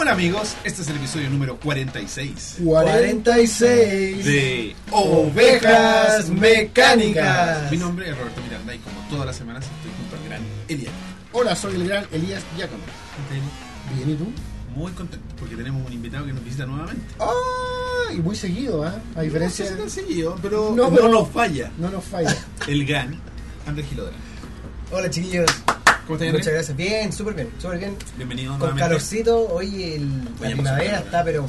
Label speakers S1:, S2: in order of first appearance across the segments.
S1: Hola amigos, este es el episodio número 46
S2: 46
S1: de
S2: Ovejas Mecánicas.
S1: Mi nombre es Roberto Miranda y como todas las semanas estoy junto al gran Elian.
S2: Hola, soy el gran Elías Giacomo. Bien, ¿y tú?
S1: Muy contento porque tenemos un invitado que nos visita nuevamente.
S2: ¡Ah! Y muy seguido, ¿ah? A diferencia.
S1: No sé si tan seguido, pero
S2: No,
S1: no,
S2: pero-
S1: nos falla.
S2: No nos falla.
S1: El gran Andrés Gilodra.
S3: Hola chiquillos,
S1: ¿Cómo estás,
S3: muchas
S1: Andrés?
S3: gracias. Bien, súper bien, súper bien.
S1: Bienvenido
S3: Con
S1: nuevamente.
S3: calorcito, hoy el- la
S2: pues,
S1: Oye,
S3: primavera
S1: empezó
S3: está, pero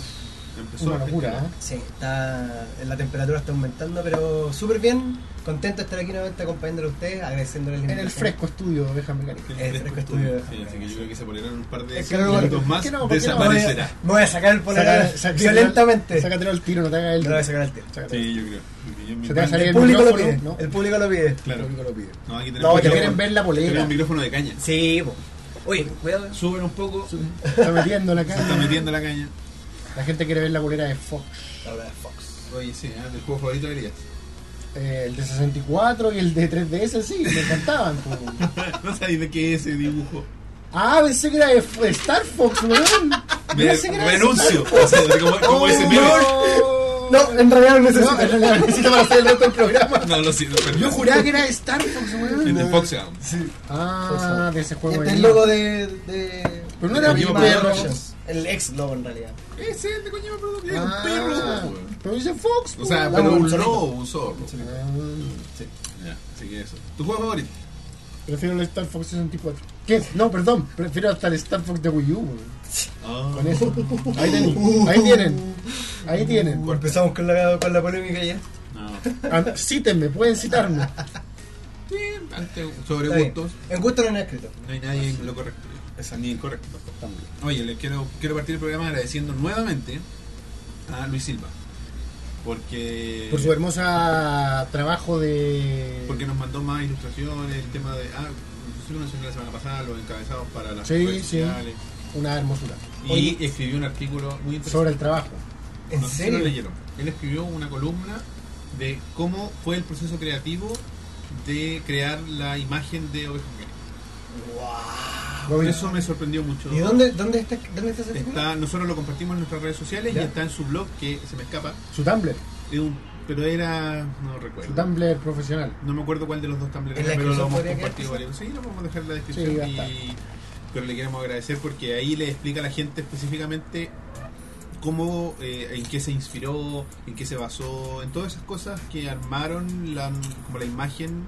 S1: Empezó este
S2: Una
S1: a
S2: locura,
S1: festejar.
S2: ¿ah?
S3: sí, está, la temperatura está aumentando, pero súper bien. Contento de estar aquí nuevamente acompañándolo a ustedes, agradeciéndoles la
S2: En el
S3: invitación.
S2: fresco estudio de Ovejas Mecánicas.
S1: El
S3: Eh,
S1: fresco
S3: fresco
S1: estudio.
S3: estudio.
S1: Sí, así que yo creo que se ponerán un par de
S2: este Es que no,
S1: minutos
S2: ¿por
S1: más
S2: qué no? ¿Por qué no?
S3: Me voy, a,
S1: desaparecerá.
S3: me voy a sacar el polar
S2: Saca- sácatelo al-
S3: violentamente.
S2: Sácatelo al tiro, no te hagas el.
S3: Me lo voy a sacar al tiro.
S2: Sácatelo.
S1: Sí, yo creo. Porque yo en mi
S2: Se te va a
S1: parte-
S2: salir
S3: El
S2: el
S3: público lo
S2: micrófono,
S3: pide,
S2: ¿no?
S3: el público lo pide.
S1: Claro.
S2: El público lo pide.
S1: No, aquí tenemos
S2: No, te
S1: micrófono-
S2: quieren ver la
S1: tenemos
S2: polera.
S1: un micrófono de caña.
S3: Sí, po. Oye, cuidado.
S1: Suben un poco, se
S2: Está metiendo la
S1: está
S2: cara.
S1: metiendo la caña.
S2: La gente quiere ver la polera de Fox.
S3: Ahora Fox.
S1: Oye, sí, ¿eh? el juego favorito de Elías.
S2: Eh, el de 64 y el de 3DS, sí, me encantaban. po.
S1: no sabéis de qué es ese dibujo.
S2: Ah, pensé que era de F- Star Fox, weón.
S1: Me
S2: Pensé que era Oh. de
S1: renuncio.
S2: Star Fox.
S1: O sea, como, como ese meme.
S2: No.
S3: No, en realidad lo necesito.
S2: No, en realidad necesito para hacer el resto del programa.
S1: No lo siento, pero.
S2: Yo juraba que era de Star Fox,
S1: El de
S2: weón.
S1: Fox Sound.
S3: Sí.
S2: Ah, de ese juego.
S3: Este es el
S2: venía.
S3: logo de, de.
S2: Pero no era
S3: de
S1: mi
S3: Kojima
S1: perro.
S3: Productions. El ex logo en realidad.
S1: Ese es de coño me producto. Es un
S2: Ah,
S1: perro. güey.
S2: Pero dice Fox,
S1: O sea,
S2: weón.
S1: pero un
S3: zorrito.
S1: lobo, un zorro.
S2: Ah,
S1: Ya, así que eso. ¿Tu juego favorito?
S2: Prefiero el Star Fox 64. ¿Qué? No, perdón. Prefiero hasta el Star Fox de Wii U, weón. Con eso. Ahí tienen. Ahí tienen. Ahí tienen.
S3: Uh, Empezamos con la, con la polémica ya.
S1: No.
S2: Ah, Cítenme, pueden citarme.
S1: Sí, ante- sobre
S3: Está bien.
S1: gustos.
S3: En gusto no hay nada escrito.
S1: No hay nadie en lo correcto.
S3: Exacto.
S1: Ni incorrecto. Oye, les quiero, quiero partir el programa agradeciendo nuevamente a Luis Silva. Porque.
S2: Por su hermosa trabajo de.
S1: Porque nos mandó más ilustraciones, el tema de. Ah, nosotros lo mencioné la semana pasada, los encabezados para las
S2: Sí,
S1: redes
S2: sí.
S1: sociales.
S2: Una hermosura.
S1: Y
S3: Oye.
S1: escribió un artículo muy
S2: Sobre
S1: interesante.
S2: el trabajo.
S3: ¿En
S1: No sé si lo
S3: serio?
S1: leyeron. Él escribió una columna de cómo fue el proceso creativo de crear la imagen de Oveja Mecánica.
S3: Wow.
S2: Lo vi.
S1: Eso me sorprendió mucho.
S3: ¿Y dónde, dónde está dónde está ese
S1: Está, nosotros lo compartimos en nuestras redes sociales
S3: Ya.
S1: y está en su blog que se me escapa.
S2: Su Tumblr.
S1: Es un- pero era. No
S2: Su
S1: recuerdo.
S2: Tumblr profesional.
S1: No me acuerdo cuál de los dos Tumblr
S3: ¿En
S1: era,
S3: la
S1: pero lo
S3: descripción
S1: hemos
S3: podría
S1: compartido
S3: quedar?
S1: varios. Sí, lo vamos a dejar en la
S2: Sí,
S1: descripción.
S2: ya está.
S1: y- Pero le queremos agradecer porque ahí le explica a la gente específicamente cómo, eh, en qué se inspiró, en qué se basó, en todas esas cosas que armaron la, como la imagen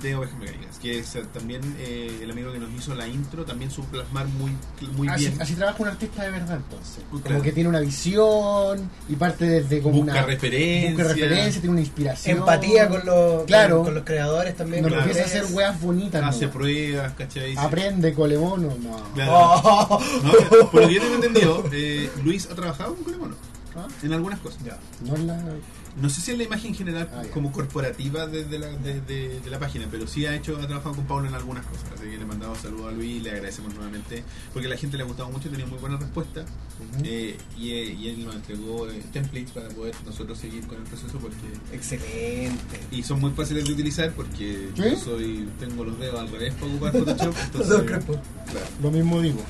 S1: de Ovejas Mecánicas. Que es, eh, también eh, el amigo que nos hizo la intro también supo plasmar muy, muy
S3: Ah,
S2: Así,
S1: bien.
S2: así trabaja un artista de verdad, entonces.
S1: Pues, claro.
S2: Como que tiene una visión y parte desde como
S1: Busca
S2: una.
S1: referencia.
S2: Busca referencia, tiene una inspiración.
S3: Empatía con los,
S2: Claro.
S3: con, con los creadores también.
S2: No
S3: con
S2: empieza a
S3: ustedes.
S2: hacer weas bonitas.
S1: Hace
S2: ¿no?
S1: pruebas, ¿cachai? Se-
S2: Aprende, colemono. No.
S1: Claro.
S3: Oh.
S1: No, pues, pero por lo que yo tengo entendido, eh, Luis ha trabajado con Colemono
S2: Ah,
S1: en algunas cosas.
S3: Ya.
S2: no es la-
S1: No sé si es la imagen general
S2: Ah, ya.
S1: como corporativa desde la, de, de- de la página, pero sí ha hecho, ha trabajado con Pablo en algunas cosas. Así que le mandamos saludos a Luis, le agradecemos nuevamente, porque a la gente le ha gustado mucho, tenía muy buenas respuestas.
S2: Ujú.
S1: eh, y, eh, y él nos entregó eh, templates para poder nosotros seguir con el proceso porque
S3: Excelente.
S1: y son muy fáciles de utilizar porque
S2: ¿Sí?
S1: yo soy tengo los dedos al revés para ocupar Photoshop
S3: Los
S1: entonces,
S3: crespos.
S1: claro.
S2: Lo mismo digo.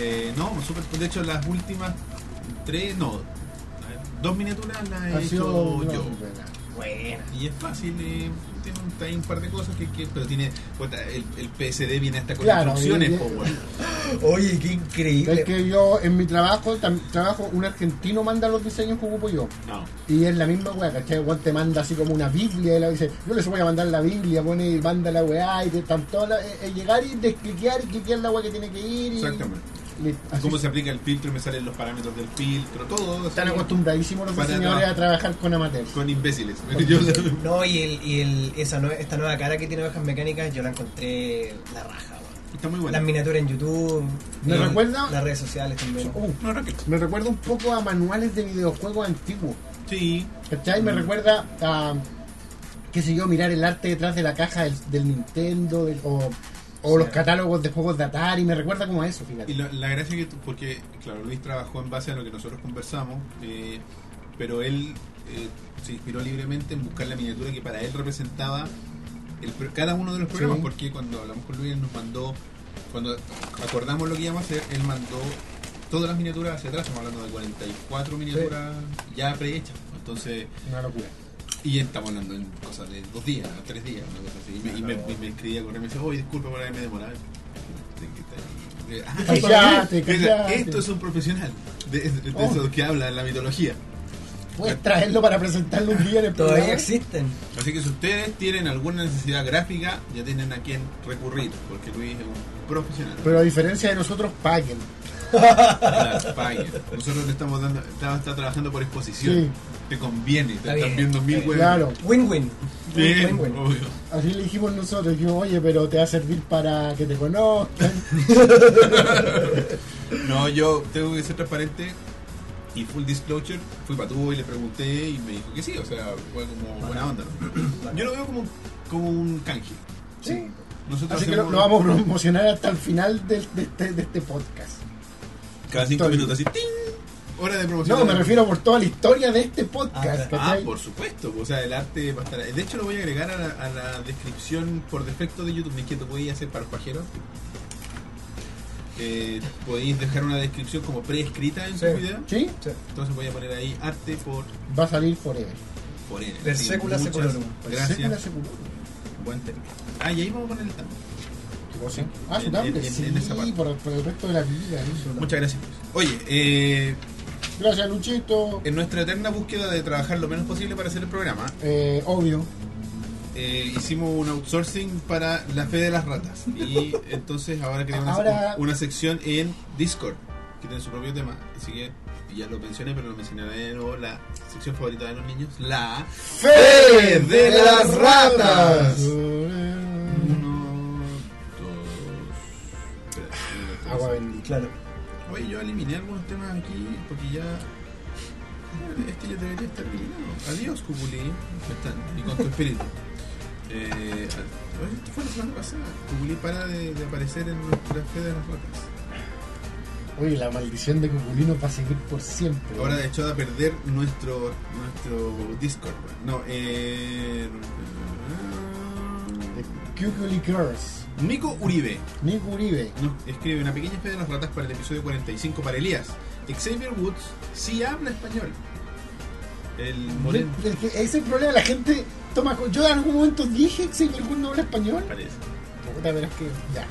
S1: Eh, no, super, de hecho las últimas tres, no, a ver, dos miniaturas las he
S2: Ha
S1: hecho
S2: sido. no,
S1: yo.
S2: buena.
S3: Buena.
S1: Y es fácil, eh, tiene un, hay un par de cosas que, que- pero tiene, puta, el, el PSD viene hasta con
S2: Claro,
S1: instrucciones,
S2: y- y-
S1: po, weón.
S3: Oye, qué increíble.
S2: Es que yo en mi trabajo, tam- trabajo, un argentino manda los diseños que ocupo yo.
S1: No,
S2: Y es la misma weá, ¿cachai? Weón te manda así como una Biblia y la dice, yo les voy a mandar la Biblia, pone y manda la weá y te están todas las- eh, eh, llegar y descliquear y cliquear la weá que tiene que ir y
S1: exactamente.
S2: listo. Así
S1: Cómo se aplica el filtro, me salen los parámetros del filtro, todo.
S2: están
S1: así,
S2: acostumbradísimos los
S1: Para
S2: diseñadores
S1: trabajar.
S2: a trabajar con amateurs.
S1: Con imbéciles.
S2: Con-
S1: Yo-
S3: No, y, el, y el, esa nue- esta nueva cara que tiene Ovejas Mecánicas, yo la encontré la raja, weón.
S1: está muy
S3: Las
S1: bueno.
S3: miniaturas en YouTube.
S2: ¿Me
S3: y
S2: recuerda?
S3: Las redes sociales también.
S2: Uh,
S1: No, Raquel.
S2: me recuerda un poco a manuales de videojuegos antiguos.
S1: Sí,
S2: ¿Cachai? Me
S1: Mm.
S2: recuerda a, qué sé yo, mirar el arte detrás de la caja del, del Nintendo del- o, o
S3: Sí.
S2: los catálogos de juegos de Atari, me recuerda como a eso, fíjate.
S1: Y la, la gracia que tú- porque, claro, Luis trabajó en base a lo que nosotros conversamos, eh, pero él eh, se inspiró libremente en buscar la miniatura que para él representaba el, pro- cada uno de los programas,
S2: Sí.
S1: porque cuando hablamos con Luis, él nos mandó, cuando acordamos lo que íbamos a hacer, él mandó todas las miniaturas hacia atrás, estamos hablando de 44 miniaturas ya prehechas. Entonces,
S2: Una locura.
S1: y estamos hablando en cosas de dos días, tres días, una cosa así. Y me, y me, y me escribía con él y me decía, oye, disculpa por haberme demorado. Ah,
S2: Callate,
S1: mira,
S2: callate.
S1: Esto es un profesional de, de, de
S2: Oh.
S1: esos que habla en la mitología.
S2: Puedes traerlo para presentarlo un día en el
S3: Todavía
S2: programa.
S3: existen.
S1: Así que si ustedes tienen alguna necesidad gráfica, ya tienen a quien recurrir, porque Luis es un profesional.
S2: Pero a diferencia de nosotros, paguen.
S1: Claro, paguen. Nosotros le estamos dando, está, está trabajando por exposición.
S2: Sí.
S1: Te conviene, te
S3: Está
S1: están
S3: bien,
S1: viendo mil
S3: está
S1: webs.
S2: Claro.
S3: Win-win.
S1: Bien,
S3: Win-win.
S1: obvio.
S2: Así le dijimos nosotros, yo, oye, pero te va a servir para que te conozcan.
S1: No, yo tengo que ser transparente y full disclosure. Fui para y le pregunté y me dijo que sí, o sea, fue como buena onda. ¿no? Yo lo veo como, un- como un canje.
S2: Sí.
S1: Nosotros
S2: Así que lo,
S1: hacemos
S2: lo vamos a promocionar hasta el final del- de, este, de este podcast.
S1: cada cinco
S2: Estoy-
S1: minutos así, ¡ting! Hora de promoción.
S2: No, me refiero por toda la historia de este podcast.
S3: Ah,
S1: Ah,
S2: ¿cachai?
S1: por supuesto, o sea, el arte va a estar. De hecho, lo voy a agregar a la, a la descripción por defecto de YouTube. ¿De que tú podías hacer para los pajeros? Eh, podéis dejar una descripción como preescrita en
S3: Sí.
S1: tu video.
S2: ¿Sí?
S3: Sí.
S1: Entonces voy a poner ahí arte por
S2: Va a salir forever.
S1: por él.
S3: Per
S1: Sí,
S3: secula
S1: muchas
S3: secularum. Per
S2: Sécula,
S1: Pues Gracias.
S2: sécula.
S1: Buen término. Ah, y ahí vamos a poner el tambo.
S2: ¿Qué cosa? Ah, su
S1: En-
S2: tablet,
S1: en-
S2: sí,
S1: en esa parte.
S2: por, por el resto de la vida. ¿no?
S1: Muchas gracias. Oye, eh,
S2: Gracias, Luchito.
S1: en nuestra eterna búsqueda de trabajar lo menos posible para hacer el programa,
S2: Eh, obvio.
S1: eh, hicimos un outsourcing para la fe de las ratas. Y entonces ahora creamos
S2: Ahora-
S1: una sección en Discord, que tiene su propio tema. Así que ya lo mencioné, pero lo mencionaré de nuevo. La sección favorita de los niños, la...
S2: ¡Fe
S1: de las ratas!
S2: Eh,
S1: Uno, dos, tres, uno, dos,
S2: Agua bendita.
S3: Claro.
S1: Oye, yo eliminé algunos temas aquí porque ya. Este ya debería estar eliminado. Adiós, Cupulí. Y con tu espíritu. Eh, oye, esto fue la semana pasada. Cupulí para de, de aparecer en nuestra fe de las ratas.
S2: Oye, la maldición de Cuculino va a seguir por siempre.
S1: Ahora de hecho a perder nuestro nuestro Discord. weón. No, eh.
S2: The Cuculi Curse.
S1: Nico Uribe
S2: Nico Uribe.
S1: nos escribe una pequeña fe de las ratas para el episodio 45 para Elías. Xavier Woods sí habla español. El moreno.
S2: El que- Ese es el problema, la gente toma. co- Yo en algún momento dije que si algún no habla español.
S1: parece.
S2: Puta, pero es que. Ya.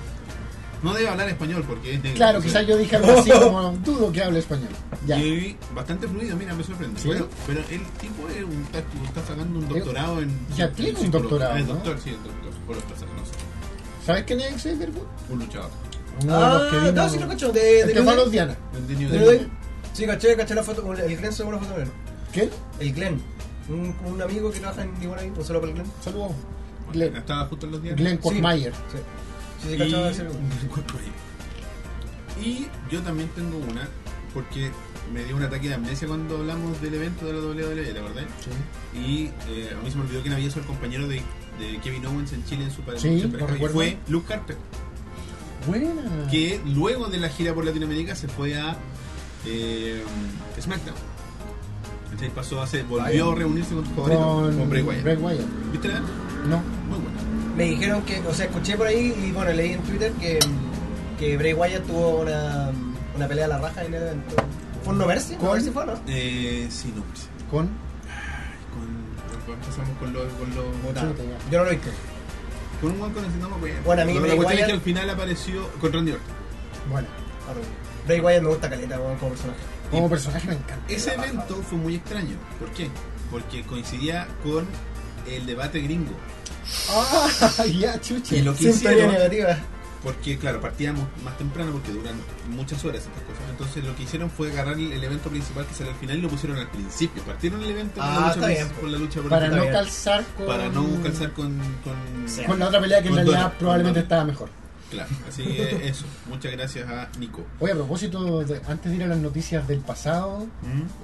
S1: No debe hablar español porque es negro.
S2: Claro,
S1: entonces-
S2: quizás yo dije algo así como dudo que hable español. Ya.
S1: Y bastante fluido, mira, me sorprende.
S2: ¿Sí?
S1: Pero, pero el tipo es un, está, está sacando un doctorado en.
S2: Ya tiene
S1: en
S2: un
S1: psicología.
S2: doctorado,
S1: Ah, Es
S2: ¿no?
S1: doctor, sí, es doctor. Por los trazos, no sé.
S2: ¿Sabes quién es Xavier Wood?
S1: Un luchador.
S2: Uno de los
S3: Ah,
S2: que vino.
S3: no, sí lo cacho. De,
S2: el
S3: de
S2: que fue a
S3: New
S2: los
S3: Day.
S2: Diana.
S1: El de New
S3: De
S1: Day.
S3: New Day. Sí, caché, caché la foto. El Glenn se una foto con él.
S2: ¿Quién?
S3: El Glenn. Un, un amigo que trabaja en Igual ahí. Un saludo para el Glenn.
S2: Saludos.
S1: Bueno,
S2: Glenn.
S1: Estaba justo en los días.
S2: Glenn Quagmire.
S3: Sí. Sí, sí,
S1: Y-
S3: cachaba ese.
S1: Y yo también tengo una, porque me dio un ataque de amnesia cuando hablamos del evento de la WWE, ¿te acordás?
S2: Sí.
S1: Y eh, a mí se me olvidó quién había sido el compañero de, de Kevin Owens en Chile en su padre.
S2: Sí, lo
S1: y
S2: recuerdo. Ah.
S1: fue Luke Carter.
S2: Buena.
S1: que luego de la gira por Latinoamérica se fue a eh, SmackDown. Entonces pasó a hacer, volvió a reunirse con sus favoritos,
S2: Con
S1: con Bray Wyatt.
S2: Bray Wyatt.
S1: ¿Viste la?
S2: No.
S1: Muy buena.
S3: Me dijeron que, o sea, escuché por ahí y bueno, leí en Twitter que, que Bray Wyatt tuvo una, una pelea a la raja en el evento. ¿Fue un No Mercy?
S2: ¿Con?
S3: No Mercy fue, ¿no?
S1: Eh, sí, no, pues,
S2: Con.
S1: con, con- empezamos con los... Con, los,
S2: Chuta, ya.
S3: Yo no lo hice.
S1: con un guan conocido, no me acuerdo.
S3: Bueno, a mí
S1: Pero la
S3: Bray
S1: cuestión es
S3: Wyatt-
S1: que al final apareció con Randy Orton.
S2: Bueno.
S3: Bray Wyatt me gusta caleta weón, como personaje.
S2: Como personaje me encanta.
S1: Ese evento fue muy extraño. ¿Por qué? Porque coincidía con el debate gringo.
S2: Ah, ya, chuche.
S1: Y lo que
S3: Siempre
S1: hicieron-
S3: negativa.
S1: Porque, claro, partíamos más temprano porque duran muchas horas estas cosas. Entonces, lo que hicieron fue agarrar el, el evento principal que sale al final y lo pusieron al principio. Partieron el evento con,
S3: Ah,
S1: la, lucha
S3: está bien.
S1: principal- con la lucha por
S2: Para
S1: el
S2: no
S1: título.
S3: bien.
S2: calzar con.
S1: para no calzar con. con
S3: Sí.
S2: Con la otra pelea que en
S1: Con
S2: realidad
S1: Dora.
S2: probablemente
S1: Con Dora.
S2: estaba mejor.
S1: Claro, así que eso. Muchas gracias a Nico.
S2: Oye, a propósito, de- antes de ir a las noticias del pasado,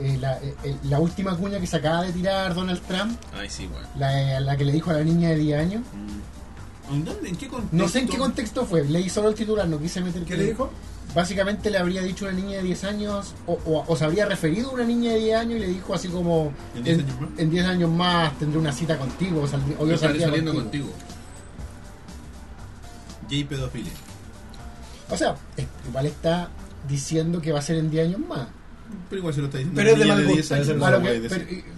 S2: eh, la, eh, eh, la última cuña que se acaba de tirar Donald Trump,
S1: Ay, sí, bueno.
S2: la, eh, la que le dijo a la niña de 10 años,
S1: Mm. ¿En dónde? ¿En qué contexto?
S2: no sé en qué contexto fue, leí solo el titular, no quise meter...
S3: ¿Qué le dijo?
S2: Básicamente le habría dicho a una niña de 10 años, o, o- o se habría referido a una niña de 10 años y le dijo así como,
S1: ¿En 10 años más?
S2: en 10 años más tendré una cita contigo, o, saldré- o yo
S1: Yo estaré
S2: saldría
S1: saliendo
S2: contigo".
S1: contigo. J. Pedofilia.
S2: O sea, es- igual está diciendo que va a ser en 10 años más.
S1: Pero igual se lo está diciendo.
S3: Pero es de
S1: Niña
S3: mal gusto,
S1: 10 años
S3: eso no
S1: no
S2: Claro
S1: lo
S2: que-
S1: puede decir.
S2: pero-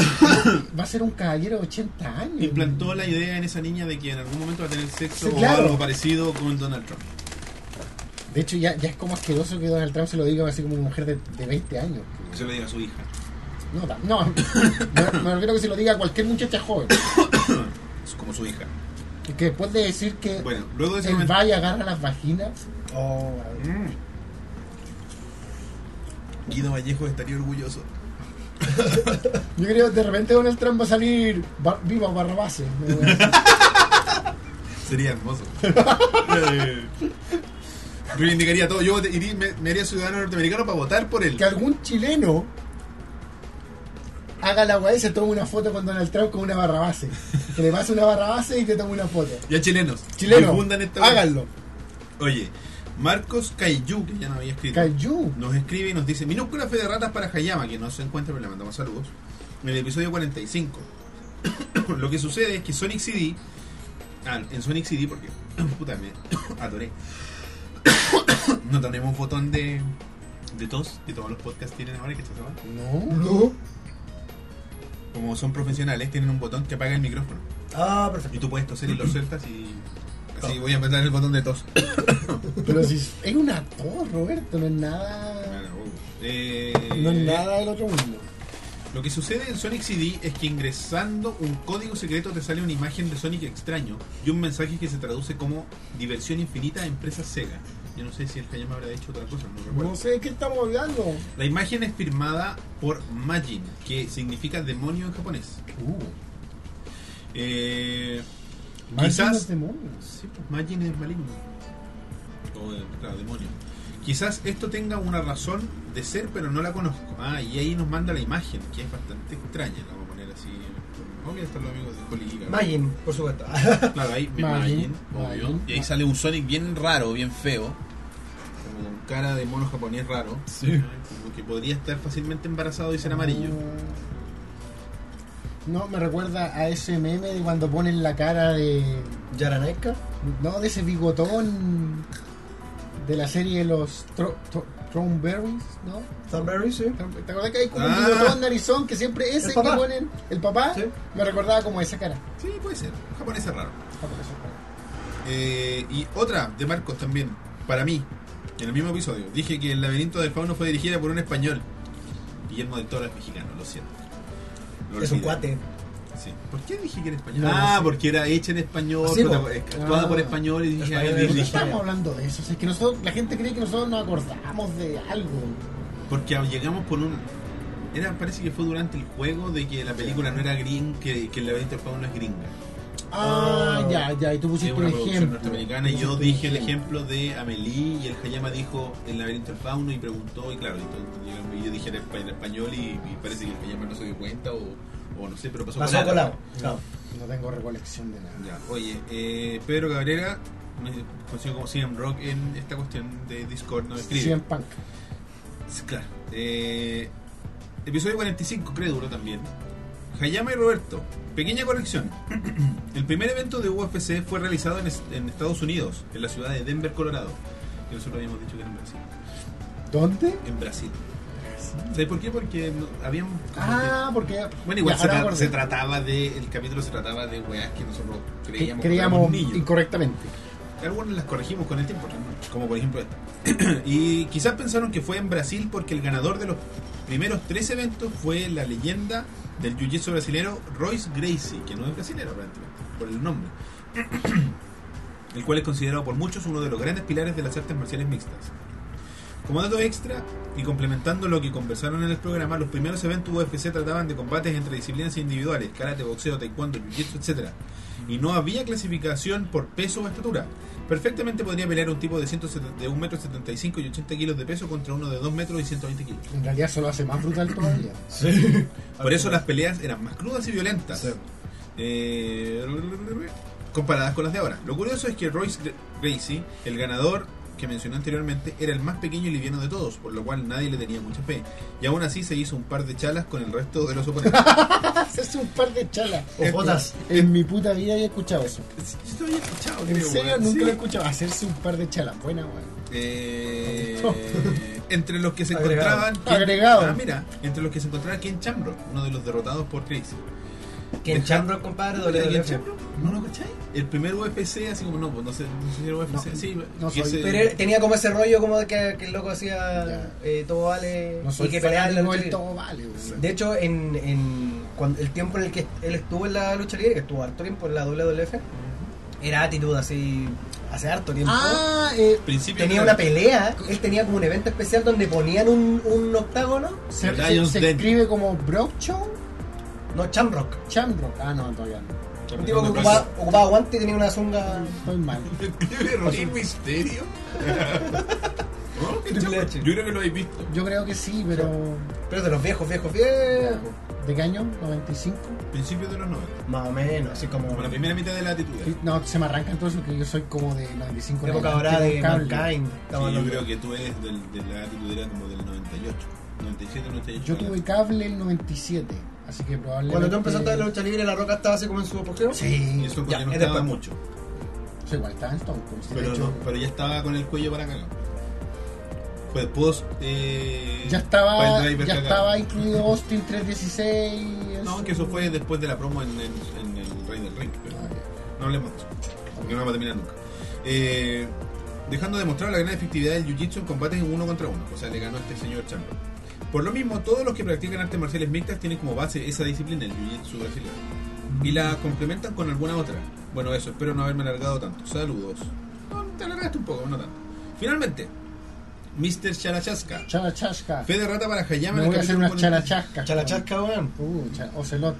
S2: va a ser un caballero de 80 años.
S1: Implantó la idea en esa niña de que en algún momento va a tener sexo
S2: Sí, claro.
S1: o algo parecido con Donald Trump.
S2: De hecho, ya, ya es como asqueroso que Donald Trump se lo diga así como una mujer de, de 20 años.
S1: Que se lo diga a su hija.
S2: No, ta- no, me, me refiero a que se lo diga a cualquier muchacha joven.
S1: Es como su hija.
S2: Y Que después de decir que
S1: Bueno, luego de ese
S2: él
S1: momento.
S2: va y agarra las vaginas,
S3: Oh,
S1: Mm. Guido Vallejo estaría orgulloso.
S2: yo creo que de repente Donald Trump va a salir "Bar- viva Barrabás. ¿eh? una wea así.
S1: Sería hermoso. Eh, Reivindicaría todo. Yo voté- iría- me, me haría ciudadano norteamericano para votar por él.
S2: que algún chileno haga la weá y se tome una foto con Donald Trump con una barrabase. Que le pase una barrabase y te tome una foto.
S1: Ya chilenos.
S2: Chileno,
S1: difundan esta-
S2: háganlo.
S1: Oye, Marcos Caillú, que ya no había escrito.
S2: Cayú.
S1: nos escribe y nos dice minúscula fe de ratas para Hayama que no se encuentra pero le mandamos saludos en el episodio 45 lo que sucede es que Sonic CD ah, en Sonic CD porque puta me adoré no tenemos un botón de de tos que todos los podcasts tienen ahora que esta semana,
S2: No.
S3: No.
S1: como son profesionales tienen un botón que apaga el micrófono
S3: Ah, perfecto.
S1: y tú puedes toser y lo sueltas y así
S2: Oh.
S1: voy a apretar el botón de tos
S2: Pero si es un actor, Roberto, no es nada.
S1: Eh,
S2: No es nada del otro mundo.
S1: Lo que sucede en Sonic CD es que ingresando un código secreto te sale una imagen de Sonic extraño y un mensaje que se traduce como diversión infinita a empresa Sega. Yo no sé si el Hayama habrá hecho otra cosa, no recuerdo.
S2: No sé de qué estamos hablando.
S1: La imagen es firmada por Majin, que significa demonio en japonés.
S2: Uh,
S1: Eh,
S2: los
S1: quizás
S2: este demonios.
S1: Sí, pues Majin es maligno. O eh, claro, demonio. Quizás esto tenga una razón de ser, pero no la conozco. Ah, y ahí nos manda la imagen, que es bastante extraña. La vamos a poner así. Obvio, están los amigos de Holly
S3: Majin, por supuesto.
S1: Claro, ahí
S2: Majin,
S1: Majin,
S2: Majin.
S1: obvio. Y ahí sale un Sonic bien raro, bien feo. Como con cara de mono japonés raro.
S2: Sí. Oh.
S1: Como que podría estar fácilmente embarazado y ser amarillo.
S2: No, me recuerda a ese meme de cuando ponen la cara de.
S3: Yaranaika.
S2: No, de ese bigotón de la serie de los Tro- Tro- Thornberries, ¿no?
S3: Thunberry, sí.
S2: ¿Te acuerdas que hay como
S1: Ah.
S2: un bigotón narizón que siempre ese
S3: El
S2: que
S3: papá.
S2: ponen el papá?
S3: Sí.
S2: Me recordaba como esa cara.
S1: Sí, puede ser. Japonés es raro.
S2: Ah, por eso, por
S1: Eh, y otra de Marcos también, para mí, en el mismo episodio. Dije que El laberinto del fauno fue dirigida por un español. Guillermo del Toro es mexicano, lo siento. Lo
S3: Es un
S1: olvidé.
S3: cuate.
S1: Sí. ¿Por qué dije que era español?
S2: No,
S1: ah,
S2: no sé.
S1: porque era hecha en español,
S3: Sí,
S1: prota-
S3: po.
S1: actuada
S2: Ah.
S1: por español y dije, ah,
S3: Español
S1: es
S3: es
S2: qué
S1: dirigida.
S2: estamos hablando de eso? O sea, es que nosotros, la gente cree que nosotros nos acordamos de algo.
S1: Porque llegamos por un... Era, parece que fue durante el juego de que la película no era green, que, que el laberinto del fauno es gringa.
S2: Ah,
S3: Ah.
S2: ya, ya, y tú
S1: Es
S2: pusiste un
S1: una producción
S2: ejemplo. Este,
S1: norteamericana y yo
S2: Pusiste
S1: dije el
S2: un
S1: ejemplo de Amelie y el Hayama dijo el laberinto del fauno y preguntó y claro, y todo- llegamos, y yo dije en espa- en español y, y parece que el Hayama no se dio cuenta o, o no sé, pero pasó,
S3: Pasó
S1: por
S3: colado.
S1: alto.
S3: Claro.
S2: No tengo recolección de nada.
S1: Ya, oye, eh, Pedro Cabrera, me- conocido como CM Rock en esta cuestión de Discord, no escribe.
S2: CM Punk.
S1: Sí, Claro. Eh, episodio 45, crédulo también. Hayama y Roberto. Pequeña corrección. El primer evento de UFC fue realizado en, es- en Estados Unidos, en la ciudad de Denver, Colorado. Que nosotros habíamos dicho que era en Brasil.
S2: ¿Dónde?
S1: En Brasil. ¿Sabes por qué? Porque no- habíamos...
S2: Ah, porque.
S1: bueno, igual
S2: ya,
S1: se,
S2: ahora
S1: tra-
S2: acordé.
S1: se trataba de... El capítulo se trataba de weas que nosotros
S2: Que
S1: creíamos,
S2: Creíamos
S1: que éramos niños.
S2: incorrectamente.
S1: Algunas las corregimos con el tiempo, como por ejemplo esta. y quizás pensaron que fue en Brasil porque el ganador de los primeros tres eventos fue la leyenda del jiu-jitsu brasilero Royce Gracie, que no es brasilero aparentemente, por el nombre. el cual es considerado por muchos uno de los grandes pilares de las artes marciales mixtas. Como dato extra, y complementando lo que conversaron en el programa, los primeros eventos UFC trataban de combates entre disciplinas individuales, karate, boxeo, taekwondo, jiu-jitsu, etcétera y no había clasificación por peso o estatura. Perfectamente podría pelear un tipo de, 170 de 1,75 m y 80 kilos de peso contra uno de 2 metros y 120 kilos.
S2: En realidad solo hace más brutal todavía.
S3: Sí.
S1: Por eso las peleas eran más crudas y violentas.
S3: Sí.
S1: Eh, comparadas con las de ahora. Lo curioso es que Royce Gra- Gracie, el ganador que mencioné anteriormente era el más pequeño y liviano de todos, por lo cual nadie le tenía mucha fe. Y aún así se hizo un par de chalas con el resto de los oponentes.
S2: Es un par de chalas.
S3: O botas.
S2: En mi puta vida había escuchado eso.
S1: Yo lo había escuchado,
S2: En
S1: creo,
S2: serio,
S1: weón.
S2: nunca
S1: Sí.
S2: lo he escuchado. Hacerse un par de chalas. Buena, weón.
S1: Eh,
S2: No.
S1: entre los que se
S3: Agregado.
S1: encontraban Ken-
S2: Agregado.
S1: Ah, mira, entre los que se encontraba Ken Shamrock, uno de los derrotados por Crazy.
S2: este,
S3: Que en Chambro, compadre,
S1: ¿Ken
S3: WWF.
S1: Shamrock? ¿No lo cacháis? El primer UFC, así como no, pues no sé, no sé si era UFC,
S2: No,
S1: sí,
S2: no
S1: que
S2: soy-
S1: ese-
S3: Pero él tenía como ese rollo como de que, que el loco hacía
S2: Ya.
S3: eh, todo vale
S2: No soy
S3: y que peleaba en la
S2: fanático
S3: lucha
S2: del
S3: libre.
S2: todo vale, weón.
S3: De hecho, en, en cuando, el tiempo en el que él estuvo en la lucha libre, que estuvo harto tiempo en la WWF, era actitud así hace harto tiempo.
S2: Ah, eh,
S1: principio
S3: tenía
S1: de-
S3: una pelea, él tenía como un evento especial donde ponían un, un octágono,
S2: se, se-
S1: Lions
S2: se
S1: Den.
S2: escribe como Brockshow
S3: no Chamrock.
S2: Chambro. Ah, no, todavía no.
S3: Un tipo que
S1: Cuando
S3: ocupaba, ocupaba guante y tenía una zunga.
S2: Estoy mal.
S1: Escribe Rey Misterio. ¿No? ¿Qué
S3: Triple
S1: chapa?
S3: H.
S1: Yo creo que lo habéis visto.
S2: Yo creo que sí, pero.
S3: Pero de los viejos, viejos, viejos.
S2: ¿De qué año? ¿95?
S1: Principios de los 90.
S3: Más o menos, así como.
S1: Como la primera mitad de la actitud.
S2: Sí, No, se me arranca entonces porque yo soy como de 95. en
S3: época ahora
S2: adelante,
S3: de
S2: con cable.
S3: Mankind.
S1: Sí,
S3: estamos
S1: yo
S3: hablando.
S1: creo que tú eres del, de la actitud era como del 98. 97, 98.
S2: Yo tuve cable el 97, así que probablemente.
S3: Cuando tú empezaste a la lucha libre, la roca estaba así como en su apogeo.
S1: Y
S2: Sí,
S1: eso
S3: Ya,
S1: porque no
S3: es
S1: estaba
S3: después.
S1: mucho.
S2: soy Pues igual, estaba en Stone Cold, sí, de
S1: Pero,
S2: hecho,
S1: no, pero ya estaba con el cuello para cagar. Pues post. Eh,
S2: ya estaba,
S3: Pues
S1: Pile Driver
S2: ya
S1: cagado.
S2: estaba incluido Austin 316.
S1: No, que eso fue después de la promo en, en, en el Rey del Ring. Pero
S2: Ah, ya.
S1: no hablemos de eso. Porque no vamos a terminar nunca. Eh, dejando de mostrar la gran efectividad del Jiu-Jitsu en combates en uno contra uno. O sea, le ganó este señor Champa. Por lo mismo, todos los que practican artes marciales mixtas tienen como base esa disciplina, el Jiu-Jitsu brasileño. Y la complementan con alguna otra. Bueno, eso, espero no haberme alargado tanto. Saludos. No, te alargaste un poco, no tanto. Finalmente, Mr. Charachaska.
S2: Chalachasca.
S1: Fe de rata para Hayama
S2: Me
S1: en el
S2: voy a hacer
S1: capítulo
S2: unas
S1: 40.
S2: chalachascas.
S3: Chalachasca, weón.
S2: Uh, cha- Ocelot.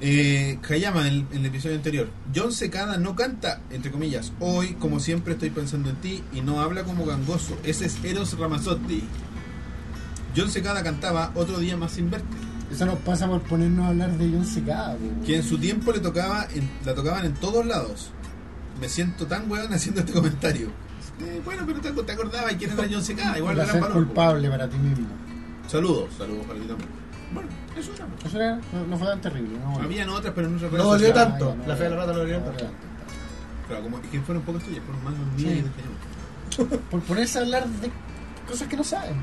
S1: Eh, Hayama en, en el episodio anterior. John Secada no canta, entre comillas. Hoy, como siempre, estoy pensando en ti y no habla como gangoso. Ese es Eros Ramazzotti. John Secada cantaba Otro día más sin verte,
S2: Eso nos pasa por ponernos a hablar de John Secada, weón.
S1: que en su tiempo le tocaba en- la tocaban en todos lados. Me siento tan weón haciendo este comentario. Eh, bueno, pero te, te acordabas quién era John Secada. Igual
S2: Para
S1: era
S2: ser
S1: palo.
S2: culpable para ti mismo.
S1: Saludos, saludos para ti también. Bueno, eso era.
S2: Eso era, no, no fue tan terrible, ¿no?
S1: Habían otras, pero en otras
S3: No dolió
S1: sociales.
S3: tanto. La fe de la rata no dolió
S2: no,
S3: tanto.
S1: Claro, como es que fueron pocas tuyas, fueron más de un
S2: Sí.
S1: día y de Hayama.
S2: Por ponerse a hablar de cosas que no saben.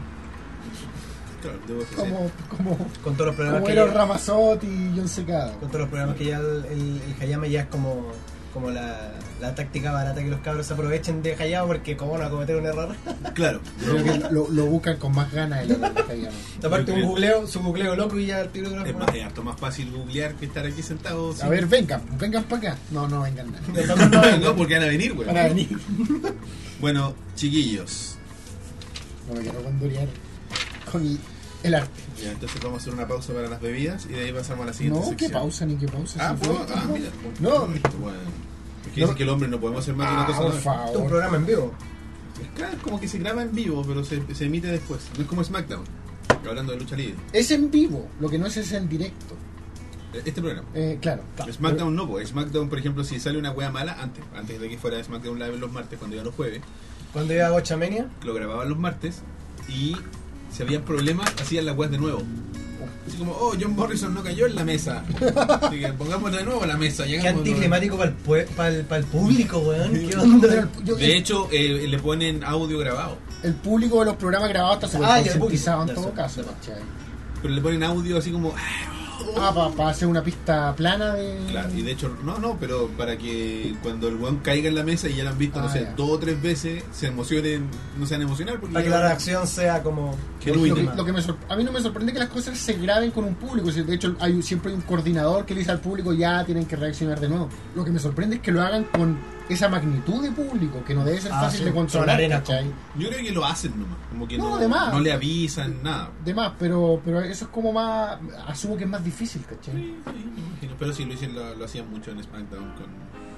S1: Claro, debo decir.
S2: Como, como,
S3: Con todos los problemas
S2: como
S3: que
S2: Eros
S3: ya,
S2: Ramazotti y John Secada.
S3: con todos los problemas que ya el, el, el Hayama ya es como, como la, la táctica barata que los cabros se aprovechen de Hayama porque como no a cometer un error.
S1: Claro.
S2: Creo que lo, lo buscan con más ganas de lo que hayamos.
S3: Aparte un
S1: creo.
S3: googleo, su googleo loco y ya el tiro de una
S1: Es más, es harto más fácil googlear que estar aquí sentado.
S2: A ver, vengan, vengan para acá. No, no vengan
S1: no,
S2: nada.
S1: no, porque van a venir, güey.
S2: Para venir.
S1: Bueno, chiquillos.
S2: No me quiero condurear con el, el arte.
S1: Ya, entonces vamos a hacer una pausa para las bebidas y de ahí pasamos a la siguiente
S2: No, qué
S1: sección.
S2: pausa, ni qué pausa.
S1: Ah,
S2: si
S1: pues,
S2: fue-
S1: ah, mira.
S2: No.
S1: Bueno. Es que dicen que el hombre no podemos hacer más de
S2: Ah,
S1: una cosa. a la
S2: por
S1: vez.
S3: un
S2: favor.
S3: programa en vivo.
S1: Es que es como que se graba en vivo, pero se, se emite después. No es como SmackDown. Hablando de lucha libre.
S2: Es en vivo, lo que no es es en directo.
S1: Este programa.
S2: Eh, claro.
S1: SmackDown no, pues SmackDown, por ejemplo, si sale una wea mala, antes, antes de que fuera SmackDown Live los martes, cuando iban los jueves,
S3: Cuando iba a Bochamania,
S1: lo grababan los martes y si había problemas hacían las weas de nuevo. Así como, oh, John Morrison no cayó en la mesa. Así que pongamos de nuevo la mesa.
S3: qué
S1: Llegamos
S3: anticlimático para el, público, weón. ¿Qué onda?
S2: Pero el- yo-
S1: De hecho, eh, le ponen audio grabado.
S2: El público de los programas grabados está súper
S3: Ah, ya, el
S2: concientizado en
S3: público.
S2: todo
S3: Ya,
S2: caso.
S3: ya.
S2: ¿cachai?
S1: Pero le ponen audio así como... "Ah".
S2: Ah, para hacer una pista plana de.
S1: Claro, y de hecho, no, no, pero para que cuando el weón caiga en la mesa y ya lo han visto, no
S2: Ah,
S1: sé,
S2: ya.
S1: dos o tres veces, se emocionen, no sean emocional porque...
S3: Para que
S1: ya-
S3: la reacción sea como...
S1: Qué
S2: lo,
S1: ruido.
S2: que, lo que me sorpre- a mí no me sorprende que las cosas se graben con un público. si De hecho, hay, siempre hay un coordinador que le dice al público ya tienen que reaccionar de nuevo. Lo que me sorprende es que lo hagan con esa magnitud de público, que no debe ser
S3: Ah,
S2: fácil
S3: sí,
S2: de
S3: son
S2: controlar.
S3: arenas
S2: ¿cachai?
S1: Yo creo que lo hacen nomás, como que
S2: No,
S1: no,
S2: de más.
S1: no le avisan, nada.
S2: De más, pero, pero eso es como más. Asumo que es más difícil, ¿cachai?
S1: Sí, sí, me imagino. Pero sí, lo, hicieron- lo, lo hacían mucho en SmackDown con...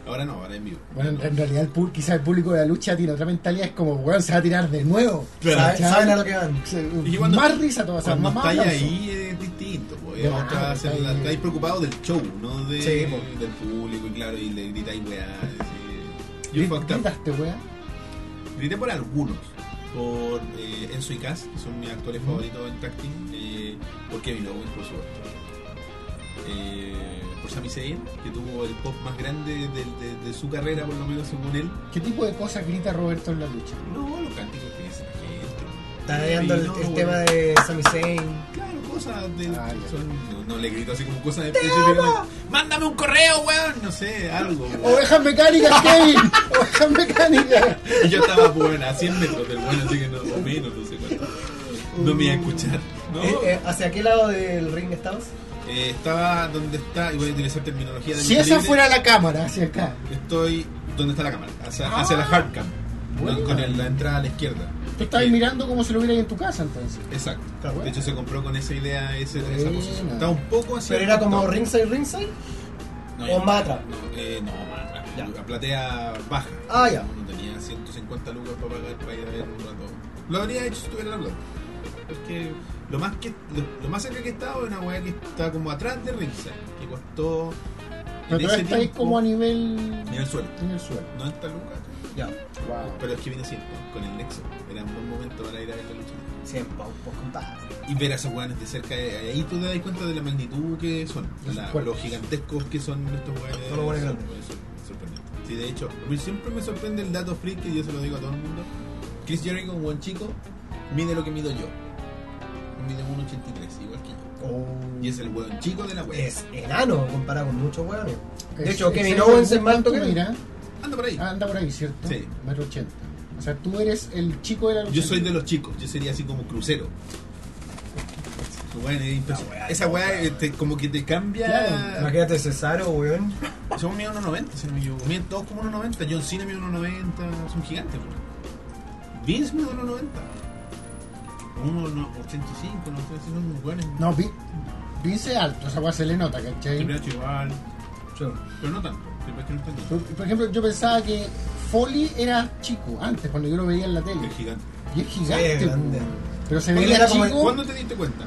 S1: Ahora no, ahora en vivo.
S2: Bueno, en,
S1: No.
S2: en realidad, el público, quizás el público de la lucha tiene otra mentalidad. Es como, weón, se va a tirar de nuevo.
S1: Claro.
S3: ¿saben-
S2: ¿cachai?
S3: ¿Saben a lo que van?
S2: Se- uh,
S1: Y que cuando-
S2: más risa todas esas
S1: Cuando
S2: mamás.
S1: estáis ahí es distinto, po, es
S2: De
S1: otra-
S2: más,
S1: se-
S2: estáis-
S1: estáis preocupados del show, no de,
S3: Sí, po.
S1: del público, y claro, y le gritáis weá. decís, You fucked up.
S2: ¿Gritaste, weá?
S1: grité por algunos. Por eh, Enzo y Cass, que son mis actores favoritos en Tacting. Eh, por Kevin Owens, por supuesto. Eh, por Sami Zayn, que tuvo el pop más grande del- de, de su carrera, por lo menos según él.
S2: ¿Qué tipo de cosas grita Roberto en la lucha?
S1: No, los cánticos que dicen aquí.
S3: Tarareando el, el tema de Sami Zayn.
S1: Claro, cosas de.
S2: Ah, ya.
S1: son- no, no le grito así como cosas de específicamente. ¡Mándame un correo, weón! No sé, algo. weón.
S2: ¡Ovejas mecánicas, Kevin! ¡Ovejas mecánicas!
S1: Y yo estaba bueno, a 100 metros del bueno, así que no, o menos, no sé cuánto. No me iba a escuchar. ¿no?
S3: Eh, eh, ¿Hacia qué lado del ring estabas?
S1: Eh, estaba donde está, y voy a utilizar terminología de
S2: Si
S1: lucha
S2: esa
S1: libre,
S2: fuera la cámara, hacia acá.
S1: Estoy donde está la cámara, hacia, hacia
S3: Ah.
S1: la hard cam,
S2: Buena.
S1: con el- la entrada a la izquierda.
S2: Tú estabas
S1: Eh,
S2: mirando como si lo hubiera ahí en tu casa entonces.
S1: Exacto.
S3: Está bueno.
S1: De hecho, se compró con esa idea, ese, esa
S2: Buena.
S1: posición. Estaba un poco así.
S3: ¿Pero era como ringside, ringside?
S1: No,
S3: o
S1: ya-
S3: más atrás?
S1: No, eh, no, más atrás.
S3: Ya.
S1: La platea baja.
S3: Ah, ya.
S1: No tenía 150 lucas para pagar para ir a ver un rato. Lo habría hecho si estuviera en la plaza. Porque lo más, que, lo, lo más cerca que he estado es una weá que está como atrás de Ringside, que costó.
S2: Pero
S1: en
S2: todavía
S1: ese
S2: está ahí
S1: tiempo-
S2: como a nivel...
S1: Ni al suelo.
S2: En el suelo.
S1: 90 lucas.
S3: Ya.
S2: Wow.
S1: Pero es que vine siempre, con el Nexo. Era un buen momento para ir a ver la lucha.
S3: Siempre, un poco compadre.
S1: Y ver a esos weones de cerca, eh, ahí tú te das cuenta de la magnitud que son,
S2: Los
S1: la-
S2: cuerpos.
S1: los gigantescos que son estos weones.
S3: Son los weones
S1: Son-
S3: grandes.
S1: son- sorprendente. Sí, de hecho, a mí siempre me sorprende el dato freak y yo se lo digo a todo el mundo. Chris Jericho, un buen chico, mide lo que mido yo. Mide 1,83, igual que yo. Y es el weón chico de la wea.
S3: Es enano comparado con muchos hueones. De
S1: Eh.
S2: Es-
S3: hecho, Kevin
S2: ese
S3: Owens es
S2: algún
S3: más alto que
S2: punto,
S3: él.
S2: mira,
S1: Anda por
S3: Ah,
S1: ahí.
S2: anda por ahí, ¿cierto?
S1: Sí.
S2: Metro ochenta. O sea, tú eres el chico de la lucha.
S1: Yo soy de los chicos, yo sería así como crucero. Bueno, es impresionante. Esa weá eh, te- como que te cambia.
S2: Claro.
S3: Imagínate Cesaro, weón.
S1: Somos mide 1.90, si no me equivoco. Miden todos como 1.90. John Cena mide 1.90. Son gigantes, weón. Vince mide 1.90. 1.85, no sé si son muy buenos.
S2: No, Vi- Vince es alto, esa weá se le nota, ¿cachai?
S1: Triple H igual.
S3: Yo,
S1: Pero no tanto. Triple H no es tan grande.
S2: Por, por ejemplo, yo pensaba que Foley era chico antes, cuando yo lo veía en la tele.
S1: Es gigante.
S2: Y es gigante.
S3: Sí, es grande.
S2: po. Pero se
S3: Porque
S2: veía
S3: era como-
S2: chico.
S1: ¿Cuándo te diste cuenta?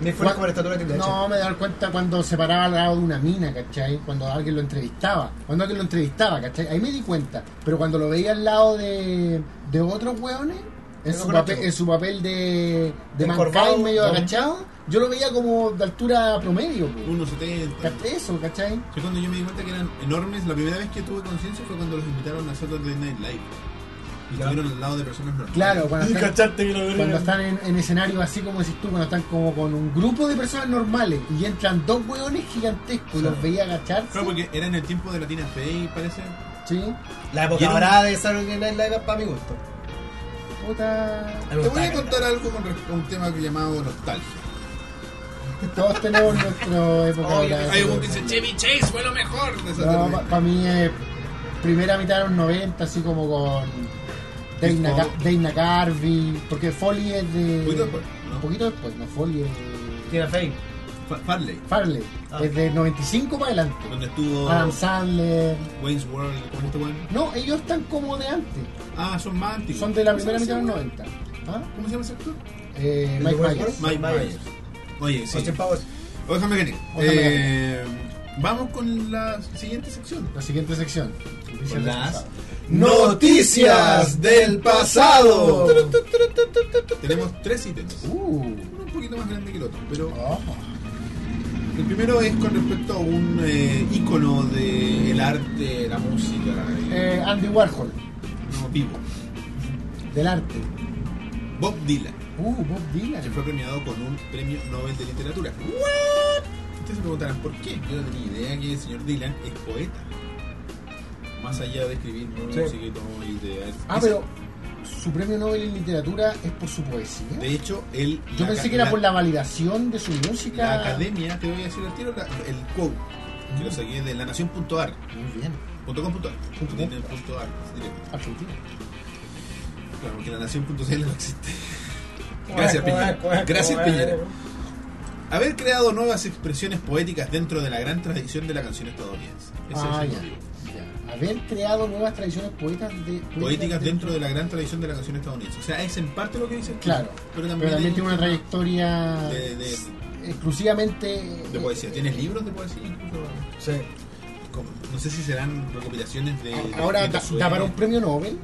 S3: Ni fuera como la estatura de Triple H.
S2: No, me daba cuenta cuando se paraba al lado de una mina, ¿cachai? Cuando alguien lo entrevistaba. Cuando alguien lo entrevistaba, ¿cachai? Ahí me di cuenta. Pero cuando lo veía al lado de, de otros hueones, en
S3: Yo
S2: su,
S3: lo conozco.
S2: papel, en su papel de, de
S3: Encorvado,
S2: mankind medio
S3: ¿no?
S2: agachado, yo lo veía como de altura promedio. po.
S1: 1.70.
S2: ¿Cachai? Eso, ¿cachai?
S1: Yo cuando yo me di cuenta que eran enormes, la primera vez que tuve conciencia fue cuando los invitaron a Saturday Night Live. Y
S3: Ya.
S1: estuvieron al lado de personas normales.
S2: Claro, cuando
S3: Y
S2: están,
S3: cacharte que lo veré.
S2: cuando están en, en escenarios así como decís tú, cuando están como con un grupo de personas normales y entran dos hueones gigantescos y los
S1: Sí.
S2: veía agacharse.
S1: Claro, porque era en el tiempo de Latina Fey, parece.
S2: Sí,
S3: La
S1: Y
S3: época
S1: era un-
S3: dorada de Saturday Night Live para mi gusto.
S2: puta.
S3: Me
S1: Te voy
S3: gustaba
S1: a contar algo con respecto a un tema llamado nostalgia.
S2: Todos tenemos nuestra época
S3: Oye,
S2: dorada.
S1: Hay uno que dice Chevy Chase fue lo mejor de esa
S2: No, para mí es primera mitad de los 90, así como con Dana,
S1: Tipo-
S2: Ca- Dana Carvey, porque Foley es de...
S1: Poquito después, ¿no?
S2: Un poquito después, no, Foley es de...
S3: Tina Fey.
S1: Fa- Farley,
S2: Farley,
S3: Ah.
S2: es de 95 para adelante.
S1: donde estuvo
S2: Adam Sandler...
S1: Wayne's World, ¿cómo este weón?
S2: No, ellos están como de antes,
S1: Ah, son más antiguos.
S2: son de la
S1: ¿Cómo se
S2: primera
S1: llama
S2: mitad de los
S1: ese
S2: 90. ¿Ah?
S1: weón? ¿Cómo se llama ese actor?
S2: Eh, Mike
S3: Westworld?
S2: Myers.
S1: Mike Myers.
S3: Myers.
S1: Oye, sí.
S3: Austin Powers.
S1: Oye, mecánica.
S2: Oveja
S1: Eh, vamos con la siguiente sección.
S2: La siguiente sección. Noticias
S1: Con
S2: del
S1: las-
S2: pasado.
S3: Noticias del pasado.
S1: Tenemos tres ítems.
S2: Uh,
S1: Uno un poquito más grande que el otro, pero
S2: oh.
S1: El primero es con respecto a un eh, ícono del arte, la música, eh,
S2: Eh, Andy Warhol,
S1: no, vivo.
S2: del arte.
S1: Bob Dylan,
S2: Uh, Bob
S1: que
S2: Dylan.
S1: fue premiado con un premio Nobel de Literatura. Ustedes se preguntarán por qué. Yo no tenía idea que el señor Dylan es poeta. Más allá de escribir música y todo y de
S2: Ah,
S1: es-
S2: pero su premio Nobel en literatura es por su poesía.
S1: De hecho, él.
S2: Yo
S1: la
S2: pensé
S1: ca-
S2: que era por la validación de su música.
S1: La academia, te voy a decir al tiro, la- el quote, que lo saqué de lanación.ar.
S2: Muy bien.
S1: Punto com punto ar.
S2: Punto com.
S1: Tiene el punto ar, es directo.
S2: Argentina.
S1: Claro, porque la nación.cl no existe. Gracias, Piñera. Gracias, Piñera. Haber creado nuevas expresiones poéticas dentro de la gran tradición de la canción estadounidense. Ese
S2: Ah,
S1: es el
S2: ya.
S1: motivo.
S2: ya. Haber creado nuevas tradiciones poetas de,
S1: Poéticas dentro de la gran tradición de la canción estadounidense. O sea, es en parte lo que dices. tú,
S2: Claro.
S1: Pero también,
S2: Pero también tiene
S1: hay-
S2: una trayectoria
S1: de- de-
S2: exclusivamente eh,
S1: de poesía. ¿Tienes libros de poesía? Incluso,
S3: Sí.
S1: como- no sé si serán recopilaciones de. de
S2: Ahora,
S1: escritos
S2: da,
S1: suecos.
S2: da para un premio Nobel.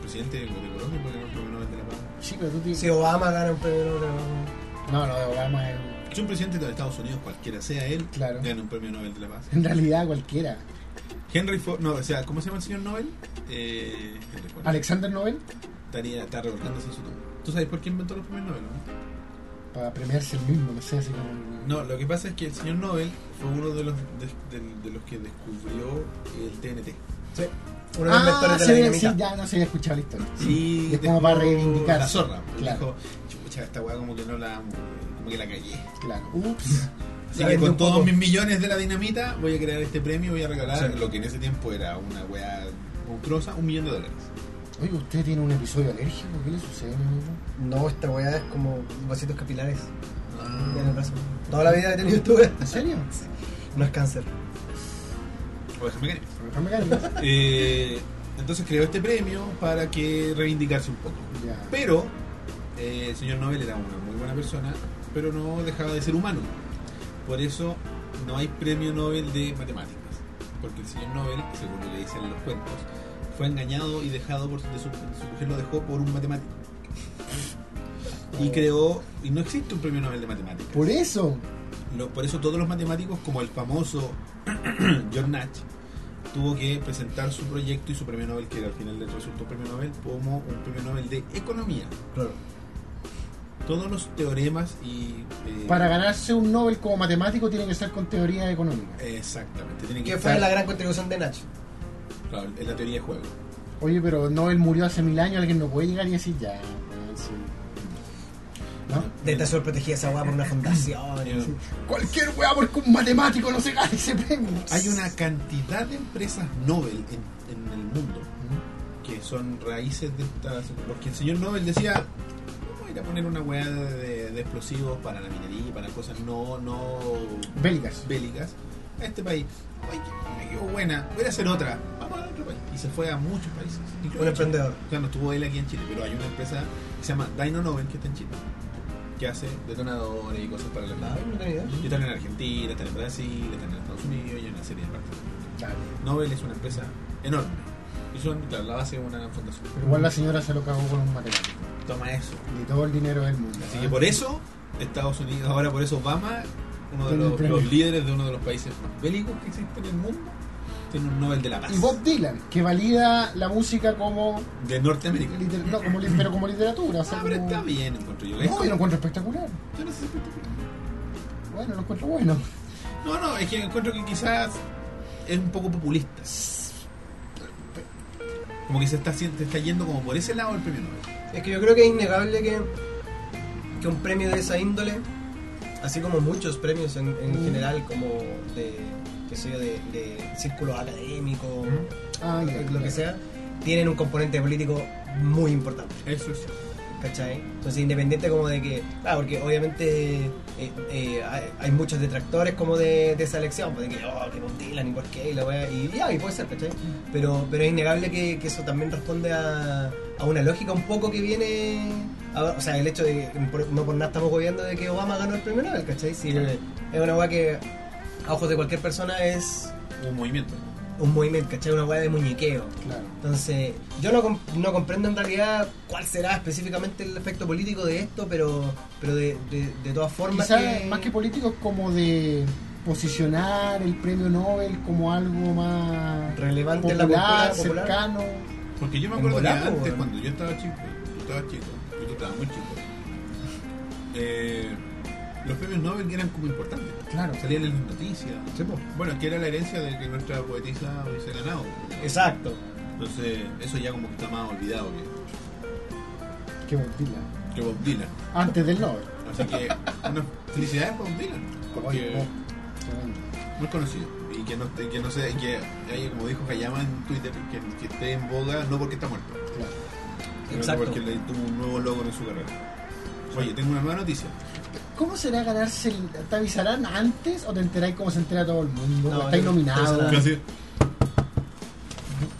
S1: presidente de Colombia porque no premio Nobel de la Paz.
S2: Sí, pero tú tienes.
S3: Si Obama gana un premio Nobel, vamos.
S2: No, lo de Obama es.
S1: Que un presidente de los Estados Unidos, cualquiera sea él,
S2: Claro.
S1: gana un premio Nobel de la Paz.
S2: En realidad, cualquiera.
S1: Henry Ford, no, o sea, ¿cómo se llama el señor Nobel? Eh, Henry Ford.
S2: Alexander Nobel,
S1: Estaría, está revolcándose en su tumba. ¿Tú sabes por qué inventó los premios Nobel? no?
S2: para premiarse el mismo, no sé, así como.
S1: No, lo que pasa es que el señor Nobel fue uno de los, de, de- de los que descubrió el TNT.
S3: Sí. Uno de los
S2: Ah,
S3: inventores de
S2: sí,
S3: la
S2: sí,
S3: dinamita.
S2: ya no se había escuchado la historia.
S1: Sí,
S2: es como para reivindicarse.
S1: La zorra. pues,
S2: Claro.
S1: Dijo, chucha, esta weá como que no la amo, como que la callé.
S2: Claro. Ups.
S1: Así
S3: La
S1: que
S3: vendí
S1: con
S3: un poco.
S1: todos mis millones de la dinamita voy a crear este premio y voy a regalar
S3: Sí.
S1: lo que en ese tiempo era una weá monstruosa, un millón de dólares.
S2: Oye, usted tiene un episodio alérgico, ¿qué le sucede, amigo?
S3: No, esta weá es como vasitos capilares en el brazo. Toda la vida he tenido esta weá.
S2: ¿En serio?
S3: No es cáncer.
S1: O déjame creer.
S2: No me cargas.
S1: Eh, entonces creó este premio para que reivindicarse un poco.
S2: Ya.
S1: Pero eh, el señor Nobel era una muy buena persona, pero no dejaba de ser humano. Por eso no hay premio Nobel de matemáticas. Porque el señor Nobel, según lo que dicen los cuentos, fue engañado y dejado por de su, su mujer lo dejó por un matemático. Y creó, y no existe un premio Nobel de matemáticas.
S2: Por eso.
S1: Lo- por eso todos los matemáticos, como el famoso John Nash, tuvo que presentar su proyecto y su premio Nobel, que al final le resultó premio Nobel, como un premio Nobel de economía.
S3: Claro.
S1: Todos los teoremas y... eh,
S2: Para ganarse un Nobel como matemático tiene que ser con teoría económica.
S1: Exactamente, tienen que
S3: Que fue
S1: estar-
S3: la gran contribución de Nacho.
S1: claro, en la teoría de juego.
S2: Oye, pero Nobel murió hace mil años, alguien no puede llegar y decir ya. weón, sí. ¿No?
S3: De esta suerte protegía esa weá por una fundación. y-
S1: Sí.
S2: Cualquier weá porque un matemático no se gana ese premio.
S1: Hay una cantidad de empresas Nobel en, en el mundo que son raíces de estas... Porque el señor Nobel decía... Voy a ir a poner una hueá de, de explosivos para la minería, y para cosas no, no
S2: Bélicas.
S1: bélicas a este país. Ay, que me quedó buena, voy a hacer otra. Vamos a otro país. Y se fue a muchos países. incluido
S3: Un
S1: Chile.
S3: emprendedor.
S1: Claro, no estuvo él aquí en Chile, pero hay una empresa que se llama Dino Nobel que está en Chile, que hace detonadores y cosas para la
S3: Ah,
S1: nave.
S3: no tenía idea.
S1: Y están en Argentina, están en Brasil, están en Estados Unidos y en una serie de partes.
S2: Claro.
S1: Nobel es una empresa enorme. Y son, claro, la base de una gran fundación.
S2: Pero igual la señora se lo cagó con un matemático.
S1: Toma eso.
S2: De todo el dinero del mundo.
S1: Así que por eso, Estados Unidos, ahora por eso Obama, uno de
S2: Tiene el
S1: los,
S2: premio.
S1: los líderes de uno de los países más bélicos que existe en el mundo, tiene un Nobel de la Paz.
S2: Y Bob Dylan, que valida la música como,
S1: De Norteamérica.
S2: liter- no, como li- pero como literatura. O sea,
S1: Ah, pero
S2: como-
S1: está bien, encuentro yo. Es
S2: No,
S1: como-
S2: yo lo encuentro espectacular.
S1: yo no sé si es espectacular.
S2: Bueno, lo encuentro bueno.
S1: No, no, es que encuentro que quizás es un poco populista. Como que se está, haciendo- se está yendo como por ese lado el premio Nobel.
S3: Es que yo creo que es innegable que, que un premio de esa índole, así como muchos premios en, en
S2: Mm.
S3: general, como de, qué sé yo, de, de círculos académicos,
S2: Ah, ya,
S3: lo
S2: claro.
S3: que sea, tienen un componente político muy importante.
S1: Eso es.
S3: ¿Cachai? Entonces, independiente como de que, claro, porque obviamente eh, eh, hay, hay muchos detractores como de, de esa elección, pues de que, oh, que Bob Dylan y por qué, y la wea, y ya, y puede ser, ¿cachai? Pero, pero es innegable que, que eso también responde a, a una lógica un poco que viene, a- o sea, el hecho de que por- no por nada estamos gobierno de que Obama ganó el premio Nobel, ¿cachai? Si es una wea que a ojos de cualquier persona es
S1: Un movimiento.
S3: un movimiento, ¿cachai? Una wea de muñequeo.
S2: Claro.
S3: Entonces, yo no, com- no comprendo en realidad cuál será específicamente el efecto político de esto, pero, pero de, de- de todas formas...
S2: Quizás más que político es como de posicionar el premio Nobel como algo más
S3: Relevante en la
S2: popular,
S3: cultura popular.
S2: cercano.
S1: Porque yo me
S3: En
S1: acuerdo que
S3: volado,
S1: antes,
S3: weón.
S1: cuando yo estaba chico, tú estabas chico, yo estaba muy chico, eh, los premios Nobel eran como importantes.
S2: Claro.
S1: Salían en las noticias.
S3: Sí, po.
S1: Bueno, que era la herencia de que nuestra poetisa hubiese ganado.
S3: Exacto.
S1: Entonces, eso ya como que está más olvidado que,
S2: Qué Bob Dylan.
S1: que Bob Dylan.
S2: Antes del Nobel.
S1: Así que, una felicidades Bob Dylan.
S2: Oye,
S1: Porque
S2: Bob, tremendo.
S1: no es conocido. Y que no, esté- que no sé, que, ahí, como dijo Hayama en Twitter, que, que esté en boga no porque está muerto,
S2: Claro.
S1: sino
S3: Exacto.
S1: porque le tuvo un nuevo logro en su carrera. Oye, tengo una nueva noticia.
S2: Ah. ¿Cómo será ganarse el... ¿Te avisarán antes o te enteráis cómo se entera todo el mundo?
S3: No,
S2: ¿O ¿Estáis
S3: yo-
S2: nominado?
S3: Ah.
S1: ¿Qué así?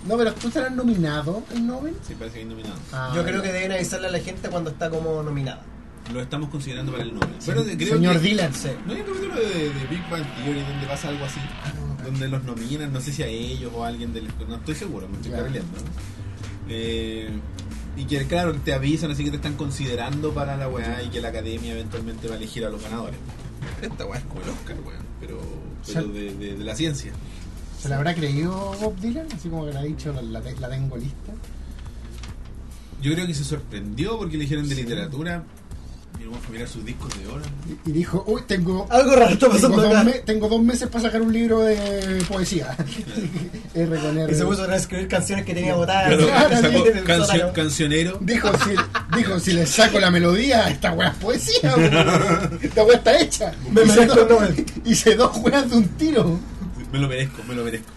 S2: No, pero ¿tú estarás nominado en Nobel?
S1: Sí, parece que es nominado.
S2: Ah,
S3: Yo creo
S2: ya.
S3: que deben avisarle a la gente cuando está como nominada.
S1: Lo estamos considerando para el Nobel. Pero de- creo
S2: Señor
S1: que-
S2: Dylan.
S3: Sí.
S1: ¿No hay un capítulo de, de Big Bang Theory donde pasa algo así? Donde los nominan, no sé si a ellos o a alguien del... No estoy seguro, me estoy
S2: Ya.
S1: carrileando. ¿no? Eh, Y que, claro, te avisan, así que te están considerando para la weá y que la academia eventualmente va a elegir a los ganadores. Esta weá es como el Oscar, weón, pero, pero
S2: Sí.
S1: de, de- de la ciencia.
S2: ¿Se la habrá creído Bob Dylan? Así como que le ha dicho, la, la, la tengo lista.
S1: Yo creo que se sorprendió porque eligieron de
S2: Sí.
S1: literatura. Y vamos a mirar sus discos de oro.
S2: Y, y dijo, uy, tengo,
S3: Algo raro está
S2: tengo,
S3: pasando
S2: dos
S3: acá.
S2: me- tengo dos meses para sacar un libro de poesía. R con R.
S3: Y se puso a escribir canciones que tenía botadas.
S2: Claro,
S3: así,
S2: sacó
S3: en el
S1: cancio-
S3: sótano.
S1: cancionero.
S2: Dijo si, dijo, si le saco la melodía, esta weá es poesía. weón. Esta weá está hecha.
S3: Me
S2: hice,
S3: merezco el
S2: dos,
S3: Nobel.
S2: hice dos weas de un tiro.
S1: Me lo merezco, me lo merezco.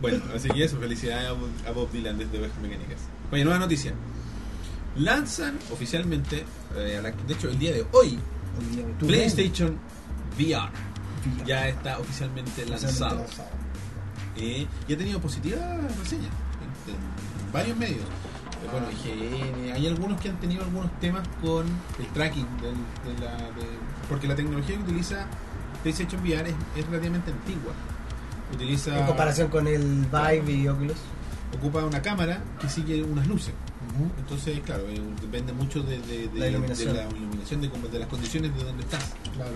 S1: Bueno, así que eso, felicidades a Bob, a Bob Dylan desde Ovejas Mecánicas. Oye, nueva noticia. Lanzan oficialmente, eh, a la- de hecho el día de hoy,
S3: Hoy día, tú,
S1: PlayStation VR.
S3: ya,
S1: Ya está oficialmente
S3: lanzado.
S1: lanzado. Eh, y ha tenido positivas reseñas en, en varios medios. Eh, Bueno, IGN, hay algunos que han tenido algunos temas con el tracking, del- de la, de- porque la tecnología que utiliza PlayStation VR es, es relativamente antigua. Utiliza
S3: En comparación con el Vive y Oculus.
S1: ocupa una cámara que sigue unas luces. Entonces, claro, eh, depende mucho de, de- de-
S3: La iluminación.
S1: de la iluminación, de, cómo- de las condiciones de donde estás.
S2: Claro.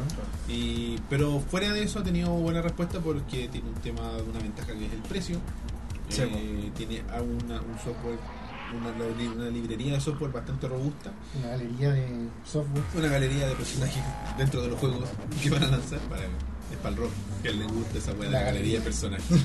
S1: Y- pero fuera de eso ha tenido buena respuesta porque tiene un tema, una ventaja que es el precio.
S3: Sí,
S1: Eh, tiene a una- un software, una, libr- una librería de software bastante robusta,
S2: Una galería de software.
S1: una galería de personajes dentro de los juegos que van a lanzar para es para el rock, que le gusta esa buena
S2: La
S1: galería
S2: galería.
S1: de personajes.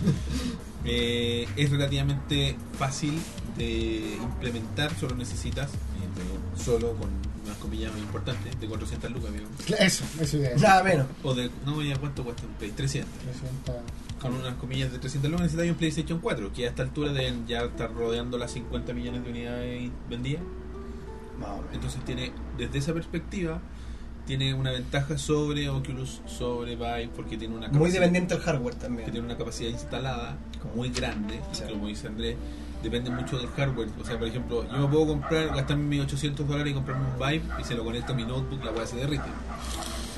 S1: Eh, es relativamente fácil de implementar, solo necesitas, eh, pero solo con unas comillas muy importantes, de 400 lucas, amigo.
S2: Cla- Eso, eso ya es.
S3: Nada menos.
S1: O de, no, ya cuánto cuesta un Play, 300.
S2: Presenta-
S1: con unas comillas de 300 lucas necesitáis un PlayStation 4 que a esta altura deben ya estar rodeando las 50 millones de unidades vendidas
S3: Más o menos.
S1: entonces tiene desde esa perspectiva tiene una ventaja sobre Oculus sobre Vive porque tiene una
S3: Muy
S1: capacidad-
S3: dependiente del hardware
S1: que
S3: también.
S1: tiene una capacidad instalada muy grande y
S3: Sí.
S1: como dice Andrés depende mucho del hardware o sea por ejemplo yo me puedo comprar gastarme mis 800 dólares y comprarme un Vive y se lo conecto a mi notebook la weá se derrite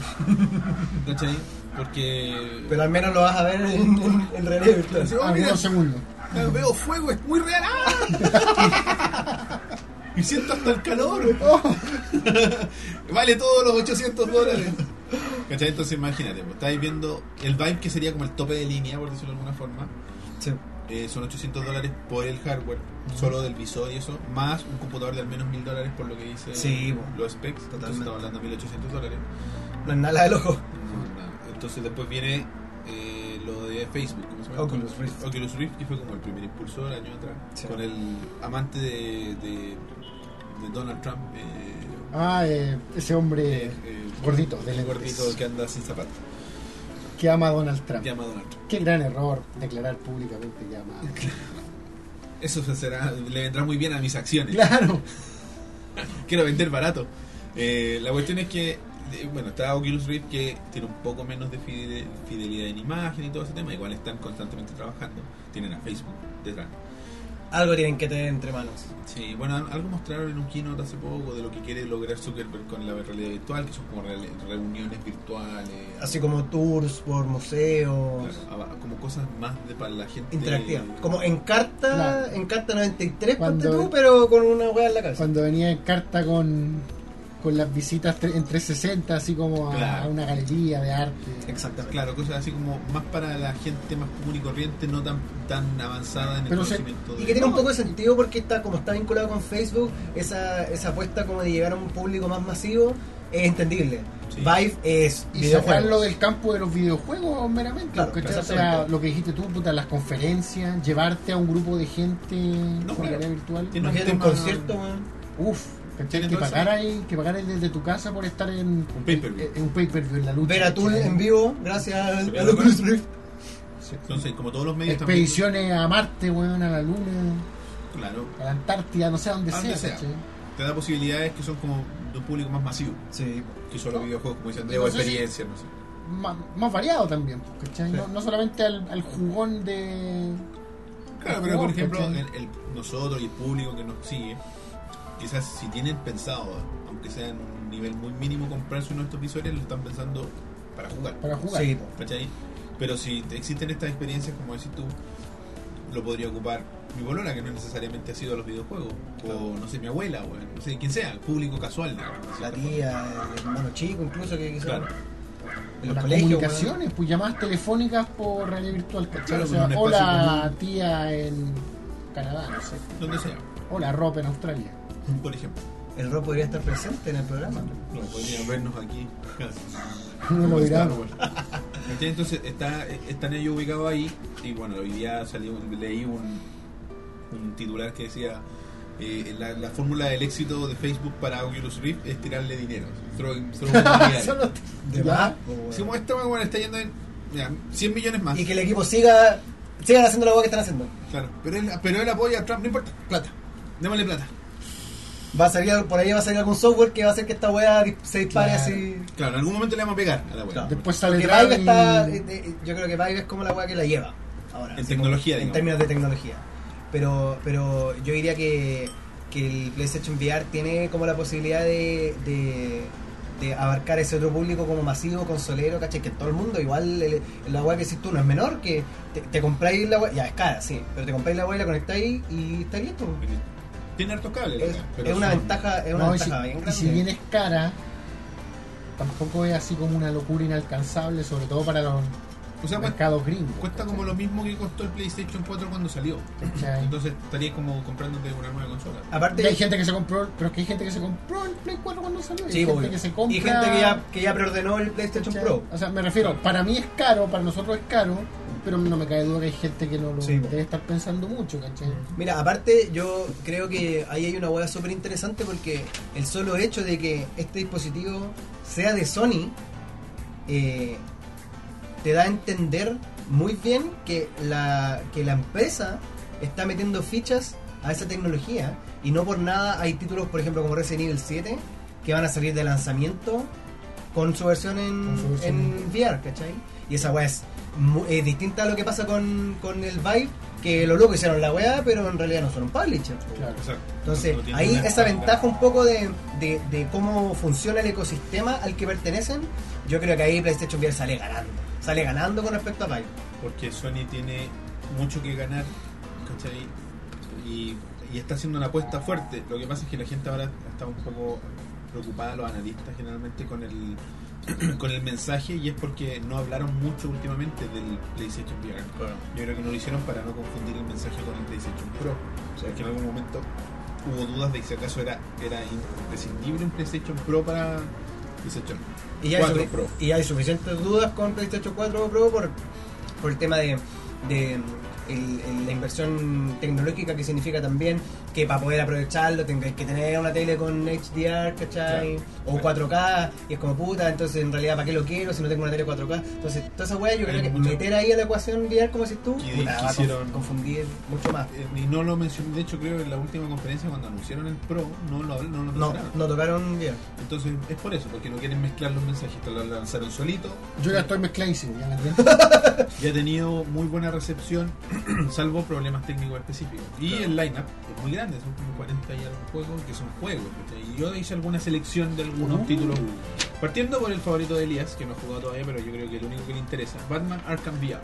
S1: ¿cachai? porque
S3: Pero al menos lo vas a ver en, en, en realidad virtual.
S1: Sí, oh, mira.
S2: Algunos segundos.
S1: Ah, Veo fuego, es muy real. ¡Ah! y siento hasta el calor.
S2: Oh,
S1: Vale todos los 800 dólares. ¿Cachai? Entonces imagínate, pues, estáis viendo el vibe que sería como el tope de línea, por decirlo de alguna forma.
S3: Sí.
S1: Eh, son 800 dólares por el hardware, solo del visor y eso, más un computador de al menos 1000 dólares por lo que dice
S3: Sí, bueno.
S1: los specs. Entonces
S3: Totalmente.
S1: estamos hablando de 1800 dólares.
S3: No es nada del ojo.
S1: Entonces después viene eh, lo de Facebook, ¿cómo se llama?
S3: Oculus Rift.
S1: Oculus Rift, que fue como el primer impulsor año atrás,
S3: Sí.
S1: con el amante de, de, de Donald Trump, eh,
S2: Ah, eh, ese hombre
S1: eh, eh,
S2: gordito, de
S1: el
S2: lentes.
S1: gordito que anda sin zapatos,
S2: que ama a Donald Trump.
S1: que llama Donald Trump.
S2: Qué gran error declarar públicamente que ama. a-
S1: Eso se será, le vendrá muy bien a mis acciones.
S2: Claro.
S1: Quiero vender barato. Eh, la cuestión es que, eh, bueno, está Oculus Rift que tiene un poco menos de fide- fidelidad en imagen y todo ese tema, igual están constantemente trabajando, tienen a Facebook detrás.
S3: Algo tienen que tener entre manos.
S1: Sí, bueno, al- algo mostraron en un keynote hace poco de lo que quiere lograr Zuckerberg con la realidad virtual, que son como reali- reuniones virtuales,
S3: Así como tours por museos.
S1: claro, aba- como cosas más de para la gente
S3: Interactiva. Como en carta,
S2: Claro.
S3: en carta 93, ponte
S2: Cuando-
S3: tú, pero con una hueá en la cabeza.
S2: Cuando venía en carta con, con las visitas tre- en 360, así como a,
S1: Claro.
S2: a una galería de arte.
S3: Exactamente.
S1: Claro, cosas así como más para la gente más común y corriente, no tan tan avanzada en el
S2: Pero se-
S1: conocimiento.
S3: Y
S1: de-
S3: que tiene un poco de sentido porque está, como está vinculado con Facebook, esa, esa apuesta como de llegar a un público más masivo es entendible.
S1: Sí.
S3: Vive es
S2: Y sacarlo
S3: videojuegos.
S2: del campo de los videojuegos meramente.
S3: Claro,
S2: ¿cachai? O sea,
S3: exactamente.
S2: lo que dijiste tú, puta, las conferencias, llevarte a un grupo de gente con
S1: claro.
S2: realidad virtual.
S1: Tiene
S3: Imagínate un
S1: tema-
S3: concierto, weón.
S2: Uf, ¿cachai?
S1: Tiene
S2: Que
S1: todo eso.
S2: pagarais, que pagarais desde tu casa por estar en
S1: Un pay-per-view.
S2: en, un pay-per-view, en la lucha.
S3: Ver a Tool
S2: ¿cachai?
S3: en vivo, gracias a- a
S1: Pero-
S3: Oculus Rift.
S2: Sí.
S1: Entonces, como todos los medios también.
S2: Expediciones a Marte, weón, a la Luna,
S1: Claro,
S2: a la Antártida, no sé a dónde
S1: A
S2: sea.
S1: donde sea.
S2: ¿cachai?
S1: te da posibilidades que son como de un público más masivo
S3: Sí.
S1: que solo videojuegos, como dice Andrés,
S2: No
S1: o
S2: sé si-
S1: experiencias, no sé.
S2: más, más variado también, pues, ¿cachai?
S3: Sí.
S2: No, no solamente al, al jugón de.
S1: Claro, pero por
S2: Ojo,
S1: ejemplo,
S2: ¿cachai?
S1: el- el- nosotros y el público que nos sigue, quizás si tienen pensado, aunque sea en un nivel muy mínimo, comprarse uno de estos visores, lo están pensando para jugar.
S2: para jugar.
S3: Sí,
S2: po.
S1: ¿Cachai? Pero si te- existen estas experiencias, como decís tú, lo podría ocupar mi polola, que no necesariamente ha sido a los videojuegos. O no sé, mi abuela, weón. No sé, quien sea, público casual. digamos, de
S3: La
S1: cierta forma.
S3: tía, el hermano chico, incluso que, que son-
S1: Claro.
S3: En los
S2: las
S3: colegios.
S2: comunicaciones, pues llamadas telefónicas por realidad virtual, ¿cachai?
S1: Claro,
S2: o
S1: con
S2: sea,
S1: un espacio
S2: hola
S1: común.
S2: tía en Canadá, no sé.
S1: Donde sea,
S2: Hola Ropa en Australia.
S1: por ejemplo.
S3: weón. El Rob podría estar presente en el programa.
S1: No, podrían vernos aquí.
S2: No lo dirá.
S1: ¿Entiendes? Entonces está, están ellos ubicados ahí y bueno, hoy día salió, leí un, un titular que decía eh, la, la fórmula del éxito de Facebook para Oculus Rift es tirarle dinero. Throwing- throwing money at it.
S2: Solo- Ya.
S3: De más, po, weón.
S1: Si como esta bueno, está yendo en ya, 100 millones más.
S3: Y que el equipo siga, sigan haciendo la hueá que están haciendo.
S1: Claro, pero él, pero él apoya a Trump, no importa, plata. Démosle plata.
S3: Va a salir, por ahí va a salir algún software que va a hacer que esta hueá dis- se dispare
S2: Claro.
S3: así.
S1: Claro, en algún momento le vamos a pegar a la web.
S3: Claro.
S2: Después sale
S3: Porque Valve
S2: Drive y-
S3: está, eh, eh, yo creo que Valve es como la hueá que la lleva ahora.
S1: En
S3: así
S1: tecnología,
S3: como- En
S1: digamos.
S3: términos de tecnología. Pero, pero yo diría que, que el PlayStation VR tiene como la posibilidad de, de, de abarcar ese otro público como masivo, consolero, ¿cachai? Que en todo el mundo, igual el- la hueá que decís tú no es menor, que te, te compráis la hueá, ya es cara, sí, pero te compráis la hueá y la conectáis y está listo.
S1: Tiene hartos cables. la
S3: Es,
S1: wea,
S3: es una
S1: son-
S3: ventaja, es una
S2: No, y si,
S3: ventaja bien
S2: y
S3: grande.
S2: si bien es cara, tampoco es así como una locura inalcanzable, sobre todo para los
S1: O sea, cuesta,
S2: mercados gringos.
S1: cuesta como lo mismo que costó el PlayStation 4 cuando salió.
S2: ¿cachai?
S1: Entonces estarías como comprándote una nueva consola.
S3: Aparte,
S2: Y hay gente que se compró, pero es que hay gente que se compró el Play 4 cuando salió. y
S3: Sí,
S2: hay gente
S3: obvio.
S2: que se compra.
S3: Y gente que ya, que ya preordenó el PlayStation
S2: ¿cachai?
S3: Pro.
S2: O sea, me refiero, para mí es caro, para nosotros es caro, pero no me cae duda que hay gente que no lo
S3: Sí, po.
S2: debe estar pensando mucho, ¿cachai?
S3: Mira, aparte yo creo que ahí hay una hueá súper interesante porque el solo hecho de que este dispositivo sea de Sony eh, te da a entender muy bien que la, que la empresa está metiendo fichas a esa tecnología y no por nada hay títulos, por ejemplo, como Resident Evil 7 que van a salir de lanzamiento con su versión en,
S2: Con su versión.
S3: en VR, ¿cachai? Y esa weá es, mu- es distinta a lo que pasa con, con el Vive, que los locos hicieron la weá, pero en realidad no fueron publishers. po.
S2: Claro.
S1: Exacto.
S3: Entonces,
S1: No tiene
S3: ahí
S1: nada.
S3: esa ventaja un poco de, de- de cómo funciona el ecosistema al que pertenecen, yo creo que ahí PlayStation VR sale ganando. Sale ganando con respecto a Vive.
S1: Porque Sony tiene mucho que ganar, ¿cachai? Y, y está haciendo una apuesta fuerte. Lo que pasa es que la gente ahora está un poco preocupada, los analistas generalmente, con el con el mensaje y es porque no hablaron mucho últimamente del PlayStation VR. Yo creo que no lo hicieron para no confundir el mensaje con el PlayStation Pro. O sea, que en algún momento hubo dudas de si acaso era, era imprescindible un PlayStation Pro para PlayStation
S3: Y ya, hay,
S1: 4
S3: sufi-
S1: Pro.
S3: y hay suficientes dudas con PlayStation 4 Pro por, por el tema de, de, mm, el- el- la inversión tecnológica que significa también que para poder aprovecharlo tengáis que tener una tele con HDR, ¿cachai?
S1: Claro.
S3: O 4K, y es como puta, entonces en realidad ¿para qué lo quiero si no tengo una tele 4K? Entonces, toda esa weá yo
S1: Hay
S3: creo que
S1: mucho-
S3: meter ahí a la ecuación VR como decís tú,
S1: Que
S3: puta, va a conf-
S1: quisieron-
S3: confundir mucho más.
S1: Eh, Y no lo mencioné, de hecho creo que en la última conferencia cuando anunciaron el Pro no lo habl- no lo
S3: No,
S1: mencionaron.
S3: no tocaron VR.
S1: Entonces es por eso, porque no quieren mezclar los mensajes, te lo lanzaron solito.
S2: Yo ya estoy mezcladísimo, ya me entiendo.
S1: Ya ha tenido muy buena recepción, salvo problemas técnicos específicos. Y
S3: Claro.
S1: el lineup es muy grande, son como 40 y algo juegos que son juegos. ¿cachai? Y yo hice alguna selección de algunos
S2: Uh.
S1: títulos. Partiendo por el favorito de Elías, que no ha jugado todavía, pero yo creo que el único que le interesa, Batman Arkham VR.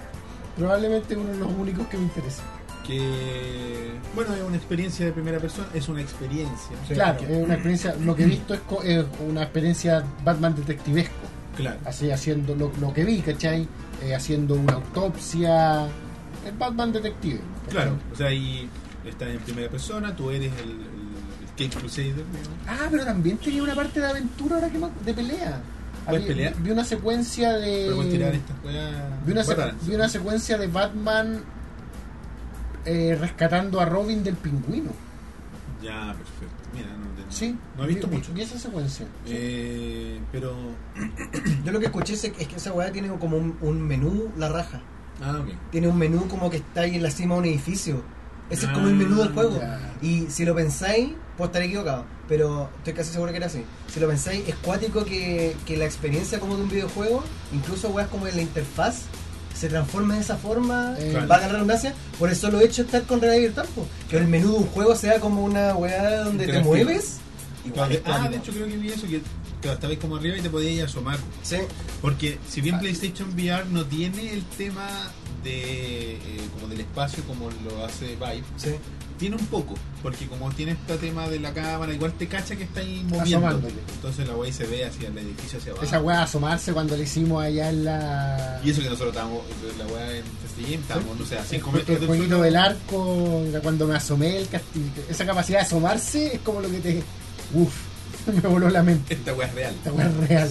S2: Probablemente uno de los únicos que me interesa.
S1: Que, bueno, es una experiencia de primera persona, es una experiencia.
S3: Sí.
S2: claro,
S1: que-
S2: es una experiencia, lo que he visto es, co- es una experiencia Batman detectivesco,
S1: claro.
S2: así haciendo lo, lo que vi, ¿cachai? Eh, haciendo una autopsia, el Batman detective. ¿cachai?
S1: Claro, o sea, ahí estás en primera persona, tú eres el, el, el Cape Crusader, ¿no?
S2: Ah, pero también tenía una parte de aventura ahora que me- de pelea.
S1: ¿Puedes
S2: Había-
S1: pelear?
S2: Vi una secuencia
S1: pero puedes tirar
S2: Eh, de...
S1: estas weas.
S2: Vi una, se-
S1: batanas.
S2: vi una secuencia de Batman eh, rescatando a Robin del pingüino.
S1: Ya, perfecto. Mira, no, te-
S2: Sí.
S1: no he visto
S2: Vi-
S1: mucho.
S2: Vi esa secuencia.
S1: Eh, pero.
S3: Yo lo que escuché es es que esa weá tiene como un, un menú la raja.
S1: Ah, ok.
S3: tiene un menú como que está ahí en la cima de un edificio. Ese es como el
S1: Ah,
S3: menú del juego.
S2: Mm, ya.
S3: Y si lo pensáis, puedo estar equivocado, pero estoy casi seguro que era así. Si lo pensáis, es cuático que, que la experiencia como de un videojuego, incluso weas como en la interfaz, se transforma de esa forma,
S2: Eh,
S1: Claro.
S3: valga la redundancia, por el solo hecho de estar con realidad virtual. po. Que el menú de un juego sea como una wea donde te
S1: Interactivo.
S3: mueves. Igual es
S1: Ah,
S3: cuático.
S1: de hecho, creo que vi eso, que claro, estabais como arriba y te podías asomar.
S3: Sí.
S2: Ah.
S1: Porque si bien PlayStation VR no tiene el tema de eh, como del espacio como lo hace Vive
S3: Sí.
S1: tiene un poco porque como tiene este tema de la cámara igual te cacha que está ahí moviendo
S2: Asomándote.
S1: entonces la wey se ve hacia el edificio hacia abajo
S2: Esa weá asomarse cuando le hicimos allá en la.
S1: y eso que nosotros estábamos la weá en Festillín estábamos no sé a 5
S2: Porque
S1: metros
S2: el
S1: del
S2: jueguito
S1: suelo.
S2: del arco, era cuando me asomé, el castillo, esa capacidad de asomarse es como lo que te. Uf, me voló la mente.
S1: esta weá es real
S2: Esta weá es real.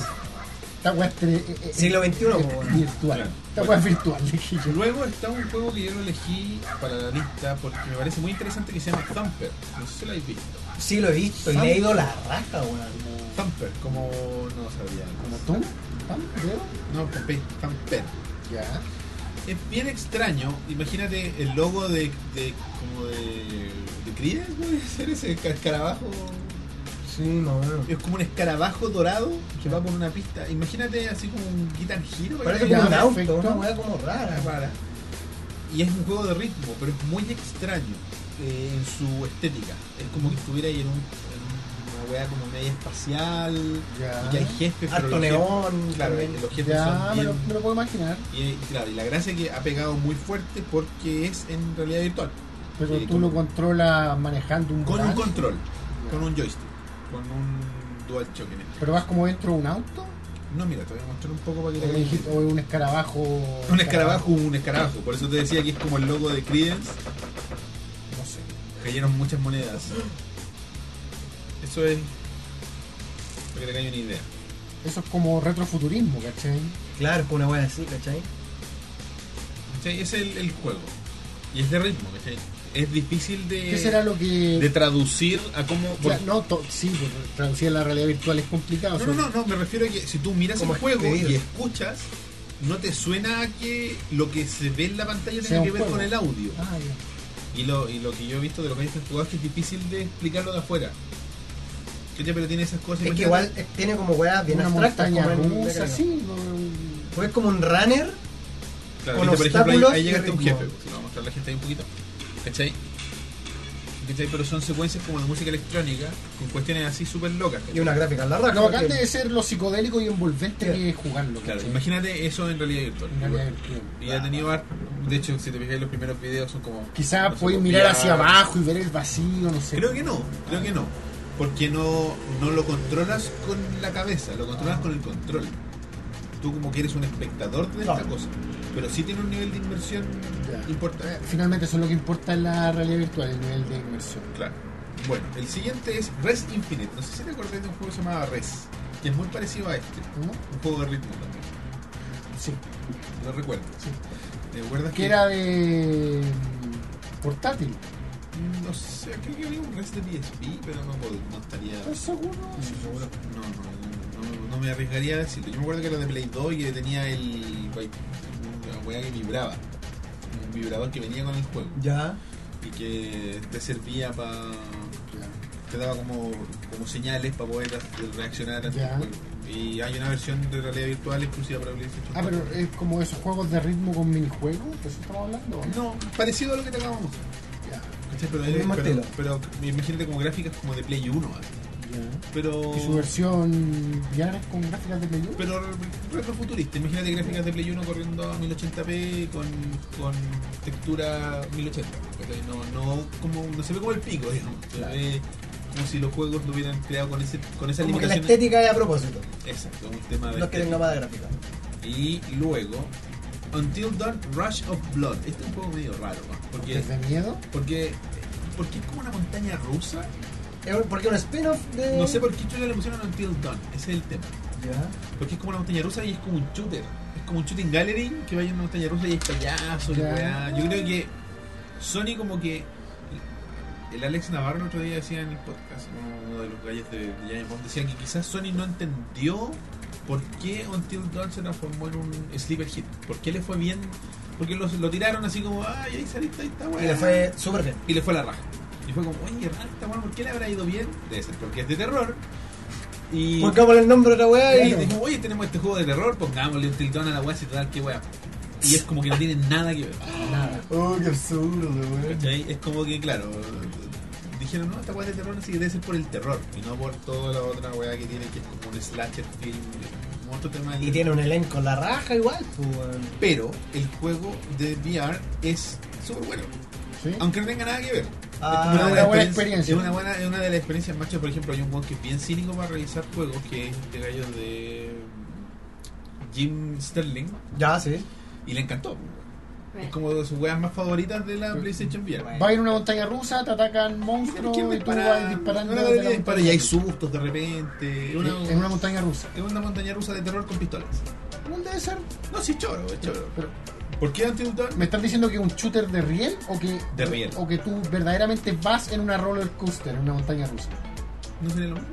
S2: Esta weá es. tre- eh, eh,
S3: Siglo
S2: es
S3: XXI, po, weón.
S2: virtual.
S1: Claro.
S2: Esta weá es virtual, dije yo.
S1: Luego está un juego que yo lo elegí para la lista porque me parece muy interesante que se llama Thumper. No sé si lo habéis visto.
S3: Sí, lo he visto y le he ido la raja, weón.
S2: Como
S1: Thumper, como no sabía. como-
S2: tú, ¿Tan? creo.
S1: No, con P, Thumper.
S2: Ya.
S1: Es bien extraño. Imagínate el logo de, de como de, de Creedence, puede ser ese ca- escarabajo.
S3: Sí, no, weón.
S1: Es como un escarabajo dorado que va por una pista. Imagínate así como un guitar giro.
S3: Parece
S2: Ya,
S3: como un auto,
S2: perfecto.
S3: una weá como rara.
S1: rara. Y es un juego de ritmo, pero es muy extraño eh, en su estética. Es como que estuviera ahí en, un- en una weá como media espacial.
S2: Ya.
S1: Y que hay jefes, pero
S3: Ah. Harto
S1: los jefes-
S3: neón.
S1: Claro,
S3: también.
S1: los jefes
S2: Ya,
S1: son
S2: me lo,
S1: bien-
S2: me lo puedo imaginar.
S1: y, claro, y la gracia es que ha pegado muy fuerte porque es en realidad virtual.
S2: Pero
S1: Eh,
S2: tú
S1: con-
S2: lo controlas manejando un
S1: Con un
S2: volante.
S1: control,
S2: Ya.
S1: con un joystick, con un dual shock en este.
S2: Pero vas como dentro de un auto.
S1: No, mira, te voy a mostrar un poco para que
S2: O,
S1: te hagas
S2: dijiste-
S1: una idea.
S2: o un escarabajo.
S1: Un escarabajo, un escarabajo. Por eso te decía que es como el logo de Creedence.
S2: No sé.
S1: Cayeron muchas monedas. Eso es. Para que te caiga una idea.
S2: Eso es como retrofuturismo, ¿cachai?
S3: Claro, es como una weá así, ¿cachai?
S1: ¿Cachai? Es el, el juego. Y es de ritmo, ¿cachai? Es difícil de,
S2: ¿Qué será lo que.?
S1: de traducir a cómo.
S2: O sea, no, to- sí, porque traducir a la realidad virtual es complicado.
S1: No,
S2: o sea,
S1: no, no, no, me refiero a que si tú miras el
S3: Como
S1: juego
S3: escribir.
S1: y escuchas, no te suena a que lo que se ve en la pantalla
S2: Sea
S1: tenga
S2: un
S1: que ver
S2: juego.
S1: con el audio.
S2: Ah, ya.
S1: Y lo, y lo que yo he visto de lo que hay este jugador es que es difícil de explicarlo de afuera. ¿Cachai? Pero tiene esas cosas.
S3: Es que
S1: imagínate.
S3: igual eh, tiene como weá bien
S2: Una
S3: abstractas.
S2: montaña
S3: Como en-
S2: rusa, sí. no,
S3: Pues es como un runner.
S1: Claro, viste, por ejemplo,
S3: con
S1: ahí,
S3: obstáculos
S1: ahí
S3: y
S1: llegaste a un
S3: ritmo.
S1: jefe. pues, Se lo voy a mostrar a la gente ahí un poquito. ¿Cachai? ¿Cachai? Pero son secuencias como de música electrónica con cuestiones así súper locas. ¿cachai?
S3: Y una gráfica en la raja.
S2: Lo bacán
S3: porque-
S2: debe ser lo psicodélico y envolvente
S3: Claro.
S2: que es jugarlo.
S1: Claro,
S2: ¿cachai?
S1: imagínate eso en realidad virtual.
S2: En realidad virtual.
S1: Y ha tenido har- De hecho, si te fijas, los primeros videos son como.
S2: Quizás
S1: no sé,
S2: podéis mirar
S1: copiar.
S2: hacia abajo y ver el vacío, no sé.
S1: Creo que no, creo que no. Porque no, no lo controlas con la cabeza, lo controlas con el control. Tú como que eres un espectador de esta
S3: Claro.
S1: cosa. Pero sí tiene un nivel de inversión
S2: Ya.
S1: importante.
S2: Finalmente, eso es lo que importa en la realidad virtual, el nivel de inmersión.
S1: Claro. Bueno, el siguiente es Res Infinite. No sé si te acordás de un juego que se llamaba Res, que es muy parecido a este.
S2: ¿no?
S1: Un juego de ritmo también.
S2: Sí.
S1: Lo recuerdo.
S2: Sí.
S1: ¿Te acuerdas
S2: Que era de. mm, portátil.
S1: No sé, creo que había un Res de PSP, pero no, pod- no estaría...
S2: ¿Estás seguro?
S1: No, no, no, no, no me arriesgaría a decirlo. Yo me acuerdo que era de Play 2 y que tenía el. una weá que vibraba. Un vibrador que venía con el juego.
S3: Ya.
S1: Y que te servía para.
S2: Claro.
S1: te daba como, como señales para poder re- reaccionar al
S2: Ya.
S1: juego. Y hay una versión de realidad virtual exclusiva para PlayStation.
S2: Ah, pero es como esos juegos de ritmo con minijuegos, ¿de eso estamos hablando?
S1: No, parecido a lo que te acabamos de mostrar.
S2: Ya,
S1: ¿Cachai? Pero,
S3: El mismo
S1: pero,
S3: estilo.
S1: pero imagínate como gráficas como de Play 1. así.
S2: ya.
S1: Pero.
S2: ¿Y su versión ya es con gráficas de Play uno?
S1: Pero retrofuturista, imagínate gráficas de Play 1 corriendo a 1080p con, con textura 1080. ¿cachai? No, no, como, no se ve como el pico, digamos. Se
S2: Claro.
S1: ve como si los juegos lo hubieran creado con, ese, con esa
S3: Como que la
S1: limitación.
S3: estética es a propósito.
S1: Exacto, un tema de
S3: No es que tenga
S1: estética.
S3: más gráfica.
S1: Y luego, Until Dawn Rush of Blood. Este es un juego medio raro, ¿no?
S2: ¿Porque
S1: porque,
S2: es de miedo?
S1: porque, porque es como una montaña rusa.
S3: Es un- Porque un spin-off de.
S1: No sé por qué chulo le pusieron Until Dawn, ese es el tema.
S3: Ya.
S1: Porque es como una montaña rusa y es como un shooter. Es como un shooting gallery que vaya en una montaña rusa y hay payasos y
S2: Ya.
S1: weá. Yo creo que Sony como que... El Alex Navarro el otro día decía en el podcast, uno uno de los gallos de de James Bond, decía que quizás Sony no entendió por qué Until Dawn se transformó en un sleeper hit. ¿Por qué le fue bien? Porque los- lo tiraron así como, ay, ahí saliste, ahí está, weá".
S3: Y le fue súper bien.
S1: Y le fue a la raja. Y fue como, oye, raro esta weá, ¿por qué le habrá ido bien? Debe ser porque es de terror. Y...
S3: Pongámosle el nombre de la weá
S1: Y
S3: y.
S1: dijimos, oye, tenemos este juego de terror, pongámosle un tritón a la weá, si total, qué weá. Y es como que no tiene nada que ver.
S2: Nada.
S3: Oh, qué absurdo, weón.
S1: ¿cachai? Es como que, claro, dijeron, no, esta weá es de terror, así que debe ser por el terror, y no por toda la otra weá que tiene, que es como un slasher film otro tema del-
S3: Y tiene un elenco en la raja igual, pues, weón.
S1: Pero el juego de VR es súper bueno.
S2: ¿sí?
S1: Aunque no tenga nada que ver.
S3: Ah,
S1: es como
S2: una buena experiencia.
S1: Es una, buena, es una de las experiencias más chas. Por ejemplo, hay un buen que es bien cínico para revisar juegos, que es este gallo de Jim Sterling,
S3: Ya, sí.
S1: y le encantó. Es como de sus weas más favoritas de la PlayStation VR.
S2: Va a ir una montaña rusa, te atacan monstruos
S1: ¿Quién
S2: y tú vas
S1: dispara?
S2: disparando.
S1: Una
S2: de la
S1: galería dispara y
S2: montaña
S1: hay
S2: rusa.
S1: sustos de repente. Es una,
S2: En una montaña rusa.
S1: es una montaña rusa de terror con pistolas.
S2: ¿Dónde debe ser?
S1: No, sí, choro, es choro.
S2: Pero,
S1: ¿Por qué antes
S2: ¿Me estás diciendo que es un shooter de riel o que,
S1: De riel.
S2: o que tú verdaderamente vas en una roller coaster, en una montaña rusa?
S1: ¿No sería lo mismo?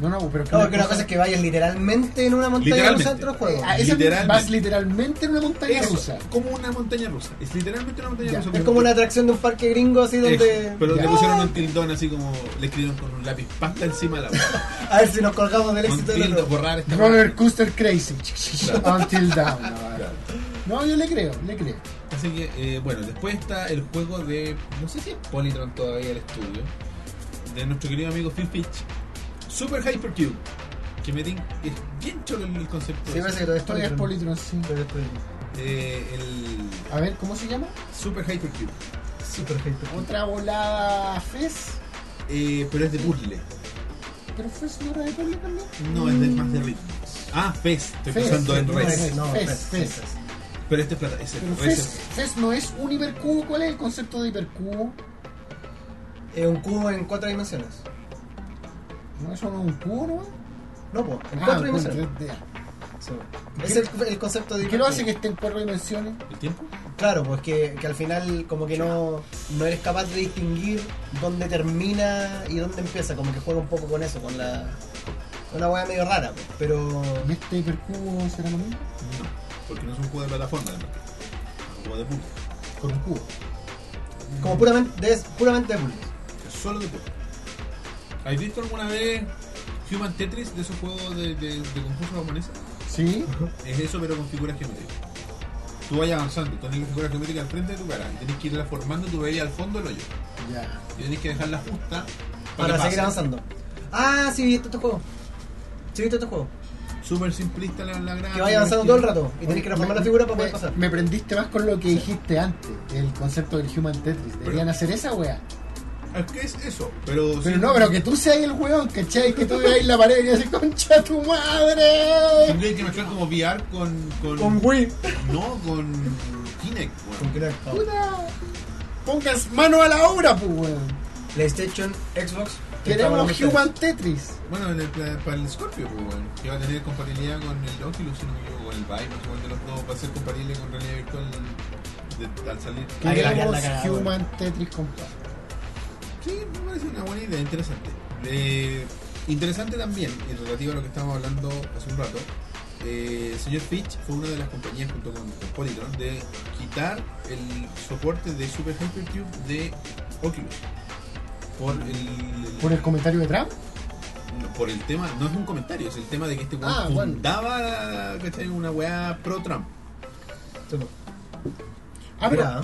S2: No, no, pero.
S3: No, porque una cosa es que vayas literalmente en una montaña
S1: Literalmente.
S3: rusa dentro del juego.
S2: Ah, esa-
S1: Literalmente.
S2: Vas literalmente en una montaña
S1: Eso,
S2: rusa.
S1: como una montaña rusa. Es literalmente una montaña
S2: Ya,
S1: rusa.
S3: Es como una atracción de un parque gringo así donde...
S1: Eso, pero
S2: Ya.
S1: le pusieron un tildón así como le escribieron con un lápiz pasta encima de la boca.
S3: A ver si nos colgamos del
S1: Con
S3: éxito del
S1: tildos,
S3: otro.
S1: borrar esta
S2: Roller
S1: weá.
S2: coaster crazy.
S1: Claro.
S2: Until down. No,
S1: Claro.
S2: No, yo le creo, le creo.
S1: Así que, eh, bueno, después está el juego de. No sé si es Polytron todavía el estudio. De nuestro querido amigo Phil Fitch. Super Hypercube. Que me tin- es bien chulo el concepto.
S3: Sí,
S1: de eso.
S3: parece que todo esto
S2: Esto es Politron, sí.
S1: Eh, el
S2: A ver, ¿cómo se llama?
S1: Super Hypercube.
S3: Super perfecto.
S2: Otra volada Fez.
S1: Eh, pero es de puzzle.
S2: Pero Fez no era de Politron también.
S1: No, es de, más de ritmo. Ah, Fez. Estoy
S2: Mm. Fez,
S1: pensando en
S2: no,
S1: Res.
S2: Fez.
S3: No, Fez,
S2: Fez.
S3: Fez.
S1: Pero este es plata. Es
S2: Pero
S1: el Res.
S2: Fez,
S1: es-
S2: Fez no es un hipercubo. ¿Cuál es el concepto de hipercubo?
S3: Es un cubo en cuatro dimensiones.
S2: ¿No eso no es un cubo, no?
S3: No, po, en
S2: Ah,
S3: cuatro
S2: bueno,
S3: dimensiones.
S2: ya, ya.
S3: Sí. Es el, el concepto de
S2: ¿Y ¿Qué lo hace que
S3: hipercubo.
S2: esté en cuatro dimensiones?
S1: ¿El tiempo?
S3: Claro, pues que, que al final como que no, no eres capaz de distinguir dónde termina y dónde empieza, como que juega un poco con eso, con la... Una hueá medio rara, pues, pero...
S2: ¿Y este hipercubo será lo mismo?
S1: No, porque no es un juego de plataforma, además. Es un juego de puzzle.
S2: Con un cubo.
S3: Como puramente, es puramente de puzzles.
S1: Es solo de puzzle. ¿Has visto alguna vez Human Tetris de esos juegos de, de, de concurso japonesa?
S2: ¿Sí?
S1: Es eso, pero con figuras geométricas. Tú vas avanzando, tú tienes figuras geométricas al frente de tu cara. Y tienes que irlas formando, tú veías al fondo el hoyo.
S2: Ya.
S1: Y tienes que dejarla justa
S3: Para
S1: que
S3: seguir
S1: pase.
S3: avanzando. Ah, sí, viste este juego. Sí, viste este juego.
S1: Súper simplista la, la gráfica.
S2: Ah,
S3: Que vaya avanzando todo el rato y
S2: Oye,
S3: tenés que reformar
S2: me-
S3: la figura para
S2: me-
S3: poder pasar.
S2: Me prendiste más con lo que dijiste antes, el concepto del Human Tetris. Deberían hacer esa wea.
S1: Es que es eso, pero...
S2: Pero
S1: sí-
S2: no, pero que tú seas el weón, ¿cachai? Que tú veas la pared y dices, concha tu madre.
S1: Tendría que mezclar como VR con... con,
S3: Wii.
S1: No, con Kinect, weón.
S3: Con Kinect.
S2: Puta. Pongas mano a la obra, pues weón.
S3: PlayStation, Xbox.
S2: Queremos
S3: estamos
S2: Human Tetris.
S1: Bueno, en el- para, el Scorpio, pues, bueno, que va a tener compatibilidad con el Oculus, si no me equivoco, con el Vive, no sé cuál de los dos va a ser compatible con realidad virtual de- al salir. Ah,
S3: Hay que laquear
S2: Queremos
S3: la cara, weón.
S2: Human Tetris, compadre.
S1: Sí, me parece una buena idea, interesante. Eh, interesante también, y relativo a lo que estábamos hablando hace un rato, eh, señor Fitch fue una de las compañías junto con, con Polytron de quitar el soporte de Super Hypercube de Oculus. Por el,
S2: Por el comentario de Trump.
S1: No, por el tema, no es un comentario, es el tema de que este weón
S2: Ah, bueno.
S1: fundaba ¿cachai? una weá pro Trump.
S3: Super.
S2: Ah, pero,
S3: Mira,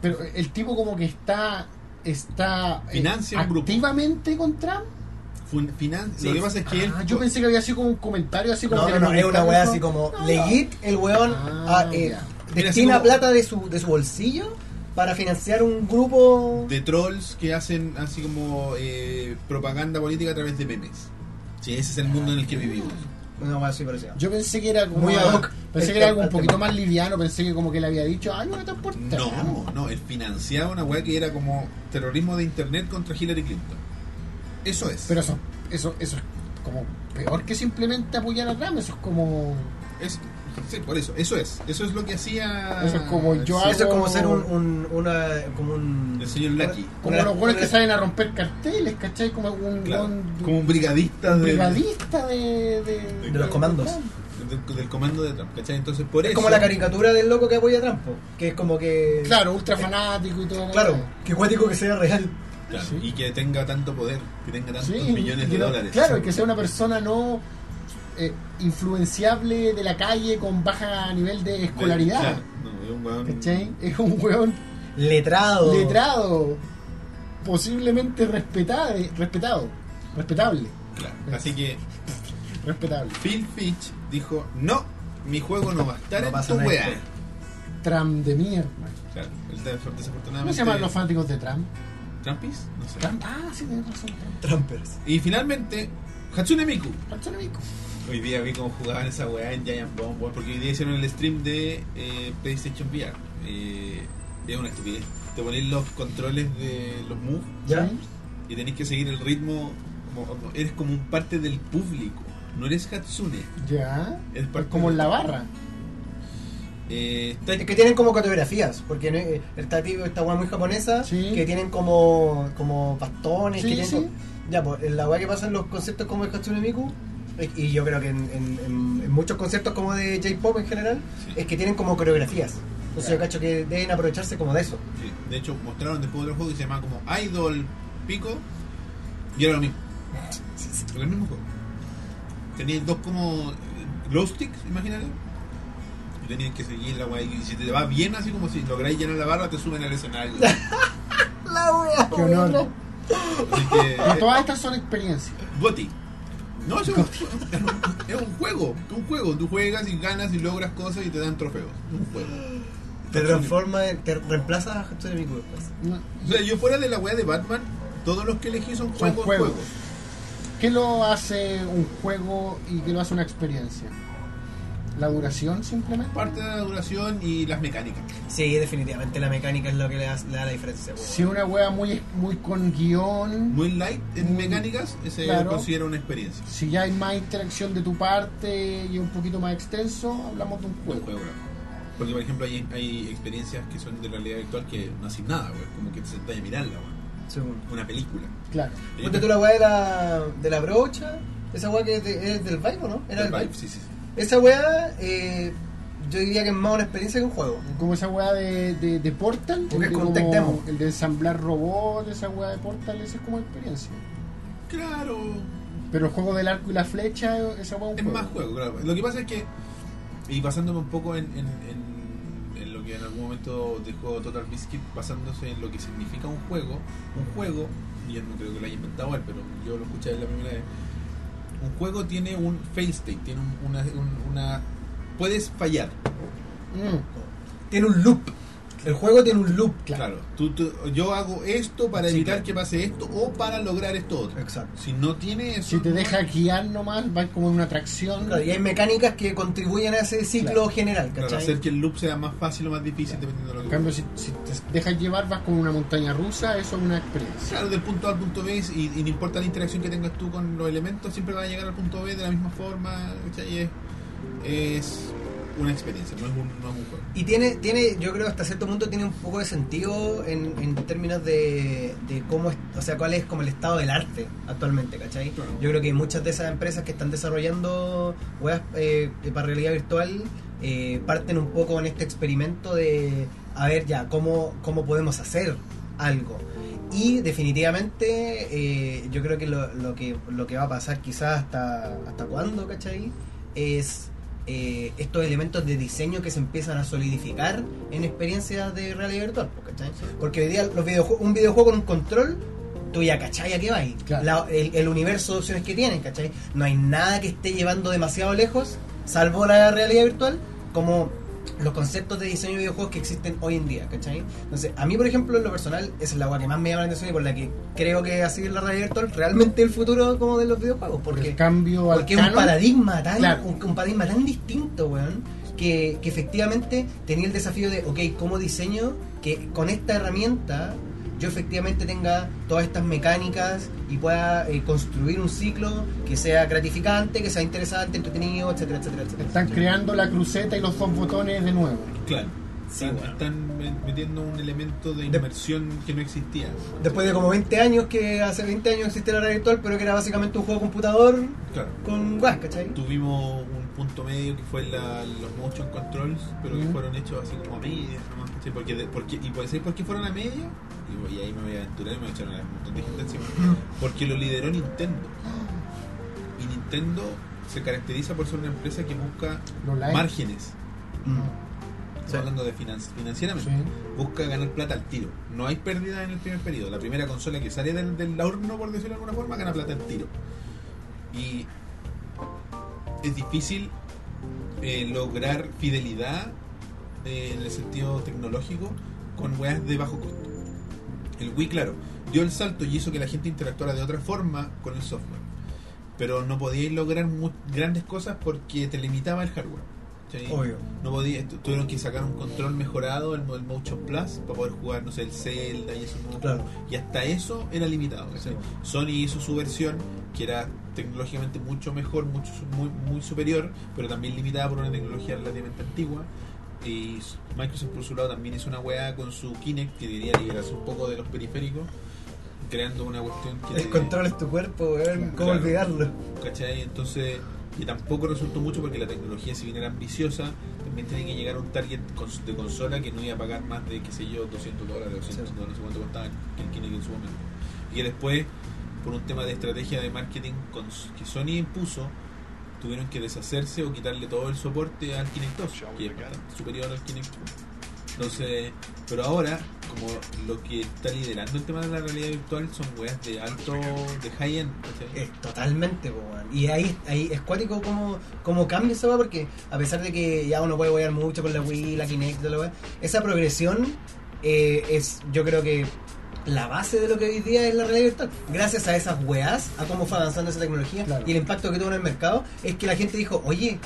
S2: pero el tipo como que está. Está eh,
S1: Financia un grupo.
S2: activamente con Trump.
S1: Fun- finan-
S3: Sí.
S1: Lo que pasa es que él.
S2: Ah, yo pensé que había sido como un comentario así como
S3: No,
S2: que
S3: no, no,
S2: le
S3: es una
S2: preguntaron
S3: weá
S2: eso.
S3: así como
S2: No, no.
S3: legit el weón
S2: Ah,
S3: a, eh,
S2: ya.
S1: Mira, así
S3: destina
S1: como-
S3: plata de su, de su bolsillo para financiar un grupo
S1: de trolls que hacen así como eh, propaganda política a través de memes. Sí, ese es el mundo en el que vivimos.
S3: una weá así parecida.
S2: Yo pensé que era como
S3: Muy ad hoc.
S2: Pensé que era algo un poquito más liviano, pensé que como que le había dicho, ay, no te importa.
S1: No, no, él financiaba una weá que era como terrorismo de internet contra Hillary Clinton. Eso es.
S2: Pero eso, eso, eso es como peor que simplemente apoyar a Trump, eso es como
S1: Es- sí, por eso, eso es. Eso es lo que hacía.
S2: Eso es como yo
S3: Eso es
S2: hago-
S3: como ser un, un- una, como un...
S1: El señor Lucky.
S2: como
S3: una-
S2: los buenos que
S3: una-
S2: salen a romper carteles, ¿cachai? Como un
S1: Claro,
S2: un-
S1: como un brigadista
S2: un
S1: de-
S2: brigadista de, de,
S1: De los
S3: comandos.
S1: del, del comando de Trump, ¿cachai? Entonces por
S3: Es
S1: eso.
S3: como la caricatura del loco que apoya a Trump, po, que es como que...
S2: Claro, ultra fanático y todo. la
S3: Claro,
S2: cosa.
S3: que cuático que sea real.
S1: Claro,
S2: Sí.
S1: Y que tenga tanto poder, que tenga tantos
S2: Sí,
S1: millones de
S2: que no-
S1: dólares.
S2: Claro, que sea una persona no eh, influenciable de la calle con baja nivel de
S1: De-
S2: escolaridad.
S1: claro, no, es un weón-
S2: ¿Cachai? Es un weón
S3: Letrado.
S2: letrado, posiblemente respetade- respetado, respetable.
S1: Claro. Así que
S2: Respetable.
S1: Phil Fitch dijo, no, mi juego no va a estar
S3: No
S1: en
S3: pasa
S1: tu
S3: nada
S1: weá.
S3: después.
S2: Tram de mierda.
S1: Claro, él desafortunadamente...
S2: ¿Cómo se llaman los fanáticos de Tram?
S1: ¿Trampis? No sé.
S2: Tram. Ah, sí, tenés razón. Tram.
S3: Trumpers.
S1: Y finalmente, Hatsune Miku.
S2: Calzón y bico.
S1: Hoy día vi cómo jugaban esa weá en Giant Bomb, weón, porque hoy día hicieron el stream de eh, PlayStation VR. Eh, es una estupidez. Te ponéis los controles de los moves
S3: ¿Ya?
S2: Sí.
S1: y tenéis que seguir el ritmo. Como, eres como un parte del público. No eres Hatsune.
S2: Ya.
S1: Es
S2: Es
S1: parte
S2: como
S1: del-
S2: la barra.
S1: Eh, está-
S3: Es que tienen como coreografías, porque no es- está tipo esta weá muy japonesa,
S2: Sí.
S3: que tienen como, como bastones,
S2: Sí,
S3: que tienen
S2: sí.
S3: co- Ya, pues la weá que pasa en los conciertos como el Hatsune Miku, eh, y yo creo que en, en- en- en muchos conciertos como de J-Pop en general,
S1: Sí.
S3: es que tienen como coreografías. Entonces yo
S2: Claro.
S3: cacho que deben aprovecharse como de eso.
S1: sí. De hecho, mostraron después otro juego que se llamaba como Idol Pico. Y era lo mismo. Era el mismo juego. Tenías dos como eh, glow sticks, imagínate. Y tenías que seguir la guay. Y si te va bien, así como si lográis llenar la barra, te suben al escenario. Así
S3: La weá,
S2: Qué honor.
S3: weón.
S1: que. eh,
S2: Pero todas estas son experiencias.
S1: Goti. No, es un, es un juego. Es un juego. Tú juegas y ganas y logras cosas y te dan trofeos. Es un juego.
S3: Te transforma, en- te reemplazas a Hatsune Miku después.
S2: No.
S1: O sea, yo fuera de la weá de Batman, todos los que elegí son
S2: Son
S1: juegos.
S2: juegos.
S1: juegos.
S2: ¿Qué lo hace un juego y qué lo hace una experiencia? ¿La duración simplemente?
S1: Parte de la duración y las mecánicas.
S3: Sí, definitivamente la mecánica es lo que le da, le da la diferencia. weón.
S2: Si una wea muy, muy con guión,
S1: Muy light en
S2: Muy-
S1: mecánicas, se
S2: claro.
S1: considera una experiencia.
S2: si ya hay más interacción de tu parte y un poquito más extenso, hablamos de un
S1: Buen
S2: juego.
S1: juego, bro. Porque, por ejemplo, hay, hay experiencias que son de realidad virtual que no hacen nada, güey. Como que te sentás a mirarla, güey.
S3: Sí, weón.
S1: Una película.
S2: Claro.
S3: Ponte tú la weá de la, de la brocha, esa weá que es, de- es del Vive, ¿o ¿no? Era
S1: El
S3: del
S1: vibe,
S3: Vive.
S1: sí, sí. sí.
S3: Esa weá, eh, yo diría que es más una experiencia que un juego.
S2: Como esa wea de, de, de Portal,
S3: Porque
S2: el de,
S3: es con tech demo.
S2: el de ensamblar robots, esa wea de Portal, esa es como experiencia.
S1: Claro.
S2: Pero el juego del arco y la flecha, esa wea es
S1: Es
S2: un
S1: más
S2: juego.
S1: juego, claro. Lo que pasa es que, y basándome un poco en, en, en- en lo que en algún momento dejó Total Biscuit, basándose en lo que significa un juego, un juego, y yo no creo que lo haya inventado él, pero yo lo escuché la primera vez. Un juego tiene un fail state, tiene un- una, un- una. Puedes fallar.
S2: Mm,
S3: Tiene un loop. El juego tiene un loop.
S1: Claro, tú- tú- yo hago esto para
S3: Sí,
S1: evitar
S3: claro.
S1: que pase esto o para lograr esto otro.
S3: Exacto.
S1: Si no tiene eso,
S2: Si te
S1: no-
S2: deja guiar nomás, vas como en una atracción.
S3: Claro, y hay mecánicas que contribuyen a ese ciclo
S2: Claro.
S3: general,
S1: claro,
S3: ¿cachai?
S1: hacer que el loop sea más fácil o más difícil dependiendo de lo que
S2: En cambio, si, si te dejas llevar, vas como una montaña rusa, eso es una experiencia.
S1: Claro, del punto A al punto B y, y no importa la interacción que tengas tú con los elementos, siempre vas a llegar al punto B de la misma forma. ¿cachai? Es, es una experiencia, no es un, no es un juego.
S3: Y tiene, tiene, yo creo hasta cierto punto tiene un poco de sentido en, en términos de, de cómo, es- o sea, cuál es como el estado del arte actualmente, ¿cachai?
S1: Claro.
S3: Yo creo que muchas de esas empresas que están desarrollando weas eh, para realidad virtual eh, parten un poco en este experimento de, a ver ya, cómo, cómo podemos hacer algo. Y definitivamente eh, yo creo que lo, lo que lo que va a pasar quizás hasta, hasta cuándo, ¿cachai? Es eh, estos elementos de diseño que se empiezan a solidificar en experiencias de realidad virtual, pues, ¿cachai? Porque hoy día los videojue- un videojuego con un control, tú ya cachai a qué va ahí.
S2: Claro.
S3: La- el, el universo de opciones que tienen, ¿cachai? No hay nada que esté llevando demasiado lejos, salvo la realidad virtual, como los conceptos de diseño de videojuegos que existen hoy en día, ¿cachai? Entonces, a mí, por ejemplo, en lo personal, esa es la agua que más me llama la atención y por la que creo que así la realidad virtual realmente el futuro como de los videojuegos, porque
S2: el cambio al
S3: porque es un
S2: canon,
S3: paradigma tan
S2: Claro.
S3: un, un paradigma tan distinto weón que, que efectivamente tenía el desafío de ok cómo diseño que con esta herramienta yo efectivamente tenga todas estas mecánicas y pueda eh, construir un ciclo que sea gratificante que sea interesante entretenido etcétera etcétera etcétera
S2: están creando la cruceta y los dos botones de nuevo.
S1: Claro.
S3: Sí,
S1: están,
S3: bueno.
S1: están me- metiendo un elemento de
S3: De-
S1: inmersión que no existía.
S3: después de como 20 años que hace 20 años existe la red virtual pero que era básicamente un juego de computador
S1: Claro.
S3: con guas ¿cachai?
S1: Tuvimos un punto medio que fue la- los motion controls, pero que
S2: Mm.
S1: fueron hechos así como a medias. nomás, ¿cachai? Porque, de- porque, ¿Y puede ser por qué fueron a medias? Y, y ahí me voy a aventurar y me echaron a un montón de gente encima. Porque lo lideró Nintendo. Y Nintendo se caracteriza por ser una empresa que busca
S2: Lo live.
S1: márgenes.
S3: E. Mm.
S1: Estamos
S3: Sí.
S1: hablando de financi- financieramente. Busca ganar plata al tiro. No hay pérdida en el primer periodo. La primera consola que sale del, del horno, por decirlo de alguna forma, gana plata al tiro. Y es difícil eh, lograr fidelidad eh, en el sentido tecnológico con weas de bajo costo. El Wii, claro, dio el salto y hizo que la gente interactuara de otra forma con el software. Pero no podíais lograr mu- grandes cosas porque te limitaba el hardware. ¿cachai?
S3: Obvio.
S1: No podía, tu- tuvieron que sacar un control mejorado, el, mo- el Motion Plus, para poder jugar, no sé, el Zelda y eso. ¿no?
S3: Claro.
S1: Y hasta eso era limitado. ¿cachai?
S3: Sí.
S1: Sony hizo su versión, que era tecnológicamente mucho mejor, mucho su- muy, muy superior, pero también limitada por una tecnología relativamente antigua. Y s- Microsoft por su lado también hizo una weá con su Kinect, que diría liberarse un poco de los periféricos, creando una cuestión que...
S3: El control es tu cuerpo, weón. ¿Cómo
S1: Claro.
S3: olvidarlo?
S1: ¿Cachai? Entonces, y tampoco resultó mucho porque la tecnología, si bien era ambiciosa, también tenía que llegar a un target cons- de consola que no iba a pagar más de, qué sé yo, 200 dólares, 200
S3: Sí.
S1: dólares, no sé cuánto costaba el Kinect en su momento. Y después, por un tema de estrategia de marketing cons- que Sony impuso, tuvieron que deshacerse o quitarle todo el soporte al Kinect 2, que es bastante superior al Kinect 1. Entonces, pero ahora, como lo que está liderando el tema de la realidad virtual son weas de alto, de high-end, ¿cachai?
S3: Eh, totalmente, po, weón. Y ahí, ahí es cuático como, como cambia esa weá, porque a pesar de que ya uno puede wear mucho con la Wii, la Kinect, toda la weá, esa progresión eh, es, yo creo que la base de lo que hoy día es la realidad virtual. Gracias a esas weas, a cómo fue avanzando esa tecnología
S2: Claro.
S3: y el impacto que tuvo en el mercado, es que la gente dijo, oye,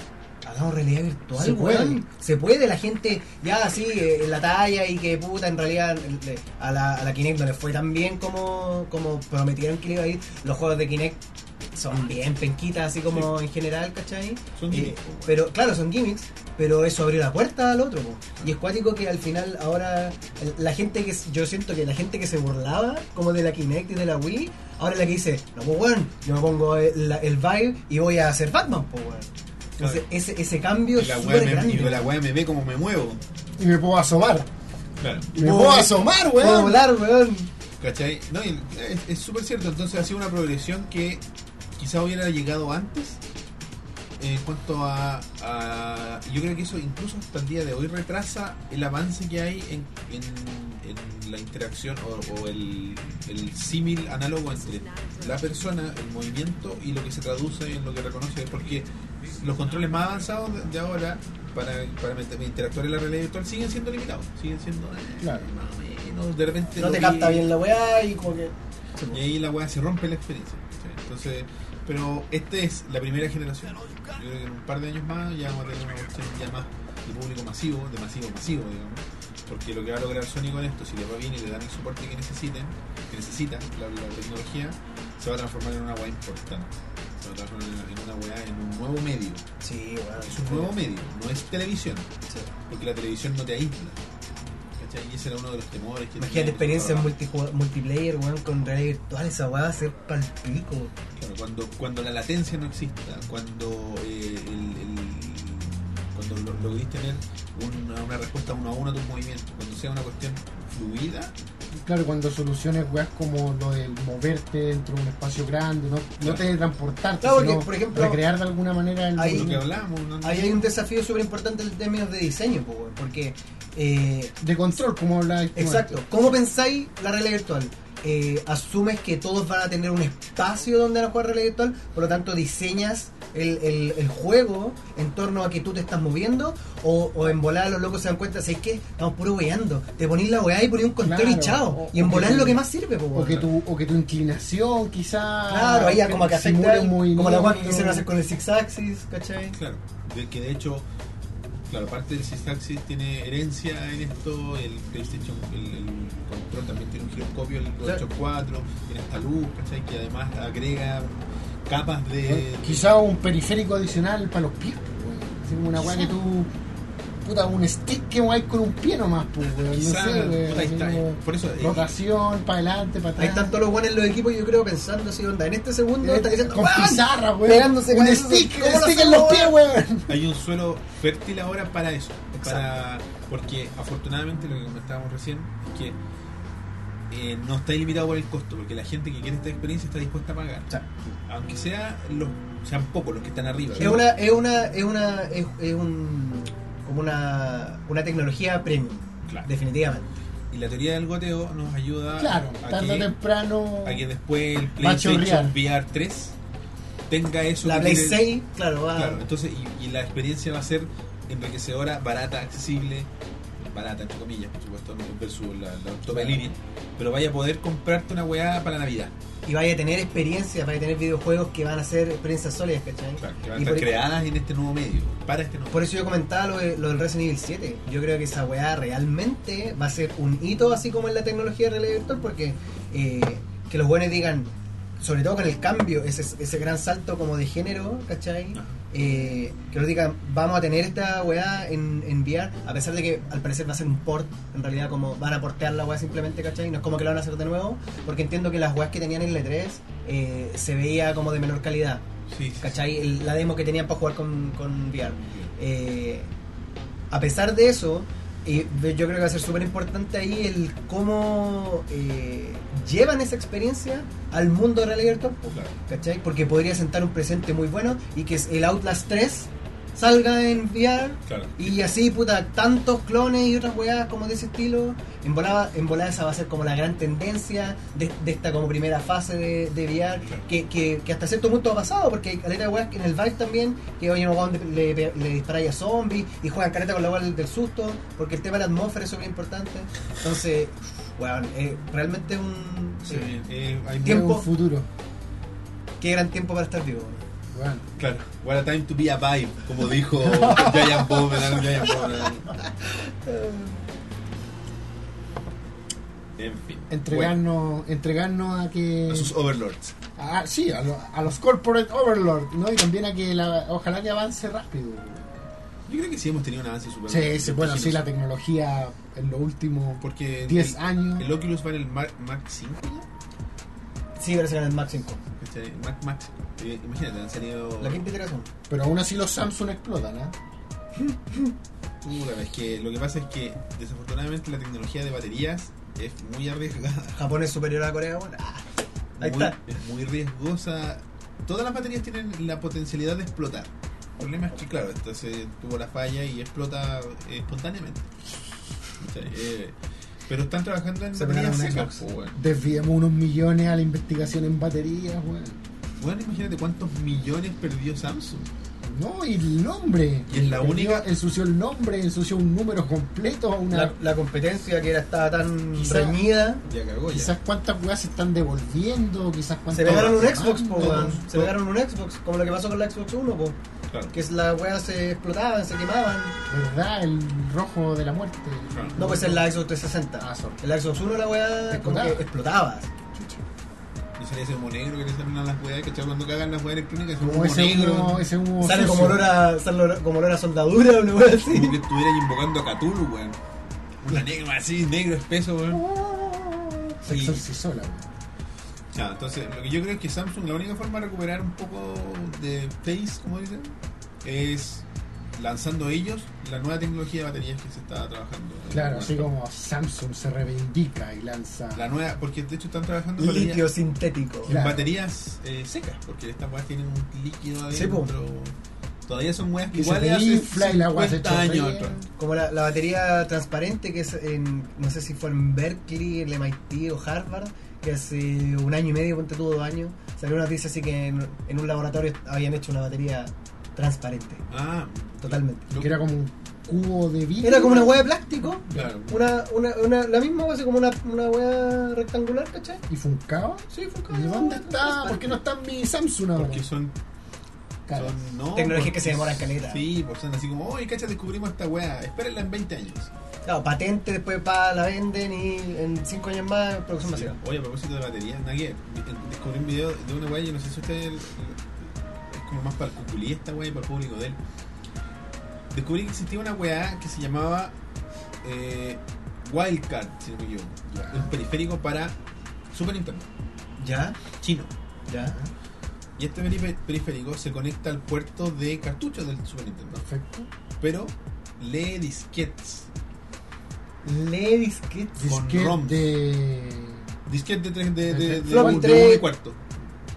S3: hagamos realidad virtual,
S2: Se
S3: weón.
S2: puede.
S3: Se puede, la gente ya así, eh, en la talla y que puta, en realidad le- a la, a la Kinect no le fue tan bien como, como prometieron que le iba a ir. Los juegos de Kinect son bien penquitas, así como en general, ¿cachai?
S1: Son
S3: Eh,
S1: gimmicks, po, weón.
S3: pero claro, son gimmicks, pero eso abrió la puerta al otro. po. Y es cuático que al final ahora el- la gente que s- yo siento que la gente que se burlaba como de la Kinect y de la Wii, ahora es la que dice, no pues weón, yo me pongo el, la- el Vive y voy a hacer Batman, pues weón. Entonces,
S1: Claro.
S3: ese, ese cambio
S1: Y
S3: es
S1: la
S3: súper
S1: weá me, y
S3: grande.
S1: la weá me ve como me muevo.
S2: Y me puedo asomar.
S1: Claro.
S2: Me
S3: Puedo-
S2: puedo asomar,
S3: Puedo
S2: weón.
S3: volar, weón.
S1: ¿Cachai? No, y es- es súper cierto. Entonces ha sido una progresión que quizá hubiera llegado antes. En cuanto a, a- Yo creo que eso incluso hasta el día de hoy retrasa el avance que hay en, en- en la interacción o, o el, el símil análogo entre la persona, el movimiento y lo que se traduce en lo que reconoce. Porque los controles más avanzados de- de ahora para, para met- interactuar en la realidad virtual siguen siendo limitados. Siguen siendo... eh,
S2: Claro.
S1: más o menos, de repente
S3: No
S1: lo
S3: te
S1: vi-
S3: capta bien la weá y como que.
S1: y ahí la weá se rompe la experiencia. ¿cachai? Entonces, pero esta es la primera generación. Yo creo que en un par de años más ya vamos a tener una cuestión ya más de público masivo, de masivo masivo, digamos. Porque lo que va a lograr Sony con esto, si le va bien y le dan el soporte que necesiten, que necesita la, la tecnología, se va a transformar en una weá importante. Se va a transformar en en una weá, en un nuevo medio.
S3: Sí, weón.
S1: Es un nuevo medio, no es televisión,
S3: Sí.
S1: porque la televisión no te aísla. ¿cachai? Y ese era uno de los temores que
S3: Imagínate
S1: tenían los
S3: experiencia en multijua- multiplayer, weón, con realidad virtual, esa weá va a ser palpico.
S1: Claro, cuando, cuando la latencia no exista, cuando eh, el, el- cuando lo- logrís tener una, una respuesta uno a uno a tus movimientos, cuando sea una cuestión fluida,
S2: Claro, cuando soluciones, weas, como lo de moverte dentro de un espacio grande, no, no
S1: Claro.
S2: teletransportarte,
S3: Claro, porque,
S2: sino
S3: por ejemplo,
S2: recrear de alguna manera el
S1: lo que
S3: ahí-
S2: movimiento.
S1: hablábamos, ¿no?
S3: Ahí hay un desafío súper importante en términos de diseño, po, weón, porque. eh,
S2: de control, como hablabas tú
S3: exacto,
S2: antes.
S3: ¿cómo pensáis la realidad virtual? Eh, asumes que todos van a tener un espacio donde van a jugar realidad virtual, por lo tanto diseñas el, el- el juego en torno a que tú te estás moviendo o, o en volar los locos se dan cuenta, ¿sabes qué? Estamos puro weando, te ponís la weá y ponís un control
S2: Claro,
S3: y chao,
S2: o-
S3: y en
S2: o que
S3: volar es
S2: tú-
S3: lo que más sirve, po,
S2: O
S3: weón.
S2: que, tu, o que tu inclinación, quizá.
S3: Claro, ahí ya como que
S2: simule
S3: afecta
S2: un
S3: el- como la guay que
S2: movimiento.
S3: quisieron hacer con el Six Axis, ¿cachai?
S1: Claro, de que de hecho, claro, parte del Systaxis tiene herencia en esto, el PlayStation, el, el control también tiene un giroscopio, el 884, tiene esta luz, ¿cachai? Que además agrega capas de...
S2: Eh, Quizá un periférico adicional para los pies, pues, weón. Así como una weá que
S1: Quizá.
S2: tú. Puta, un stick que hay con un pie nomás, pues, weón.
S1: Quizá,
S2: no sé, weón.
S1: puta, ahí
S2: así
S1: está,
S2: como
S1: por eso, eh,
S2: Rotación, para adelante, para atrás.
S3: Ahí están todos los buenos en los equipos, yo creo, pensando así, onda. En este segundo
S2: Eh,
S3: está diciendo,
S2: con
S3: "Weón,
S2: pizarra, weón.
S3: pegándose con
S2: un
S3: esos-
S2: stick,
S3: ¿cómo
S2: un
S3: lo
S2: stick en
S3: hacemos,
S2: los pies, weón.
S1: hay un suelo fértil ahora para eso.
S3: Exacto.
S1: Para, porque afortunadamente lo que comentábamos recién es que eh, no está limitado por el costo, porque la gente que quiere esta experiencia está dispuesta a pagar.
S3: O sea,
S1: Aunque sea los, sean pocos los que están arriba.
S3: Es una, es una, es una, es, es un, como una, una tecnología premium,
S1: Claro.
S3: definitivamente.
S1: Y la teoría del goteo nos ayuda
S2: Claro,
S1: a,
S2: tarde o
S1: que,
S2: temprano.
S1: a que después el
S2: Va a
S1: PlayStation
S2: chorrear.
S1: VR 3 tenga eso.
S3: La
S1: que
S3: Play
S1: tiene-
S3: 6, claro, va.
S1: Claro, entonces, y, y la experiencia va a ser enriquecedora, barata, accesible, barata, entre comillas, por supuesto, no versus la, la Octopus Elite, pero vaya a poder comprarte una weá para Navidad.
S3: Y vaya a tener experiencias, vaya a tener videojuegos que van a ser experiencias sólidas, ¿cachai?
S1: Claro, que van a
S3: Y
S1: estar
S3: por-
S1: creadas en este nuevo medio, para este nuevo
S3: Por eso yo comentaba lo, de- lo del Resident Evil 7. Yo creo que esa weá realmente va a ser un hito, así como en la tecnología de realidad virtual, porque eh, que los buenos digan, sobre todo con el cambio, ese, ese gran salto como de género, ¿cachai?
S1: Ajá.
S3: Eh, que nos digan, vamos a tener esta weá en, en VR, a pesar de que al parecer va a ser un port, en realidad como van a portear la weá simplemente, ¿cachai? No es como que la van a hacer de nuevo, porque entiendo que las weas que tenían en L3 eh, se veía como de menor calidad,
S1: Sí, sí, sí.
S3: ¿cachai? El- la demo que tenían para jugar con, con VR. Eh, a pesar de eso, eh, yo creo que va a ser súper importante ahí el cómo eh, llevan esa experiencia al mundo de realidad virtual, po,
S1: Claro.
S3: ¿cachai? Porque podría sentar un presente muy bueno y que es el Outlast 3 salga en VR
S1: Claro.
S3: y así, puta, tantos clones y otras weas como de ese estilo. En volada, en volada esa va a ser como la gran tendencia de, de esta como primera fase de, de VR, que, que, que hasta cierto punto ha pasado, porque hay caleta de weas que en el Vive también, que oye, no weón, le, le, le disparáis a zombies y juegan careta con la wea del, del susto, porque el tema de la atmósfera es súper importante. Entonces, weón, eh, realmente un...
S1: Sí,
S3: eh,
S1: eh, hay
S3: Tiempo.
S2: Tiempo. Un futuro.
S3: qué gran tiempo para estar vivo.
S2: Bueno.
S1: Claro, what a time to be alive, como dijo Giant Bob, ¿verdad? Giant Bob, ¿verdad? En fin.
S2: Entregarnos, entregarnos a que...
S1: Bueno, a sus overlords.
S2: Ah, sí, a, lo- a los corporate overlord, ¿no? Y también a que la, ojalá que avance rápido.
S1: Yo creo que sí hemos tenido un avance super
S2: Sí, sí, bueno, sí, la tecnología en los últimos
S1: Porque
S2: 10
S1: el,
S2: años.
S1: el Oculus va en el Mark, Mark 5
S3: Sí, parece que en el Max 5.
S1: ya. Este, Mark, Mark. Eh, imagínate, han salido.
S3: La quinta iteración.
S2: Pero aún así los Samsung explotan, ¿eh?
S1: Puta, es que lo que pasa es que desafortunadamente la tecnología de baterías es muy arriesgada.
S3: Japón es superior a Corea, bueno. ah, Ahí
S1: muy,
S3: está.
S1: Es muy riesgosa. Todas las baterías tienen la potencialidad de explotar. El problema es que, claro, entonces tuvo la falla y explota eh, espontáneamente. O sea, eh, pero están trabajando en
S3: Se
S1: baterías
S3: pegaron un
S1: secas,
S3: Xbox.
S1: po, weón.
S2: Desviemos unos millones a la investigación en baterías, weón.
S1: Bueno, imagínate cuántos millones perdió Samsung.
S2: No, y el nombre.
S1: Y es la única-
S2: Ensució el nombre, ensució un número completo. Una...
S3: La, la competencia que era estaba tan
S2: Quizá-
S3: reñida.
S1: Ya cagó ya.
S2: Quizás cuántas weas se están devolviendo, quizás cuántas.
S3: Se pegaron un
S2: weas
S3: Xbox, po,
S2: van,
S3: weón.
S2: todos.
S3: Se pegaron un Xbox, como lo que pasó con la Xbox 1, po.
S1: Claro.
S3: Que es la weá se explotaban, se quemaban.
S2: ¿Verdad? El rojo de la muerte.
S1: Claro.
S3: No, pues en la Xbox
S2: Ah,
S3: 360.
S2: sorry.
S3: En la Xbox 1 la weá como que explotaba.
S1: Y sale ese humo negro que le salen a las weas, ¿cachai? Cuando cagan las weas electrónicas, es un
S2: Como
S1: humo
S2: ese
S1: negro.
S2: humo, ese humo.
S3: Sale
S2: sucio.
S3: como olor a, sale olor- como olor a soldadura, una weá
S1: Como que
S3: así.
S1: estuvieran invocando a Cthulhu, weón. Una negra así, negro espeso, weón.
S2: Se
S1: Y-
S2: exorcizó la wea.
S1: Ya, entonces, lo que yo creo es que Samsung, la única forma de recuperar un poco de face, como dicen, es lanzando ellos la nueva tecnología de baterías que se está trabajando.
S2: Claro, así como Samsung se reivindica y lanza.
S1: La nueva, porque de hecho están trabajando en baterías-
S3: Litio sintético.
S1: en
S2: Claro.
S1: baterías eh, secas, porque estas weas tienen un líquido
S3: Sí, po.
S1: adentro. Todavía son weas que
S2: Que se
S1: igual
S2: te
S1: hace
S2: infla y la wea se
S1: 50 años
S2: chorrea.
S1: atrás.
S3: Como la, la batería transparente que es en, no sé si fue en Berkeley, el MIT o Harvard, que hace un año y medio, ponte tú dos años, salió una noticia así que en, en un laboratorio habían hecho una batería transparente,
S1: Ah,
S3: totalmente.
S1: lo-
S2: Que era como un cubo de vidrio.
S3: Era como una hueá de plástico,
S1: Claro.
S3: una, una, una, la misma cosa como una, una hueá rectangular, ¿cachai?
S2: Y funcaba.
S3: Sí, fue como
S2: ¿Y
S3: una
S2: dónde
S3: hueá
S2: está? ¿Por qué no está mi Samsung ahora?
S1: Porque son,
S2: Cara.
S1: son- no,
S3: Tecnología
S1: porque-
S3: que se demora en caleta.
S1: Sí, pues son así como, oye, cacha, descubrimos esta weá, espérenla en 20 años.
S3: Claro, patente, después pa, la venden y en cinco años más producción
S1: Sí.
S3: masiva.
S1: Oye, a propósito de baterías, Nague, descubrí un video de una weá, yo no sé si usted es como más para el cuculí esta weá y para el público de él. Descubrí que existía una weá que se llamaba eh, Wildcard, si no me equivoco. Un periférico para Super Nintendo,
S3: ¿Ya?
S1: chino.
S3: ¿Ya?
S1: Y este perife- periférico se conecta al puerto de cartuchos del Super Nintendo,
S2: Perfecto.
S1: pero lee disquetes.
S3: ¿Le disquetes?
S1: Con
S2: Disquete
S1: ROMs.
S2: de.
S1: Disquete de tres de, de, de, de,
S3: Floppy
S1: un- de
S3: tres.
S1: un y cuarto.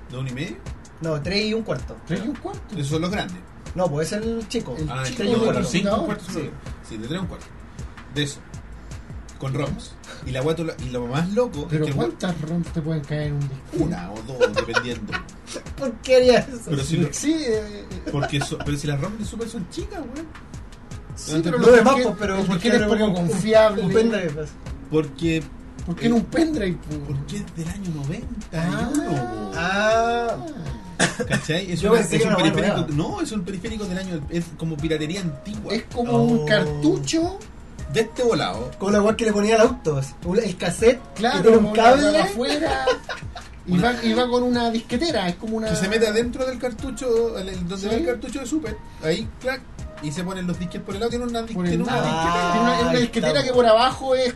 S1: ¿De un y medio?
S3: No, tres y un cuarto.
S2: Tres y un cuarto.
S1: Esos son los grandes.
S3: No, pues es el chico.
S2: El
S1: Ah,
S2: chico
S1: tres y un
S2: de
S1: cuarto.
S2: los
S1: Cinco
S2: computadores.
S1: cuartos.
S3: Sí.
S1: Sí, de tres a un cuarto. De eso. Con ROMs. Y la guatola, y lo más loco
S2: Pero
S1: es que el
S2: ¿cuántas ROMs te pueden caer en un disco?
S1: una o dos, dependiendo.
S3: porquería es eso?
S1: Pero si lo-
S2: Sí, eh, eh,
S1: Porque so- pero si las ROMs de Super son chicas, weón.
S2: sí, pero
S3: No
S2: lo
S3: de
S2: que-
S3: más, pues, pero
S2: ¿por
S3: ¿por
S2: qué
S3: qué
S2: eres
S3: no
S2: poco
S3: un- un-
S2: confiable?
S3: Un pendrive. pues.
S1: Porque,
S2: ¿Por qué no un pendrive? po?
S1: porque es del año 91,
S2: Ah.
S1: po.
S3: Ah,
S1: ¿Cachai? Es,
S3: Yo
S1: una-
S3: pensé
S1: es
S3: que
S1: un
S3: era una
S1: periférico.
S3: nueva.
S1: No, es un periférico del año. Es como piratería antigua.
S2: Es como
S3: Oh.
S2: un cartucho,
S1: De este volado.
S3: como la weá que le ponía al auto. así. Un- El cassette que
S2: claro,
S3: tiene
S2: con
S3: un
S2: una
S3: cable.
S2: hueá afuera. Y va, y va con una disquetera, es como una.
S1: Que se mete adentro del cartucho, el- el- donde
S2: Sí.
S1: va el cartucho de Super. Ahí, clac. Y se ponen los disques por el lado. Tiene una, dis-
S2: Por el
S1: tiene una
S2: lado. Ah,
S1: disquetera.
S2: Tiene una, es una
S3: Ahí
S2: disquetera
S3: estamos.
S2: que por abajo es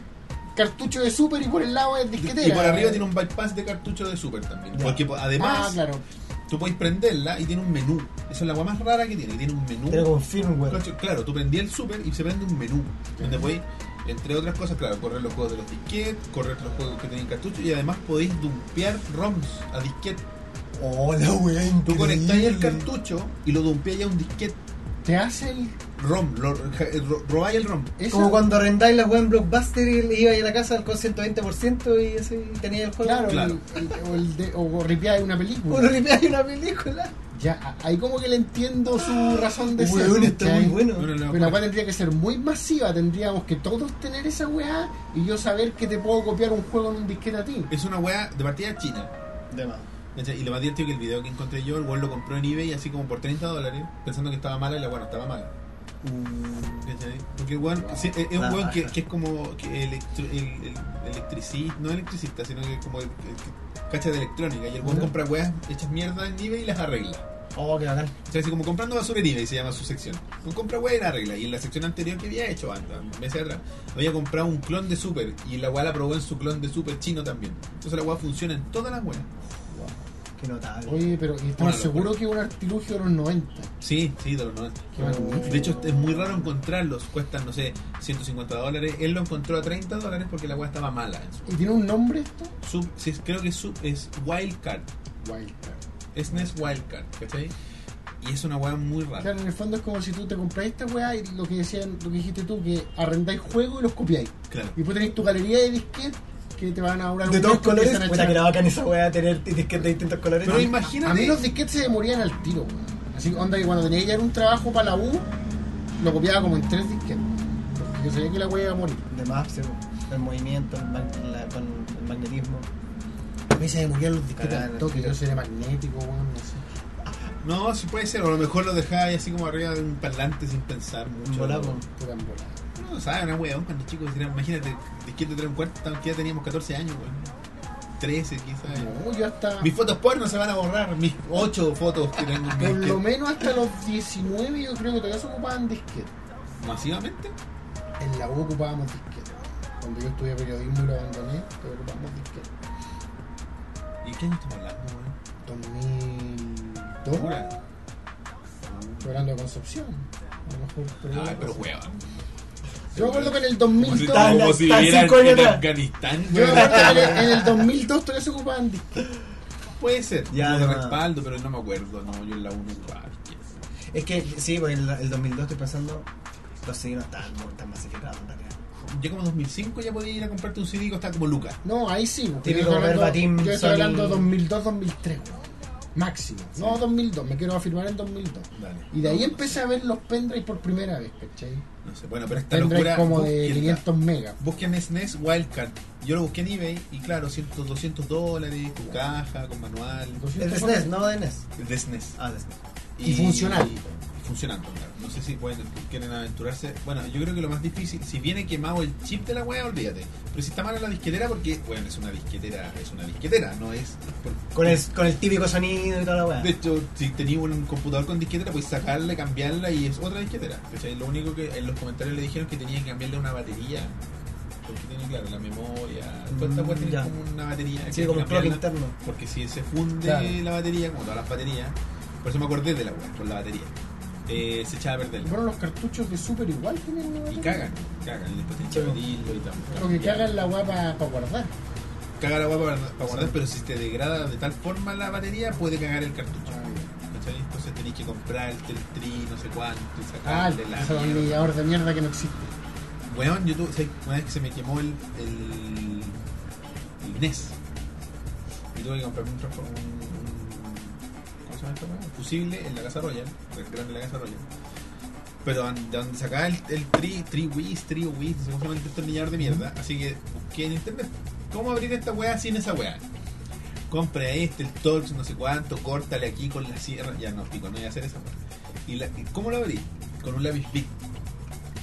S2: cartucho de super y por el lado es disquetera.
S1: Y por arriba tiene un bypass de cartucho de Super también.
S3: Ya.
S1: Porque po- además,
S2: Ah, claro.
S1: tú podéis prenderla y tiene un menú. Esa es la agua más rara que tiene. que Tiene un menú.
S3: Pero con firmware.
S1: Cacho, Claro, tú prendías el super y se prende un menú. Donde podéis, entre otras cosas, claro, correr los juegos de los disquetes, correr los juegos que tienen cartucho y además podéis dumpear ROMs a disquete.
S3: Oh, la weá.
S1: Tú
S3: increíble.
S1: conectáis el cartucho y lo dumpeáis a un disquete
S2: Te hace el.
S1: ROM, lo, ja- eh, ro- robáis el ROM.
S2: esa-
S3: Como cuando arrendáis la weá en Blockbuster y ibais a la casa con 120% y así tenías el juego.
S2: Claro,
S1: Claro.
S2: el- el- o, el de, o ripeáis una
S3: O
S2: película.
S3: lo limpiáis una película.
S2: Ya, a- ahí como que le entiendo
S1: Ah,
S2: su razón de ser.
S3: Weón, está
S2: ¿cachai?
S3: muy bueno.
S1: Bueno, la-
S2: Pero la weá tendría que ser muy masiva, tendríamos que todos tener esa weá y yo saber que te puedo copiar un juego en un disquete a ti.
S1: Es una weá de partida china.
S3: De más.
S1: ¿cachai? Y lo más divertido que el video que encontré yo, el weón lo compró en eBay así como por 30 dólares, pensando que estaba mala y la bueno, estaba mala. ¿Cachai? Porque el weón, sí, eh, es es un
S3: Ah,
S1: weón que,
S3: ajá.
S1: que es como que electro- el, electricista, no electricista, sino que es como el, el que cacha de electrónica. Y el weón
S2: Ya.
S1: compra weas hechas mierda en eBay y las arregla.
S3: Oh, qué bacán.
S1: O sea, así como comprando basura en eBay se llama su sección. Tú compra weas y la arregla. Y en la sección anterior que había hecho, antes, meses atrás, había comprado un clon de Super y la wea la probó en su clon de Super chino también. Entonces la wea funciona en todas las weas.
S3: Qué notable.
S2: Oye, pero y estamos
S1: Una locura.
S2: seguros que es un artilugio de los 90.
S1: Sí, sí, de los 90.
S2: Qué maravilla.
S1: De hecho, es muy raro encontrarlos. Cuestan, no sé, 150 dólares. Él lo encontró a 30 dólares porque la wea estaba mala en su
S2: ¿Y tiene un nombre esto?
S1: Sub- sí, creo que sub- es Wildcard.
S2: Wildcard.
S1: Es NES Wildcard, ¿cachai? Y es una weá muy rara.
S2: Claro, en el fondo es como si tú te compras esta weá y lo que decían, lo que dijiste tú, que arrendáis juegos y los copiáis.
S1: Claro.
S2: Y después tenéis tu galería de disquetes que te van a durar
S3: De
S2: un
S3: todos
S2: mes que
S3: colores.
S2: empiezan a
S3: Puta,
S2: echar.
S3: que era bacán esa weá tener disquetes de distintos colores.
S1: Pero
S3: Sí.
S1: imagínate.
S2: A mí los disquetes se morían al tiro, weón. Así que onda que cuando tenía que llevar un trabajo para la U, lo copiaba como en tres disquetes. Porque yo sabía que la wea iba a morir.
S3: de más, sí, po. el movimiento, el, mag- la- con el magnetismo. A mí se me murieron los
S2: Que tal toque, yo seré magnético, weón, no sé.
S1: No, sí puede ser. O a lo mejor lo dejáis así como arriba de un parlante sin pensar mucho.
S3: Volá, po.
S2: Puta en bola.
S1: No, sabes, una weón cuando chicos eran- imagínate, disquete de un cuarto, tan- que ya teníamos 14 años, weón. 13 quizás.
S2: No, yo hasta.
S1: Mis fotos porno se van a borrar, mis 8 fotos que tengo en mi
S2: Por lo
S1: disquete.
S2: menos hasta los 19 yo creo que todavía se ocupaban disquetes.
S1: Masivamente.
S2: En la U ocupábamos disquetes. Cuando yo estudié periodismo y lo abandoné, todavía ocupábamos disquetes.
S1: ¿Y qué año estamos hablando, weón?
S2: 2002.
S1: Pura.
S2: Estoy hablando de Concepción. A lo mejor. pero-
S1: Ay, pero weón.
S2: Yo me acuerdo que en el
S1: Como si,
S2: 2002.
S3: Tan-
S1: como si
S3: tan
S1: vivieran
S3: cinco años
S1: en
S3: atrás.
S1: Afganistán,
S2: Yo me
S1: weón.
S2: acuerdo que en el 2002 todavía se ocupaban disquetes.
S1: Puede ser.
S3: Ya,
S1: Ya, de
S3: de más.
S1: respaldo, pero no me acuerdo. No, yo en la 1
S3: Es que, sí, pues el, el 2002 estoy pensando, los CD no estaban muy- tan masificados en realidad.
S1: Ya como 2005 ya podía ir a comprarte un CD que costaba como Lucas.
S2: No, ahí sí. porque
S3: Típico
S2: yo estoy hablando-
S3: verbatim,
S2: Yo estoy hablando
S3: Sony.
S2: 2002, 2003, weón. Máximo. No, 2002. Me quiero afirmar en 2002.
S1: Dale.
S2: Y de ahí empecé a ver los pendrives por primera vez, ¿cachai?
S1: No sé, bueno, pero esta
S2: Pendrives
S1: locura.
S2: como de
S1: busquen-
S2: 500 megas.
S1: Busquen SNES Wildcard. Yo lo busqué en eBay y claro, 100, 200 dólares, con caja, con manual.
S3: El de SNES, no de NES.
S1: El de SNES.
S3: Ah, de SNES.
S2: Y funcional.
S1: y funcionando, claro. No sé si pueden, quieren aventurarse. Bueno, yo creo que lo más difícil, si viene quemado el chip de la wea, olvídate. Pero si está mala la disquetera, porque, bueno, es una disquetera, es una disquetera, no es.
S3: Con el, con el típico sonido y toda la weá.
S1: De hecho, si tenías un computador con disquetera, puedes sacarla, cambiarla y es otra disquetera. ¿cachai? Lo único que en los comentarios le dijeron que tenían que cambiarle una batería. Porque tiene, claro, la memoria. Toda esta
S3: Mm,
S1: wea tiene
S3: ya.
S1: como una batería. que
S3: Sí,
S1: hay
S3: como
S1: que
S3: el clock
S1: cambiarla,
S3: interno.
S1: Porque si se funde
S2: Claro.
S1: la batería, como todas las baterías, por eso me acordé de la wea, por la batería. eh, se echaba a perder.
S2: Bueno, los cartuchos de Super igual tienen una
S1: Y
S2: batería.
S1: cagan, cagan. Y después tienen que
S3: Sí.
S1: abrirlo y tal.
S2: Lo que cagan la weá para guardar.
S1: Caga la wea para, para guardar, pero si te degrada de tal forma la batería, puede cagar el cartucho.
S3: Ah,
S1: ¿Cachai? Entonces tenéis que comprar el tri, no sé cuánto, y
S2: Ah,
S1: sacarle
S2: el
S1: la. mierda.
S2: destornillador de mierda que no existe.
S1: Weón, yo tuve, ¿sabes? una vez que se me quemó el, el, E el NES, y tuve que comprarme un, transfor- un, se llama esta weá? Fusible en la Casa Royal, restaurante de la Casa Royal. Pero an- de donde sacaba el, el tri, tri whiz, tri whiz, no sé cómo se llama el destornillador de mierda. Así que busqué en internet cómo abrir esta weá sin esa weá. Compra este, el Torx, no sé cuánto, córtale aquí con la sierra. Ya no, pico, no voy a hacer esa weá. ¿Y la- y cómo lo abrí? Con un lápiz big.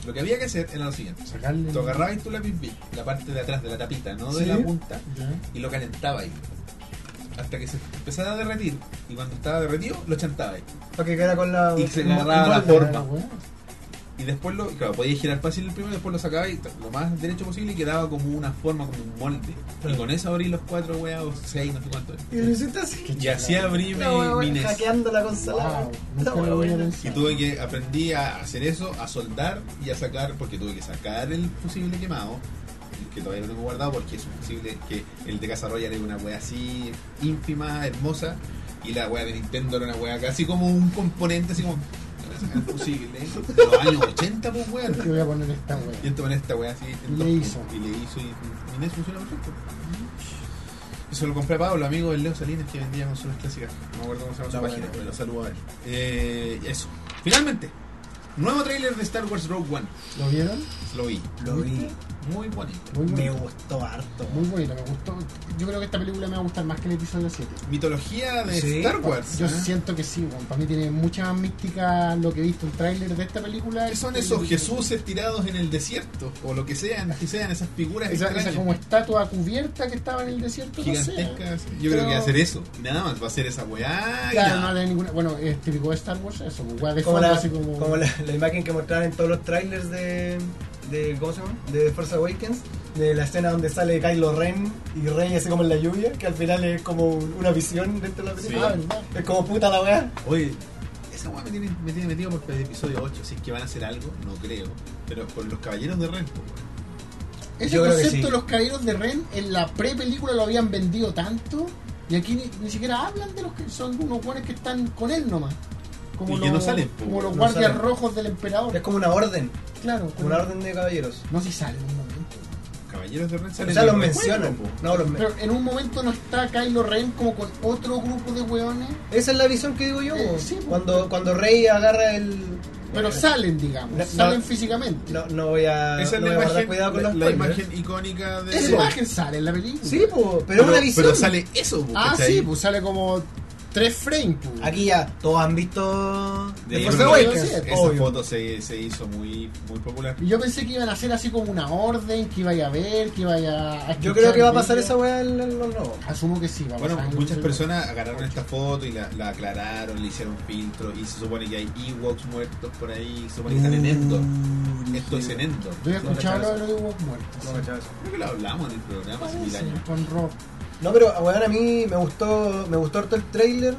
S1: Lo que había que hacer era lo siguiente.
S2: Sacarle.
S1: Tú agarrabas tu lápiz big, la parte de atrás de la tapita, no de
S2: Sí.
S1: la punta
S2: Ya.
S1: y lo calentaba ahí. Hasta que se empezara a derretir. Y cuando estaba derretido, lo chantaba ahí.
S3: Para que quedara con la.
S1: Y se
S3: el mo-
S1: agarraba la
S3: el molde.
S1: forma. Y después lo, claro, podía girar fácil el primero, después lo sacaba y t- lo más derecho posible y quedaba como una forma, como un molde.
S3: Claro.
S1: Y con eso abrí los cuatro weas o seis, no sé cuánto. era.
S3: Y lo hiciste así.
S1: Y así abrí mi,
S3: La wea
S1: mi
S3: buena,
S1: NES.
S3: hackeando la consola.
S2: Wow,
S3: la
S2: nunca
S3: wea
S2: lo había
S3: buena.
S1: Y
S2: pensado.
S1: tuve que aprendí a hacer eso, a soldar y a sacar, porque tuve que sacar el fusible quemado, que todavía lo tengo guardado porque es un fusible que el de Casa Royal era una wea así ínfima, hermosa, y la wea de Nintendo era una wea casi como un componente, así como el fusible de los años 80, pues
S2: Yo
S1: weón.
S2: voy a poner esta wea.
S1: Y entonces esta wea así en
S2: Y le
S1: dos
S2: hizo.
S1: puntos, y le hizo y Inés funciona perfecto.
S2: Mm.
S1: Eso lo compré a Pablo, amigo del Leo Salinas que vendía consolas clásicas. No me acuerdo cómo se llama su
S3: La buena,
S1: página,
S3: la
S1: pero
S3: buena.
S1: lo saludo a él. Eh, eso. Finalmente, nuevo tráiler de Star Wars Rogue One.
S2: ¿Lo vieron?
S1: Lo vi.
S3: Lo vi.
S1: Muy bonito.
S2: Muy
S3: Me
S2: bonito.
S3: gustó harto.
S2: Muy bonito, me gustó. Yo creo que esta película me va a gustar más que el episodio 7.
S1: Mitología de
S3: Sí,
S1: Star Wars.
S2: Yo
S1: ¿eh?
S2: siento que sí, weón. para mí tiene mucha más mística lo que he visto en tráiler de esta película.
S1: ¿Qué son esos Jesuses tirados en el desierto? O lo que sean, que sean esas figuras
S2: Esa, esa
S1: extrañas.
S2: como estatua cubierta que estaba en el desierto. no sé.
S1: gigantescas. Yo creo
S2: Pero-
S1: que va a ser eso. Y nada más, va a ser esa weá. y
S2: Claro, no
S1: nada.
S2: hay ninguna. Bueno, es típico de Star Wars eso, pues, weá de
S3: Como
S2: fondo,
S3: la,
S2: así como.
S3: como la, la imagen que mostraron en todos los trailers de. de ¿Cómo se llama? De Force Awakens. De la escena donde sale Kylo Ren y Rey así como en la lluvia. Que al final es como una visión dentro de la
S2: Ah,
S3: película.
S2: verdad.
S3: Es como puta la wea.
S1: Oye, esa weá me tiene, me tiene metido por el episodio 8. Si es que van a hacer algo, no creo. Pero por los caballeros de Ren, po, weón.
S2: Ese
S3: Yo creo que
S2: concepto
S3: sí.
S2: de los caballeros de Ren en la pre-película lo habían vendido tanto. Y aquí ni, ni siquiera hablan de los que son unos guanes que están con él nomás. Como
S1: Y
S2: los,
S1: que no salen, po,
S2: como los
S3: no
S2: guardias
S3: salen.
S2: rojos del
S3: Es
S2: emperador.
S3: como una orden.
S2: Claro,
S3: Como una orden de caballeros.
S2: No si salen en un momento.
S1: Caballeros de Ren
S3: O
S1: salen
S3: sea,
S1: en
S3: los
S1: el
S3: mencionan.
S1: juego, po.
S3: No, los men-
S2: Pero en un momento no está Kylo Ren como con otro grupo de hueones.
S3: Esa es la visión que digo yo.
S2: Eh,
S3: po.
S2: sí, po.
S3: cuando, cuando Rey agarra el.
S2: Pero
S3: Bueno,
S2: salen, digamos.
S3: No,
S2: salen
S3: no.
S2: físicamente.
S3: No, no voy a.
S1: Esa es
S3: no
S1: la
S3: Ah, voy a guardar
S1: imagen,
S3: cuidado con
S1: la,
S3: los
S1: la
S3: spoilers.
S1: imagen icónica de.
S2: Esa
S3: Sí, po.
S2: imagen sale en la película.
S3: Sí, po, pero es una visión.
S1: pero sale eso, po,
S2: Ah,
S1: ¿cachai?
S2: sí, pues sale como tres frames. pues.
S3: Aquí ya, todos han visto.
S1: De
S3: The
S1: ahí
S3: Force
S1: en adelante,
S3: Awakens,
S1: Esa
S3: obvio.
S1: foto se, se hizo muy, muy popular.
S2: Y yo pensé que iban a hacer así como una orden, que vaya a ver, que vaya a
S3: Yo creo que va a pasar esa
S2: escuchar
S3: weá en en los nuevos.
S2: el video. Asumo que sí, va a
S1: Bueno,
S2: pasar.
S1: muchas
S2: Entonces,
S1: personas agarraron esta foto y la, la aclararon, le hicieron filtro y se supone que hay Ewoks muertos por ahí, se supone
S3: Mm,
S1: que están en Endor. Esto es en Endor.
S2: Yo he
S3: No
S2: escuchado lo
S3: cachaba
S2: de los dibujos muertos.
S3: No, cachaba eso.
S1: Creo que lo hablamos en el programa hace
S2: Sí,
S1: mil años.
S2: Con Rob.
S3: No, pero weón, a mí me gustó, me gustó harto el trailer.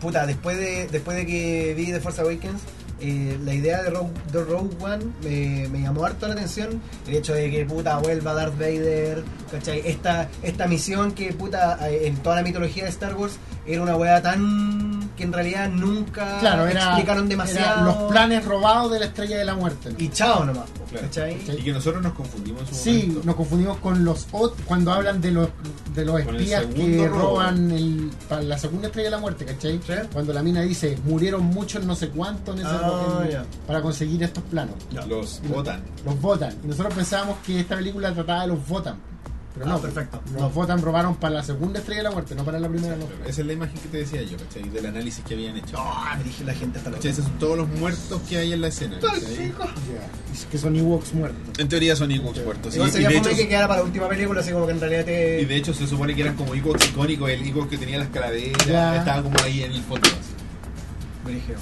S3: puta, después de, después de que vi The Force Awakens, eh, la idea de Rogue, de Rogue One me, me llamó harto la atención. El hecho de que puta vuelva Darth Vader, ¿cachai? Esta, esta misión que puta eh, en toda la mitología de Star Wars era una weá tan que en realidad nunca
S2: Claro, era,
S3: explicaron
S2: era
S3: demasiado.
S2: los planes robados de la estrella de la muerte. ¿no?
S3: Y chao nomás, po,
S1: Claro.
S3: ¿cachai?
S2: ¿Cachai?
S1: Y que nosotros nos confundimos en su
S2: Sí,
S1: momento.
S2: nos confundimos con los ot cuando hablan de los de los
S1: Con el
S2: espías
S1: segundo
S2: que
S1: robo.
S2: roban el, para la segunda estrella de la muerte, ¿cachai?
S3: Sí.
S2: Cuando la mina dice, murieron muchos no sé cuántos en ese
S3: Ah,
S2: en-
S3: ya.
S2: para conseguir estos planos.
S3: Ya.
S1: Los votan.
S2: Los votan. Y nosotros pensábamos que esta película trataba de los votan. Pero
S3: Ah,
S2: no,
S3: perfecto. No.
S2: Los votan robaron para la segunda estrella de la muerte, no para la primera de la muerte.
S1: Esa es la imagen que te decía yo, ¿cachai? Del análisis que habían hecho. Oh,
S3: Ah, me dije la gente hasta la
S1: ¿Cachai? Esos son todos los muertos que hay en la escena. ¿cachai?
S2: Ya. Es que son Ewoks muertos.
S1: En teoría son Ewoks muertos. sí.
S3: Igual
S1: Y
S3: sería
S1: de
S3: fome
S1: hecho,
S3: que quedara para la última película, así como que en realidad te.
S1: Y de hecho se supone que eran como Ewoks icónicos, el Ewok que tenía las calaveras,
S2: Ya.
S1: estaba como ahí en el fondo. así.
S3: Brigio.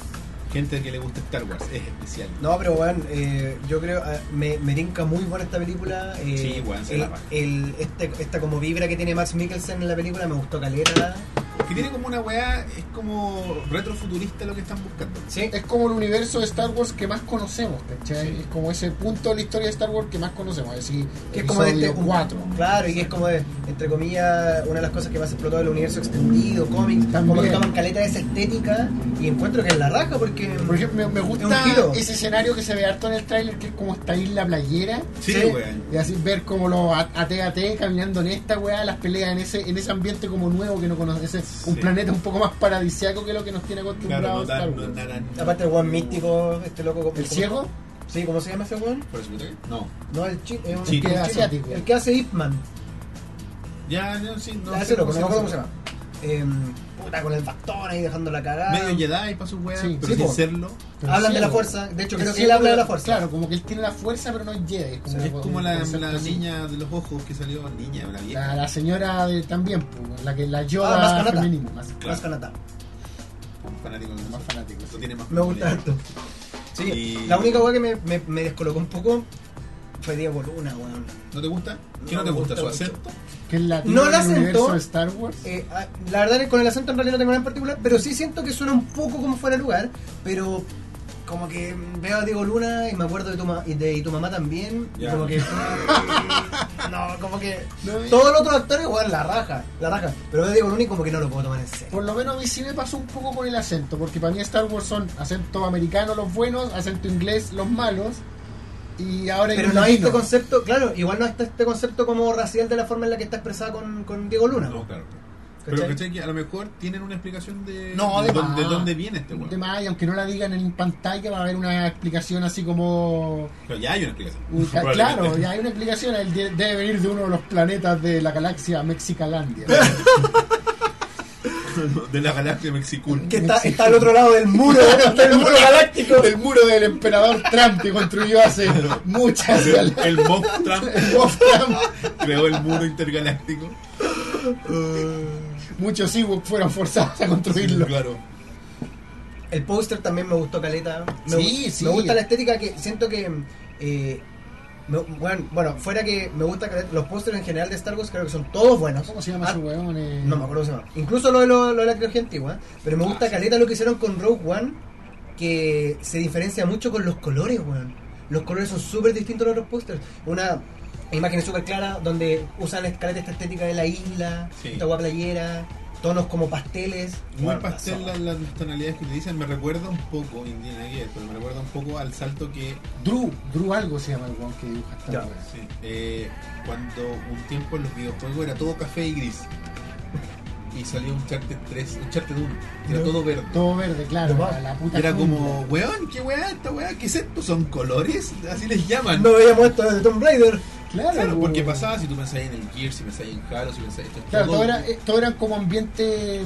S1: Gente que le gusta Star Wars, es especial.
S3: No, pero weón, eh, yo creo, eh, me, me tinca muy buena esta película. eh,
S1: Sí, weón, se
S3: el-
S1: la raja.
S3: el- este- Esta como vibra que tiene Max Mikkelsen en la película me gustó caleta.
S1: Que tiene como una weá, es como retrofuturista lo que están buscando.
S3: Sí.
S2: Es como el universo de Star Wars que más conocemos, ¿cachai?
S1: Sí.
S2: Es como ese punto de la historia de Star Wars que más conocemos. Es decir,
S3: Que es como de este
S2: episodio cuatro.
S3: Claro, y que es como de, entre comillas, una de las cosas que más explotó el universo extendido, cómics, como que
S2: También.
S3: toman caleta de esa estética y encuentro que es la raja porque.
S2: Por ejemplo, me, me
S3: Es
S2: gusta
S3: un giro.
S2: ese escenario que se ve harto en el tráiler, que es como esta isla playera.
S1: Sí,
S3: Sí.
S1: weón.
S2: Y así ver como los AT-AT caminando en esta weá, las peleas en ese, en ese ambiente como nuevo que no conoces, ese, un
S1: Sí.
S2: planeta un poco más paradisiaco que lo que nos tiene
S1: Claro, no
S2: acostumbrados.
S1: tan.
S2: Star
S1: No,
S2: Wars.
S1: tan-
S3: Aparte el weón místico, este loco. ¿cómo-
S2: ¿El
S3: cómo-
S2: ciego?
S3: Sí, ¿cómo se llama ese weón?
S1: ¿Por eso me toca? No.
S3: No, el chico. Es un
S1: Sí.
S3: el
S2: Que es
S3: chino,
S2: asiático.
S3: El que hace Ip Man.
S1: Ya, no, sí, no.
S3: Ah,
S1: sé
S3: ese loco, no me
S1: cómo
S3: acuerdo cómo
S1: se
S3: se llama. Em, puta, con el bastón ahí dejando la cagada.
S1: llama. Medio Jedi para sus weas,
S2: Sí,
S1: pero
S3: sí,
S1: sin
S3: po.
S1: serlo.
S2: Pero
S3: Hablan de
S2: ciego.
S3: la fuerza. De hecho,
S2: Es
S3: creo que él
S2: ciego,
S3: habla de la
S2: pero-
S3: fuerza.
S2: Claro, como que él tiene la fuerza, pero no es Jedi. Es como,
S1: Es como
S2: un
S1: la,
S2: concepto
S1: la
S2: así.
S1: niña de los ojos que salió, niña, una
S2: La,
S1: vieja.
S2: la señora de, también, pues, la que la
S3: Ah,
S2: Yoda
S3: más canata.
S2: femenina, más,
S1: Claro.
S3: Más canata.
S1: Fanático de
S2: más
S1: nosotros.
S2: fanático.
S1: No
S2: sí.
S1: tiene más
S3: Me gusta harto. Sí,
S1: Y-
S3: la única weá que me, me, me descolocó un poco fue Diego Luna, weón.
S1: ¿No te gusta? ¿Qué no,
S3: No
S1: te
S3: me
S1: gusta?
S3: gusta
S1: ¿Su
S3: mucho.
S1: acento?
S2: Que es la
S3: No
S2: no
S3: la
S2: del
S3: sentó.
S2: universo de Star Wars.
S3: Eh, ah, la verdad es que con el acento en realidad no tengo nada en particular, pero sí siento que suena un poco como fuera de lugar, pero como que veo a Diego Luna y me acuerdo de tu, ma- y de, y tu mamá también, y
S1: Ya.
S3: como que... no, como que...
S2: No, y-
S3: Todos los otros actores, weón, la raja, la raja, pero veo a Diego Luna y como que no lo puedo tomar en serio.
S2: Por lo menos a mí sí me pasó un poco con el acento, porque para mí Star Wars son acento americano los buenos, acento inglés los malos, y ahora
S3: Pero
S2: un
S3: no hay
S2: latino.
S3: este concepto, claro, igual no está este concepto como racial de la forma en la que está expresada con, con Diego Luna.
S1: No,
S3: ¿cachai?
S1: claro. Pero ¿cachai? que a lo mejor tienen una explicación de,
S2: No,
S1: de,
S2: de
S1: dónde,
S2: más.
S1: de dónde viene este weón.
S2: De más, y aunque no la digan en pantalla, va a haber una explicación así como.
S1: Pero ya hay una explicación.
S2: Uy, ca-
S1: Probablemente.
S2: claro, Uh, ya hay una explicación. Él de- debe venir de uno de los planetas de la galaxia Mexicalandia.
S1: De la galaxia Mexicul.
S3: Que está, está al otro lado del muro, del muro galáctico.
S2: El muro del emperador Trump que construyó hace muchas
S1: El,
S2: galaxias.
S1: el Mob Trump
S2: El Bob Trump.
S1: creó el muro intergaláctico.
S2: Muchos Ewoks fueron forzados a construirlo.
S1: Claro.
S3: El póster también me gustó Caleta. Me,
S2: Sí,
S3: gu-
S2: sí.
S3: me gusta la estética que siento que. eh, me- bueno, bueno, fuera que me gusta Caleta, los pósters en general de Star Wars creo que son todos buenos.
S2: ¿Cómo se llama
S3: Ah,
S2: ese weón? Eh,
S3: No me acuerdo cómo se llama. Incluso lo de, lo, lo de la trilogía antigua. Pero me gusta Caleta lo que hicieron con Rogue One, que se diferencia mucho con los colores, weón. Los colores son súper distintos a los otros pósters. Una imagen súper clara donde usan la Caleta esta estética de la isla,
S1: Sí.
S3: esta guapa playera, tonos como pasteles.
S1: Muy
S3: Bueno,
S1: pastel
S3: son-
S1: la- las tonalidades que utilizan. Me recuerda un poco, Indiana Jones, pero me recuerda un poco al salto que
S2: Drew, Drew algo se llama el weón que dibuja esta
S3: Ya.
S2: weá.
S1: Sí. Eh, cuando un tiempo en los videojuegos era todo café y gris. Y salió un Charter 3, un Charter 1, que era
S3: Ya.
S1: todo verde.
S2: Todo verde, claro,
S3: Lo más-
S2: la, la
S1: Y
S2: puta
S1: Era
S2: jungla.
S1: como, weón, qué weá esta weá, ¿qué es esto? ¿Son colores? Así les llaman.
S3: No veíamos esto desde Tomb Raider.
S2: Claro,
S1: Claro, porque
S2: weón.
S1: pasaba si tú pensabas en el Gear, si pensabas en Halo, si pensabas esto es
S2: Claro, todo era, eh, todo eran como ambiente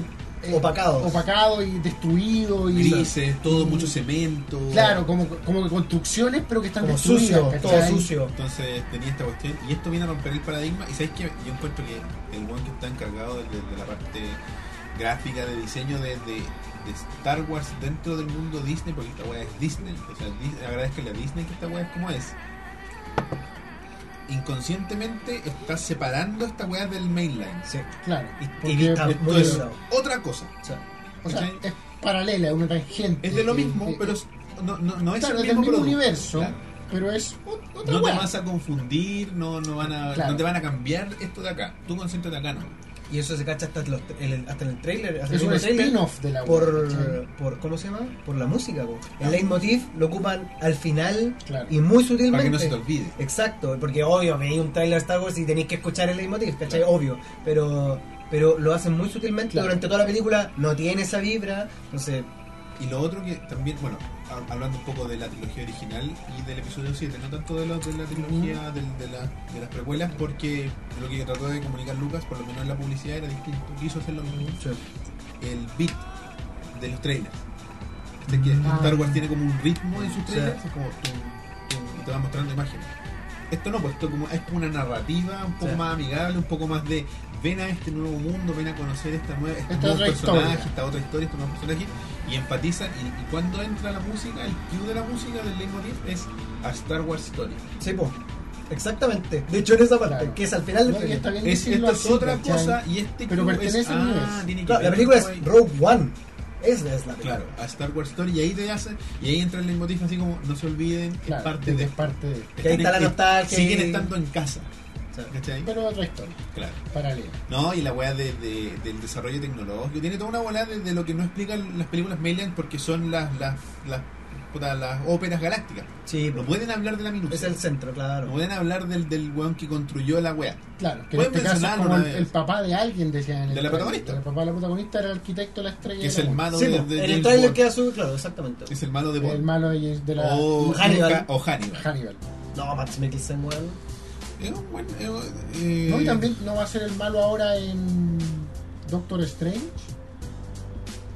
S2: eh,
S3: Opacados.
S2: opacado y destruido y
S1: grises, todo mucho cemento.
S2: claro, como, como que construcciones pero que están
S3: Como
S2: destruidas,
S3: sucio,
S2: ¿cachai?
S3: todo sucio.
S1: Entonces tenía esta cuestión y esto viene a romper el paradigma y sabes que yo encuentro que el one que está encargado de, de la parte gráfica de diseño de, de- de Star Wars dentro del mundo Disney porque esta weá es Disney. O sea, Dis- agradezcanle a Disney que esta weá es como es. Inconscientemente está separando esta weá del mainline.
S3: Sí.
S2: Claro.
S3: Y- y
S2: porque-
S3: vista
S2: porque-
S1: Esto
S3: Muy
S1: es
S3: bien.
S1: otra cosa.
S2: o sea,
S1: ¿cachai?
S2: es paralela, es una tangente.
S1: Es de lo
S2: eh,
S1: mismo,
S2: eh,
S1: pero es- no, no, no es
S2: claro,
S1: el
S2: es del
S1: mismo,
S2: mismo
S1: producto.
S2: universo,
S1: Claro.
S2: pero es ot- otra
S1: No te
S2: weá.
S1: vas a confundir, no, no, van a,
S2: Claro.
S1: no te van a cambiar esto de acá. Tu concepto de acá no.
S3: Y eso se cacha hasta, los, el, hasta en el trailer. Hasta
S2: Es
S3: el
S2: un
S3: mismo tráiler,
S2: spin-off de la
S3: Por,
S2: ¿cachai?
S3: por, ¿Cómo se llama? Por la música. po. El leitmotiv lo ocupan al final
S2: Claro.
S3: y muy sutilmente.
S1: Para que no se te olvide.
S3: Exacto, porque obvio, veis un trailer de Star Wars y tenéis que escuchar el leitmotiv, ¿cachai?
S1: Claro.
S3: Obvio. Pero, pero lo hacen muy sutilmente.
S2: Claro.
S3: Durante toda la película no tiene esa vibra. Entonces,
S1: Y lo otro que también, bueno, ha- hablando un poco de la trilogía original y del episodio 7, no tanto de la, de la trilogía del- de, la- de las precuelas, porque lo que trató de comunicar Lucas, por lo menos en la publicidad, era distinto. Quiso hacer lo mismo. El beat de los trailers. Este que
S2: Ah.
S1: Star Wars tiene como un ritmo en sus
S3: Sí.
S1: trailers, es como tum, tum, y te va mostrando imágenes. Esto no, pues esto como, es como una narrativa un poco
S3: Sí.
S1: más amigable, un poco más de ven a este nuevo mundo, ven a conocer esta nueva, este
S2: Esta
S1: nuevo
S2: otra
S1: personaje,
S2: historia.
S1: esta otra historia, estos nuevos personajes, y empatizan. Y, y cuando entra la música, el cue de la música del leitmotiv es a Star Wars Story.
S3: sí, po. Exactamente. De hecho, en esa parte,
S2: Claro.
S3: que es al final
S2: No,
S3: del
S2: y
S3: tráiler.
S2: está bien
S1: Es,
S2: decirlo
S1: esta es
S2: así,
S1: otra
S2: ¿cachai?
S1: cosa y este
S2: Pero
S1: cue
S2: pertenece
S1: es,
S2: al universo.
S1: tiene que
S3: Claro, la
S1: ver
S3: película
S1: con-
S3: es Rogue One. Esa es la película.
S1: Claro, a Star Wars Story y ahí te hacen, y ahí entra el leitmotiv así como, no se olviden, es
S2: Claro,
S1: parte
S2: es
S1: de...
S2: parte de-
S1: están
S3: Que ahí está
S1: en-
S3: la nostalgia
S1: Siguen
S3: y-
S1: estando en casa,
S3: O sea,
S1: ¿cachai?
S2: pero otra historia,
S1: Claro.
S2: paralela.
S1: No, y la weá de, de- del desarrollo tecnológico. Tiene toda una bola de, de lo que no explican las películas Melian porque son las, las, las puta, las óperas galácticas.
S3: Sí,
S1: No pueden hablar de la minuta.
S3: es el centro, claro.
S1: No pueden hablar del, del weón que construyó la wea.
S2: Claro, que en
S1: Pueden
S2: este caso es
S1: mencionarlo
S2: como el,
S1: una vez.
S2: el papá de alguien, decían. en el
S1: De la
S2: trailer.
S1: protagonista.
S2: El papá de la protagonista era el arquitecto de la estrella.
S1: Que es
S2: de la
S1: el
S2: muerte.
S1: malo
S3: Sí,
S1: de,
S3: po,
S1: de
S3: en el
S1: James
S3: trailer
S1: Bond.
S3: queda su. Claro, exactamente.
S1: Es el malo de
S2: El
S1: Bond. Oh.
S2: malo de de la
S1: O
S3: Hannibal.
S1: O Hannibal.
S2: Hannibal.
S3: No, Max Mikkelsen, weón.
S1: Es un buen- es un- eh,
S2: No, y también no va a ser el malo ahora en Doctor Strange.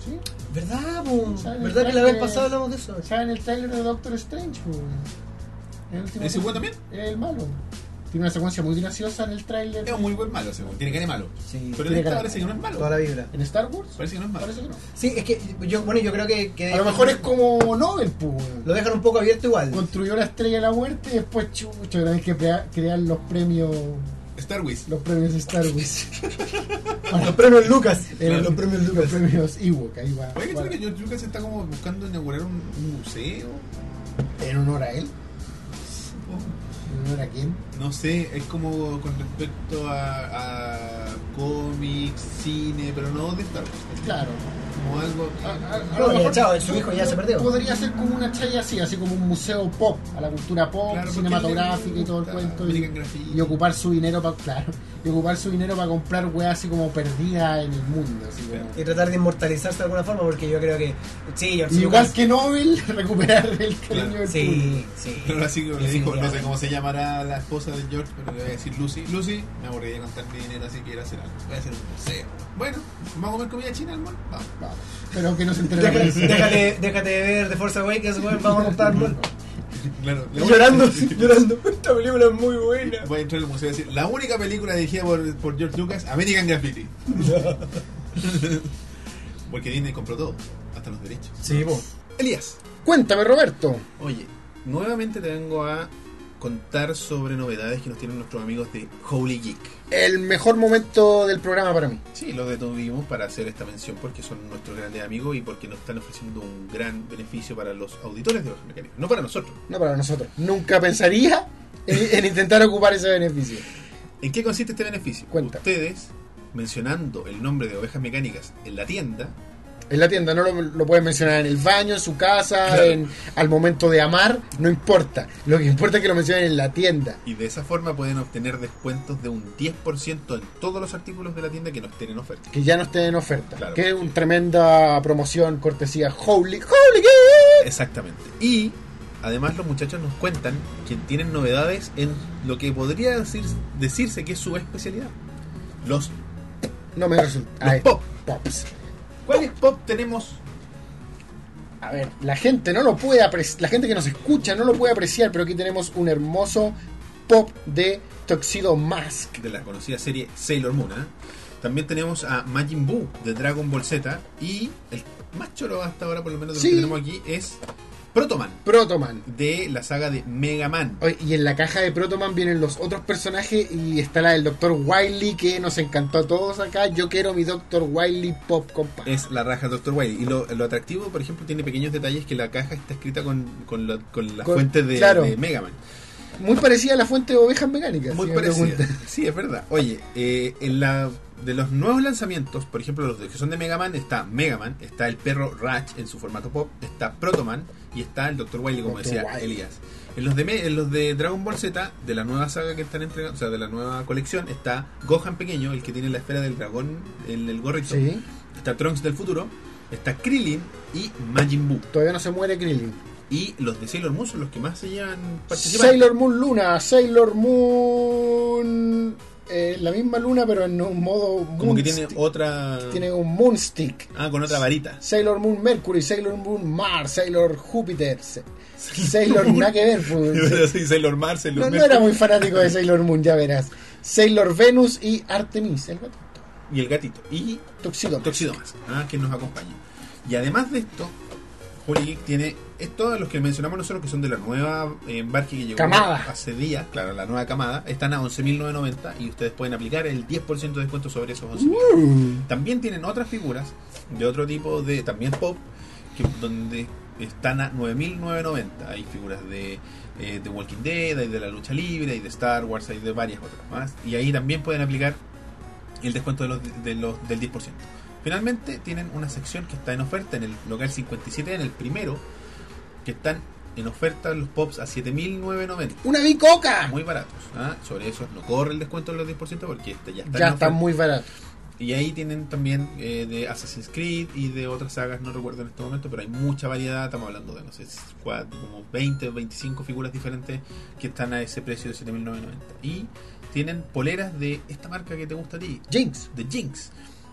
S2: ¿Sí?
S3: ¿Verdad, po?
S2: ¿Sabes?
S3: ¿Verdad que la vez
S2: Que-
S3: pasada hablamos de eso?
S2: ¿Saben el trailer de Doctor Strange? po? El último
S1: ¿Ese
S2: trailer.
S1: weón también? Eh,
S2: Era el malo. Tiene una secuencia muy graciosa en el trailer.
S1: Es un muy buen malo ese weón. Tiene cara de malo.
S3: Sí,
S1: Pero
S2: tiene
S1: en esta
S2: cara.
S1: parece que no es malo.
S3: toda la vibra.
S2: ¿En Star Wars?
S1: Parece que no es malo.
S2: Parece que no.
S3: Sí, es que yo, bueno, yo creo que, que
S2: A lo mejor es como Nobel, pues.
S3: lo dejan un poco abierto igual.
S2: Construyó la estrella de la muerte y después chucho, tenés que crea- crear los premios
S1: Star Wars.
S2: los premios Star Wars.
S3: Los premios Lucas.
S2: Eh,
S3: Los premios
S2: Los
S3: Lucas.
S2: premios Ewok, ahí va.
S1: Oye, que
S2: va.
S1: chulo que George Lucas está como buscando inaugurar un, un museo.
S2: En honor a él.
S1: o-
S2: En honor a quién.
S1: No sé, es como con respecto a, a cómics, cine, pero no de Star Wars.
S2: Claro.
S1: Como algo.
S2: A- a- a lo
S3: No, ya,
S2: mejor
S3: chao, su hijo ya se perdió.
S2: Podría ser como una chaya así, así como un museo pop, a la cultura pop,
S1: Claro, porque
S2: cinematográfica y todo el
S1: le gusta
S2: cuento.
S1: American
S2: Y,
S1: Graffiti.
S2: y ocupar su dinero para claro, y ocupar su dinero para comprar weas así como perdidas en el mundo. Así como-
S3: Y tratar de inmortalizarse de alguna forma, porque yo creo que. Sí, George
S2: Y igual
S3: Lucas.
S2: que Nobel, recuperar el cariño
S1: Claro.
S2: del público.
S3: Sí, sí.
S1: Pero ahora sí que le dijo, no sé
S3: Definitivamente.
S1: cómo se llamará la esposa de George, pero le voy a decir Lucy. Lucy, me aburrí de contar mi dinero, así que ir a hacer algo. Voy a hacer un museo. Bueno, ¿vamos a comer comida china al mall? Vamos.
S2: No, pero que no se entere la
S3: Déjale,
S2: prensa.
S3: déjale, déjate de ver The Force Awakens, weón. Vamos a montar. weón.
S1: Claro, le voy a-
S3: Llorando, llorando. Esta película es muy buena.
S1: Voy a entrar al museo y decir, la única película dirigida por, por George Lucas, American Graffiti. Porque Disney compró todo, hasta los derechos.
S3: Sí, vos.
S1: Elías,
S2: Cuéntame, Roberto.
S1: oye, nuevamente te vengo a contar sobre novedades que nos tienen nuestros amigos de Holy Geek.
S2: El mejor momento del programa para mí.
S1: Sí, los detuvimos para hacer esta mención porque son nuestros grandes amigos y porque nos están ofreciendo un gran beneficio para los auditores de Baja Mecánica, no para nosotros.
S2: No para nosotros. Nunca pensaría en, en intentar ocupar ese beneficio.
S1: ¿En qué consiste este beneficio?
S2: Cuenta.
S1: Ustedes, mencionando el nombre de Ovejas Mecánicas en la tienda,
S2: En la tienda, no lo, lo pueden mencionar en el baño, en su casa,
S1: Claro.
S2: en, al momento de amar, no importa. Lo que importa es que lo mencionen en la tienda.
S1: y de esa forma pueden obtener descuentos de un 10% en todos los artículos de la tienda que no estén en oferta.
S2: Que ya no esté en oferta.
S1: Claro.
S2: Que es una tremenda promoción, cortesía. Holy, holy Geek.
S1: Exactamente. Y además los muchachos nos cuentan que tienen novedades en lo que podría decir- decirse que es su especialidad. Los
S2: No me resulta.
S1: Los
S2: Ah, es-
S1: pop.
S2: Pops.
S1: ¿Cuáles pop tenemos
S2: A ver, la gente no lo puede apreciar, la gente que nos escucha no lo puede apreciar, pero aquí tenemos un hermoso pop de Tuxedo Mask.
S1: de la conocida serie Sailor Moon. ¿eh? También tenemos a Majin Buu de Dragon Ball Z y el más choro hasta ahora, por lo menos de lo
S2: Sí.
S1: que tenemos aquí, es Protoman
S2: Protoman.
S1: de la saga de Mega Man.
S2: Oye, Y en la caja de Protoman vienen los otros personajes y está la del Dr. Wily que nos encantó a todos acá. Yo quiero mi Dr. Wily Pop, compa.
S1: Es la raja Dr. Wily. Y lo, lo atractivo, por ejemplo, tiene pequeños detalles que la caja está escrita con, con, la, con la
S2: Con-
S1: fuente de,
S2: claro.
S1: de Mega Man.
S2: Muy parecida a la fuente de ovejas mecánicas.
S1: Muy
S2: si me
S1: parecida.
S2: preguntan.
S1: Sí, es verdad. Oye, eh, en la de los nuevos lanzamientos, por ejemplo, los de- que son de Mega Man, está Mega Man, está el perro Ratch en su formato pop, está Protoman y está el Dr. Wily, como
S2: Dr.
S1: decía
S2: Wily.
S1: Elías. En los, de, Me- en los de Dragon Ball Z, de la nueva saga que están entregando, o sea, de la nueva colección, está Gohan pequeño, el que tiene la esfera del dragón, el, el gorrito.
S2: Sí,
S1: Está Trunks del futuro, está Krillin y Majin Buu.
S2: todavía no se muere Krillin.
S1: Y los de Sailor Moon son los que más se llevan participando.
S2: Sailor Moon Luna, Sailor Moon... eh, la misma luna pero en un modo...
S1: Como que
S2: moonstick.
S1: tiene otra...
S2: tiene un Moonstick.
S1: Ah, con otra varita.
S2: Sailor Moon Mercury, Sailor Moon Mars, Sailor Júpiter, Se- Sailor nada que ver, pues.
S1: Yo soy Sailor Mars, Sailor
S2: No, no
S1: Mercury.
S2: era muy fanático de Sailor Moon, ya verás. Sailor Venus y Artemis, el gato.
S1: Y el gatito. Y
S2: Tuxedo.
S1: Tuxedo Mask, ah, que nos acompaña. Y además de esto, Holy Geek tiene estos de los que mencionamos nosotros, que son de la nueva eh, embarque que llegó
S2: Camada.
S1: hace días, claro, la nueva camada, están a 11.990 y ustedes pueden aplicar el 10% de descuento sobre esos 11.000.
S2: Uh.
S1: También tienen otras figuras de otro tipo de, también pop, que, donde están a 9.990. Hay figuras de eh, The Walking Dead, hay de la lucha libre, hay de Star Wars, hay de varias otras más. Y ahí también pueden aplicar el descuento de los, de los, del 10%. Finalmente tienen una sección que está en oferta en el local 57, en el primero, que están en oferta en los pops a 7.990.
S2: ¡Una bicoca!
S1: Muy baratos. ¿ah? Sobre eso no corre el descuento de los 10% porque este ya está
S2: Ya
S1: en
S2: está
S1: oferta.
S2: muy barato.
S1: Y ahí tienen también eh, de Assassin's Creed y de otras sagas, no recuerdo en este momento, pero hay mucha variedad. Estamos hablando de, no sé, cuatro, como 20 o 25 figuras diferentes que están a ese precio de 7.990. Y tienen poleras de esta marca que te gusta a ti,
S2: Jinx.
S1: de Jinx,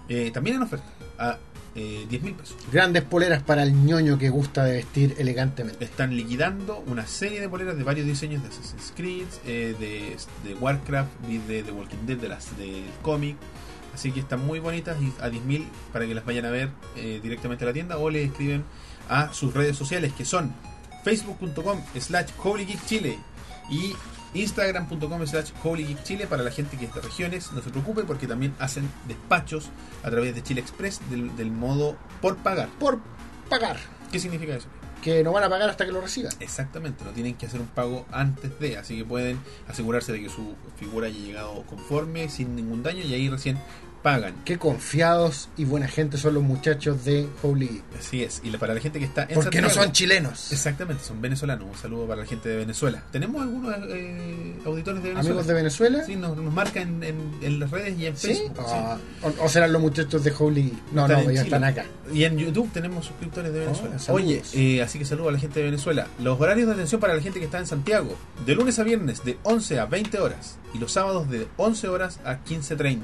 S1: eh, también en oferta, a eh, 10.000 pesos.
S2: Grandes poleras para el ñoño que gusta de vestir elegantemente.
S1: Están liquidando una serie de poleras de varios diseños de Assassin's Creed, eh, de, de Warcraft, y de The Walking Dead, de las, del cómic. Así que están muy bonitas y a 10.000 para que las vayan a ver eh, directamente a la tienda o le escriben a sus redes sociales que son facebook.com slash Chile y instagram.com slash Chile para la gente que es de regiones. No se preocupe porque también hacen despachos a través de Chile Express del, del modo por pagar.
S2: Por pagar.
S1: ¿Qué significa eso?
S2: Que no van a pagar hasta que lo reciban.
S1: Exactamente, no tienen que hacer un pago antes de, así que pueden asegurarse de que su figura haya llegado conforme, sin ningún daño, y ahí recién pagan.
S2: Qué confiados y buena gente son los muchachos de Holy.
S1: Así es, y la- para la gente que está en
S2: Porque no
S1: Santiago-
S2: son chilenos.
S1: Exactamente, son venezolanos. Un saludo para la gente de Venezuela. Tenemos algunos eh, auditores de Venezuela.
S2: Amigos de Venezuela.
S1: Sí, nos, nos marcan en, en- en las redes y en
S2: ¿Sí?
S1: Facebook. sí.
S2: Ah, o, o serán los muchachos de Holy. No,
S1: Están
S2: no,
S1: en Chile.
S2: ya están acá.
S1: Y en YouTube tenemos suscriptores de Venezuela.
S2: Oh, saludos.
S1: Oye, eh, así que saludo a la gente de Venezuela. Los horarios de atención para la gente que está en Santiago, de lunes a viernes de 11 a 20 horas y los sábados de 11 horas a 15.30.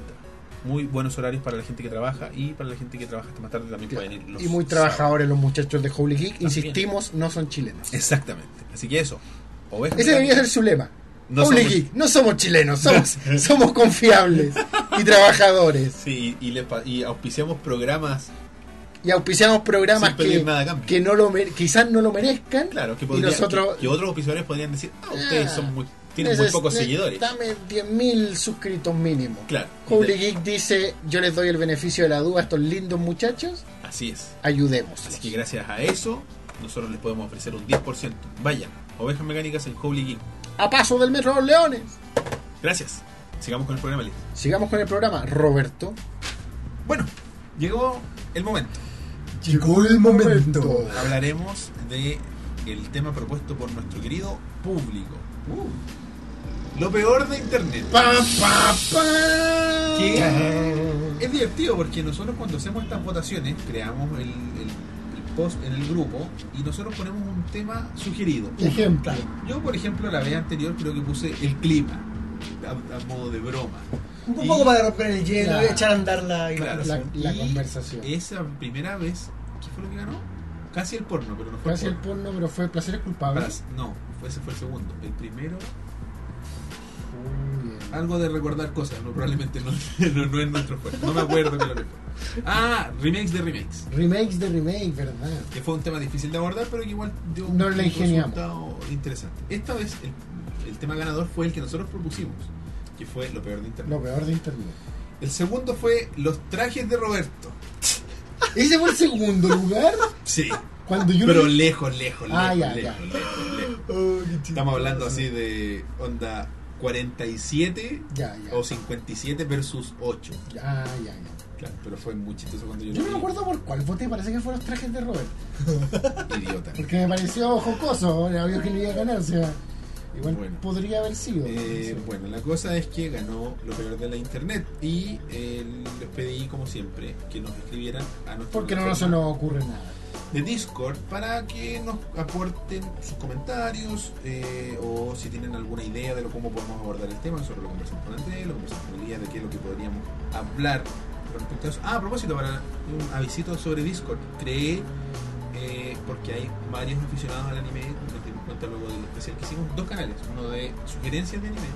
S1: Muy buenos horarios para la gente que trabaja y para la gente que trabaja hasta más tarde también pueden ir. los
S2: Y muy
S1: sábados.
S2: trabajadores los muchachos de Holy Geek. Insistimos, no son chilenos.
S1: Exactamente. Así que eso. Ovejas
S2: Ese debería ser
S1: mecánicas.
S2: su lema.
S1: No
S2: Holy
S1: somos-
S2: Geek, no somos chilenos, somos, somos confiables y trabajadores.
S1: Sí, y, y le pa- y auspiciamos programas,
S2: Y auspiciamos programas
S1: Sin pedir
S2: que,
S1: nada a cambio.
S2: que no lo mer- quizás no lo merezcan.
S1: claro, que,
S2: y
S1: podría-
S2: nosotros
S1: que, que otros auspiciadores podrían decir, ah, ustedes
S2: Ah,
S1: son muy, tienen muy
S2: neces-
S1: pocos
S2: ne-
S1: seguidores.
S2: Dame 10.000 suscritos mínimo.
S1: Claro.
S2: Holy Geek dice, yo les doy el beneficio de la duda a estos lindos muchachos,
S1: Así es.
S2: ayudemos.
S1: Así que gracias a eso, nosotros les podemos ofrecer un 10%. Vayan, ovejas mecánicas en Holy Geek.
S2: A paso del metro Los Leones.
S1: Gracias. Sigamos con el programa, Liz.
S2: Sigamos con el programa, Roberto.
S1: Bueno, llegó el momento.
S3: Llegó el momento.
S1: Hablaremos de el tema propuesto por nuestro querido público. Lo peor de internet.
S2: Pa, pa, pa.
S1: ¿Qué? Es divertido porque nosotros cuando hacemos estas votaciones creamos el, el- el post en el grupo y nosotros ponemos un tema sugerido.
S2: Ejemplo.
S1: Yo, por ejemplo, la vez anterior creo que puse el clima a, a modo de broma.
S3: Un
S1: Y-
S3: poco para romper el hielo
S2: Claro.
S3: y echar a andar la
S1: Claro.
S2: La,
S3: imaginación.
S2: la
S1: Y
S2: conversación.
S1: Esa primera vez, ¿qué fue lo que ganó? Casi el porno, pero no fue
S2: Casi el
S1: porno.
S2: porno, pero fue placeres culpables.
S1: Para- no, fue- ese fue el segundo. El primero,
S2: Muy bien.
S1: algo de recordar cosas, no, probablemente no, no, no es nuestro fuerte. No me acuerdo qué es lo que fue. Ah, remakes de remakes.
S2: Remakes de remake, ¿verdad?
S1: Que fue un tema difícil de abordar, pero que igual dio un
S2: No la ingeniamos.
S1: resultado interesante. Esta vez el, el tema ganador fue el que nosotros propusimos, que fue lo peor de internet.
S2: Lo peor de internet.
S1: El segundo fue los trajes de Roberto.
S2: Ese fue el segundo lugar.
S1: Sí,
S2: Cuando yo
S1: pero
S2: lo-
S1: lejos, lejos, lejos,
S2: Ah, ya,
S1: lejos,
S2: ya.
S1: lejos, lejos.
S3: Oh, qué chistoso.
S1: Estamos hablando así de onda 47
S2: Ya, ya.
S1: o 57 versus 8.
S2: Ya, ya, ya.
S1: Claro, pero fue muy chistoso cuando yo
S2: Yo no me
S1: lo vi.
S2: acuerdo por cuál voté, parece que fueron los trajes de Robert.
S1: Idiota.
S2: Porque me pareció jocoso, la vio que no iba a ganar, o sea. Igual
S1: Bueno.
S2: podría haber sido.
S1: Eh,
S2: Sí.
S1: bueno, la cosa es que ganó lo peor de la internet y eh, les pedí, como siempre, que nos escribieran a nuestro
S2: Porque no, no se
S1: plataforma
S2: nos ocurre nada.
S1: de Discord para que nos aporten sus comentarios eh, o si tienen alguna idea de lo, cómo podemos abordar el tema. Nosotros lo conversamos con Andrés, lo conversamos con Elías de qué es lo que podríamos hablar con respecto a eso. Ah, a propósito, para un avisito sobre Discord, creé, eh, porque hay varios aficionados al anime, nos dimos cuenta luego del especial que hicimos, dos canales, uno de sugerencias de anime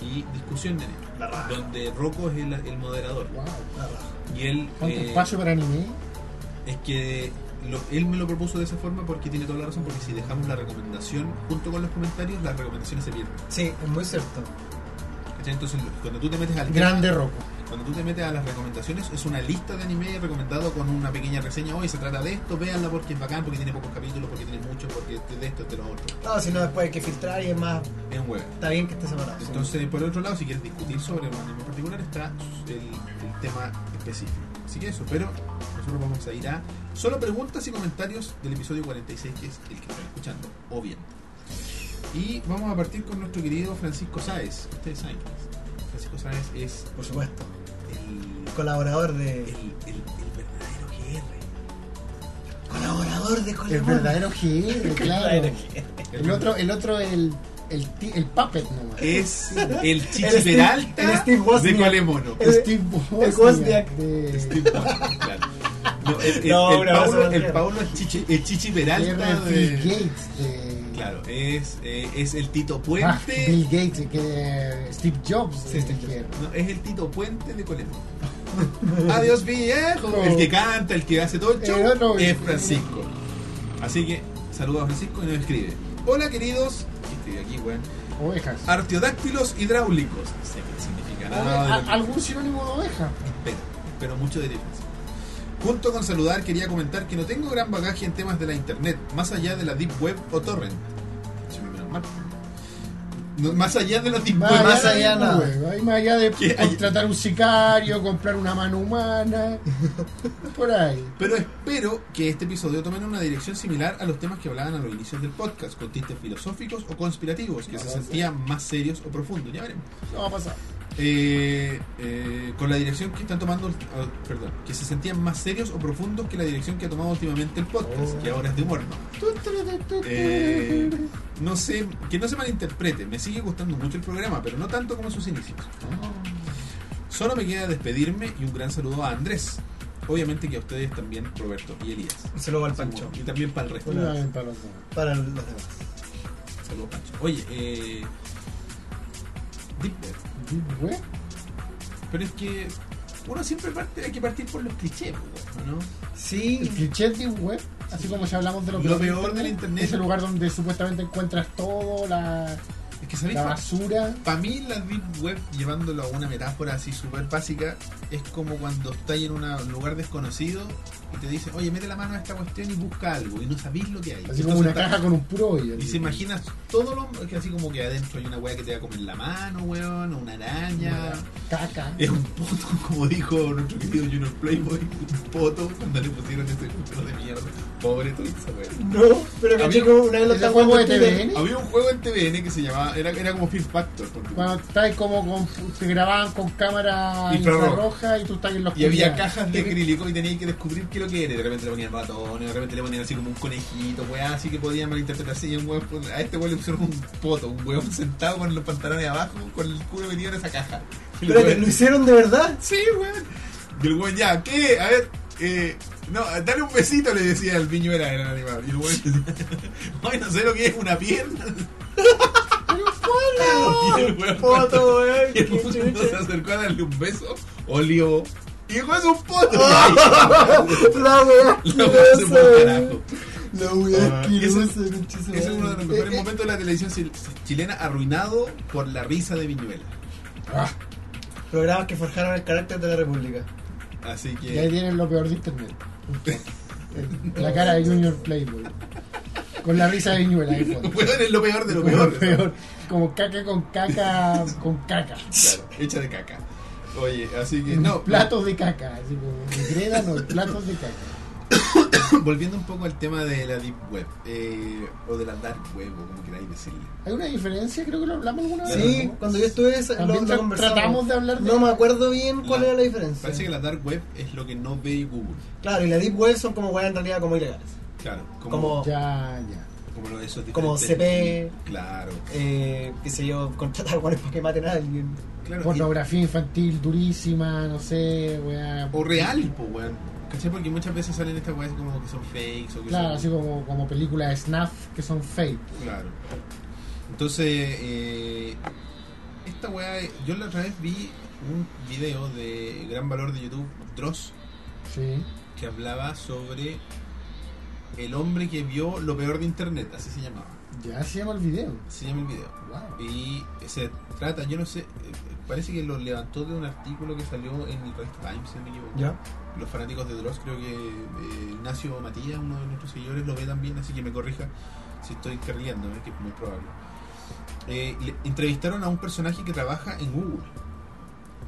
S1: y discusión de anime,
S3: La raja,
S1: donde Rocco es el, el moderador.
S2: Wow.
S3: la raja.
S1: Y él...
S2: ¿Cuánto
S1: eh,
S2: espacio para anime?
S1: es que lo- él me lo propuso de esa forma porque tiene toda la razón, porque si dejamos la recomendación junto con los comentarios, las recomendaciones se pierden.
S3: Sí, es muy cierto.
S1: ¿cachai? Entonces, lo- cuando tú te metes al
S2: Grande roco.
S1: cuando tú te metes a las recomendaciones, es una lista de anime recomendado con una pequeña reseña. Hoy se trata de esto, véanla porque es bacán, porque tiene pocos capítulos, porque tiene muchos, porque este de esto, este de lo otro.
S3: No, si no, después hay que filtrar y es más
S1: es un huevo.
S3: Está bien que esté separado. sí.
S1: Entonces, por otro lado, si quieres discutir sobre un anime en particular, está el, el tema específico. Así que eso, pero nosotros vamos a ir a solo preguntas y comentarios del episodio 46, que es el que están escuchando, o bien. Y vamos a partir con nuestro querido Francisco Sáez. Ustedes saben quién es. Francisco Sáez es
S3: por supuesto.
S1: el,
S3: Colaborador
S1: el,
S3: de.
S1: el, el verdadero GR.
S3: Colaborador de
S2: El
S3: Colaborador.
S2: verdadero GR, claro. El otro, el otro, el, el, ti- el puppet nomás.
S1: es el Chichi
S3: El Steve-
S1: Peralta
S3: el Steve Wozniak.
S1: de Colemono.
S3: el-
S2: Steve
S3: el Wozniak.
S2: Wozniak. de-
S1: Steve Wozniak, claro. No, el, el-
S3: No,
S1: el
S3: una
S1: Paulo,
S3: basura.
S1: el Paulo Chichi, el Chichi Peralta
S2: R.
S1: de-
S2: Bill Gates. de-
S1: Claro, es, eh, es el Tito Puente.
S2: Ah, Bill Gates, que Steve Jobs.
S3: Sí, Steve Jobs.
S2: que-
S1: No, es el Tito Puente de Coleman. Adiós viejo. El que canta, el que hace todo
S3: Eh,
S1: el show
S2: El otro,
S1: es
S2: el-
S1: Francisco. Así que saluda a Francisco y nos escribe. Hola queridos. ¿Qué escribe aquí, weón?
S2: Ovejas.
S1: Artiodáctilos hidráulicos. Ah, No sé qué significa nada.
S2: Ove-
S1: de lo
S2: a-
S1: que-
S2: ah, ¿Algún sinónimo de oveja?
S1: pero, pero mucho de diferencia. Junto con saludar, quería comentar que no tengo gran bagaje en temas de la internet, más allá de la deep web o torrent. Sí, menos mal. No, más allá de la deep
S2: Ah,
S1: web.
S3: más allá
S2: de
S3: nada.
S2: Google, hay más allá de
S1: ¿Qué?
S2: contratar un sicario, comprar una mano humana. por ahí.
S1: Pero espero que este episodio tomen una dirección similar a los temas que hablaban a los inicios del podcast, con tintes filosóficos o conspirativos, que
S2: No,
S1: se
S2: no sé.
S1: sentían más serios o profundos. Ya veremos.
S2: No va a pasar.
S1: Eh, eh, con la dirección que están tomando, ah, perdón, que se sentían más serios o profundos que la dirección que ha tomado últimamente el podcast,
S3: Oh.
S1: que ahora es de humor, ¿no? Eh, no sé, que no se malinterprete, me sigue gustando mucho el programa, pero no tanto como sus inicios. Solo me queda despedirme y un gran saludo a Andrés. Obviamente que a ustedes también, Roberto y Elías.
S3: Un saludo al Pancho.
S1: Y también para el resto.
S2: Una vez para los dos.
S3: Para los demás.
S1: Saludos, Pancho. Oye, eh. Deep Web.
S2: Deep Web.
S1: Pero es que uno siempre parte, hay que partir por los clichés, pues, ¿no?
S2: El
S3: Sí.
S2: cliché de Deep Web, así como ya hablamos de lo,
S1: Lo
S2: es
S1: peor del internet.
S2: Es el lugar donde supuestamente encuentras todo, la,
S1: Es que sabéis,
S2: la basura.
S1: para mí la Deep Web, llevándolo a una metáfora así súper básica, es como cuando estáis en una- un lugar desconocido y te dicen, oye, mete la mano a esta cuestión y busca algo, y no sabéis lo que hay.
S2: Así
S1: Entonces
S2: como una
S1: está-
S2: caja con un puro hoyo.
S1: Y se imaginas todo lo que así como que adentro hay una weá que te va a comer la mano, weón, o una araña.
S2: Caca.
S1: Es un poto, como dijo nuestro querido Junior Playboy, un poto, cuando le pusieron ese título de mierda. Pobre Twitza, weón.
S3: No, pero
S1: A
S3: que
S1: mí-
S3: chico, una vez lo
S2: ¿Es el
S3: estaba
S2: juego de
S3: jugando en Twitter.
S2: TVN?
S1: Había un juego en TVN que se llamaba, era, era como Fear Factor. porque-
S2: Cuando estáis como con, te grababan con cámara
S1: Infrarroja.
S2: infrarroja y tú estás en los
S1: Y había cajas de acrílico y tenías que descubrir qué es lo que era. Y de repente le ponían ratones, de repente le ponían así como un conejito, weá, así que podían malinterpretarse. Y un weón, a este weón le pusieron un poto, un weón sentado con los pantalones abajo, con el culo metido en esa caja. Y el
S3: Pero que
S1: weón-
S3: lo hicieron de verdad.
S1: Sí, weón. Y el weón ya, ¿qué? A ver, eh, no, dale un besito, le decía el Piñuela, era el animal. Y el weón ay, no sé lo que es una pierna. Y el
S3: Oh,
S1: weón-
S3: Foto, weón.
S1: Y el
S3: qué
S1: weón cuando se
S3: chucha.
S1: acercó a darle un beso, olió. Y dijo, es un poto.
S3: La weá.
S1: La weá se fue al carajo.
S3: La weá.
S1: Ah,
S3: asquerosa,
S1: ese-
S3: concha su
S1: Ese es uno de los
S3: madre.
S1: mejores
S2: Eh, eh.
S1: momentos de la televisión chil- chilena arruinado por la risa de Viñuela.
S3: Programas que forjaron el carácter de la República.
S1: Así
S2: Y ahí
S1: que
S2: tienen lo peor de internet. La cara de Junior Playboy. Con la risa de Viñuela ahí fondo.
S1: weón, es lo peor de lo peor.
S2: Peor. Como caca con caca con caca.
S1: Claro, hecha de caca. Oye, así que
S2: No,
S1: no,
S2: platos de caca. Así como greda, no, platos de caca.
S1: Volviendo un poco al tema de la Deep Web, eh, o de la Dark Web, o como queráis decirle.
S2: ¿Hay una diferencia? Creo que lo hablamos alguna vez.
S3: Sí,
S2: ¿no?
S3: cuando yo estuve esa- lo,
S2: También
S3: lo
S2: tra-
S3: conversamos.
S2: tratamos de hablar de-
S3: No me acuerdo bien cuál
S1: La-
S3: era la diferencia.
S1: Parece que la Dark Web es lo que no ve Google.
S3: Claro, y la Deep Web son como weas en realidad como ilegales.
S1: Claro, como,
S3: Como-
S2: Ya, ya.
S1: como lo de esos
S3: como
S1: diferentes-
S3: CP.
S1: Claro,
S3: Eh, qué sé yo, contratar guanes para que maten a alguien.
S1: claro. y-
S2: Pornografía infantil durísima, no sé, weá.
S1: o real, pues, weón. ¿Cachai? Porque muchas veces salen estas weas como que son fakes o que
S2: Claro,
S1: son.
S2: así como, como películas de snuff que son fake.
S1: Claro. Entonces, eh, esta weá, yo la otra vez vi un video de gran valor de YouTube, Dross,
S2: Sí.
S1: que hablaba sobre el hombre que vio lo peor de internet, así se llamaba.
S2: Ya se llama el video.
S1: Se llama el video.
S2: Wow.
S1: Y se trata, yo no sé, eh, parece que lo levantó de un artículo que salió en el Revista Times, si no me equivoco.
S3: ¿Ya?
S1: Los fanáticos de Dross, creo que eh, Ignacio Matías, uno de nuestros seguidores, lo ve también, así que me corrija si estoy carrileando, eh, que es muy probable. eh, le- entrevistaron a un personaje que trabaja en Google.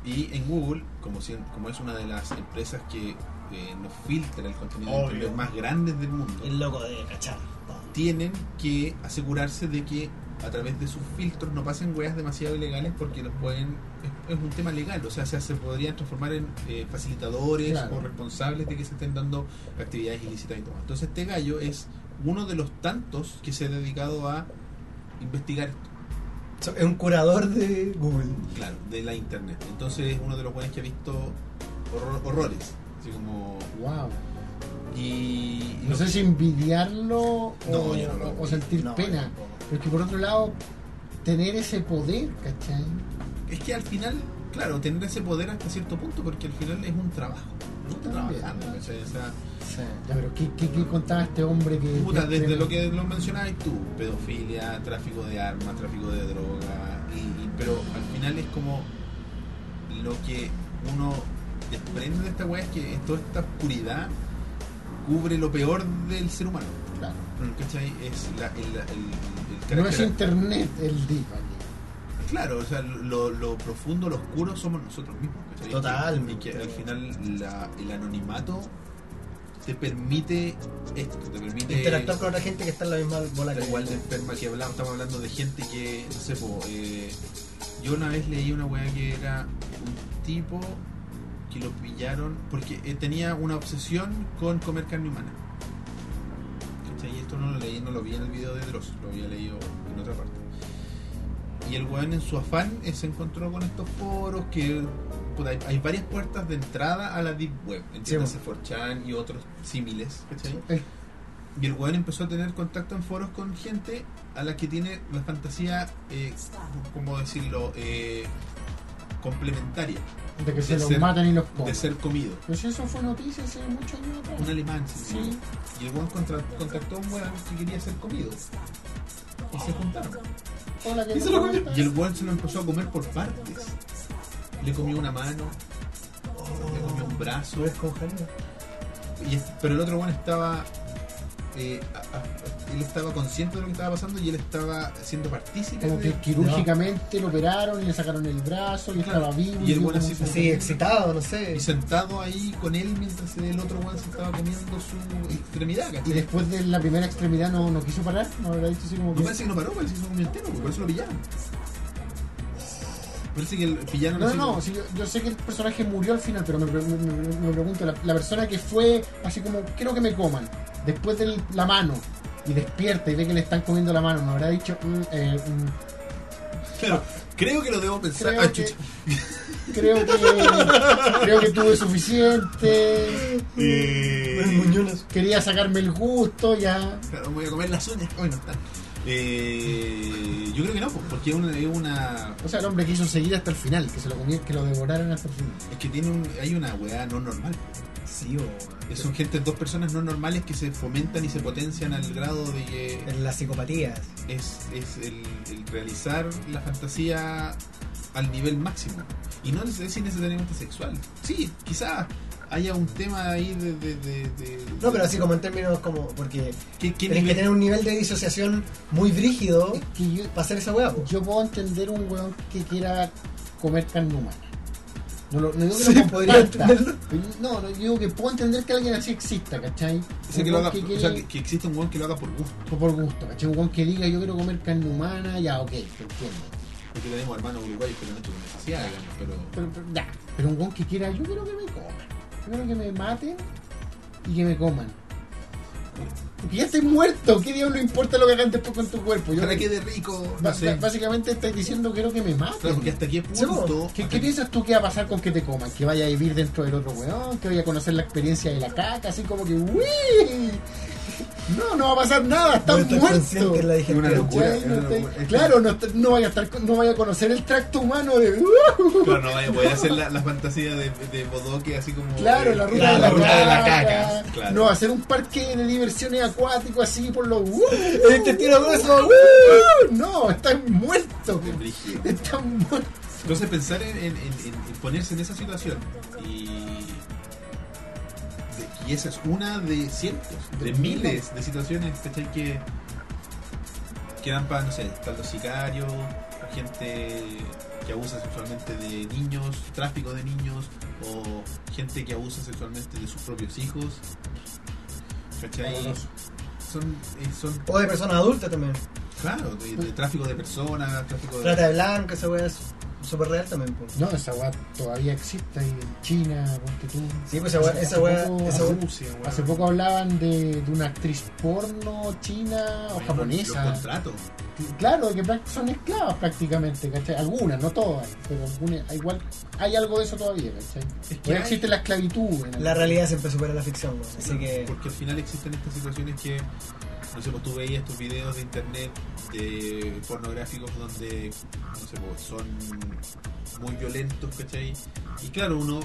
S1: Y en Google, como, si- como es una de las empresas que eh, nos filtra el contenido de
S3: Obvio.
S1: Internet más grandes del mundo,
S3: El loco de cachar. todo.
S1: tienen que asegurarse de que a través de sus filtros no pasen weas demasiado ilegales porque los pueden. Es, es un tema legal, o sea, se, se podrían transformar en eh, facilitadores
S2: Claro.
S1: o responsables de que se estén dando actividades ilícitas y todo. Entonces, este gallo es uno de los tantos que se ha dedicado a investigar esto.
S3: So- Es un curador de Google.
S1: Claro, de la internet. Entonces es uno de los buenos que ha visto horror- horrores. Así como.
S2: Wow.
S1: Y. y
S2: No sé si envidiarlo
S1: No,
S2: o,
S1: yo no eh. lo
S2: o
S1: envidio.
S2: sentir
S3: No,
S2: pena.
S3: yo tampoco.
S2: Porque por otro lado, tener ese poder, ¿cachai?
S1: Es que al final, claro, tener ese poder hasta cierto punto, porque al final es un trabajo. Tú estás
S2: También.
S1: trabajando, ¿cachai? O sea,
S2: Ya, pero ¿qué, qué, qué contaba este hombre que...
S1: puta,
S2: que-
S1: desde lo que lo mencionabas tú, pedofilia, tráfico de armas, tráfico de droga, y- y- pero al final es como lo que uno desprende de esta weá es que toda esta oscuridad cubre lo peor del ser humano.
S2: Claro.
S1: ¿Cachai? Es la, el, el, el
S2: No es
S1: carácter-
S2: internet el deep aquí.
S1: Claro, o sea, lo, lo profundo, lo oscuro somos nosotros mismos. ¿cachai?
S3: Total.
S1: Y que al final la- el anonimato te permite esto, te permite...
S3: Interactuar con otra gente que está en la misma bola
S1: Da
S3: que
S1: igual de enferma que hablamos, estamos hablando de gente que, no sé, po, eh, yo una vez leí una weá que era un tipo que lo pillaron porque eh, tenía una obsesión con comer carne humana. ¿Cachai? Y esto no lo leí, no lo vi en el video de Dross, lo había leído en otra parte. Y el weón en su afán eh, se encontró con estos foros que puta, hay, hay varias puertas de entrada a la Deep Web, entiéndase 4chan y otros símiles, ¿cachai?
S2: El-
S1: Y el weón empezó a tener contacto en foros con gente a la que tiene la fantasía, eh, ¿cómo decirlo?, eh, complementaria
S2: De que se
S1: De
S2: los
S1: ser-
S2: matan y los
S1: de
S2: comen.
S1: ser comido.
S2: Pues eso fue noticia hace muchos años atrás.
S1: Un alemán, sí,
S2: Sí.
S1: Y el weón contra- contactó a un weón que quería ser comido. Y se juntaron.
S2: Hola, ¿qué
S3: Y se lo comió.
S2: tal?
S1: Y el weón se lo empezó a comer por partes. Le comió una mano, le comió un brazo.
S3: con Jaleo.
S1: y es- pero el otro weón estaba. eh, a- a- él estaba consciente de lo que estaba pasando y él estaba siendo partícipe
S2: Como que
S1: de-
S2: quirúrgicamente lo operaron y le sacaron el brazo y
S1: Claro.
S2: estaba
S1: Y
S2: vivo.
S1: el
S2: vio
S1: buen
S2: cómo
S1: así
S2: se-
S3: Sí, excitado, no sé.
S1: y sentado ahí con él mientras el otro weón se estaba comiendo su extremidad,
S2: Y
S1: ¿cachai?
S2: después de la primera extremidad no, no quiso parar, no habrá dicho así como
S1: No
S2: que...
S1: parece que no paró, parece que se comió entero, por eso lo pillaron. Parece que el pillaron
S2: No,
S1: así
S2: no,
S1: como-
S2: no, sí, yo, yo sé que el personaje murió al final, pero me, pre- me- me- me pregunto, la, la persona que fue así como, quiero que me coman, después de la mano, y despierta y ve que le están comiendo la mano, ¿no habrá dicho, "Mm, eh, mm,
S1: Claro, creo que lo debo pensar.
S2: creo,
S1: Ah,
S2: que,
S1: chucha.
S2: creo que creo que tuve suficiente,
S1: Eh,
S3: Los muñones.
S2: quería sacarme el gusto, ya...
S1: Claro, me voy a comer las uñas. Hoy no están. Eh, yo creo que no, pues, porque es una, es una-
S2: O sea, el hombre quiso seguir hasta el final, que se lo comieron, que lo devoraron hasta el final.
S1: Es que tiene un, hay una weá no normal.
S3: Sí, o.
S1: Eh, Son gente, dos personas no normales que se fomentan y se potencian al grado de que
S3: En las psicopatías.
S1: es, es el, el realizar la fantasía al nivel máximo. Y no es es necesariamente sexual. Sí, quizás haya un tema ahí de... de- de- de-
S3: No, pero así como en términos como. Porque
S1: ¿Qué, qué
S3: tienes que
S1: nivel?
S3: tener un nivel de disociación muy
S1: Oh.
S3: brígido
S2: Es que yo,
S3: para hacer esa hueá, po.
S2: Yo puedo entender un weón que quiera comer carne humana. No, lo, no digo que
S3: Sí,
S2: lo
S3: podría
S2: comparta.
S3: entenderlo.
S2: No, no, yo digo que puedo entender que alguien así exista, ¿cachai?
S1: O sea,
S2: Un
S1: que, lo
S2: weón
S1: haga-
S2: que
S1: o sea,
S2: quiere-
S1: que- que existe un weón que lo haga por gusto.
S2: por gusto, ¿cachai? Un weón que diga yo quiero comer carne humana, ya, ok, te entiendo.
S1: Porque tenemos hermanos uruguayos que lo han hecho con necesidad, digamos, pero...
S2: Pero, pero, ya. Pero un weón que quiera, yo quiero que me coman. Yo quiero que me maten y que me coman. Porque ya estoy muerto, ¿qué diablo importa lo que hagan después con tu cuerpo? Yo,
S1: Pero quede rico, no
S2: ba-
S1: sé.
S2: Básicamente estás diciendo quiero que me maten.
S1: Claro, porque hasta aquí es
S3: Sí, po.
S1: punto...
S2: ¿Qué,
S1: hasta
S2: qué
S1: aquí-
S2: piensas tú que va a pasar con que te coman? ¿Que vaya a vivir dentro del otro weón? ¿Que vaya a conocer la experiencia de la caca? Así como que ¡Uy! No, no va a pasar nada,
S3: No
S2: estás
S3: estás
S2: muerto.
S3: consciente en la
S1: Es una
S3: digestión.
S1: locura,
S2: ¿Cachai?
S1: es
S2: No
S1: una
S2: estáis-
S1: locura. Es-
S2: Claro, no, est- no vaya a estar, no vaya a conocer el tracto humano de
S1: Claro, no vaya a poder hacer la, la fantasía de, de Bodoque así como...
S2: claro,
S1: eh,
S2: la ruta,
S3: Claro,
S2: de,
S3: la
S2: la
S3: ruta de la
S2: caca.
S1: caca, claro.
S2: No, hacer un parque de diversiones acuático así por los ¡Uh!
S3: El intestino grueso.
S2: No, estás muerto.
S1: de brígido.
S2: Estás muerto.
S1: Entonces pensar en, en- en- en ponerse en esa situación y, de- y esa es una de cientos, de miles de situaciones ¿cachai? que que dan para, no sé, para los sicarios, gente que abusa sexualmente de niños, tráfico de niños, o gente que abusa sexualmente de sus propios hijos. ¿Cachai?
S2: Horroroso.
S1: Son, eh, son,
S3: O de personas adultas también.
S1: claro, de, de tráfico de personas, tráfico de...
S3: Trata de blanca, esa weá es súper real también. po.
S2: No, esa weá todavía existe ahí en China, ponte tú.
S3: Sí, pues esa weá,
S2: Hace
S3: esa weá,
S2: poco-
S3: esa weá-
S4: Rusia,
S1: eh,
S4: weón.
S2: Hace poco hablaban de, de una actriz porno china o
S1: Bueno, Los
S2: japonesa.
S1: contratos.
S2: Claro, que prac- son esclavas prácticamente, ¿cachai? Algunas, no todas, pero algunas, ah, igual hay algo de eso todavía, ¿cachai?
S1: que
S2: Todavía
S1: hay-
S2: existe la esclavitud. en
S3: La
S2: algún-
S3: realidad siempre supera la ficción, weón. Así que.
S1: Porque al final existen estas situaciones que, no sé, pues tú veías estos videos de internet de pornográficos donde, no sé, pues son muy violentos, ¿cachai? Y claro, uno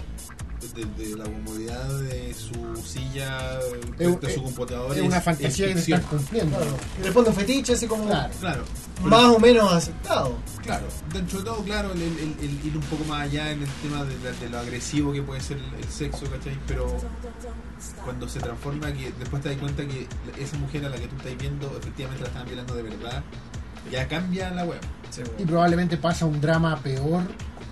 S1: desde la comodidad de su silla,
S2: Es- eh,
S1: de su computadora,
S2: Es una fantasía que te
S1: ficción.
S2: estás cumpliendo.
S3: Claro. Y de fondo fetiche, así como
S2: Claro.
S1: Claro,
S3: más o menos aceptado.
S1: claro. Dentro de todo, claro, el, el- el ir un poco más allá en el tema de, la- de lo agresivo que puede ser el, el sexo, ¿cachai? Pero cuando se transforma, que después te das cuenta que esa mujer a la que tú estás viendo, efectivamente la estaban violando de verdad, ya cambia la web.
S3: Sí,
S2: Y
S3: weón.
S2: probablemente pasa un drama peor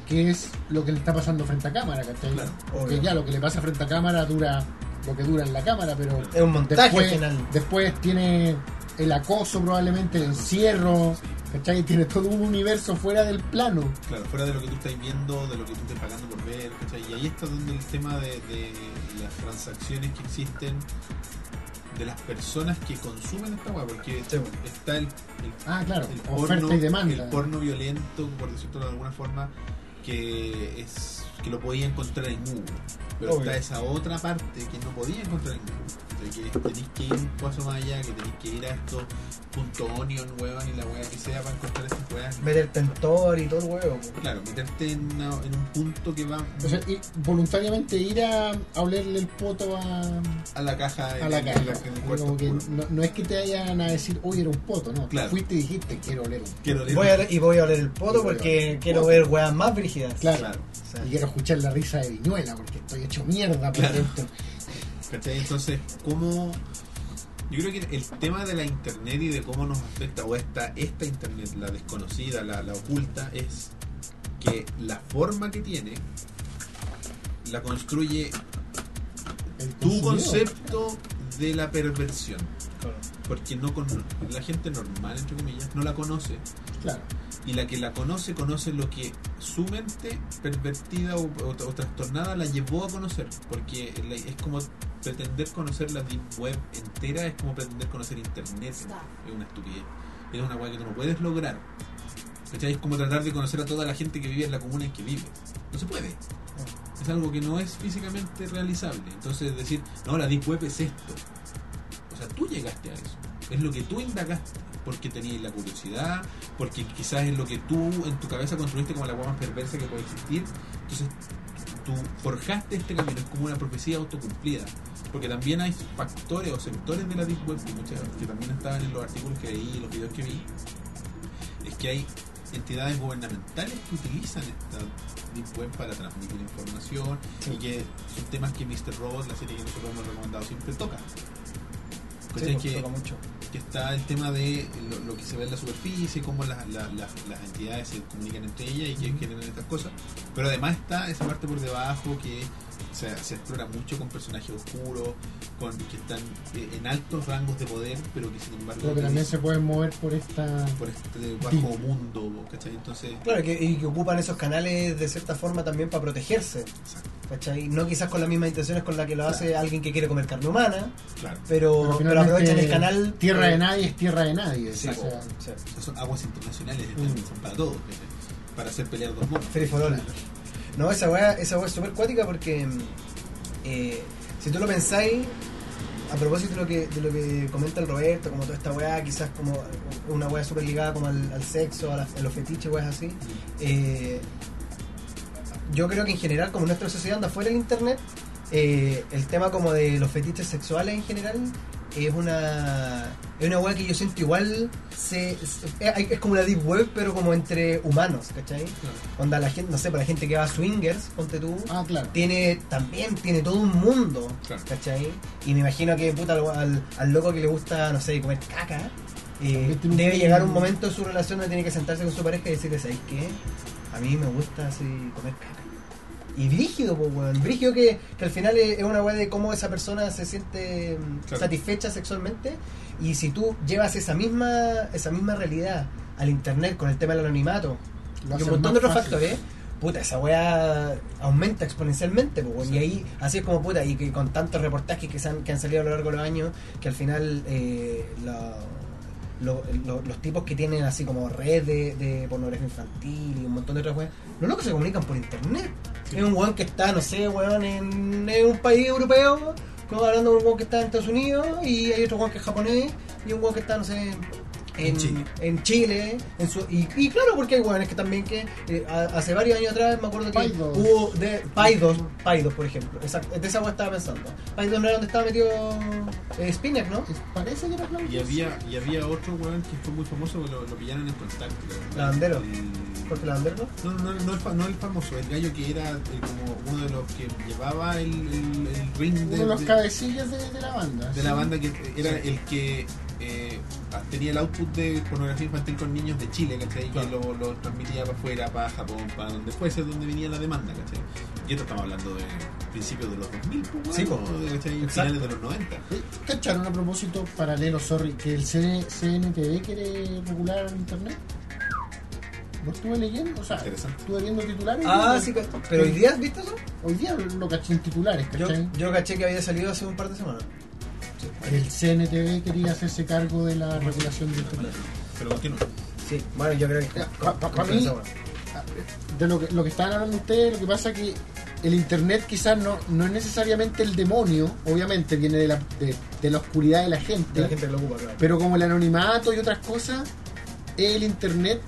S2: que es lo que le está pasando frente a cámara, ¿cachai?
S1: Claro,
S2: Porque
S3: obvio.
S2: ya lo que le pasa frente a cámara dura lo que dura en la cámara, pero
S3: Es un montaje
S2: después,
S3: final.
S2: después tiene el acoso probablemente, el encierro, ¿cachai? Tiene todo un universo fuera del plano.
S1: Claro, fuera de lo que tú estás viendo, de lo que tú estás pagando por ver, ¿cachai? Y ahí está donde el tema de, de las transacciones que existen de las personas que consumen esta web, porque
S3: Sí, weón.
S1: está el- el
S2: Ah, claro,
S1: el
S2: oferta
S1: porno,
S2: y demanda.
S1: el porno violento, por decirlo de alguna forma, que es que lo podía encontrar en Google. Pero
S3: Obvio.
S1: está esa otra parte que no podía encontrar en Google. O sea, que tenéis que ir un paso más allá, que tenéis que ir a estos punto onion, huevón, y la hueá que sea para encontrar esas hueás.
S3: Meterte en Tor y todo el huevo. weón.
S1: Claro, meterte en, una- en un punto que va
S2: O sea, y voluntariamente ir a, a olerle el poto a,
S1: a la caja
S2: a la cara.
S1: en el cuarto
S2: Como que
S1: oscuro.
S2: no, no es que te vayan a decir, hoy era un poto, no.
S1: Claro.
S2: Fuiste y dijiste, quiero oler un
S1: Quiero leer.
S3: Voy a, y voy a oler el
S2: Y
S3: poto
S2: voy a oler
S3: porque
S2: el
S3: quiero
S2: poto.
S3: ver weas más brígidas.
S2: Claro.
S1: Claro.
S3: O sea,
S2: Y quiero escuchar la risa de Viñuela porque estoy hecho mierda por
S1: Claro.
S2: esto.
S1: ¿Cachai? Entonces, ¿cómo.? Yo creo que el tema de la internet y de cómo nos afecta, o esta, esta internet, la desconocida, la, la oculta, es que la forma que tiene la construye
S2: El
S1: tu
S2: consumidor.
S1: concepto de la perversión.
S3: claro.
S1: Porque no con, la gente normal, entre comillas, no la conoce.
S2: Claro.
S1: Y la que la conoce, conoce lo que su mente pervertida o, o- o trastornada la llevó a conocer. Porque la- es como pretender conocer la deep web entera, es como pretender conocer internet. Es una estupidez. Es una weá que tú no puedes lograr. ¿Cachai? Es como tratar de conocer a toda la gente que vive en la comuna en que vive. No se puede. Es algo que no es físicamente realizable. Entonces decir, no, la deep web es esto. O sea, tú llegaste a eso. Es lo que tú indagaste. Porque tenías la curiosidad, porque quizás es lo que tú en tu cabeza construiste como la hueá más perversa que puede existir. Entonces, tú forjaste este camino. Es como una profecía autocumplida. Porque también hay factores o sectores de la Deep Web que, muchas- que también estaban en los artículos que leí y los videos que vi. Es que hay entidades gubernamentales que utilizan esta Deep Web para transmitir información y que son temas que Mr. Robot, la serie que nosotros hemos recomendado, siempre toca.
S3: Sí,
S1: ¿Cachai?
S3: pues,
S1: que,
S3: toca mucho.
S1: que está el tema de lo, lo que se ve en la superficie, cómo las, la- las- las entidades se comunican entre ellas y que generan estas cosas. Pero además está esa parte por debajo que se, se explora mucho con personajes oscuros, con que están eh, en altos rangos de poder, pero que sin embargo
S2: Pero que también se pueden mover por esta.
S1: por este bajo mundo, ¿cachai? Entonces,
S3: Claro, que, y que ocupan esos canales de cierta forma también para protegerse.
S1: Exacto.
S3: ¿Cachai? No quizás con las mismas intenciones con las que lo hace alguien que quiere comer carne humana,
S1: claro,
S3: pero, pero,
S2: finalmente,
S3: aprovechan el canal.
S2: Tierra de
S3: eh,
S2: nadie es tierra de nadie.
S3: Sí,
S2: o sea,
S3: o sea,
S1: son aguas internacionales están-
S3: Mm.
S1: son para todos, ¿cachai? para hacer pelear dos monos.
S3: Free for all. No, esa weá, esa weá es súper cuática porque mm, eh, si tú lo pensáis, a propósito de lo que, de lo que comenta el Roberto, como toda esta weá, quizás como una weá súper ligada como al, al sexo, a, las- a los fetiches, weas así, eh, yo creo que en general, como nuestra sociedad anda fuera del internet, eh, el tema como de los fetiches sexuales en general es una es una weá que yo siento igual se, se- es como la deep web pero como entre humanos ¿cachai? onda la gente no sé para la gente que va a swingers ponte tú
S2: Ah, claro.
S3: tiene también tiene todo un mundo
S1: Claro.
S3: ¿cachai? y me imagino que puta, al, al- al loco que le gusta no sé comer caca eh,
S2: 20
S3: debe
S2: minutos.
S3: llegar un momento en su relación donde tiene que sentarse con su pareja y decirle, ¿sabes qué? A mí me gusta así comer caca. Y brígido, pues, weón. Brígido que, que al final es es una weá de cómo esa persona se siente mm,
S1: Claro.
S3: satisfecha sexualmente. Y si tú llevas esa misma, esa misma realidad al internet con el tema del anonimato
S2: Lo
S3: y
S2: hacen
S3: un montón
S2: más
S3: de otros
S2: fácil.
S3: factores, ¿eh? puta, esa weá aumenta exponencialmente, pues, weón. Y ahí, así es como puta, y que con tantos reportajes que, se han, que han salido a lo largo de los años, que al final eh, la- lo- lo- los tipos que tienen así como red de, de pornografía infantil y un montón de otras weas, los locos se comunican por internet.
S1: Sí.
S3: Es un weón que está, no sé, weón, en, en un país europeo, como hablando de un weón que está en Estados Unidos, y hay otro weón que es japonés, y un weón que está, no sé, en,
S1: En Chile.
S3: en Chile, en su, y, y claro, porque hay hueones que también que eh, a- hace varios años atrás me acuerdo que
S2: Paidos.
S3: hubo de Paidos, Paidos por ejemplo, exacto, de esa hueá estaba pensando. Paidos no era donde estaba metido eh, Spinner, ¿no?
S2: Parece que era Claudio.
S1: Y había, y había otro weón que fue muy famoso, lo, lo pillaron en contacto.
S3: Lavandero.
S1: El-
S3: Porque la Anderno.
S1: No, no, no, el, fa- no el famoso, el gallo que era eh, como uno de los que llevaba el, el- el ring
S2: Uno
S1: de,
S2: de los
S1: de-
S2: cabecillas de, de la banda.
S1: de
S2: sí.
S1: la banda que era el que eh, tenía el output de pornografía infantil con niños de Chile, ¿cachai?
S3: Claro.
S1: Que lo, lo transmitía para afuera, para Japón, para donde fuese, donde venía la demanda, ¿cachai? Y esto estamos hablando de principios de los 2000, pues,
S3: Sí,
S1: bueno,
S3: pues.
S1: ¿cachai?
S3: Exacto.
S1: finales de los 90.
S2: Eh, ¿Cacharon a propósito paralelo, sorry, que el CD CNTV quiere regular internet? ¿Lo estuve leyendo? O sea,
S1: Interesante.
S2: estuve viendo titulares.
S3: Ah,
S2: y-
S3: sí, que- pero hoy día, ¿viste eso?
S2: Hoy día lo caché en titulares,
S3: Yo,
S2: ¿cachai?
S3: yo caché que había salido hace un par de semanas. Sí,
S2: El CNTV quería hacerse cargo de la regulación de internet.
S1: Pero continúa.
S3: sí, bueno, yo creo que...
S2: Ya, pa- pa- pa'
S3: con-
S2: mí-
S3: esa hueá.
S2: de lo que, lo que estaban hablando ustedes, lo que pasa que el internet quizás no, no es necesariamente el demonio, obviamente viene de la, de, de la oscuridad de la gente,
S3: De la gente que lo ocupa, claro.
S2: pero como el anonimato y otras cosas, el internet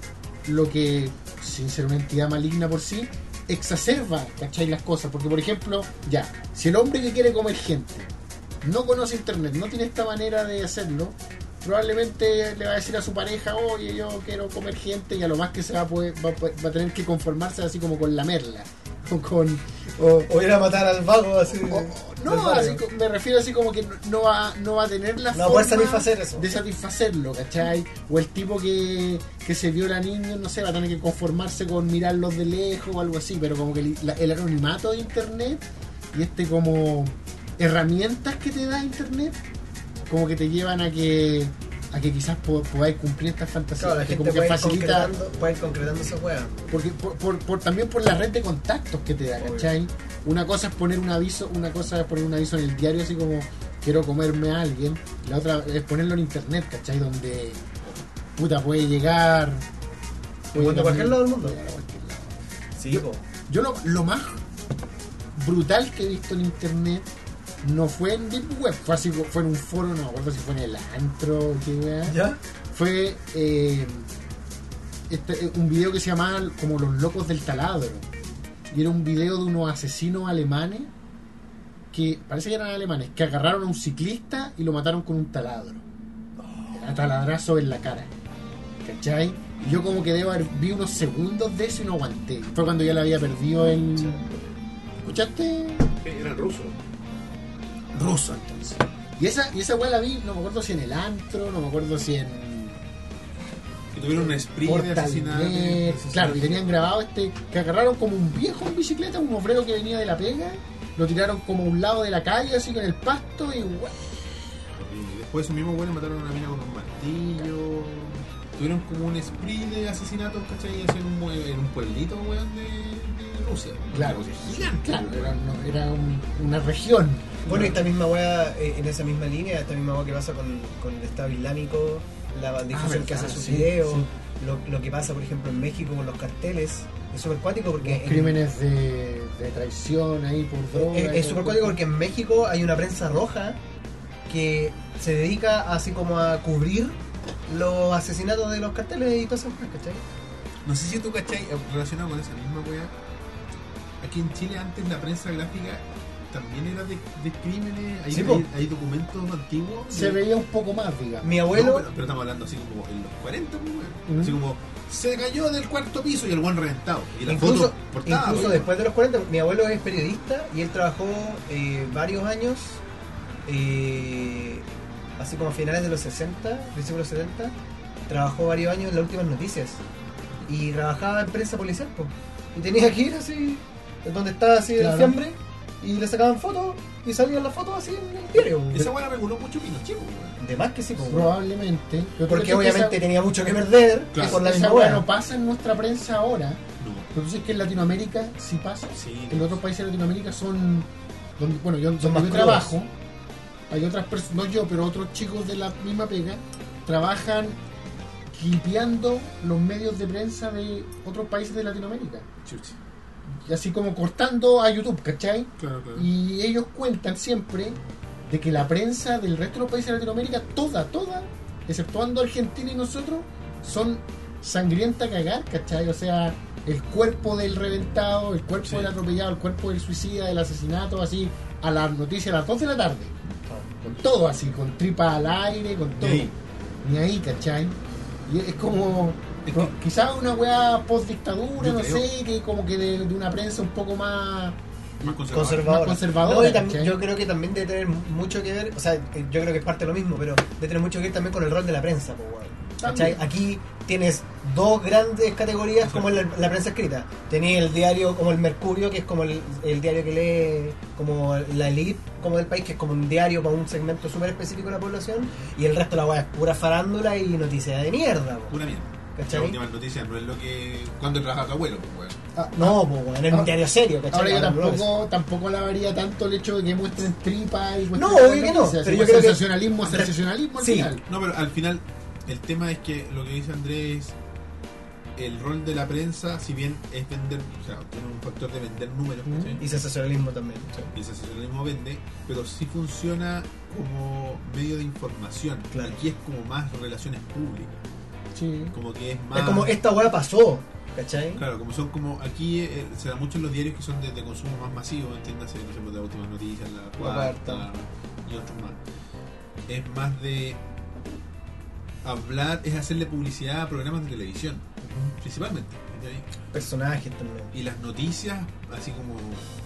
S2: lo que, sin ser una entidad maligna por sí, exacerba, ¿cachai? Las cosas, porque por ejemplo, ya, si el hombre que quiere comer gente no conoce internet, no tiene esta manera de hacerlo, probablemente le va a decir a su pareja, oye, yo quiero comer gente, y a lo más que se va a, poder- va, a poder- va a tener que conformarse así como con lamerla, o con... o-
S3: O ir a matar al vago así.
S2: o- o-
S3: del
S2: no,
S3: barrio.
S2: así co- me refiero así como que no- no va, no va a tener la
S3: No va a poder
S2: forma
S3: satisfacer eso.
S2: de satisfacerlo, ¿cachai? O el tipo que, que se viola niños, no sé, va a tener que conformarse con mirarlos de lejos o algo así, pero como que el, la- el anonimato de internet y este como herramientas que te da internet, como que te llevan a que a que quizás po- podáis cumplir estas fantasías,
S3: Claro, la
S2: que
S3: gente
S2: como que
S3: puede ir
S2: facilita
S3: concretando- puede ir concretando esa hueá.
S2: porque por, por- por- también por la red de contactos que te da,
S3: Obvio.
S2: ¿cachai? Una cosa es poner un aviso, una cosa es poner un aviso en el diario así como quiero comerme a alguien, la otra es ponerlo en internet, ¿cachai? Donde puta puede llegar.
S3: Bueno, de cualquier lado del mundo.
S2: Puede llegar a cualquier lado.
S3: Sí,
S2: Yo-
S3: po.
S2: Yo lo, lo más brutal que he visto en internet no fue en Deep Web, fue así, fue en un foro, no me acuerdo si fue en el antro o qué weá
S3: ¿Ya?
S2: fue eh, este, eh, un video que se llamaba como Los Locos del Taladro. Y era un video de unos asesinos alemanes que parece que eran alemanes, que agarraron a un ciclista y lo mataron con un taladro. Era taladrazo en la cara. ¿Cachai? Y Yo como que debo haber, vi unos segundos de eso y no aguanté. Fue cuando ya le había perdido el... ¿Escuchaste?
S1: Era ruso.
S2: ruso entonces. Y esa, y esa weá la vi, no me acuerdo si en el antro, no me acuerdo si en
S1: Que tuvieron un spree de
S2: Portal
S1: asesinato.
S2: Net. Claro, y tenían grabado este, que agarraron como un viejo en bicicleta, un obrero que venía de la pega, lo tiraron como a un lado de la calle, así con el pasto, y guau,
S1: Y después esos mismos buenos mataron a una mina con un martillo. Tuvieron como un spree de asesinatos, ¿cachai? Así En un, mue- en un pueblito, weón, de, de Rusia.
S2: Claro.
S1: Una cosa gigante.
S2: claro, era, no- era un- una región.
S3: Bueno, y esta misma weá, eh, en esa misma línea, esta misma weá que pasa con, con el Estado Islámico, la difusión que
S2: Ah, verdad,
S3: hace sus
S2: sí,
S3: videos,
S2: sí.
S3: Lo, lo que pasa, por ejemplo, en México con los carteles, es súper cuático porque...
S2: Los
S3: en-
S2: crímenes de, de traición ahí por droga.
S3: eh, Es-
S2: y
S3: Es
S2: todo.
S3: súper cuático porque en México hay una prensa roja que se dedica así como a cubrir los asesinatos de los carteles y todas esas cosas, ¿cachai?
S1: No sé si tú, ¿cachai? Eh, Relacionado con esa misma weá. Aquí en Chile antes la prensa gráfica también era de, de crímenes. Hay,
S3: Sí, po.
S1: hay, hay documentos antiguos.
S2: Se
S1: de-
S2: veía un poco más, digamos.
S3: Mi
S1: No,
S3: abuelo...
S1: pero, pero estamos hablando así como en los 40, pues, weón.
S2: Ujú.
S1: Así como, se cayó del cuarto piso y el buen reventado. Y la
S3: incluso,
S1: foto portada, pues.
S3: incluso
S1: weón.
S3: después de los 40, mi abuelo es periodista y él trabajó eh, varios años eh, así como a finales de los 60, principios de los 70, trabajó varios años en las últimas noticias. Y trabajaba en prensa policial, po. Y tenía que ir así, donde estaba así
S2: Claro.
S3: el fiambre, y le sacaban fotos, y salían las fotos así en el diario. po.
S4: Esa weá la reguló mucho Pinochet,
S1: pues,
S4: weón.
S3: De más que sí, po, weón.
S2: Probablemente. Pero
S3: Porque
S2: creo que
S3: obviamente
S2: esa-
S3: tenía mucho que perder
S1: Claro.
S3: por la
S2: esa
S3: misma
S2: weá
S3: weá.
S2: no pasa en nuestra prensa ahora.
S1: No.
S2: Pero tú sabes que en Latinoamérica sí pasa.
S1: Sí.
S2: En otros países de Latinoamérica son. Donde, bueno, yo,
S3: Son
S2: donde
S3: más
S2: yo
S3: crudos.
S2: trabajo. Hay otras personas, no yo, pero otros chicos de la misma pega, trabajan clipeando los medios de prensa de otros países de Latinoamérica.
S1: Chuchi.
S2: Y así como cortando a YouTube, ¿cachai?
S1: Claro, claro.
S2: Y ellos cuentan siempre de que la prensa del resto de los países de Latinoamérica, toda, toda, exceptuando Argentina y nosotros, son sangrienta a cagar, ¿cachai? O sea, el cuerpo del reventado, el cuerpo
S1: Sí.
S2: del atropellado, el cuerpo del suicida, del asesinato, así, a las noticias a las 2 de la tarde. Con todo así, con tripa al aire, con todo.
S1: Sí.
S2: Ni ahí, ¿cachai? Y es como... pro- Quizás una weá post dictadura,
S1: Yo
S2: no
S1: creo.
S2: sé, que como que de- de una prensa un poco más
S1: Más conservador.
S3: conservadora.
S2: Más conservadora,
S3: No, y también-
S2: ¿cachai?
S3: yo creo que también debe tener mucho que ver, o sea, que yo creo que es parte de lo mismo, pero debe tener mucho que ver también con el rol de la prensa, po, weón. ¿Cachai?
S2: También.
S3: Aquí tienes dos grandes categorías como es la, la prensa escrita. Tenías el diario como el Mercurio, que es como el, el diario que lee como la elite como del país, que es como un diario para un segmento súper específico de la población, y el resto de la weá es pura farándula y noticias de mierda, po,
S1: Pura mierda. Las
S3: ¿cachai?
S1: últimas noticias no es lo que. Cuando trabaja tu abuelo, pues, weón.
S2: Ah,
S3: No, po, weón, es
S2: Ah.
S3: un diario serio, ¿cachai?
S2: Ahora yo
S3: Ahora, bro,
S2: tampoco, tampoco alabaría tanto el hecho de que muestren tripa y
S3: pues. No,
S2: cuestiones
S3: obvio que no,
S2: noticias,
S3: pero
S2: si
S3: yo
S2: es
S3: creo que-
S2: sensacionalismo, es sensacionalismo al
S3: Sí.
S2: final.
S1: No, pero al final el tema es que lo que dice Andrés, el rol de la prensa, si bien es vender, o sea, tiene un factor de vender números,
S2: Mm.
S1: ¿cachai?
S3: Y sensacionalismo también, ¿cachai?
S1: y el sensacionalismo vende, pero sí funciona como medio de información.
S3: Claro.
S1: Aquí es como más relaciones públicas,
S2: Sí.
S1: como que es más...
S3: Es como este- esta weá pasó, ¿cachai?
S1: Claro, como son como aquí eh, se da mucho en los diarios que son de, de consumo más masivo, entiéndase, no sé, pues, las últimas noticias, la cuarta,
S3: Cuarta.
S1: y otros más. Es más de hablar, es hacerle publicidad a programas de televisión, principalmente. ¿cachai?
S3: Personajes también.
S1: Y las noticias, así como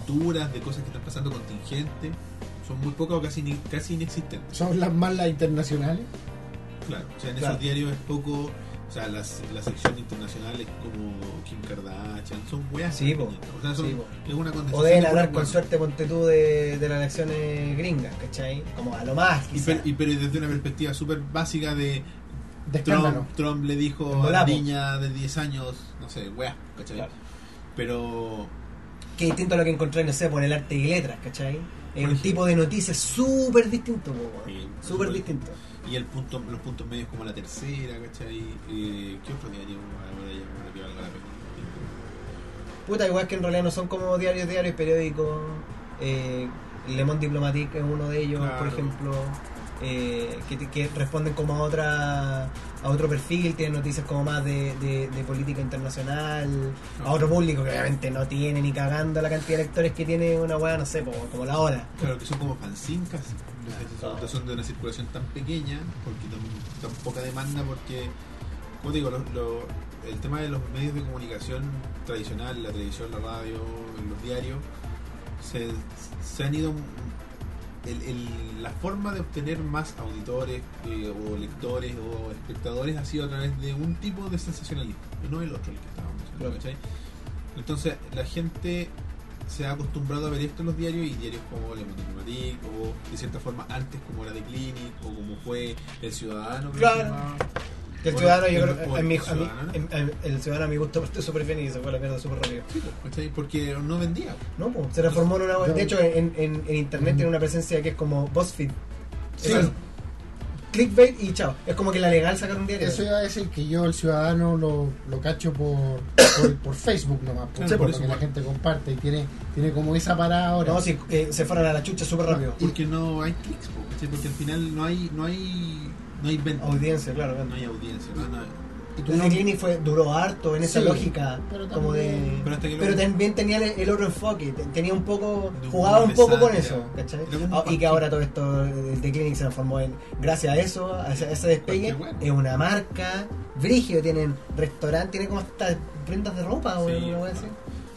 S1: duras de cosas que están pasando contingentes, son muy pocas o casi, ni- casi inexistentes.
S2: Son las más las internacionales.
S1: Claro, o sea, en
S3: Claro.
S1: esos diarios es poco, o sea, las, la sección internacional es como Kim Kardashian, son weas.
S3: Sí, po.
S1: pequeñitas, o sea, son,
S3: Sí, po.
S1: es una condensación
S3: O deben
S1: de puras
S3: hablar con
S1: weas.
S3: suerte, ponte tú, de, de las elecciones gringas, ¿cachai? Como a lo más,
S1: Y,
S3: quizás.
S1: per- y pero desde una perspectiva súper básica de
S2: De escándalo.
S1: Trump, Trump le dijo
S3: Volamos.
S1: a la niña de 10 años, no sé, weas, ¿cachai?
S3: Claro.
S1: Pero
S3: Que distinto a lo que encontré, no sé, por el arte y letras, ¿cachai? Es un
S1: ejemplo.
S3: tipo de noticias súper distinto, po, weón.
S1: Sí,
S3: súper
S1: súper.
S3: distinto.
S1: Y el punto, los puntos medios como la tercera, ¿cachai? Eh, ¿Qué otro día llevo ahora ya para que valga la pena?
S3: Puta, igual que en realidad no son como diarios, diarios, periódicos. Eh, Le Monde Diplomatique es uno de ellos,
S1: Claro.
S3: por ejemplo. eh, que, te- que responden como a otra a otro perfil, tienen noticias como más de, de- de política internacional, a otro público que obviamente no tiene ni cagando la cantidad de lectores que tiene una weá, no sé, como, como la hora.
S1: Claro, que son como fanzines casi. Entonces, son- Son de una circulación tan pequeña, porque tan, tan poca demanda, porque, como te digo, los- los- el tema de los medios de comunicación tradicional, la televisión, la radio, los diarios, se, se han ido... el- el- la forma de obtener más auditores eh, o lectores o espectadores ha sido a través de un tipo de sensacionalismo, no el otro, el que estábamos hablando,
S3: Claro.
S1: ¿cachai? Entonces la gente se ha acostumbrado a ver esto en los diarios y diarios como Le Monde Diplomatique o de cierta forma antes como era de Clinic o como fue El Ciudadano. creo que se
S3: Claro.
S1: llamaba.
S3: Que el
S1: Bueno,
S3: ciudadano, yo
S1: el-
S3: creo,
S1: o
S3: en mi-
S1: el
S3: a mí-
S1: ciudadano.
S3: en- en- el ciudadano a mi gusto partió súper bien y se fue a la mierda súper rápido.
S1: Sí, pues, ¿cachai? Porque no vendía.
S3: No, po, se reformó en una web. De hecho, en, en, en internet tiene una presencia que es como BuzzFeed.
S2: Sí.
S3: O sea, clickbait y chao. Es como que la legal sacar un diario.
S2: Eso iba a decir que yo, el ciudadano, lo, lo cacho por, por, por Facebook nomás, por,
S1: Claro,
S2: por
S1: por
S2: lo
S1: eso,
S2: que la
S1: bueno.
S2: gente comparte y tiene, tiene como esa parada ahora.
S3: No, si eh, se fueron a la chucha súper rápido.
S1: Porque no hay clics, pues, ¿cachai? Porque al final no hay, no hay, no hay venta.
S3: Audiencia, claro. claro.
S1: No hay audiencia. No, no.
S2: y tú
S3: Entonces,
S2: no-
S3: Clinic fue, duró harto en esa
S2: Sí,
S3: lógica.
S2: pero
S3: como de,
S2: también-
S1: Pero hasta que lo-
S3: pero también tenía el, el otro enfoque. te- Tenía un poco.
S1: De un
S3: Jugaba un
S1: de
S3: poco con
S1: sátira.
S3: eso. ¿cachai?
S1: Era como
S3: Ah,
S1: un
S3: y que ahora todo esto el de Clinic se transformó en. Gracias a eso, a ese, a ese despegue,
S1: Porque bueno.
S3: es una marca. Brígido, tienen restaurante, tienen como hasta prendas de ropa o
S1: Sí,
S3: una wea así.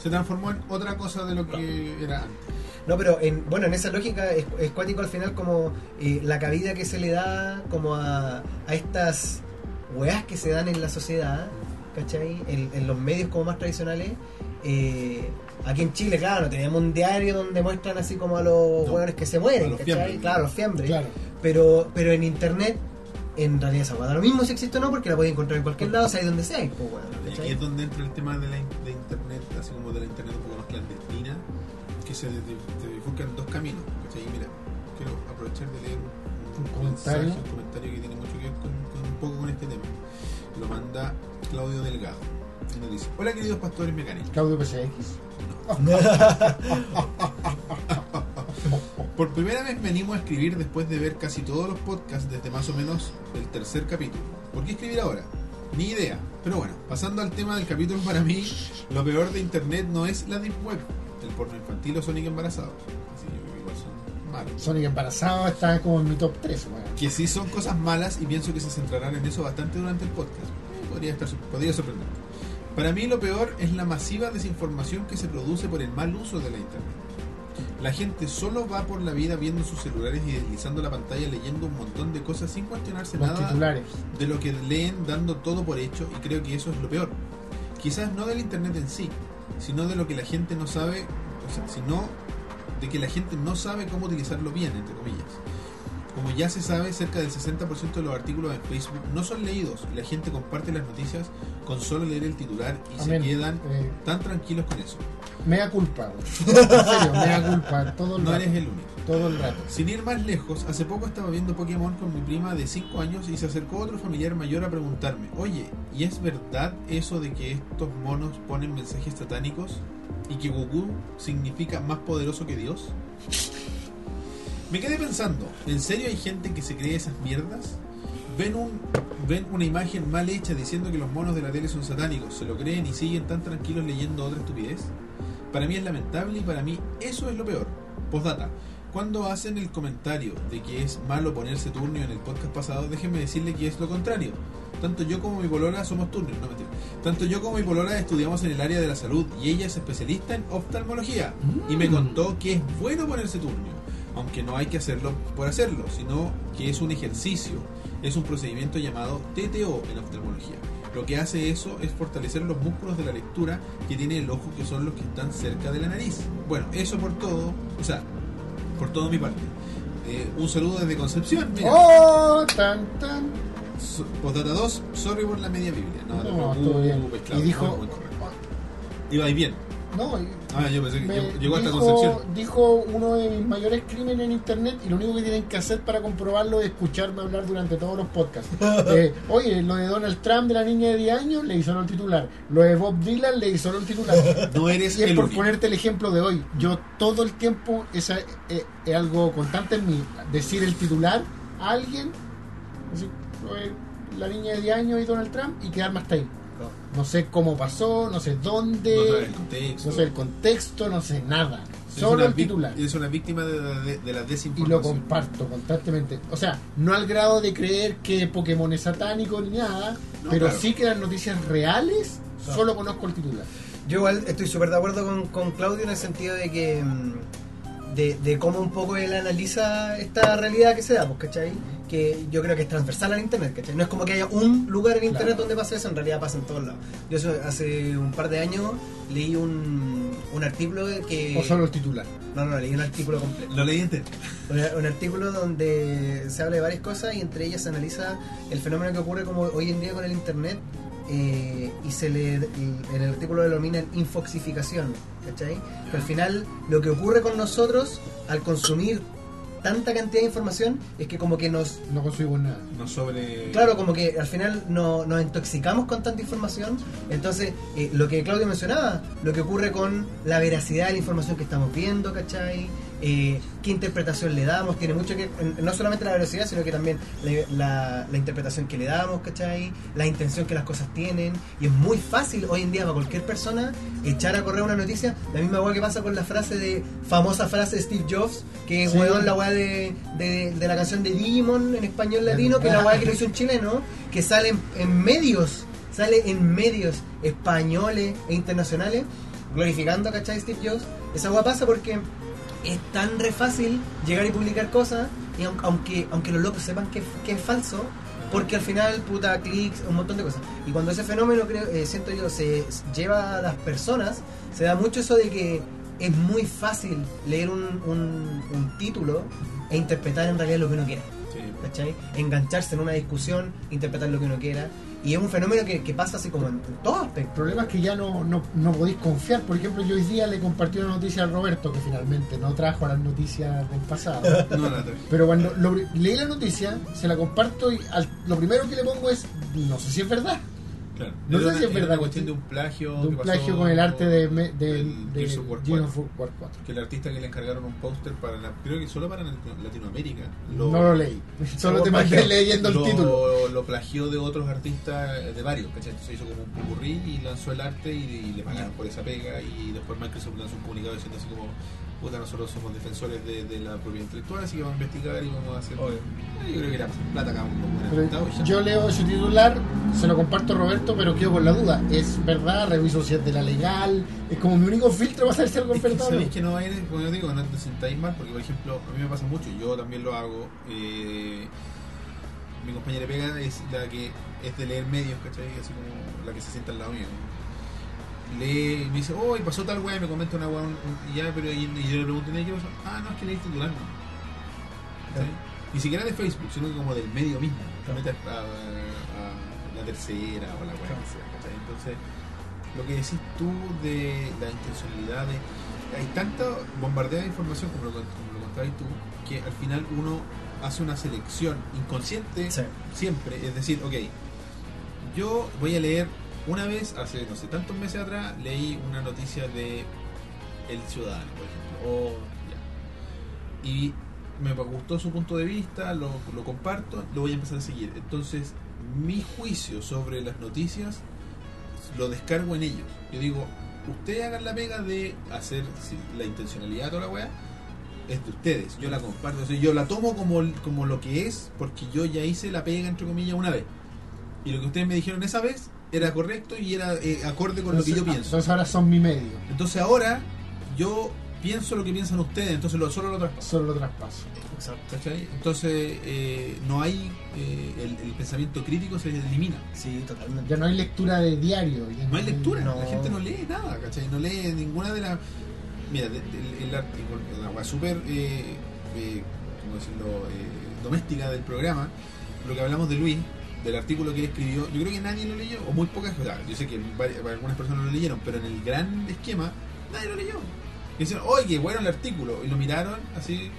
S1: Se transformó en otra cosa de lo que era antes.
S3: No, pero en, bueno, en esa lógica es, es cuático al final como eh, la cabida que se le da como a, a estas weas que se dan en la sociedad, ¿cachai? En, en los medios como más tradicionales. Eh, aquí en Chile, claro, no teníamos un diario donde muestran así como a los
S1: No.
S3: hueones que se
S1: A
S3: mueren,
S1: los
S3: ¿cachai?
S1: fiambres.
S3: Claro, los fiambres.
S2: Claro.
S3: Pero, pero en internet, en realidad esa wea da lo mismo si existe o no, porque la podéis encontrar en cualquier lado, sea ahí donde sea, pues, weón,
S1: Y
S3: ¿cachai?
S1: aquí es donde entra el tema de la in- de internet, así como de la internet un poco más clandestina, que se de- de- se bifurcan dos caminos. ¿cachai? Y Mira, quiero aprovechar de leer un,
S2: Un comentario.
S1: mensaje, un comentario que tiene mucho que ver con, con- un poco con este tema. Lo manda Claudio Delgado. Y nos dice, hola queridos pastores mecánicos.
S2: Claudio PCX.
S1: Por primera vez me animo a escribir después de ver casi todos los podcasts desde más o menos el tercer capítulo. ¿Por qué escribir ahora? Ni idea. Pero bueno, pasando al tema del capítulo para mí, lo peor de internet no es la deep web, el porno infantil o Sonic embarazado. Así que igual son malos.
S2: Sonic embarazado está como en mi top 3, weón.
S1: Que sí son cosas malas y pienso que se centrarán en eso bastante durante el podcast. Eh, Podría, estar, podría sorprender. Para mí lo peor es la masiva desinformación que se produce por el mal uso de la internet. La gente solo va por la vida viendo sus celulares y deslizando la pantalla leyendo un montón de cosas sin cuestionarse
S2: Los
S1: nada
S2: titulares.
S1: de lo que leen dando todo por hecho y creo que eso es lo peor. Quizás no del internet en sí, sino de lo que la gente no sabe, o sea, sino de que la gente no sabe cómo utilizarlo bien, entre comillas. Como ya se sabe, cerca del 60% de los artículos en Facebook no son leídos y la gente comparte las noticias con solo leer el titular y
S2: Amén.
S1: se quedan
S2: Eh,
S1: tan tranquilos con eso.
S2: mea culpa, weón. En serio, mea culpa. Todo el
S1: No
S2: rato.
S1: eres el único.
S2: Todo el rato.
S1: Sin ir más lejos, hace poco estaba viendo Pokémon con mi prima de 5 años y se acercó otro familiar mayor a preguntarme, oye, ¿y es verdad eso de que estos monos ponen mensajes satánicos y que Goku significa más poderoso que Dios? Me quedé pensando, ¿en serio hay gente que se cree esas mierdas? Ven, un, ven una imagen mal hecha diciendo que los monos de la tele son satánicos, se lo creen y siguen tan tranquilos leyendo otra estupidez. Para mí es lamentable y para mí eso es lo peor. Postdata, cuando hacen el comentario de que es malo ponerse turnio en el podcast pasado, déjenme decirle que es lo contrario. Tanto yo como mi polola somos turnios, no mentira. Tanto yo como mi polola estudiamos en el área de la salud y ella es especialista en oftalmología y me contó que es bueno ponerse turnio, aunque no hay que hacerlo por hacerlo, sino que es un ejercicio, es un procedimiento llamado TTO en oftalmología. Lo que hace eso es fortalecer los músculos de la lectura que tiene el ojo, que son los que están cerca de la nariz. Bueno, eso por todo, o sea, por todo mi parte. Eh, un saludo desde Concepción. Mira.
S2: ¡Oh! Tan, tan.
S1: So- Postdata 2, sorry por la media Biblia. No, te
S2: No,
S1: preocupes,
S2: todo bien.
S1: Claudio,
S2: Y dijo-
S1: no, muy correcto. Iba ahí bien.
S2: No, y-
S1: Ah, yo pensé que
S2: me
S1: llegó- llegó hasta
S2: dijo,
S1: Concepción.
S2: dijo uno de mis mayores crímenes en internet y lo único que tienen que hacer para comprobarlo es escucharme hablar durante todos los podcasts. Eh, oye, lo de Donald Trump de la niña de 10 años le hizo el titular. Lo de Bob Dylan le hizo el titular.
S1: No eres
S2: Y es
S1: el
S2: por
S1: único.
S2: ponerte el ejemplo de hoy. Yo todo el tiempo, esa eh, es, algo constante en mí, decir el titular a alguien, decir, "Oye, la niña de 10 años y Donald Trump y quedarme hasta ahí. No sé cómo pasó, no sé dónde.
S1: No trae el contexto.
S2: No sé el contexto, no sé nada.
S1: Es
S2: Solo
S1: una
S2: el
S1: vic-
S2: titular.
S1: Es una víctima de, la- de- de la
S2: Y lo
S1: desinformación.
S2: comparto constantemente. O sea, no al grado de creer que Pokémon es satánico ni nada,
S1: No,
S2: pero
S1: claro.
S2: sí que las noticias reales solo conozco el titular.
S3: Yo igual estoy súper de acuerdo con, con Claudio en el sentido de que mm, de, de cómo un poco él analiza esta realidad que se da, pues, ¿cachai? Que yo creo que es transversal al internet, ¿cachai? No es como que haya un lugar en internet
S2: Claro.
S3: donde pase eso, en realidad pasa en todos lados. Yo eso hace un par de años leí un, un artículo que...
S2: O solo el titular.
S3: No, no, leí un artículo completo.
S1: Lo leí entero.
S3: Un, un artículo donde se habla de varias cosas y entre ellas se analiza el fenómeno que ocurre como hoy en día con el internet eh, y se le y en el artículo lo denominan infoxificación, ¿cachai? Que al final lo que ocurre con nosotros al consumir tanta cantidad de información es que como que nos
S2: No consigo nada.
S1: No sobre.
S3: Claro, como que al final no- nos intoxicamos con tanta información. Entonces, eh, lo que Claudio mencionaba, lo que ocurre con la veracidad de la información que estamos viendo, ¿cachai? Eh, ¿Qué interpretación le damos? Tiene mucho que. en- No solamente la veracidad, sino que también la, la- la interpretación que le damos, ¿cachai? La intención que las cosas tienen. Y es muy fácil hoy en día para cualquier persona echar a correr una noticia. La misma hueá que pasa con la frase de. famosa frase de Steve Jobs, que es
S2: Sí.
S3: weón, la hueá de, de- de la canción de Digimon en español latino, que es la hueá que lo hizo un chileno, que sale en, en medios, sale en medios españoles e internacionales, glorificando, ¿cachai? Steve Jobs. Esa hueá pasa porque es tan re fácil llegar y publicar cosas, y aun- aunque, aunque los locos sepan que, que es falso, porque al final, puta, clics, un montón de cosas. Y cuando ese fenómeno, creo, eh, siento yo, se s- lleva a las personas, se da mucho eso de que es muy fácil leer un, un- un título e interpretar en realidad lo que uno quiera.
S1: Sí.
S3: ¿cachai? Engancharse en una discusión, interpretar lo que uno quiera. Y es un fenómeno que, que pasa así como en, en todo
S2: El
S3: aspecto.
S2: problema es que ya no, no, no podéis confiar. Por ejemplo, yo hoy día le compartí una noticia a Roberto, que finalmente no trajo las noticias del pasado.
S1: No, la traje.
S2: Pero cuando lo pri- leí la noticia, se la comparto y al- lo primero que le pongo es, no sé si es verdad.
S1: Claro.
S2: No
S1: Era
S2: sé si es
S1: era
S2: verdad, pues,
S1: cuestión
S2: sí.
S1: de un plagio.
S2: De un
S1: que pasó
S2: plagio con el arte de, me- de,
S1: del
S2: de
S1: Gears of War
S2: Gears
S1: 4.
S2: of War 4.
S1: Que el artista que le encargaron un póster para la- creo que solo para Latino- Latinoamérica. Lo-
S2: No lo leí. Solo
S3: Lo
S2: te imaginé
S3: plagió.
S2: leyendo el
S1: lo,
S2: título.
S1: lo plagió de otros artistas, eh, de varios, ¿cachai? Entonces hizo como un purrí y lanzó el arte y, y le pagaron por esa pega y después Microsoft lanzó un comunicado diciendo así como, puta, nosotros somos defensores de, de la propiedad intelectual, así que vamos a investigar y vamos a hacer...
S3: Obvio.
S1: Eh, yo creo que era plata acá, un poco
S2: Pero yo leo su titular, se lo comparto a Roberto, pero quedo con la duda. ¿Es verdad? ¿Reviso si es de la legal? Es como mi único filtro para saber si algo es verdad o no.
S1: Sabéis que no va a ir, como yo digo, no te sentáis mal, porque por ejemplo, a mí me pasa mucho, yo también lo hago. eh, mi compañera de pega es la que es de leer medios, ¿cachai? Así como la que se sienta al lado mío. Lee, y me dice, oh, y pasó tal weá, y me comenta una weá, un- un- y ya, pero y, y yo le pregunto, ¿qué pasó? Ah, no, es que leí el titular, ¿no? ¿Cachai? Ni siquiera de Facebook, sino que como del medio mismo. Te
S3: Claro.
S1: metes a, a- a la tercera o a la weá, que sea, ¿cachai? Entonces lo que decís tú de la intencionalidad de- hay tanta bombardea de información como lo, cont- como lo contabas tú que al final uno hace una selección inconsciente
S3: Sí.
S1: siempre es decir ok yo voy a leer una vez hace no sé tantos meses atrás leí una noticia de El Ciudadano por ejemplo o ya. y me gustó su punto de vista lo, lo comparto lo voy a empezar a seguir entonces mi juicio sobre las noticias lo descargo en ellos. Yo digo, ustedes hagan la pega de hacer si- la intencionalidad toda la weá. Es de ustedes, yo la comparto, o sea, yo la tomo como, como lo que es, porque yo ya hice la pega entre comillas una vez. Y lo que ustedes me dijeron esa vez era correcto y era eh, acorde con lo que yo
S2: Entonces-
S1: pienso.
S2: Entonces ahora son mi medio.
S1: Entonces ahora yo pienso lo que piensan ustedes, entonces lo, solo lo traspaso.
S2: Solo lo traspaso.
S3: Exacto.
S1: ¿cachai? Entonces eh, no hay, eh, el, el pensamiento crítico se elimina.
S3: Sí, totalmente.
S2: Ya no hay lectura de diario. ya
S1: No hay lectura,
S3: No.
S1: la gente no lee nada, ¿cachai? No lee ninguna de las. Mira, de- de- el artículo, la weá súper, eh, eh, ¿cómo decirlo?, eh, doméstica del programa, lo que hablamos de Luis, del artículo que él escribió, yo creo que nadie lo leyó, o muy pocas, o sea, yo sé que vari- algunas personas lo leyeron, pero en el gran esquema, nadie lo leyó. Y dicen, oye, bueno el artículo, y lo miraron así,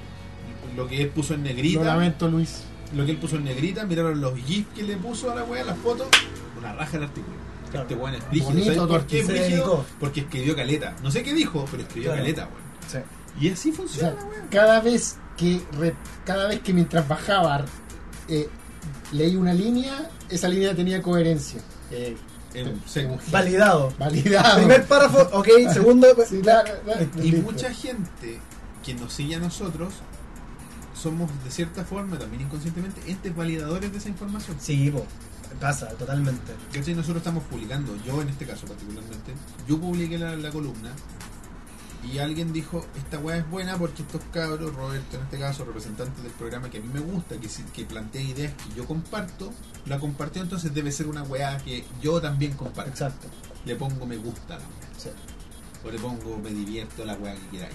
S1: lo que él puso en negrita
S2: Lo lamento, Luis.
S1: lo que él puso en negrita, miraron los gifs que le puso a la weá, las fotos, una raja el artículo.
S3: Claro.
S1: Este weón es brígido.
S2: Bonito,
S1: ¿Sabes por qué es
S3: se
S1: brígido?
S3: dedicó.
S1: Porque escribió caleta. No sé qué dijo, pero escribió
S3: Claro.
S1: caleta, weón.
S3: Sí.
S1: Y así
S2: O sea,
S1: funciona, weón.
S2: cada vez que re- cada vez que mientras bajaba eh, leí una línea, esa línea tenía coherencia. Eh,
S1: Es un seco.
S3: Validado.
S2: validado.
S3: Primer párrafo, ok, segundo. pues.
S2: Sí, claro, claro,
S1: Y
S2: listo.
S1: mucha gente que nos sigue a nosotros somos de cierta forma, también inconscientemente, entes validadores de esa información.
S3: Sí, po, pasa, totalmente.
S1: ¿Cachai? Nosotros estamos publicando, yo en este caso particularmente, yo publiqué la, la columna y alguien dijo, esta weá es buena porque estos cabros, Roberto en este caso, representante del programa que a mí me gusta, que, si- que plantea ideas que yo comparto, la compartió, entonces debe ser una weá que yo también comparto.
S3: Exacto.
S1: Le pongo me gusta a la weá,
S3: Sí.
S1: o le pongo me divierto a la weá que queráis.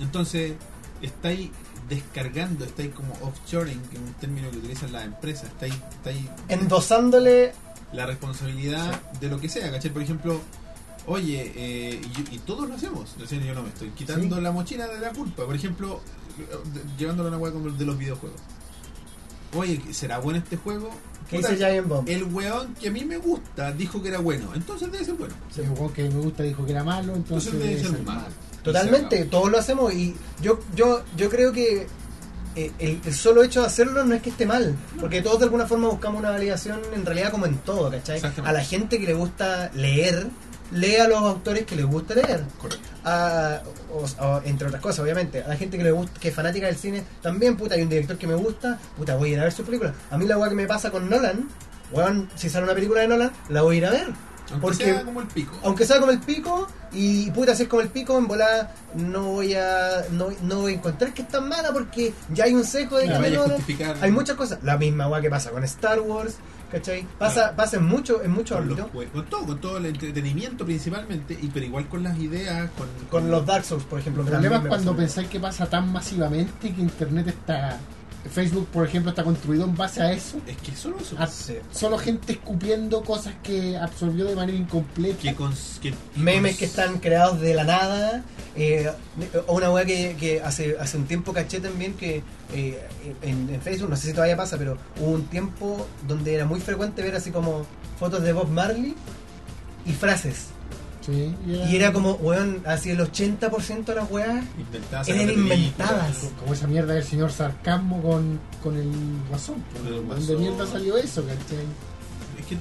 S1: Entonces, estáis descargando, estáis como offshoring, que es un término que utilizan las empresas, estáis, estáis
S3: Endosándole.
S1: la responsabilidad de lo que sea, ¿cachai? Por ejemplo, oye, eh, y, y todos lo hacemos, o sea, yo no me estoy quitando
S2: Sí.
S1: la mochila de la culpa, por ejemplo, de- llevándolo a una hueá como de los videojuegos. Oye, ¿será bueno este juego?
S3: ¿Qué
S1: Puta,
S3: dice Giant Bomb?
S1: el weón que a mí me gusta dijo que era bueno, entonces debe ser bueno.
S2: Sí, un juego que me gusta dijo que era malo, entonces,
S1: Entonces debe
S2: es
S1: ser
S2: malo.
S1: malo.
S3: Totalmente, todos lo hacemos y yo, yo, yo creo que eh, el, el solo hecho de hacerlo no es que esté mal, porque todos de alguna forma buscamos una validación en realidad como en todo, ¿cachai?
S1: Exactamente.
S3: A la gente que le gusta leer, lee a los autores que les gusta leer.
S1: Correcto.
S3: a- o- o- entre otras cosas, obviamente. A la gente que le gusta, que es fanática del cine, también, puta, hay un director que me gusta, puta, voy a ir a ver su película. A mí la weá que me pasa con Nolan, weón, si sale una película de Nolan, la voy a ir a ver.
S1: Aunque
S3: Porque-
S1: sea como el pico.
S3: aunque sea como el pico y puta si es como el pico en volada no voy a no, no voy a encontrar que es tan mala porque ya hay un sesgo de
S1: No
S3: que
S1: vaya a
S3: no, no.
S1: justificar
S3: hay muchas cosas la misma weá que pasa con Star Wars ¿cachai? pasa pasa en mucho en muchos
S1: con, los
S3: ámbitos
S1: jue- con todo, con todo el entretenimiento principalmente, y pero igual con las ideas, con,
S3: con los Dark Souls por ejemplo
S2: El
S3: que
S2: problema es
S3: también me
S2: cuando
S3: pasa
S2: pensáis que pasa tan masivamente que Internet está. Facebook, por ejemplo, está construido en base a eso.
S1: Es que solo eso.
S2: A
S3: Sí.
S2: solo gente escupiendo cosas que absorbió de manera incompleta.
S1: que cons- que- que
S3: memes
S1: cons-
S3: que están creados de la nada. eh, o una weá que, que hace, hace un tiempo caché también que eh, en, en Facebook, no sé si todavía pasa, pero hubo un tiempo donde era muy frecuente ver así como fotos de Bob Marley y frases.
S2: Sí,
S3: Y era como, weón, así el 80% de las weas
S1: inventadas, sacadas
S3: eran
S1: de películas.
S3: inventadas.
S2: como esa mierda del señor sarcasmo con, con el guasón. pues,
S1: Con el
S2: ¿De
S1: guasón.
S2: mierda salió eso, cachai?
S1: Es que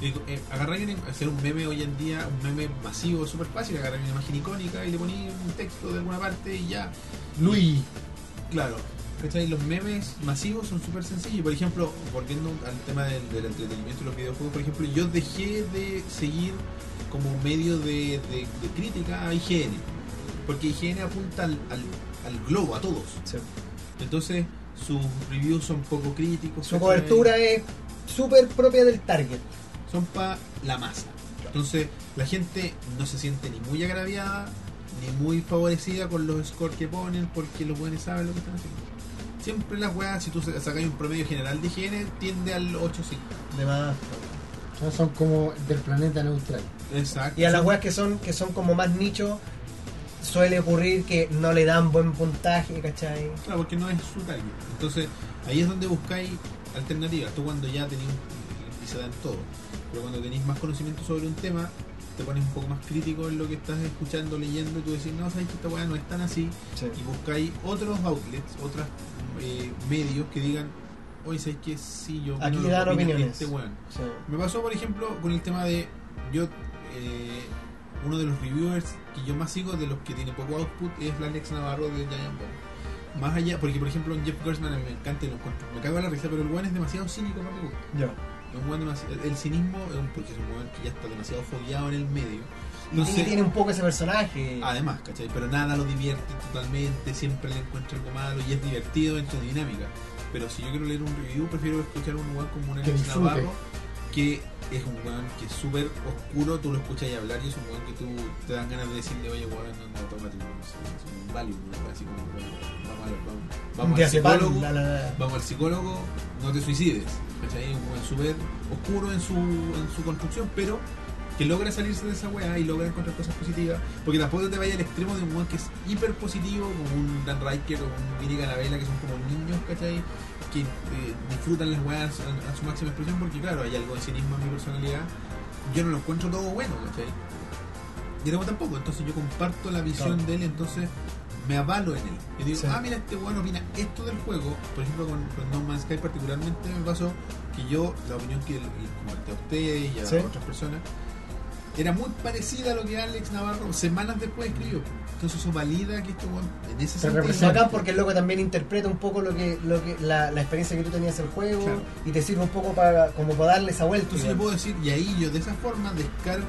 S1: digo, eh, agarrar y hacer un meme hoy en día, un meme masivo es súper fácil, agarrar una imagen icónica y le poní un texto de alguna parte y ya.
S2: Luis,
S1: Claro. ¿Cachai? Los memes masivos son súper sencillos. Por ejemplo, volviendo al tema del, del entretenimiento y los videojuegos, por ejemplo, yo dejé de seguir como medio de, de- de crítica a IGN. Porque IGN apunta al, al, al globo, a todos.
S3: Sí.
S1: Entonces, sus reviews son poco críticos.
S3: Su
S1: ¿cachai?
S3: cobertura es súper propia del target.
S1: son para la masa. Entonces, la gente no se siente ni muy agraviada, ni muy favorecida con los scores que ponen, porque los buenos saben lo que están haciendo. Siempre las weas, si tú sacas un promedio general de higiene, tiende al 8.5.
S3: De más.
S2: ¿no? son como del planeta neutral.
S1: Exacto.
S3: Y a las weas que son, que son como más nicho, suele ocurrir que no le dan buen puntaje, ¿cachai?
S1: Claro, porque no es su target. Entonces, ahí es donde buscáis alternativas. Tú cuando ya tenéis, y se dan todo, pero cuando tenéis más conocimiento sobre un tema, te pones un poco más crítico en lo que estás escuchando, leyendo, y tú decís, no, sabes que esta wea no es tan así, y buscáis otros outlets, otros medios que digan, oye, ¿sabes qué? Sí, yo
S3: Aquí
S1: opino lo
S3: dan
S1: que opina
S3: opiniones.
S1: este weón".
S3: Sí.
S1: Me pasó, por ejemplo, con el tema de yo, eh, uno de los reviewers que yo más sigo, de los que tiene poco output, es la Alex Navarro de Giant Bomb. Más allá, porque por ejemplo, en Jeff Gerstmann a mí me encanta y lo encuentro- me cago en la risa, pero el weón es demasiado cínico para mi gusto.
S3: Yo.
S1: Es un weón demasi- el, el cinismo es un, porque es un weón que ya está demasiado fogueado en el medio.
S3: Y
S1: No
S3: tiene-
S1: sé- Ah,
S3: tiene un poco ese personaje.
S1: Además, ¿cachai? Pero nada lo divierte totalmente, siempre le encuentra algo malo y es divertido en su dinámica. Pero si yo quiero leer un review, prefiero escuchar un weón como un
S2: Que
S1: Alex
S2: disfrute.
S1: Navarro, que es un weón que es súper oscuro, tú lo escuchas y hablar y es un weón que tú te dan ganas de decirle, oye, weón, no, no, tómate un, un Valium", ¿no? así como, "Weón, vamos, al- vamos, vamos
S3: de
S1: al
S3: hace pan,
S1: psicólogo,
S3: la- la- la-
S1: vamos al psicólogo, no te suicides. ¿Cachai? Un weón súper oscuro en su, en su construcción, pero que logra salirse de esa weá y logra encontrar cosas positivas. Porque tampoco te vaya al extremo de un weón que es hiper positivo, como un Dan Riker o un Vini Canavela, que son como niños, ¿cachai? Que eh, disfrutan las weas a, a su máxima expresión, porque claro, hay algo de cinismo en mi personalidad. Yo no lo encuentro todo bueno, ¿cachai? Y luego tampoco, entonces yo comparto la visión
S3: Claro.
S1: de él, entonces me avalo en él. Yo digo,
S3: Sí.
S1: ah, mira, este weón opina esto del juego. Por ejemplo, con, con No Man's Sky particularmente me pasó que yo, la opinión que el- el- como el de ustedes y a
S3: Sí.
S1: otras personas, era muy parecida a lo que Alex Navarro semanas después escribió. Entonces eso valida que este weón en ese sentido...
S3: Es
S2: representa.
S3: bacán porque el loco también interpreta un poco lo que, lo que la, la experiencia que tú tenías en el juego
S1: Claro.
S3: y te sirve un poco para como para darle esa vuelta.
S1: Entonces yo
S3: igual.
S1: puedo decir, y ahí yo de esa forma descargo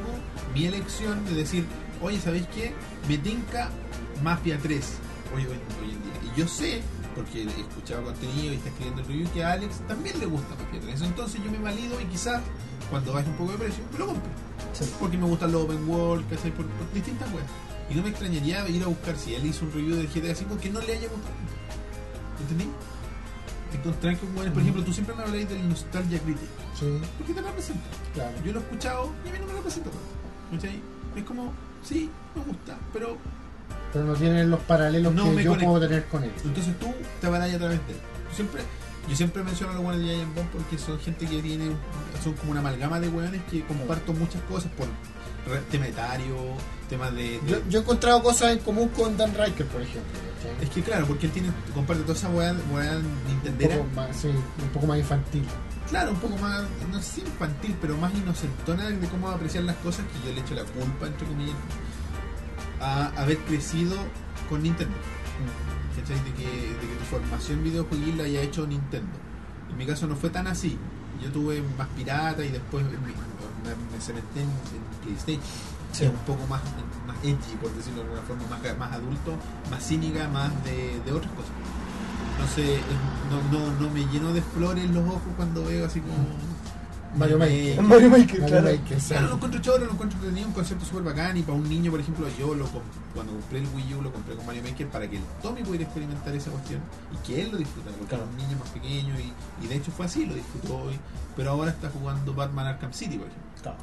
S1: mi elección de decir, oye, ¿sabéis qué? Me tinca Mafia 3 hoy, hoy, hoy en día. Y yo sé, porque he escuchado contenido y está escribiendo el review, que a Alex también le gusta Mafia 3. Entonces yo me valido y quizás cuando baje un poco de precio, me lo compro.
S3: Sí.
S1: Porque me gustan los open world, ¿cachai? Por, por distintas weas. Y no me extrañaría ir a buscar si él hizo un review de GTA V que no le haya gustado. ¿Entendí? Encontrar con weones, por ejemplo, tú siempre me habláis del Nostalgia Critic.
S2: Sí,
S1: ¿Por qué te representa?
S2: claro.
S1: Yo lo he escuchado y a mí no me representa. ¿Cachai? Es como, sí, me gusta, pero
S2: Pero no tienen los paralelos
S1: No
S2: que
S1: me
S2: yo
S1: conecto.
S2: puedo tener con él.
S1: entonces tú te barallas a través de él. Tú siempre, yo siempre menciono a los buenos de Giant Bomb porque son gente que tiene, son como una amalgama de weones que comparten muchas cosas por re- temetario, temas de. de-
S2: Yo, yo he encontrado cosas en común con Dan Riker, por ejemplo. ¿cachai?
S1: Es que claro, porque él tiene, comparte toda esa weá, weá
S2: Un
S1: nintendera.
S2: poco, más, sí, un poco más infantil.
S1: Claro, un poco más, no sé si infantil, pero más inocentona de cómo apreciar las cosas que yo le echo la culpa, entre comillas, a haber crecido con Nintendo. ¿Cachai? De que, de que tu formación videojueguil la haya hecho Nintendo. En mi caso no fue tan así. yo tuve más pirata y después me, me- me cementé en, en PlayStation.
S3: Sí.
S1: Es un poco más, más edgy, por decirlo de alguna forma, más, más adulto, más cínica, más de, de otras cosas. Entonces, es- no, no, no me lleno de flores los ojos cuando veo así como.
S2: Mario Maker.
S3: Mario Maker,
S2: Mario
S3: claro.
S2: Maker, sí.
S1: Claro, lo encuentro choro, lo encuentro que tenía un concepto súper bacán y para un niño, por ejemplo, yo lo comp- cuando compré el Wii U lo compré con Mario Maker para que el Tommy pudiera experimentar esa cuestión y que él lo disfrutara, porque
S3: Claro.
S1: era un niño más pequeño y, y de hecho fue así, lo disfrutó hoy, pero ahora está jugando Batman Arkham City, por ejemplo.
S3: Claro.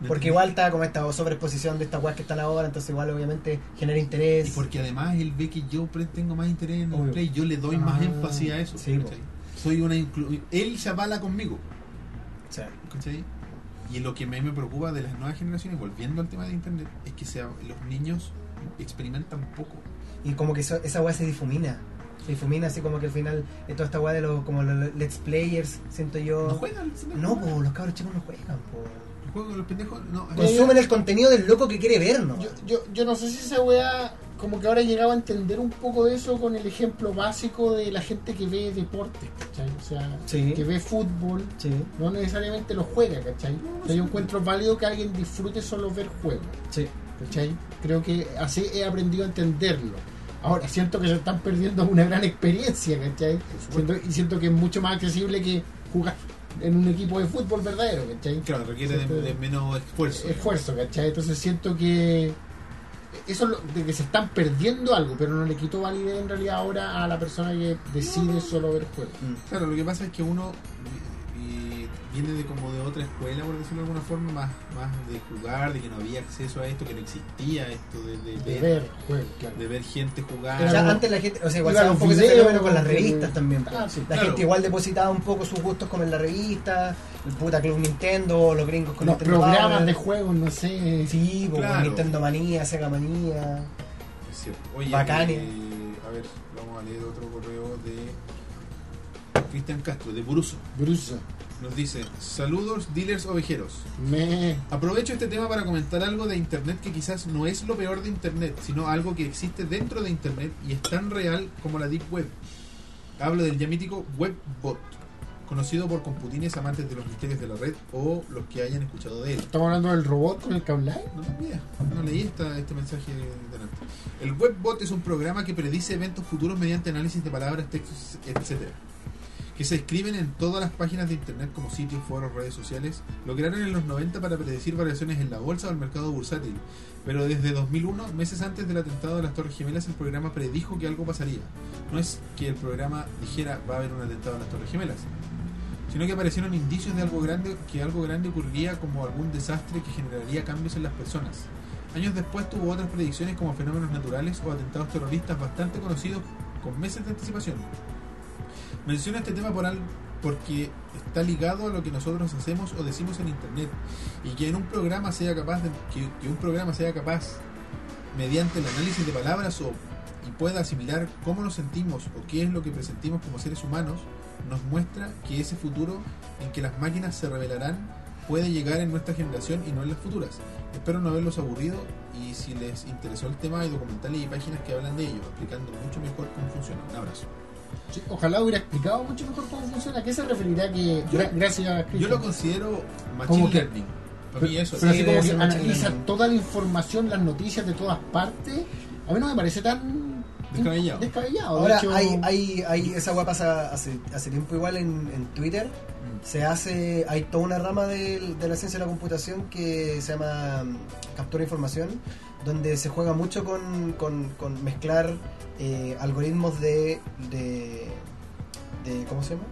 S1: ¿Me
S3: Porque
S1: entendí?
S3: igual está como esta sobreexposición de estas weas que están ahora, entonces igual obviamente genera interés.
S1: Y porque además él ve que yo pre- tengo más interés en el
S3: Obvio.
S1: play, yo le doy más
S2: Ah,
S1: énfasis a eso.
S3: sí,
S1: ¿cachai? Soy una inclu- él se avala conmigo,
S3: O sea,
S1: ¿cachai? Y lo que a mí me preocupa de las nuevas generaciones, volviendo al tema de internet, es que sea, los niños experimentan poco.
S3: y como que eso- esa wea se difumina. Se difumina así como que al final eh, toda esta wea de los, como los let's players, siento yo.
S1: No juegan, se
S3: No,
S1: juegan.
S3: po, los cabros chicos no juegan, po.
S1: Los juegos de los pendejos, no.
S3: Consumen el contenido del loco que quiere ver, ¿no?
S2: Yo, yo, yo no sé si esa weá, como que ahora he llegado a entender un poco de eso con el ejemplo básico de la gente que ve deportes, ¿cachai? O sea,
S3: Sí.
S2: que ve fútbol,
S3: Sí,
S2: no necesariamente lo juega, ¿cachai? O sea, yo encuentro válido que alguien disfrute solo ver juegos,
S3: sí.
S2: ¿cachai? Creo que así he aprendido a entenderlo. Ahora, siento que se están perdiendo una gran experiencia, ¿cachai? Siento- y siento que es mucho más accesible que jugar en un equipo de fútbol verdadero, ¿cachai?
S1: Claro, requiere de, de menos esfuerzo.
S2: esfuerzo, ¿cachai? Entonces siento que eso es lo- de que se están perdiendo algo, pero no le quito validez en realidad ahora a la persona que decide solo ver juegos.
S1: Claro, lo que pasa es que uno eh, viene de como de otra escuela, por decirlo de alguna forma, más, más de jugar, de que no había acceso a esto, que no existía esto, de, de
S2: De
S1: ver,
S2: ver juegos, claro.
S1: de ver gente jugar.
S3: O sea,
S2: Claro.
S3: antes la gente, o sea, igual
S2: Claro,
S3: se da un poco ese
S2: videos,
S3: fenómeno con las
S2: porque-
S3: revistas también. po.
S2: Ah, sí,
S3: la
S1: claro.
S3: gente igual depositaba un poco sus gustos como en la revista, el puta Club Nintendo, los gringos con eh.
S2: Los
S3: Nintendo
S2: programas
S3: Power.
S2: de juegos, no sé.
S3: Sí, po,
S1: Claro.
S3: Nintendo Manía, Sega Manía.
S1: Es cierto. Oye,
S3: Bacán,
S1: eh, a ver, vamos a leer otro correo de Cristian Castro, de Buruso.
S2: Bruso,
S1: Nos dice, saludos, dealers ovejeros.
S2: me.
S1: Aprovecho este tema para comentar algo de Internet que quizás no es lo peor de Internet, sino algo que existe dentro de Internet y es tan real como la Deep Web. Hablo del ya mítico Webbot, conocido por computines amantes de los misterios de la red o los que hayan escuchado de él.
S2: Estamos hablando del robot con el que habláis.
S1: No tengo idea, no leí esta- este mensaje delante. El Webbot es un programa que predice eventos futuros mediante análisis de palabras, textos, etc. Que se escriben en todas las páginas de internet como sitios, foros, redes sociales. Lo crearon en los 90 para predecir variaciones en la bolsa o el mercado bursátil. Pero desde 2001, meses antes del atentado de las Torres Gemelas, el programa predijo que algo pasaría. No es que el programa dijera va a haber un atentado en las Torres Gemelas, sino que aparecieron indicios de algo grande que algo grande ocurriría como algún desastre que generaría cambios en las personas. Años después tuvo otras predicciones como fenómenos naturales o atentados terroristas bastante conocidos con meses de anticipación. Menciono este tema por al- porque está ligado a lo que nosotros hacemos o decimos en internet y que en un programa sea capaz de, que, que un programa sea capaz mediante el análisis de palabras o y pueda asimilar cómo nos sentimos o qué es lo que presentimos como seres humanos nos muestra que ese futuro en que las máquinas se revelarán puede llegar en nuestra generación y no en las futuras. Espero no haberlos aburrido y si les interesó el tema hay documentales y páginas que hablan de ello, explicando mucho mejor cómo funciona. Un abrazo.
S2: Sí, Ojalá hubiera explicado mucho mejor cómo funciona. ¿A qué se referirá que.?
S1: Yo-
S2: gra- gracias a
S1: Yo
S2: Cristian.
S1: lo considero
S2: ¿Cómo
S1: machine
S2: que?
S1: learning. Para mí eso es.
S2: Pero
S3: Sí,
S2: así como
S3: debe
S2: que
S3: ser mucho
S2: analiza
S3: menos.
S2: toda la información, las noticias de todas partes. A mí no me parece tan
S1: Descabellado.
S2: descabellado. De
S3: Ahora
S2: hecho,
S3: hay, hay, hay, esa wea pasa hace, hace tiempo igual en, en Twitter. Se hace, hay toda una rama del- de, la ciencia de la computación que se llama mm, captura de información, donde se juega mucho con, con- con mezclar eh, algoritmos de, de, de- ¿cómo se llama?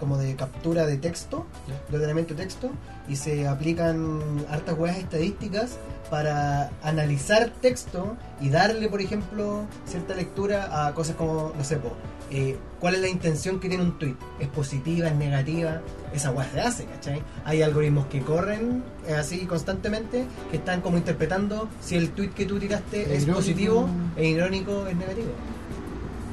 S3: Como de captura de texto,
S1: Ya.
S3: de ordenamiento de texto, y se aplican hartas huevas estadísticas para analizar texto y darle, por ejemplo, cierta lectura a cosas como, no sé, po, eh, cuál es la intención que tiene un tweet. ¿Es positiva? ¿Es negativa? Esa weá se hace, ¿cachai? Hay algoritmos que corren eh, así constantemente que están como interpretando si el tweet que tú tiraste
S2: Es
S3: es
S2: irónico.
S3: positivo, es irónico, es negativo.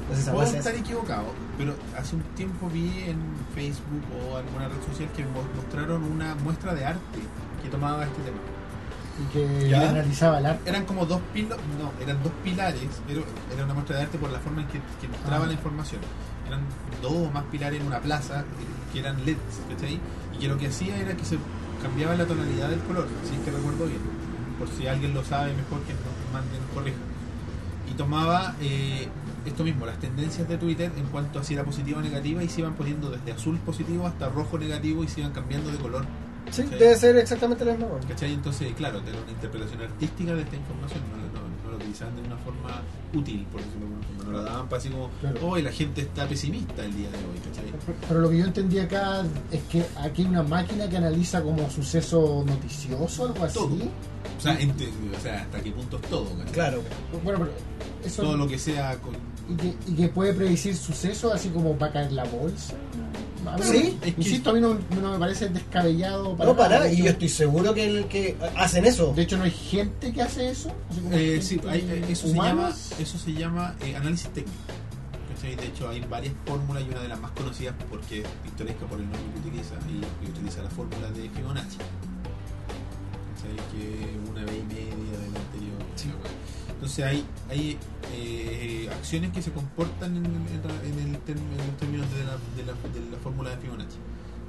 S3: Entonces, esa
S1: Puedo
S3: weá se hace.
S1: estar equivocado, pero hace un tiempo vi en Facebook o alguna red social que mo- mostraron una muestra de arte que tomaba este tema.
S2: y que
S1: ¿Ya?
S2: analizaba el arte.
S1: Eran como dos pilares, no, eran dos pilares, era, era una muestra de arte por la forma en que, que mostraba
S2: Ah.
S1: la información. Eran dos o más pilares en una plaza eh, que- que eran LEDs, ¿cachai? Y que lo que hacía era que se cambiaba la tonalidad del color, si es que recuerdo bien. Por si alguien lo sabe mejor que nos manden corrija. Y tomaba eh, esto mismo, las tendencias de Twitter en cuanto a si era positiva o negativa y se iban poniendo desde azul positivo hasta rojo negativo y se iban cambiando de color
S3: Sí,
S1: Sí.
S3: debe ser exactamente la misma. weón.
S1: ¿Cachai? Entonces, claro, era una interpretación artística de esta información, no, no- no lo utilizaban de una forma útil, por decirlo de alguna forma. No la daban para así como,
S2: Claro.
S1: hoy la gente está pesimista el día de hoy, ¿cachai?
S2: Pero lo que yo entendí acá es que aquí hay una máquina que analiza como suceso noticioso, algo así.
S1: Todo. O sea, ente- o sea, hasta qué punto es todo, ¿cachai?
S3: Claro.
S2: Bueno, pero eso.
S1: Todo lo que sea con...
S2: y, que, y que puede predecir sucesos, así como va a caer la bolsa. A mí no-
S3: Sí,
S1: es que-
S2: insisto, a mí no, no me parece descabellado.
S3: No, para,
S2: nada.
S3: y yo estoy seguro que el que hacen eso.
S2: De hecho, no hay gente que hace eso. Así como
S1: Eh, sí,
S2: gente-
S1: hay- eh, eso, se llama,
S2: humanos.
S1: eso se llama eh, análisis técnico. ¿cachai? De hecho, hay varias fórmulas y una de las más conocidas porque es pintoresca por el nombre que utiliza y que utiliza la fórmula de Fibonacci. ¿cachai? Que una vez y media del anterior. una wea. Entonces hay, hay eh, acciones que se comportan en, en- en el ter- en los términos de la, de, la, de la fórmula de Fibonacci.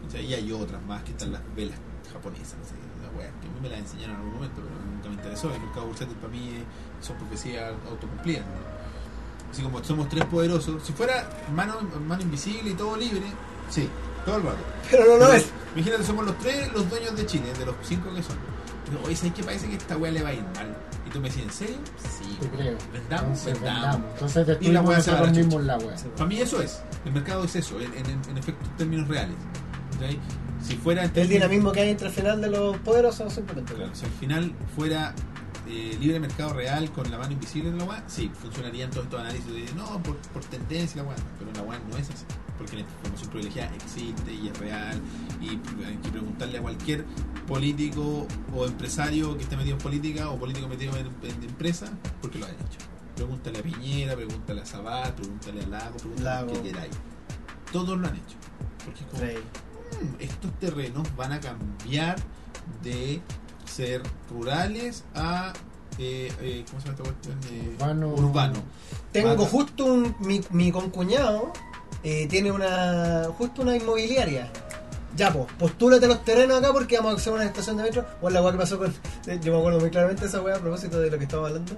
S1: ¿cachai? Y hay otras más que están las velas japonesas, ¿sí? las weas que a mí me las enseñaron en algún momento, pero nunca me interesó. El mercado bursátil para mí es- son profecías autocumplidas. ¿no? Así como somos tres poderosos, si fuera mano, mano invisible y todo libre, sí, todo el rato.
S3: Pero no lo
S1: Pero,
S3: es.
S1: Imagínate, somos los tres los dueños de Chile, de los cinco que son. Pero, Oye, ¿sabes qué parece que esta weá le va a ir mal? Y tú me decís, ¿en serio? Sí.
S2: Te creo.
S1: Vendamos,
S2: Entonces,
S1: vendamos.
S2: vendamos. Entonces,
S1: Y la
S2: destruimos
S1: wea se va a la
S2: nosotros
S1: chucha.
S2: mismos la wea.
S1: Para mí eso es. El mercado es eso, en, en, en efecto, en términos reales. ¿ok? Si fuera en
S3: El
S1: términos-
S3: dinamismo que hay entre el final de los poderosos simplemente.
S1: Claro, si al final fuera eh, libre mercado real con la mano invisible en la weá, sí, funcionarían todos estos análisis de no, por, por tendencia la weá, pero la weá no es así, porque la información privilegiada existe y es real, y hay que preguntarle a cualquier político o empresario que esté metido en política o político metido en, en empresa, porque lo han hecho. Pregúntale a Piñera, pregúntale a Sabat, pregúntale a Lago, pregúntale a
S3: Lago.
S1: quien queráis. Todos lo han hecho. Porque es como,
S3: Sí.
S1: "Mm, estos terrenos van a cambiar de ser rurales a eh, eh, ¿cómo se llama esta cuestión? Eh,
S2: Urbano.
S1: urbano.
S3: Tengo
S1: Bata.
S3: justo un. Mi, mi concuñado eh, tiene una. Justo una inmobiliaria. Ya, pues, postúlate los terrenos acá porque vamos a hacer una estación de metro. O la weá que pasó con. Yo me acuerdo muy claramente esa weá a propósito de lo que estaba hablando.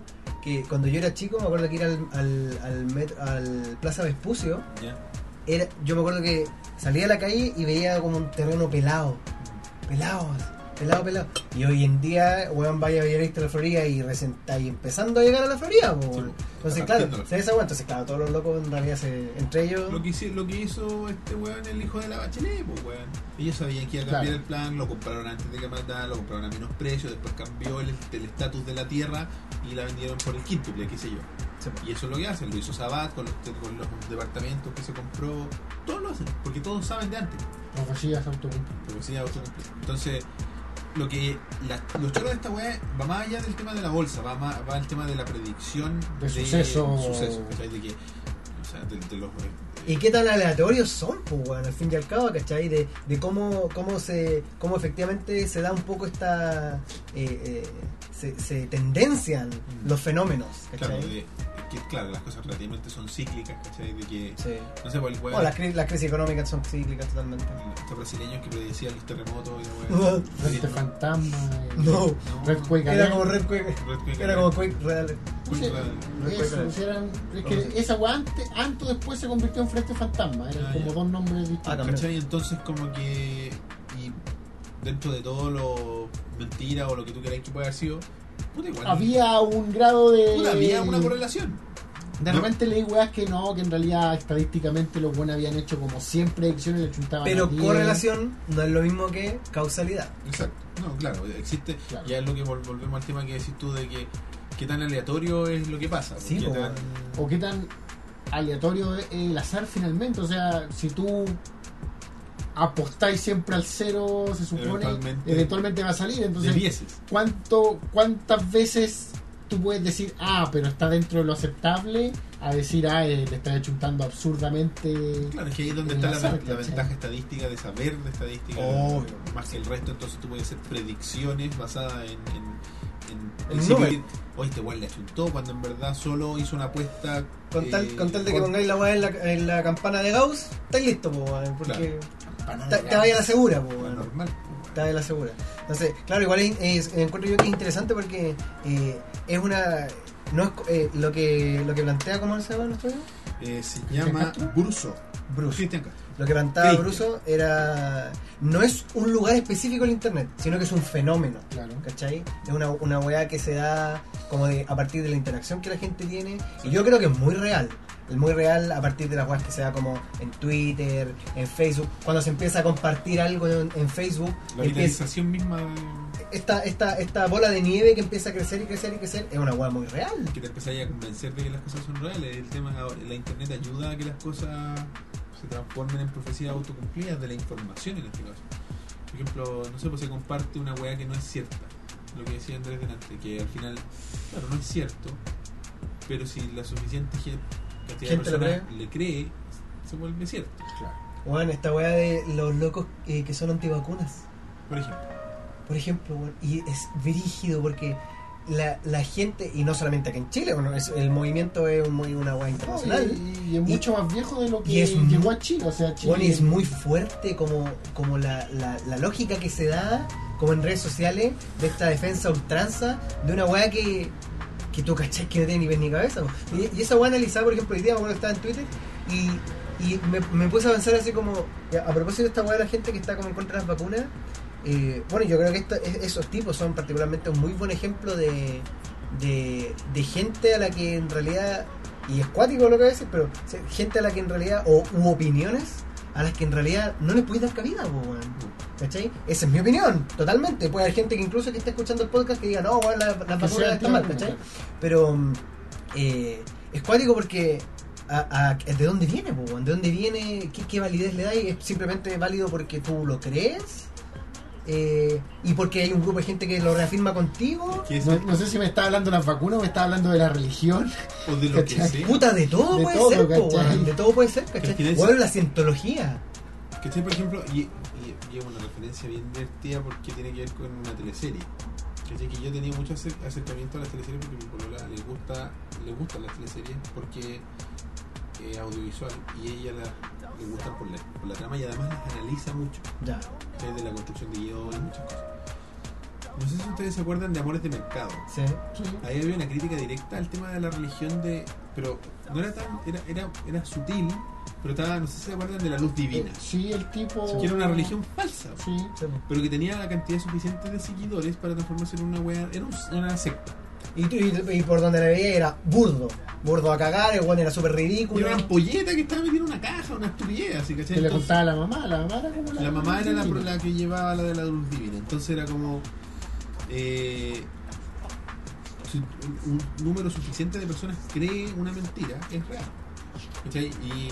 S3: Que cuando yo era chico, me acuerdo que ir al, al, al, metro- al Plaza Vespucio.
S1: ¿ya?
S3: Era, yo me acuerdo que salía a la calle y veía como un terreno pelado. Pelado, así, pelado, pelado. Y hoy en día, weón, vaya a Villarista a la Florida y recién está ahí empezando a llegar a la Florida, po,
S1: Sí, pues,
S3: weón. Entonces,
S1: está
S3: claro,
S1: partiendo.
S3: se desagüe. Entonces, claro, todos los locos en realidad se, entre ellos.
S1: Lo que, hizo, lo que hizo este weón, el hijo de la bachelet, pues weón. Ellos sabían que iba a cambiar
S2: Claro.
S1: el plan, lo compraron antes de que matara, lo compraron a menos precio, después cambió el el estatus de la tierra y la vendieron por el quíntuple, qué sé yo.
S3: se-
S1: Y eso es lo que hacen, lo hizo Sabat con los, con los departamentos que se compró, todos lo hacen, porque todos saben de antes.
S2: Profecías autocumplidas.
S1: Pero sí, autocumplido. Entonces, lo que la- los choros de esta weá va más allá del tema de la bolsa, va más va al tema de la predicción
S2: De suceso.
S1: suceso, ¿cachai? De que, o sea, de, de los. eh,
S3: ¿Y qué tan aleatorios son, pues, weón, al fin y al cabo, ¿cachai? De, de cómo, cómo, se, cómo efectivamente se da un poco esta. eh, eh, se, se tendencian los fenómenos,
S1: Mm. claro,
S3: ¿cachai?
S1: de- que, claro, las cosas relativamente son cíclicas, ¿cachai? De que,
S3: Sí.
S1: no sé, por el
S3: Bueno, las, cri- las crisis económicas son cíclicas totalmente.
S1: estos brasileños que predecían los terremotos y la
S3: No.
S1: weá.
S2: Frente Fantasma. eh,
S3: No.
S2: Red Cueca.
S3: Era como Red Quake.
S1: Red Quake
S3: Era como Quake Real.
S2: Sí, Eso, sí, eran- es que esa weá antes, antes o después se convirtió en Frente Fantasma. Eran
S1: Ah,
S2: como
S1: ya.
S2: dos nombres distintos.
S3: Ah, también.
S1: ¿Cachai? Entonces como que y dentro de todo lo mentira o lo que tú queráis que pueda haber sido, puta igual.
S2: Había un grado de.
S1: puta, había
S3: Eh.
S1: una correlación.
S2: De repente leí weas que no, que en realidad estadísticamente los buenos habían hecho como 100 predicciones y le chuntaban. a
S3: Pero
S2: 10.
S3: correlación no es lo mismo que causalidad.
S1: Exacto. No, claro, existe.
S2: Claro.
S1: Ya es lo que vol- volvemos al tema que decís tú de que qué tan aleatorio es lo que pasa.
S3: Sí,
S1: qué
S3: po,
S1: tan-
S2: O qué tan aleatorio es el azar finalmente. O sea, si tú apostáis siempre al cero, se supone,
S1: Eventualmente-
S2: eventualmente, va a salir. Entonces,
S1: debieses.
S2: ¿cuánto, ¿cuántas veces tú puedes decir, ah, pero está dentro de lo aceptable? A decir, ah, eh, le está chuntando absurdamente.
S1: Claro, es que ahí es donde
S2: El
S1: está la,
S2: azar,
S1: la
S2: ¿cachai?
S1: ventaja estadística de saber de estadística
S3: Obvio.
S1: más que el resto, entonces tú puedes hacer predicciones basadas en, en- en-
S3: El
S1: en City
S3: Nobel.
S1: Kid, oye, este weón le asustó cuando en verdad solo hizo una apuesta.
S3: Con
S1: eh,
S3: tal, con tal de que
S1: con-
S3: pongáis la weá en la, en la campana de Gauss, estáis listos, po, weón, porque
S1: Claro.
S2: Para
S3: te, te vaya a la segura, po,
S1: bueno,
S3: weón.
S1: normal.
S3: Está de la segura. Entonces, claro, igual es, es- encuentro yo que es interesante porque eh, es una. No es, co- eh, lo, que, lo que plantea, ¿cómo se llama nuestro amigo?
S1: Eh, se llama
S2: Castro?
S1: Bruso.
S3: Bruce.
S1: Cristian Castro.
S3: Lo que planteaba
S1: Cristian.
S3: Bruso era. No es un lugar específico el internet, sino que es un fenómeno.
S2: Claro.
S3: ¿Cachai? Es una, una weá que se da como de, a partir de la interacción que la gente tiene. Y yo creo que es muy real. Es muy real a partir de las weas que se da como en Twitter, en Facebook. Cuando se empieza a compartir algo en, en Facebook,
S1: La
S3: empieza-
S1: viralización misma
S3: esta, esta, esta bola de nieve que empieza a crecer y crecer y crecer es una hueá muy real.
S1: que te empezáis a convencer de que las cosas son reales. El tema es ahora, la internet ayuda a que las cosas se transformen en profecías autocumplidas de la información en este caso. Por ejemplo, no sé, pues se comparte una weá que no es cierta. Lo que decía Andrés delante, que al final, claro, no es cierto, pero si la suficiente gente, cantidad de
S3: ¿Gente lo
S1: personas le cree, se vuelve cierto.
S3: Bueno, esta hueá de los locos eh, que son antivacunas,
S1: Por ejemplo,
S3: por ejemplo, weón, y es brígido porque la, la gente, y no solamente aquí en Chile, bueno, es- el movimiento es un, muy- una hueá internacional.
S2: Y, y es mucho más viejo de lo que
S3: y es
S2: llegó
S3: muy-
S2: a Chile. O sea, Chile.
S3: Bueno, y es muy fuerte como, como la, la- la lógica que se da, como en redes sociales, de esta defensa ultranza, de una weá que, que tú cachás que no tiene ni pies ni cabeza. po. Y, y esa weá analizada, por ejemplo, hoy día, cuando estaba en Twitter, y, y me, me puse a pensar así como, ya, a propósito de esta weá de la gente que está como en contra de las vacunas, eh, bueno, yo creo que esta- es- esos tipos son particularmente un muy buen ejemplo de, de, de gente a la que en realidad, y es cuático lo que voy a decir, pero o sea, gente a la que en realidad, o u opiniones a las que en realidad no les puedes dar cabida, po, weón. ¿Cachai? Esa es mi opinión, totalmente. Puede haber gente que incluso que esté escuchando el podcast que diga, no, weón, la- las
S2: Que
S3: vacunas
S2: sea
S3: están mal,
S2: antivacuna,
S3: ¿cachai? Pero mm, eh, es cuático porque a- a- ¿de dónde viene? po, weón? ¿De dónde viene? ¿Qué, qué validez le dais? ¿Es simplemente válido porque tú lo crees? Eh, ¿Y porque hay un grupo de gente que lo reafirma contigo?
S1: que es
S2: No, no sé si me está hablando de las vacunas o me está hablando de la religión.
S1: o de lo que
S2: ¿Cachai?
S1: sea.
S3: Puta, de todo
S2: De
S3: puede
S2: todo,
S3: ser, po,
S2: ¿cachai?
S3: weón, de todo puede ser, ¿cachai?
S1: Que es-
S3: Weón, la cientología.
S1: Que esté, por ejemplo, y, y, y es una referencia bien divertida porque tiene que ver con una teleserie. ¿Cachai? Que yo tenía mucho acer- acercamiento a las teleseries porque mi polola le gusta, le gustan las teleseries porque es audiovisual y ella la, le gusta por la, por la trama y además las analiza mucho,
S3: Ya.
S1: ¿cachai? de la construcción de guión y muchas cosas. No sé si ustedes se acuerdan de Amores de Mercado.
S3: Sí.
S1: Ahí había una crítica directa al tema de la religión de... Pero no era tan... Era, era, era sutil, pero estaba... No sé si se acuerdan de la luz divina.
S2: Sí, el tipo.
S1: Que era una religión falsa,
S2: Sí.
S3: sí, po.
S1: pero que tenía la cantidad suficiente de seguidores para transformarse en una wea, era un- una secta.
S3: Y, tú- y- y por donde la veía era burdo. Burdo a cagar, el weón era súper
S1: Y
S3: ridículo.
S1: Era una ampolleta que estaba metida en una caja, una estupidez, así que
S2: Que le contaba a la mamá. La mamá era como la.
S1: la mamá era la, la que llevaba la de la luz divina, entonces era como eh, si un- un número suficiente de personas cree una mentira, es real. ¿cachai? Y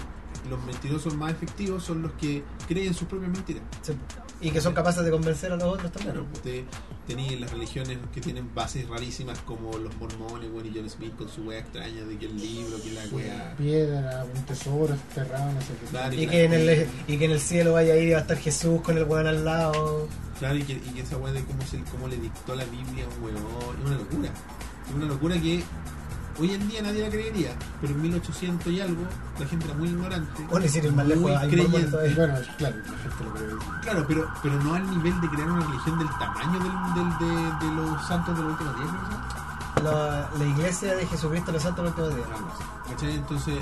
S1: los mentirosos más efectivos son los que creen sus propias mentiras.
S3: Sí, po. Y que son capaces de convencer a los otros también.
S1: Claro, usted tenía las religiones que tienen bases rarísimas como los mormones, bueno, y John Smith con su wea extraña de que el libro, que la wea.
S2: Piedra, un tesoro enterrado, no sé qué.
S1: Claro,
S3: Y
S1: la-
S3: que, en el, y que en el cielo vaya a ir y va a estar Jesús con el weón al lado.
S1: Claro, y que, y que esa wea de cómo, se, cómo le dictó la Biblia a un huevón, es una locura. Es una locura que hoy en día nadie la creería, pero en 1800 y algo la gente era muy ignorante.
S3: Bueno, y si eres más lejos,
S1: Muy
S3: hay
S1: creyente.
S3: mormones
S2: Y
S3: todavía.
S2: bueno, claro, la gente lo cree.
S1: Claro, pero, pero no al nivel de crear una religión del tamaño del, del- de, de los santos de los últimos días, ¿no?
S3: La, la iglesia de Jesucristo de los Santos los últimos días.
S1: algo así, ¿cachai? Entonces,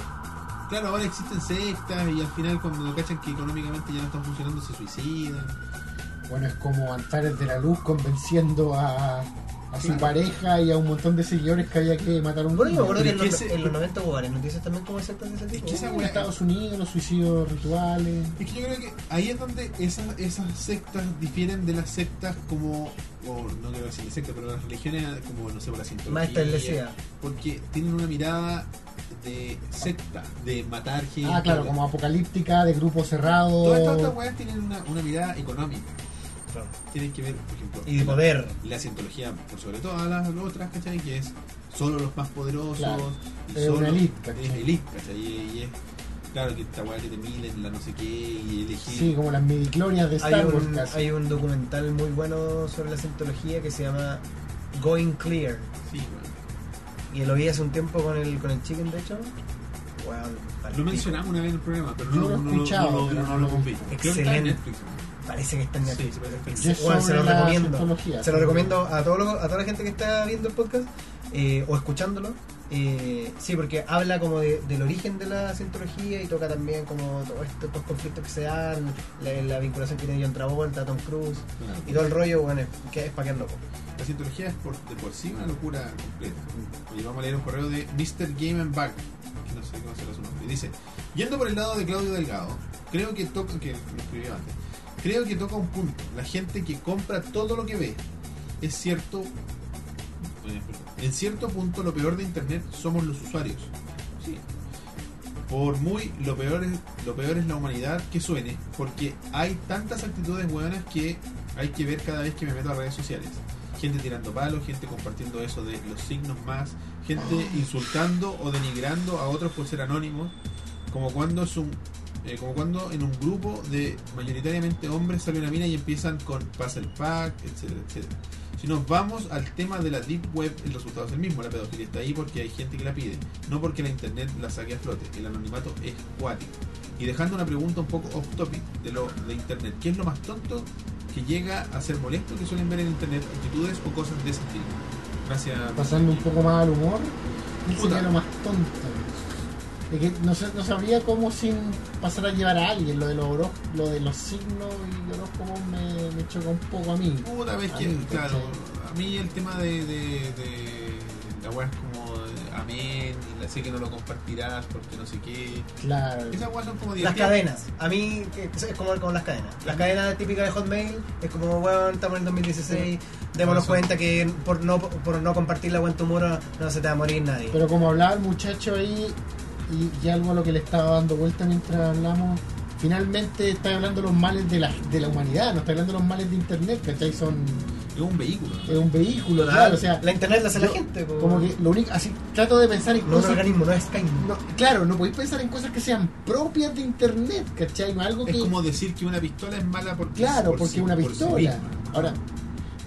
S1: claro, ahora existen sectas y al final cuando cachan que económicamente ya no están funcionando se suicidan.
S2: Bueno, es como Antares de la Luz convenciendo a, a su
S1: Claro.
S2: pareja y a un montón de seguidores que había que matar a un
S3: Bueno, yo me acuerdo que en
S1: Pero
S3: los,
S1: es que ese-
S3: en los 90 hubo varias noticias también como sectas de ese tipo.
S1: que esa
S2: En Estados Unidos, los suicidios rituales.
S1: Es que yo creo que ahí es donde esas, esas sectas difieren de las sectas como, o no quiero decir sectas, pero las religiones como, no sé, por la cientología.
S3: Más establecida.
S1: Porque tienen una mirada de secta, de matar gente.
S2: Ah, claro,
S1: de-
S2: como apocalíptica, de grupo
S1: Todas estas
S2: cerrado.
S1: otras weas tienen una, una mirada económica. Tienen que ver, por ejemplo,
S3: Y de poder.
S1: la cientología por sobre todas las otras, ¿cachai? Que es solo los más poderosos.
S2: Claro.
S1: y
S2: Es
S1: solo-
S2: una elite, ¿cachai?
S1: Es elite, ¿cachai? Y, y es, claro, que esta weá que te miden, la no sé qué, y elegir.
S2: Sí, como las midiclorias de
S3: Hay
S2: Star Wars
S3: un,
S2: casi.
S3: hay un documental muy bueno sobre la cientología que se llama Going Clear.
S1: Sí, weón.
S3: Y lo vi hace un tiempo con el, con el Chicken, de hecho. Weón, pal-
S1: Lo mencionamos una vez en el programa, pero no, lo-
S2: No lo he
S1: no lo-
S2: escuchado,
S1: no lo-
S2: pero-
S1: no lo convivo. Creo que está en
S3: Excelente.
S1: Netflix.
S3: Parece que está en Netflix.
S1: Sí, pero está en
S2: Yo
S3: Weón, se
S2: sobre
S3: lo
S2: la
S3: recomiendo.
S2: cientología.
S3: Se lo recomiendo a, todos los- a toda la gente que está viendo el podcast eh, o escuchándolo. Eh, sí, porque habla como de- del origen de la cientología y toca también como todos estos, estos conflictos que se dan, la, la vinculación que tiene John Travolta, Tom Cruise y todo el rollo, bueno, es, que es pa' quedar loco.
S1: La cientología es por, de por sí una locura completa. Y vamos a leer un correo de Mr. Game and Back, que no sé cómo será su nombre. Dice, yendo por el lado de Claudio Delgado, creo que toca, que lo escribió antes, creo que toca un punto. La gente que compra todo lo que ve. Es cierto, eh, en cierto punto lo peor de Internet somos los usuarios. Sí. Por muy lo peor es, lo peor es la humanidad que suene, porque hay tantas actitudes buenas que hay que ver cada vez que me meto a redes sociales gente tirando palos, gente compartiendo eso de los signos más, gente insultando o denigrando a otros por ser anónimos, como cuando es un eh, como cuando en un grupo de mayoritariamente hombres sale una mina y empiezan con pasa el pack, etcétera, etcétera. Si nos vamos al tema de la deep web, el resultado es el mismo, la pedofilia está ahí porque hay gente que la pide, no porque la internet la saque a flote, el anonimato es cuático. Y dejando una pregunta un poco off topic de lo de internet, ¿qué es lo más tonto que llega a ser molesto que suelen ver en internet actitudes o cosas de ese estilo. Gracias.
S2: pasando un poco más al humor,
S1: Puta.
S2: sería lo más tonto. Es que no, sé- no sabría cómo sin pasar a llevar a alguien. Lo de los, horo- lo de los signos y horóscopos me, me choca un poco a mí.
S1: Una vez que,
S2: Ay,
S1: claro,
S2: ¿cachai?
S1: a mí el tema de, de, de la weá es como de amén, y la- sé que no lo compartirás porque no sé qué.
S2: Claro.
S1: Esas weas son como
S3: Las
S1: divertidas.
S3: cadenas, a mí que- eso es como con las cadenas. Las cadenas típicas de Hotmail es como, weón, estamos en 2016, démonos
S1: Eso.
S3: cuenta que por no, por no compartir la buen tumor no se te va a morir nadie.
S2: Pero como hablaba el muchacho ahí y, y algo a lo que le estaba dando vuelta mientras hablamos, finalmente está hablando los males de la, de la humanidad, no está hablando los males de internet, ¿cachai? Son,
S1: Es un vehículo.
S2: es un vehículo,
S3: La-
S2: claro, o sea,
S3: la internet la hace la
S2: yo-
S3: gente. po.
S2: como que lo único, así trato de pensar en
S3: No es un
S2: cosas-
S3: organismo, no es Skype.
S2: no, claro, no podéis pensar en cosas que sean propias de internet, ¿cachai? Algo
S1: Es
S2: que
S1: como decir que una pistola es mala porque
S2: Claro,
S1: por
S2: porque
S1: sí-
S2: una
S1: por sí
S2: pistola.
S1: misma.
S2: Ahora,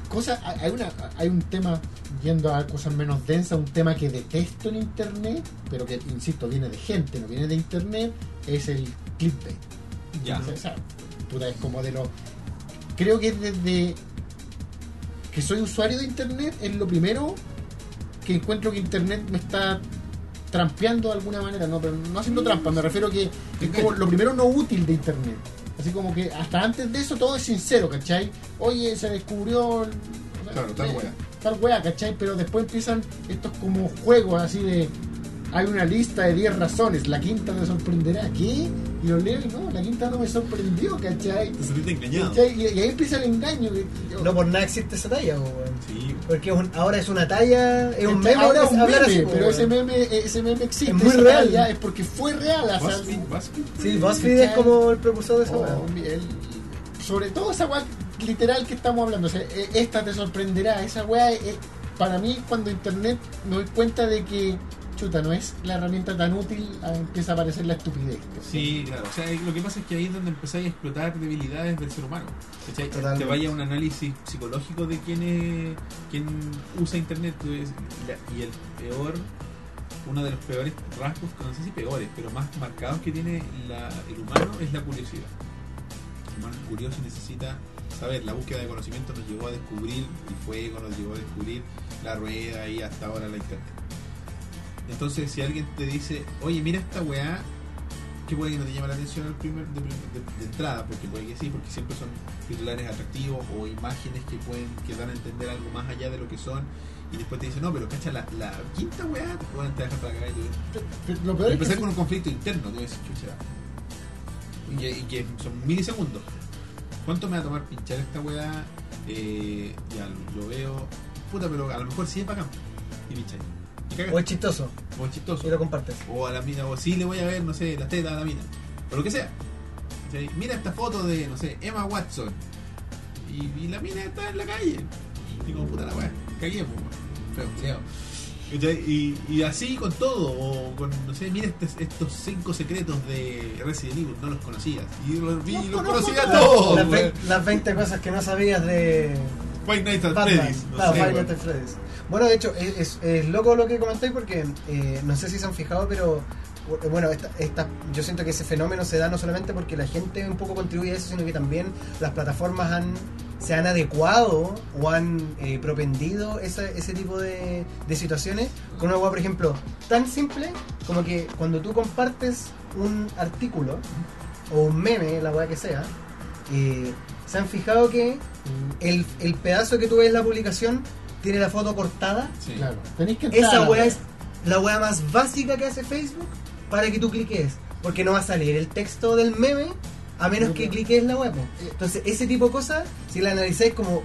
S2: cosa, hay- hay, una, hay un tema, yendo a cosas menos densas, un tema que detesto en internet, pero que, insisto, viene de gente, no viene de internet, es el clickbait.
S1: Ya.
S2: O sea, puta, es como de lo... Creo que desde que soy usuario de internet es lo primero que encuentro que internet me está trampeando de alguna manera, no, pero no haciendo trampa, me refiero que es como lo primero no útil de internet. Así como que hasta antes de eso todo es sincero, ¿cachai? Oye, se descubrió... o sea,
S1: Claro, tal
S2: eh,
S1: wea.
S2: Tal wea, ¿cachai? Pero después empiezan estos como juegos así de... Hay una lista de 10 razones, la quinta me sorprenderá. ¿Qué? Y lo leo y no, la quinta no me sorprendió, ¿cachai?
S1: Te sentiste engañado.
S2: ¿Cachai? Y, y ahí empieza el engaño. que- yo-
S3: No por nada existe esa talla, po, weón.
S1: Sí.
S3: Porque es un- ahora es una talla, es un meme,
S2: Este, Ahora es un
S3: hablar
S2: meme,
S3: así, po,
S2: pero
S3: weón.
S2: ese meme, e, ese meme existe.
S3: Es muy
S2: esa
S3: real.
S2: realidad Es porque fue real. o sea,
S1: BuzzFeed, BuzzFeed.
S3: Sí, BuzzFeed es como el precursor de esa
S2: Oh,
S3: weá.
S2: el- sobre todo esa weá literal que estamos hablando. o sea, e- esta te sorprenderá. Esa weá, es- para mí, cuando internet me doy cuenta de que, chuta, no es la herramienta tan útil, ah, empieza a aparecer la estupidez.
S1: Sí, claro. O sea, lo que pasa es que ahí es donde empezáis a explotar debilidades del ser humano. ¿cachai?
S3: Totalmente.
S1: Que vaya un análisis psicológico de quién, es, quién usa Internet. pues, la- y el peor, uno de los peores rasgos, no sé si peores, pero más marcados que tiene la- el humano es la curiosidad. El humano es curioso y necesita saber. La búsqueda de conocimiento nos llevó a descubrir el fuego, nos llevó a descubrir la rueda y hasta ahora la Internet. Entonces, si alguien te dice, oye, mira esta weá, que puede que no te llame la atención al primer, de, de- de entrada, porque puede que sí, porque siempre son titulares atractivos o imágenes que pueden que dan a entender algo más allá de lo que son. Y después te dicen, no, pero cacha, la, la quinta weá, weón, te deja para cagar y tú
S2: Pero Lo peor es que
S1: Empezar
S2: se-
S1: con un conflicto interno, tú dices, chucha. Y, que- y que son milisegundos. ¿Cuánto me va a tomar pinchar esta weá? Eh, ya lo, lo veo. Puta, pero a lo mejor sí es bacán. Y pincháis. Y cagas.
S3: O es chistoso,
S1: O es chistoso.
S3: y lo compartes.
S1: O a la mina, o sí le voy a ver, no sé, las tetas a la mina. O lo que sea. ¿Cachai? Mira esta foto de, no sé, Emma Watson. Y, y la mina está en la calle. Y digo, puta la weá, cagué, pues, weón. Feo, feo. ¿Cachai? Y, y así con todo, o con, no sé, mira estes- estos cinco secretos de Resident Evil, no los conocías. Y los vi, y
S2: Los
S1: los
S2: conozco
S1: conocía
S2: todos.
S1: todos,
S3: las,
S1: weón.
S3: ve- las 20 cosas que no sabías de,
S1: White Knight at
S3: Batman,
S1: Freddy's. No
S2: Ah,
S3: claro,
S1: sé,
S3: Five
S1: weón.
S3: Nights at Freddy's. Bueno, de hecho, es, es- es loco lo que comentáis porque eh, no sé si se han fijado, pero bu- bueno, esta, esta- yo siento que ese fenómeno se da no solamente porque la gente un poco contribuye a eso, sino que también las plataformas han se han adecuado o han eh, propendido esa- ese tipo de, de situaciones con una web, por ejemplo, tan simple como que cuando tú compartes un artículo o un meme, la weá que sea, eh, se han fijado que el, el pedazo que tú ves en la publicación tiene la foto cortada.
S1: Sí.
S2: Claro, tenéis que entrar. a
S3: Esa
S2: la
S3: weá es la weá más básica que hace Facebook para que tú cliques. Porque no va a salir el texto del meme a menos que cliques la web. Entonces, ese tipo de cosas, si la analizáis como,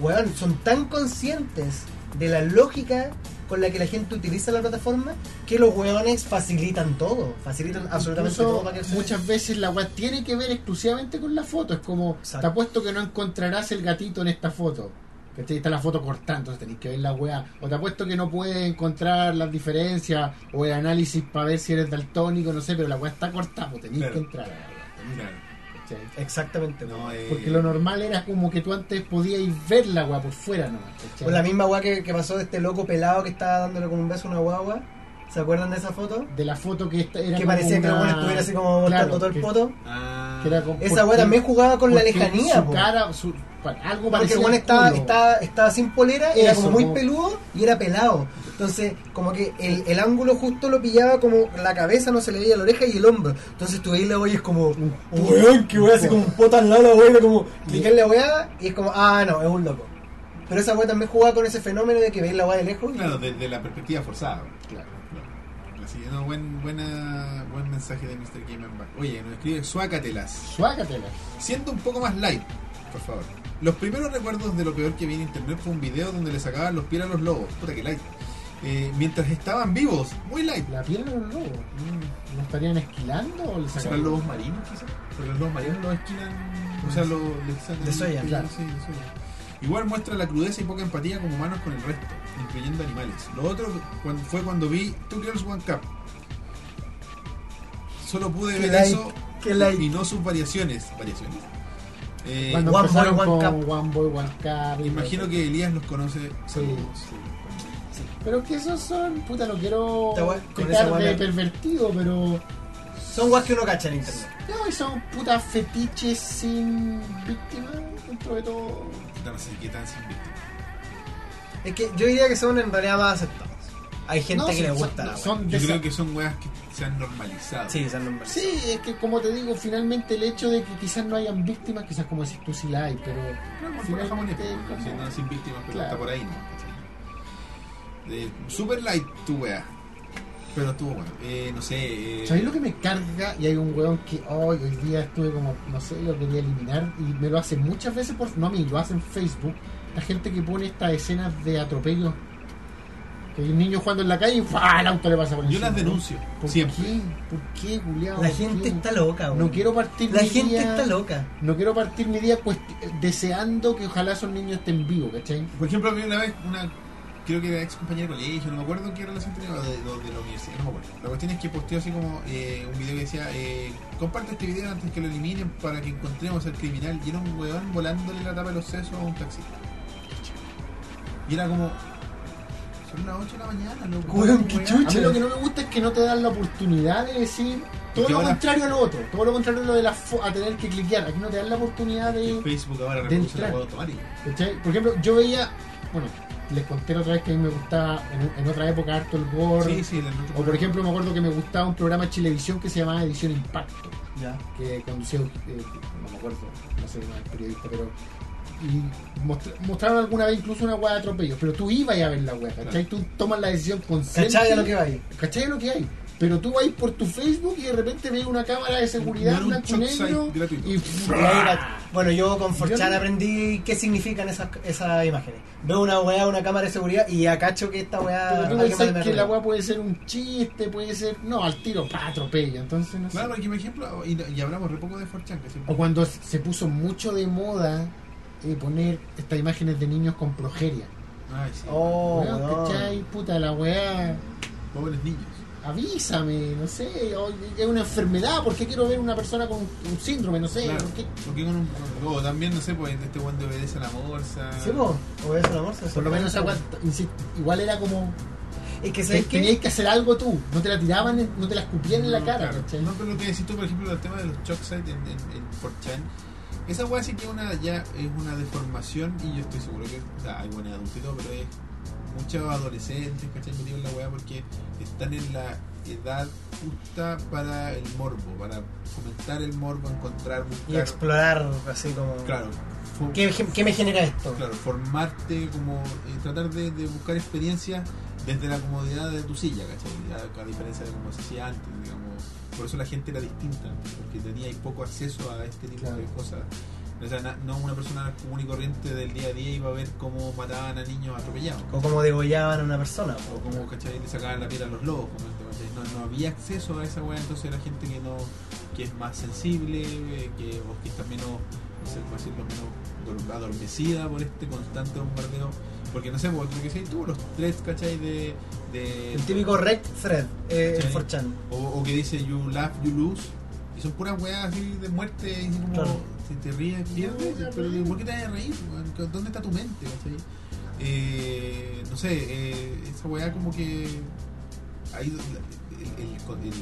S3: weón, son tan conscientes de la lógica con la que la gente utiliza la plataforma que los weones facilitan todo. Facilitan absolutamente
S2: Incluso
S3: todo para que
S2: muchas veces la web tiene que ver exclusivamente con la foto. Es como,
S3: Exacto.
S2: te apuesto que no encontrarás el gatito en esta foto. ¿Cachai? Está la foto cortada, entonces tenéis que ver la weá. O te apuesto que no puedes encontrar las diferencias o el análisis para ver si eres daltónico, no sé, pero la weá está cortada, pues tenéis
S1: Claro.
S2: que entrar. a la weá,
S1: Claro.
S2: ¿cachai?
S3: Exactamente.
S1: No, eh,
S2: Porque lo normal era como que tú antes podías ver la weá por fuera nomás. ¿cachai?
S3: Pues la misma guá que, que pasó de este loco pelado que estaba dándole con un beso a una guagua. ¿Se acuerdan de esa foto?
S2: De la foto que esta, era
S3: que
S2: como
S3: parecía que la
S2: una-
S3: guagua estuviera así como
S2: Claro,
S3: montando todo el
S2: que-
S3: poto.
S1: Ah,
S2: que era como-
S3: Esa guá
S2: porque-
S3: también jugaba con la
S2: porque
S3: lejanía.
S2: Su
S3: po.
S2: cara, su, pa- algo
S3: Porque
S2: parecía
S3: el guan
S2: al
S3: estaba,
S2: culo.
S3: estaba, estaba sin polera, era
S2: Eso,
S3: como muy
S2: como-
S3: peludo y era pelado. Entonces, como que el, el ángulo justo lo pillaba como la cabeza, no se le veía la oreja y el hombro. Entonces tú ahí la oye es como, weón, que weón, así como un pota al lado de la weá, era como, clicar la weá y es como, ah, no, es un loco. Pero esa weá también jugaba con ese fenómeno de que veis la weá de lejos. y-
S1: Claro, desde la perspectiva forzada.
S2: Claro.
S1: Claro. Así que no, buen, buena, buen mensaje de Mr. Game and Back. Oye, nos escribe Suácatelas.
S2: Suácatela.
S1: Siendo un poco más light, por favor. Los primeros recuerdos de lo peor que vi en internet fue un video donde le sacaban los pies a los lobos. Puta que light. Eh, mientras estaban vivos, muy light.
S2: La piel de los lobos.
S1: Mm.
S2: ¿No estarían esquilando o le
S1: ¿Serán
S2: sacarían?
S3: eh,
S1: lobos marinos quizás? Porque los lobos marinos los esquilan, o sea, los les
S3: Desollan,
S2: claro.
S1: Sí, desollan. Igual muestra la crudeza y poca empatía como humanos con el resto, incluyendo animales. Lo otro cuan- fue cuando vi Two Girls One Cup. Solo pude
S3: Qué
S1: ver
S3: like,
S1: eso
S3: qué like.
S1: y no sus variaciones. ¿Variaciones? Eh,
S2: Cuando
S3: One
S2: empezaron
S3: Boy, One
S2: con One Boy, One Cup. y-
S1: imagino que Elías los conoce.
S2: Sí,
S1: Saludos.
S2: sí. Pero que esos son, puta, no quiero
S3: Esta wea- con esa
S2: pecar
S3: wea
S2: de
S3: me-
S2: pervertido, pero
S3: Son guas que uno cacha en internet.
S2: no, y son putas fetiches sin víctima dentro de todo.
S1: No sé qué tan sin víctima.
S3: Es que yo diría que son en realidad más aceptados. Hay gente
S2: No,
S3: que
S2: son-
S3: le gusta
S2: son,
S3: la wea.
S2: son
S1: Yo
S2: desa-
S1: creo que son weas que se han normalizado.
S3: Sí, son nombres.
S2: Sí, es que como te digo, finalmente el hecho de que quizás no hayan víctimas, quizás como decís tú sí la hay, pero
S1: Claro, como fuera japonés,
S2: Finalmente,
S1: pues,
S2: como-
S1: si no, sin víctimas, pero
S2: Claro.
S1: está por ahí, ¿no? Eh, super light tu wea. Pero estuvo bueno. Eh, no sé. eh,
S2: ¿Sabéis lo que me carga? Y hay un weón que hoy, hoy día estuve como, no sé, lo quería eliminar y me lo hacen muchas veces por. No a mí, lo hacen en Facebook. La gente que pone estas escenas de atropello. Que hay un niño jugando en la calle y ¡fua! el auto le pasa por
S1: yo
S2: encima.
S1: las denuncio.
S2: ¿Por
S1: Siempre.
S2: qué? ¿Por qué, culiao?
S3: La
S2: ¿Por
S3: gente
S2: qué?
S3: está loca, weón.
S2: No quiero partir
S3: La
S2: mi
S3: gente
S2: día-
S3: está loca.
S2: No quiero partir mi día cuest- deseando que ojalá esos niños estén vivos, ¿cachai?
S1: Por ejemplo, a mí una vez, una. Creo que era ex compañera de colegio, no me acuerdo qué relación tenía, o de, o de la universidad, no me acuerdo. La cuestión es que posteó así como eh, un video que decía: eh, comparte este video antes que lo eliminen para que encontremos al criminal. Y era un weón volándole la tapa de los sesos a un taxista. Y era como. Son las 8 de la mañana, loco.
S3: Weón, qué chucha.
S2: A mí lo que no me gusta es que no te dan la oportunidad de decir todo
S1: Porque
S2: lo
S1: ahora-
S2: contrario a lo otro, todo lo contrario a lo de la fo- a tener que cliquear. Aquí no te dan la oportunidad
S1: Que
S2: de.
S1: Ah, Facebook ahora reproduce la
S2: entrar.
S1: web automática.
S2: ¿cachai? Por ejemplo, yo veía. Bueno, les conté la otra vez que a mí me gustaba en, en otra época harto el gore.
S1: Sí, sí, la noche
S2: O por ejemplo, me acuerdo que me gustaba un programa de televisión que se llamaba Edición Impacto,
S3: Ya.
S2: que conducía. eh, no me acuerdo, no sé, el periodista, pero. Y mostra- mostraron alguna vez incluso una hueá de atropellos, pero tú ibas a ver la hueá, ¿cachai? Tú tomas la decisión consciente.
S3: ¿Cachai a lo que va ahí?
S2: ¿Cachai lo que hay? Pero tú vas por tu Facebook y de repente ves una cámara de seguridad,
S1: Ver un
S2: blanco y
S1: choc
S2: negro,
S1: site gratuito.
S2: y
S3: Bueno, yo con Forchan
S2: Yo-
S3: aprendí qué significan esas, esas imágenes. Veo una weá, una cámara de seguridad y acacho Ah. que esta weá.
S2: pero tú
S3: alguien más
S2: pensás
S3: me
S2: que la
S3: arruinó.
S2: weá puede ser un chiste, puede ser. No, al tiro, pa, atropella. Entonces, no sé.
S1: Claro, porque por ejemplo, y, y hablamos re poco de 4chan, que siempre.
S2: O cuando se puso mucho de moda eh, poner estas imágenes de niños con progeria.
S1: Ay, sí.
S3: Oh,
S2: Weón,
S3: weón.
S2: ¿Cachai? Puta la weá.
S1: Pobres niños.
S2: A- avísame, no sé, o es una enfermedad, ¿por qué quiero ver una persona con un síndrome? No sé,
S1: Claro.
S2: ¿por qué?
S1: Porque con un. o también, no sé, pues este weón de obedece a la morsa.
S2: Sí, po.
S3: Obedece la morsa.
S2: Por lo menos esa guata, insisto, igual era como
S3: Es que,
S2: que
S3: ¿sabes qué?
S2: tenías que hacer algo tú, no te la tiraban, en- no te la escupían en la
S1: No,
S2: cara,
S1: claro.
S2: ¿cachai?
S1: No, pero lo que decís tú, por ejemplo, el tema de los Chalkside en, en, en 4chan, esa weá sí que una, ya es una deformación y yo estoy seguro que o sea, hay buenos adultos y todo, pero es muchos adolescentes, ¿cachai? Metidos en la weá porque están en la edad justa para el morbo, para fomentar el morbo, encontrar,
S3: Y
S1: buscar.
S3: explorar así como...
S1: Claro. fo-
S3: ¿Qué, qué me genera esto?
S1: Claro, formarte, como eh, tratar de, de buscar experiencias desde la comodidad de tu silla, ¿cachai? A, a diferencia de cómo se hacía antes, digamos. Por eso la gente era distinta, porque tenía poco acceso a este tipo
S2: Claro.
S1: de cosas. O sea, na- no una persona común y corriente del día a día iba a ver cómo mataban a niños atropellados.
S3: O como degollaban a una persona.
S1: O cómo, ¿cachai? Le sacaban la piel a los lobos. como este, ¿cachai? No, no había acceso a esa weá, entonces era gente que no que es más sensible, eh, que, o que está menos, no sé cómo decirlo, menos ador- adormecida por este constante bombardeo. Porque no sé, porque lo que decías tú, los threads, ¿cachai? De, de-
S3: El típico red thread, eh, el
S1: ¿Cachai?
S3: 4chan.
S1: o, o que dice you laugh, you lose. Y son puras weas así de muerte, y como
S3: Claro.
S1: si te ríes, pierdes.
S2: ya
S1: pero
S2: reí.
S1: ¿por qué te vas a reír? weón? ¿Dónde está tu mente? ¿Cachai? Eh, no sé, eh, esa wea como que ha ido- el, el- el- el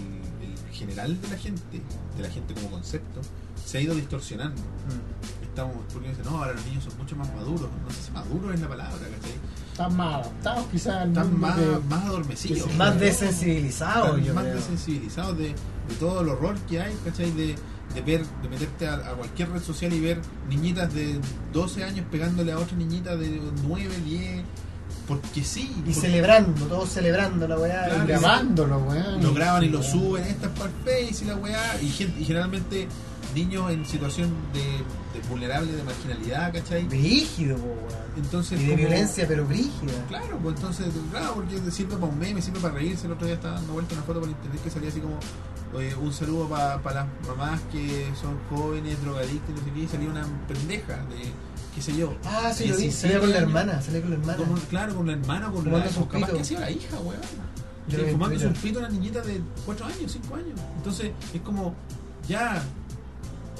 S1: general de la gente, de la gente como concepto, se ha ido distorsionando. Mm. Estamos, porque dicen, no, ahora los niños son mucho más maduros. No sé si maduro es la palabra, ¿cachai?
S2: Están más adaptados quizás al
S1: Están
S2: mundo
S1: más,
S2: que-
S1: más adormecidos.
S2: Sí.
S3: Más desensibilizado,
S1: Están
S3: yo
S1: más
S3: creo.
S1: desensibilizados de, de todo el horror que hay, ¿cachai? De, de ver, de meterte a, a cualquier red social y ver niñitas de 12 años pegándole a otra niñita de 9, 10, porque sí.
S3: Y
S1: porque
S3: celebrando, todos celebrando la weá.
S1: Claro,
S3: y
S2: grabándolo, weón.
S1: Lo graban y lo suben, esta es para Face y la weá, y, gen- y generalmente niños en situación de, de vulnerable, de marginalidad, ¿cachai?
S3: Brígido, po, weón.
S1: Entonces,
S3: Y de
S1: como-
S3: violencia, pero brígida.
S1: Claro, pues entonces, claro, porque sirve para un meme, sirve para reírse. El otro día estaba dando vuelta una foto por internet que salía así como eh, un saludo para las mamás que son jóvenes, drogadictas, no sé qué, y salía una pendeja de, qué sé yo.
S3: Ah, sí, lo vi.
S1: 16
S3: Salía con la
S1: años.
S3: hermana, salía con la hermana.
S1: Con un- claro, con la hermana, con la
S3: Fumando sus
S1: o capaz
S3: pitos.
S1: que hacía la hija, weón.
S3: Yo
S1: Sí,
S3: lo vi en
S1: fumándose
S3: Twitter.
S1: un pito a una niñita de 4 años, 5 años. Entonces, es como, ya,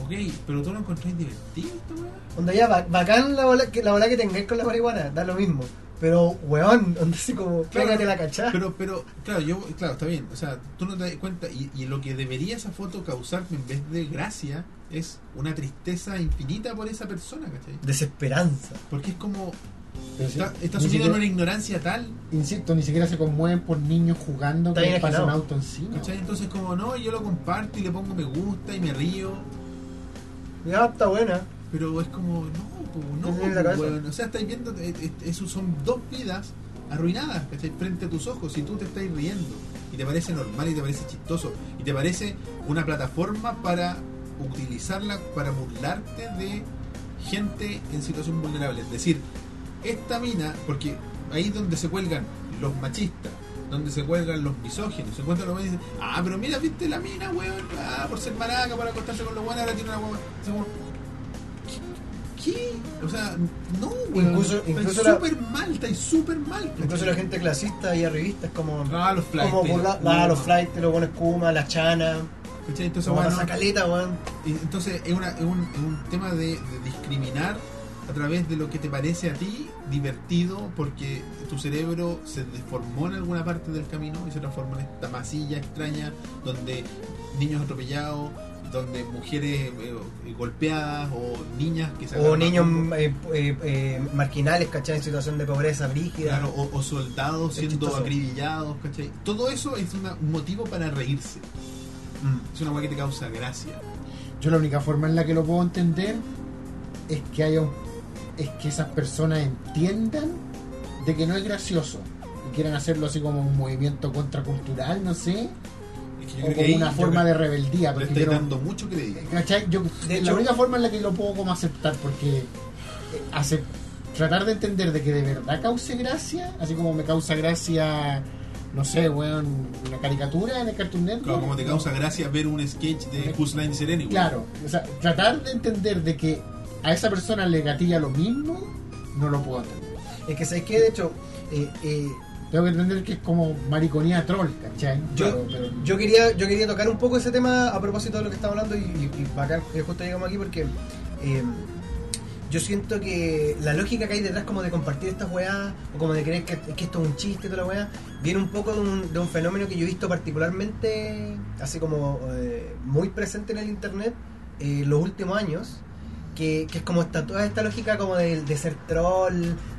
S1: ok, pero tú lo encontráis divertido, esta weá.
S3: Onda ya, ba- bacán la bola, que, la bola que tengáis con la marihuana, da lo mismo. Pero, weón, onda así como,
S1: Claro,
S3: pégate la cachá.
S1: Pero, pero, claro, yo, claro, está bien. O sea, tú no te das cuenta. Y, y lo que debería esa foto causarme en vez de gracia es una tristeza infinita por esa persona, ¿cachai?
S3: Desesperanza.
S1: Porque es como.
S2: Pero sí,
S1: Está, está sumido
S2: ni
S1: en
S2: siquiera-
S1: una ignorancia tal,
S2: Insisto, ni siquiera se conmueven por niños jugando
S3: Está
S2: que les
S3: bien
S2: pasa un
S3: ajenado.
S2: auto encima.
S1: ¿cachai? Entonces, como no, yo lo comparto y le pongo me gusta y me río.
S3: Ya, está buena.
S1: Pero es como, no, po, no,
S3: Te duele la
S1: po,
S3: cabeza.
S1: weón. O sea, estáis viendo, eh, eh, eso son dos vidas arruinadas, ¿cachai? Frente a tus ojos, y tú te estás riendo, y te parece normal, y te parece chistoso, y te parece una plataforma para utilizarla, para burlarte de gente en situación vulnerable. Es decir, esta mina, porque ahí es donde se cuelgan los machistas, donde se cuelgan los misóginos, se encuentran los buenos y dicen, ah, pero mira, viste la mina, weón, ah, por ser maraca, para acostarse con los buenos, ahora tiene una weón. ¿Qué? O sea, no, weón.
S3: Incluso-
S1: estáis
S3: incluso la-
S1: súper mal, estáis súper mal.
S3: Incluso la gente clasista y arribista es como.
S1: Ah, los flights.
S3: como burla, ah, los flights, los buenos Kuma, la chana.
S1: ¿Cachai? Entonces,
S3: Esa weá
S1: weón,
S3: pasa caleta, weón.
S1: Y Entonces es, una- es un, es un tema de, de discriminar a través de lo que te parece a ti divertido porque tu cerebro se deformó en alguna parte del camino y se transformó en esta masilla extraña donde niños atropellados, donde mujeres eh, golpeadas o niñas que se
S3: O
S1: agarran a
S3: niños
S1: combo.
S3: eh, eh, eh, marginales, ¿cachai? En situación de pobreza brígida.
S1: Claro, o, o soldados
S3: Es
S1: siendo
S3: chistoso.
S1: acribillados, ¿cachai? Todo eso es una- un motivo para reírse.
S3: Mm.
S1: Es una weá que te causa gracia.
S2: Yo la única forma en la que lo puedo entender es que haya un- es que esas personas entiendan de que no es gracioso y quieran hacerlo así como un movimiento contracultural, no sé,
S1: Es que yo
S2: o
S1: creo que
S2: como
S1: ahí
S2: una
S1: yo
S2: forma
S1: creo
S2: de rebeldía,
S1: que Le
S2: porque
S1: estáis
S2: quiero-
S1: dando mucho crédito.
S2: ¿cachai? Yo-
S3: De
S2: la
S3: hecho-
S2: única forma en la que lo puedo como aceptar, porque eh, acep- tratar de entender de que de verdad cause gracia, así como me causa gracia, no sé, weón, una caricatura en el Cartoon Network.
S1: Claro, como te causa gracia ver un sketch de Whose Line is It Anyway.
S2: Claro, o sea, tratar de entender de que a esa persona le gatilla lo mismo, no lo puedo entender.
S3: Es que, ¿sabes qué? De hecho, eh, eh,
S2: Tengo que entender que es como mariconía troll, ¿cachai?
S3: Yo,
S2: Pero- pero-
S3: yo, quería, yo quería tocar un poco ese tema a propósito de lo que estaba hablando y, y, y bacán que justo llegamos aquí porque eh, yo siento que la lógica que hay detrás como de compartir estas weas o como de creer que, que esto es un chiste y toda la wea viene un poco de un, de un fenómeno que yo he visto particularmente así como eh, muy presente en el internet eh, los últimos años que, que es como esta, toda esta lógica como de, de ser troll,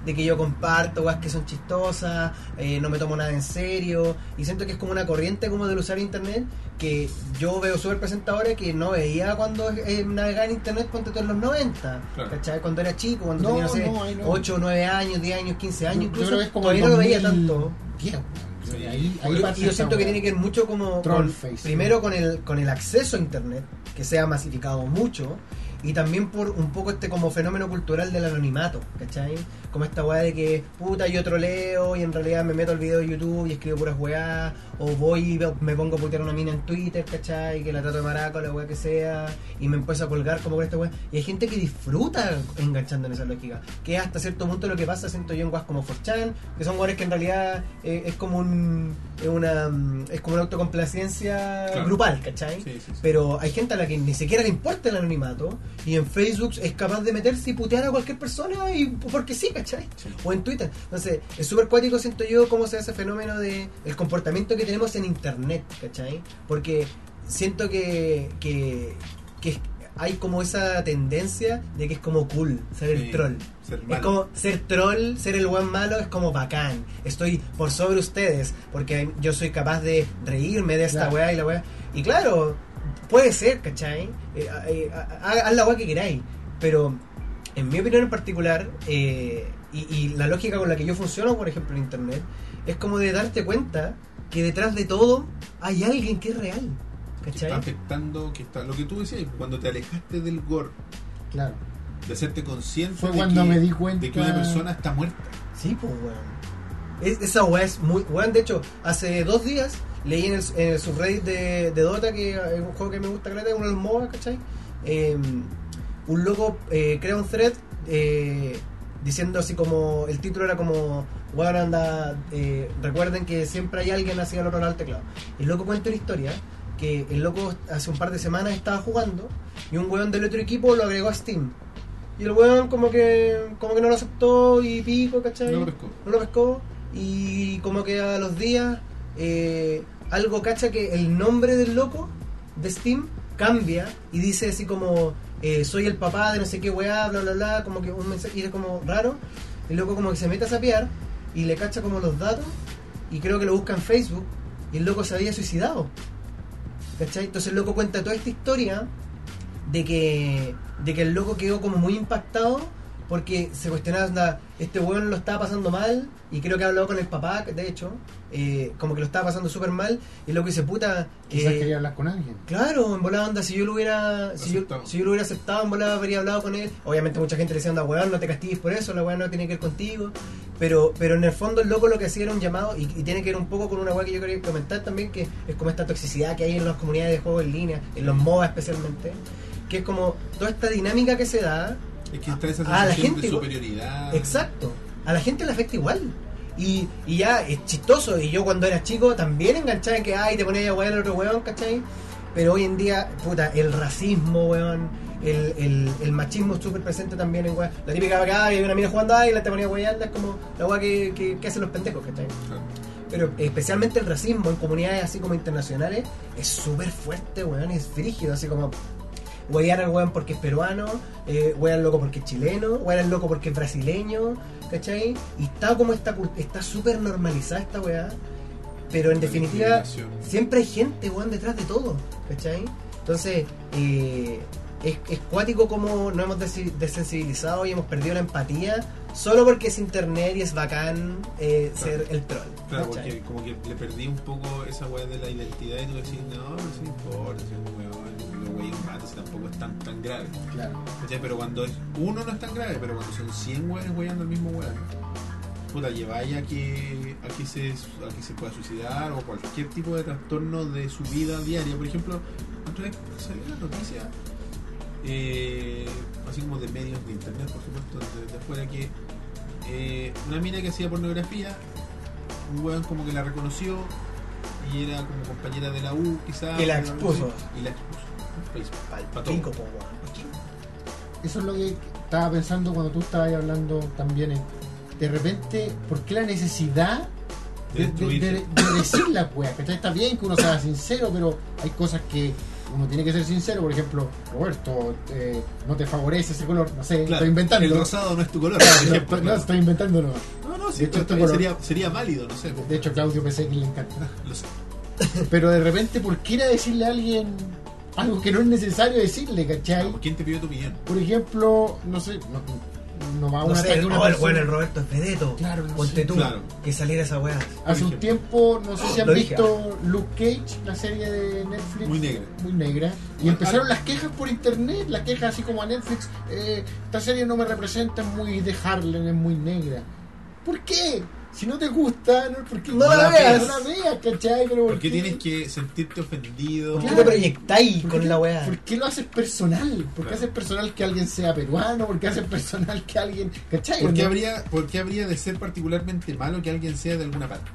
S3: de que yo comparto weas que son chistosas, eh, no me tomo nada en serio, y siento que es como una corriente como del usar internet que yo veo súper presente ahora que no veía cuando eh, navegaba en internet ponte todos los 90,
S1: Claro.
S3: ¿cachai? Cuando era chico, cuando
S2: No,
S3: tenía no sé,
S2: no, ahí no.
S3: 8, 9 años, 10 años, 15 años,
S2: yo
S3: incluso
S2: creo que es como
S3: todavía
S2: el
S3: no lo veía
S2: 2000.
S3: tanto.
S2: Yeah,
S1: Sí.
S2: ahí, ahí
S1: Yo-
S2: parte
S3: Y yo
S2: esa
S3: siento que
S2: weá.
S3: tiene que ver mucho como
S2: Troll
S3: con-
S2: face.
S3: primero con el con el acceso a internet que se ha masificado mucho y también por un poco este como fenómeno cultural del anonimato, ¿cachai? Como esta weá de que puta yo troleo y en realidad me meto al video de YouTube y escribo puras weá o voy y veo- me pongo a putear una mina en Twitter, ¿cachai? Que la trato de maraco, la weá que sea y me empiezo a colgar como con esta weá y hay gente que disfruta enganchando en esa lógica que es hasta cierto punto lo que pasa siento yo en weas como 4chan que son weas que en realidad eh, es como un es una mm, es como una autocomplacencia
S1: Claro.
S3: grupal, ¿cachai?
S1: Sí, sí, sí.
S3: Pero hay gente a la que ni siquiera le importa el anonimato y en Facebook es capaz de meterse y putear a cualquier persona y porque sí, ¿cachai? O en Twitter. Entonces, es súper cuático, siento yo, cómo se hace ese fenómeno de el comportamiento que tenemos en Internet, ¿cachai? Porque siento que, que, que hay como esa tendencia de que es como cool ser el
S1: Sí,
S3: troll.
S1: ser
S3: Es
S1: malo.
S3: como ser troll, ser el buen malo es como bacán. Estoy por sobre ustedes porque yo soy capaz de reírme de esta
S2: Claro.
S3: weá y la weá. Y claro, puede ser, ¿cachai? Eh, a- eh, a- ha- haz la weá que queráis. Pero en mi opinión en particular, eh, y, y la lógica con la que yo funciono, por ejemplo, en Internet, es como de darte cuenta que detrás de todo hay alguien que es real.
S1: que está
S3: ¿Cachai?
S1: afectando, que está, lo que tú decías, cuando te alejaste del gore,
S2: Claro.
S1: de hacerte consciente
S2: Fue
S1: de
S2: cuando
S1: que-
S2: me di cuenta.
S1: de que una persona está muerta.
S3: Sí, pues, weón. Es- esa weá es muy. Weón, de hecho, hace dos días leí en el, en el subreddit de, de Dota, que es un juego que me gusta, claro, es uno de los MOBA, ¿cachai? Eh, un loco eh, crea un thread eh, diciendo así como. El título era como. Weón, anda. eh, recuerden que siempre hay alguien así al otro lado del teclado. El loco cuenta una historia que el loco hace un par de semanas estaba jugando y un weón del otro equipo lo agregó a Steam. Y el weón como que como que no lo aceptó y pico, ¿cachai?
S1: No lo pescó.
S3: No lo pescó. Y como que a los días eh, algo cacha que el nombre del loco de Steam cambia y dice así como eh, soy el papá de no sé qué weá, bla bla bla, como que un mensaje y es como raro. El loco como que se mete a sapear y le cacha como los datos y creo que lo busca en Facebook y el loco se había suicidado. ¿Cachai? Entonces el loco cuenta toda esta historia de que, de que el loco quedó como muy impactado porque se cuestionaba, onda, este weón lo estaba pasando mal y creo que ha hablado con el papá, de hecho, eh, como que lo estaba pasando súper mal y el loco dice, puta...
S2: Quizás
S3: eh,
S2: quería hablar con alguien.
S3: Claro, en volada onda, si yo lo hubiera, si yo,
S1: Aceptado.
S3: si yo lo hubiera aceptado, en volada habría hablado con él. Obviamente mucha gente le decía, anda weón, no te castigues por eso, la weá no tiene que ver contigo. Pero, pero en el fondo el loco lo que hacía era un llamado, y, y tiene que ver un poco con una weá que yo quería comentar también, que es como esta toxicidad que hay en las comunidades de juegos en línea, en los MOBA especialmente, que es como toda esta dinámica que se da,
S1: Es que está esa
S3: Ah, la
S1: sensación
S3: gente
S1: de
S3: igual-
S1: superioridad.
S3: Exacto. A la gente le afecta igual. Y, y ya es chistoso. Y yo cuando era chico también enganchaba en que, ay, te ponía a hueón al otro hueón, ¿cachai? Pero hoy en día, puta, el racismo, hueón, el, el, el machismo es súper presente también en hueón. La típica acá, y una mina jugando, ay, la te ponía a hueón, es como la hueá que, que, que hacen los pendejos, ¿cachai?
S1: Claro.
S3: Pero especialmente el racismo en comunidades así como internacionales es súper fuerte, weón, es frígido, así como huear al weón porque es peruano, eh, huear al loco porque es chileno, huear al loco porque es brasileño, ¿cachai? Y está como esta cul- está súper normalizada esta weá, pero en
S1: La
S3: definitiva
S1: discriminación.
S3: siempre hay gente, weón, detrás de todo, ¿cachai? Entonces, eh, es, es cuático como nos hemos desi- desensibilizado y hemos perdido la empatía solo porque es internet y es bacán eh,
S1: Claro.
S3: ser el troll.
S1: Claro, porque
S3: ¿cachai?
S1: como que le perdí un poco esa weá de la identidad y tú decís, no, pero sí importa, si es un weón, lo weón un rato, si tampoco es tan, tan grave.
S2: Claro.
S1: ¿Cachai? Pero cuando es uno no es tan grave, pero cuando son 100 weones weyando al mismo weón, puta, lleváis a que, a, que se, a que se pueda suicidar o cualquier tipo de trastorno de su vida diaria. Por ejemplo, otra vez salió una noticia, eh, así como de medios de internet, por supuesto, de, de afuera, que eh, una mina que hacía pornografía un weón como que la reconoció y era como compañera de la U, quizás.
S3: Y la
S1: o algo
S3: expuso.
S1: así, Y la expuso. Pues, pal- pa' todo.
S3: Cinco, po, weón.
S2: Eso es lo que estaba pensando cuando tú estabas hablando también. eh. De repente, ¿por qué la necesidad
S1: De
S2: de, de-
S1: destruirse.
S2: de- de decir la wea? ¿Cachai? Está bien que uno sea sincero, pero hay cosas que uno tiene que ser sincero. Por ejemplo, Roberto, eh, no te favorece ese color. No sé,
S1: Claro,
S2: estoy inventando.
S1: El rosado no es tu color, por
S2: No,
S1: ejemplo.
S2: no, estoy inventándolo.
S1: No, no, sí,
S2: De hecho,
S1: pero
S2: este
S1: también
S2: color-
S1: sería, sería válido, no sé.
S2: De hecho, Claudio pensé que le encanta.
S1: Lo sé.
S2: Pero de repente, ¿por qué ir a decirle a alguien algo que no es necesario decirle, cachai?
S1: Vamos, ¿Quién te pidió tu opinión?
S2: Por ejemplo, no sé, no, no va a
S3: No
S2: un
S3: sé,
S2: ataque a una
S3: oh, el,
S2: persona.
S3: bueno, el Roberto es vedeto.
S2: Claro, no
S3: Ponte
S2: sé.
S3: tú,
S1: Claro.
S3: que saliera esa weá.
S2: Hace un
S1: ejemplo.
S2: tiempo, no sé si han
S3: Lo dije.
S2: visto Luke Cage, la serie de Netflix.
S1: Muy negra.
S2: Muy negra. Y
S1: Al-
S2: empezaron
S1: al-
S2: las quejas por internet, las quejas así como a Netflix. eh, esta serie no me representa, es muy de Harlem, es muy negra. ¿Por qué? Si no te gusta, no, ¿por qué?
S3: No la veas.
S2: No la veas, ¿cachai? Pero
S1: ¿Por qué tienes que sentirte ofendido?
S3: ¿Por qué
S2: Claro.
S3: te proyectáis
S2: ¿Por qué
S3: con
S2: te-
S3: la weá?
S2: ¿Por qué lo haces personal? ¿Por qué
S1: Claro.
S2: haces personal que alguien sea peruano? ¿Por qué haces personal que alguien... ¿Cachai?
S1: ¿Por qué,
S2: ¿No?
S1: habría, ¿Por qué habría de ser particularmente malo que alguien sea de alguna parte?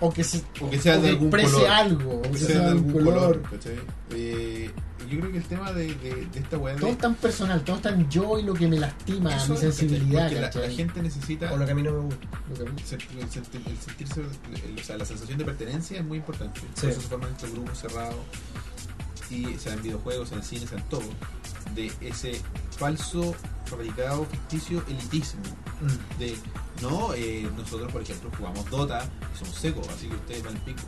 S2: O que, se,
S1: O que sea
S2: o
S1: de algún
S2: exprese
S1: color.
S2: algo. O
S1: O
S2: que
S1: sea, de algún
S2: color.
S1: color. ¿cachai? Eh, yo creo que el tema de, de- de esta weá de.
S2: Todo es tan personal, todo es tan yo y lo que me lastima,
S1: Eso
S2: mi
S1: es,
S2: sensibilidad.
S1: porque la,
S2: ¿cachai?
S1: la gente necesita.
S3: O lo que a mí no me gusta.
S2: Lo que-
S1: sentir- el sentir- el sentirse, el- o sea, la sensación de pertenencia es muy importante.
S3: Sí.
S1: Por eso se forman estos grupos cerrados, y sea en videojuegos, sea en cine, sea en todo, de ese falso, fabricado, ficticio elitismo.
S2: Mm.
S1: De no, eh, nosotros por ejemplo jugamos Dota y somos secos, así que ustedes van al pico.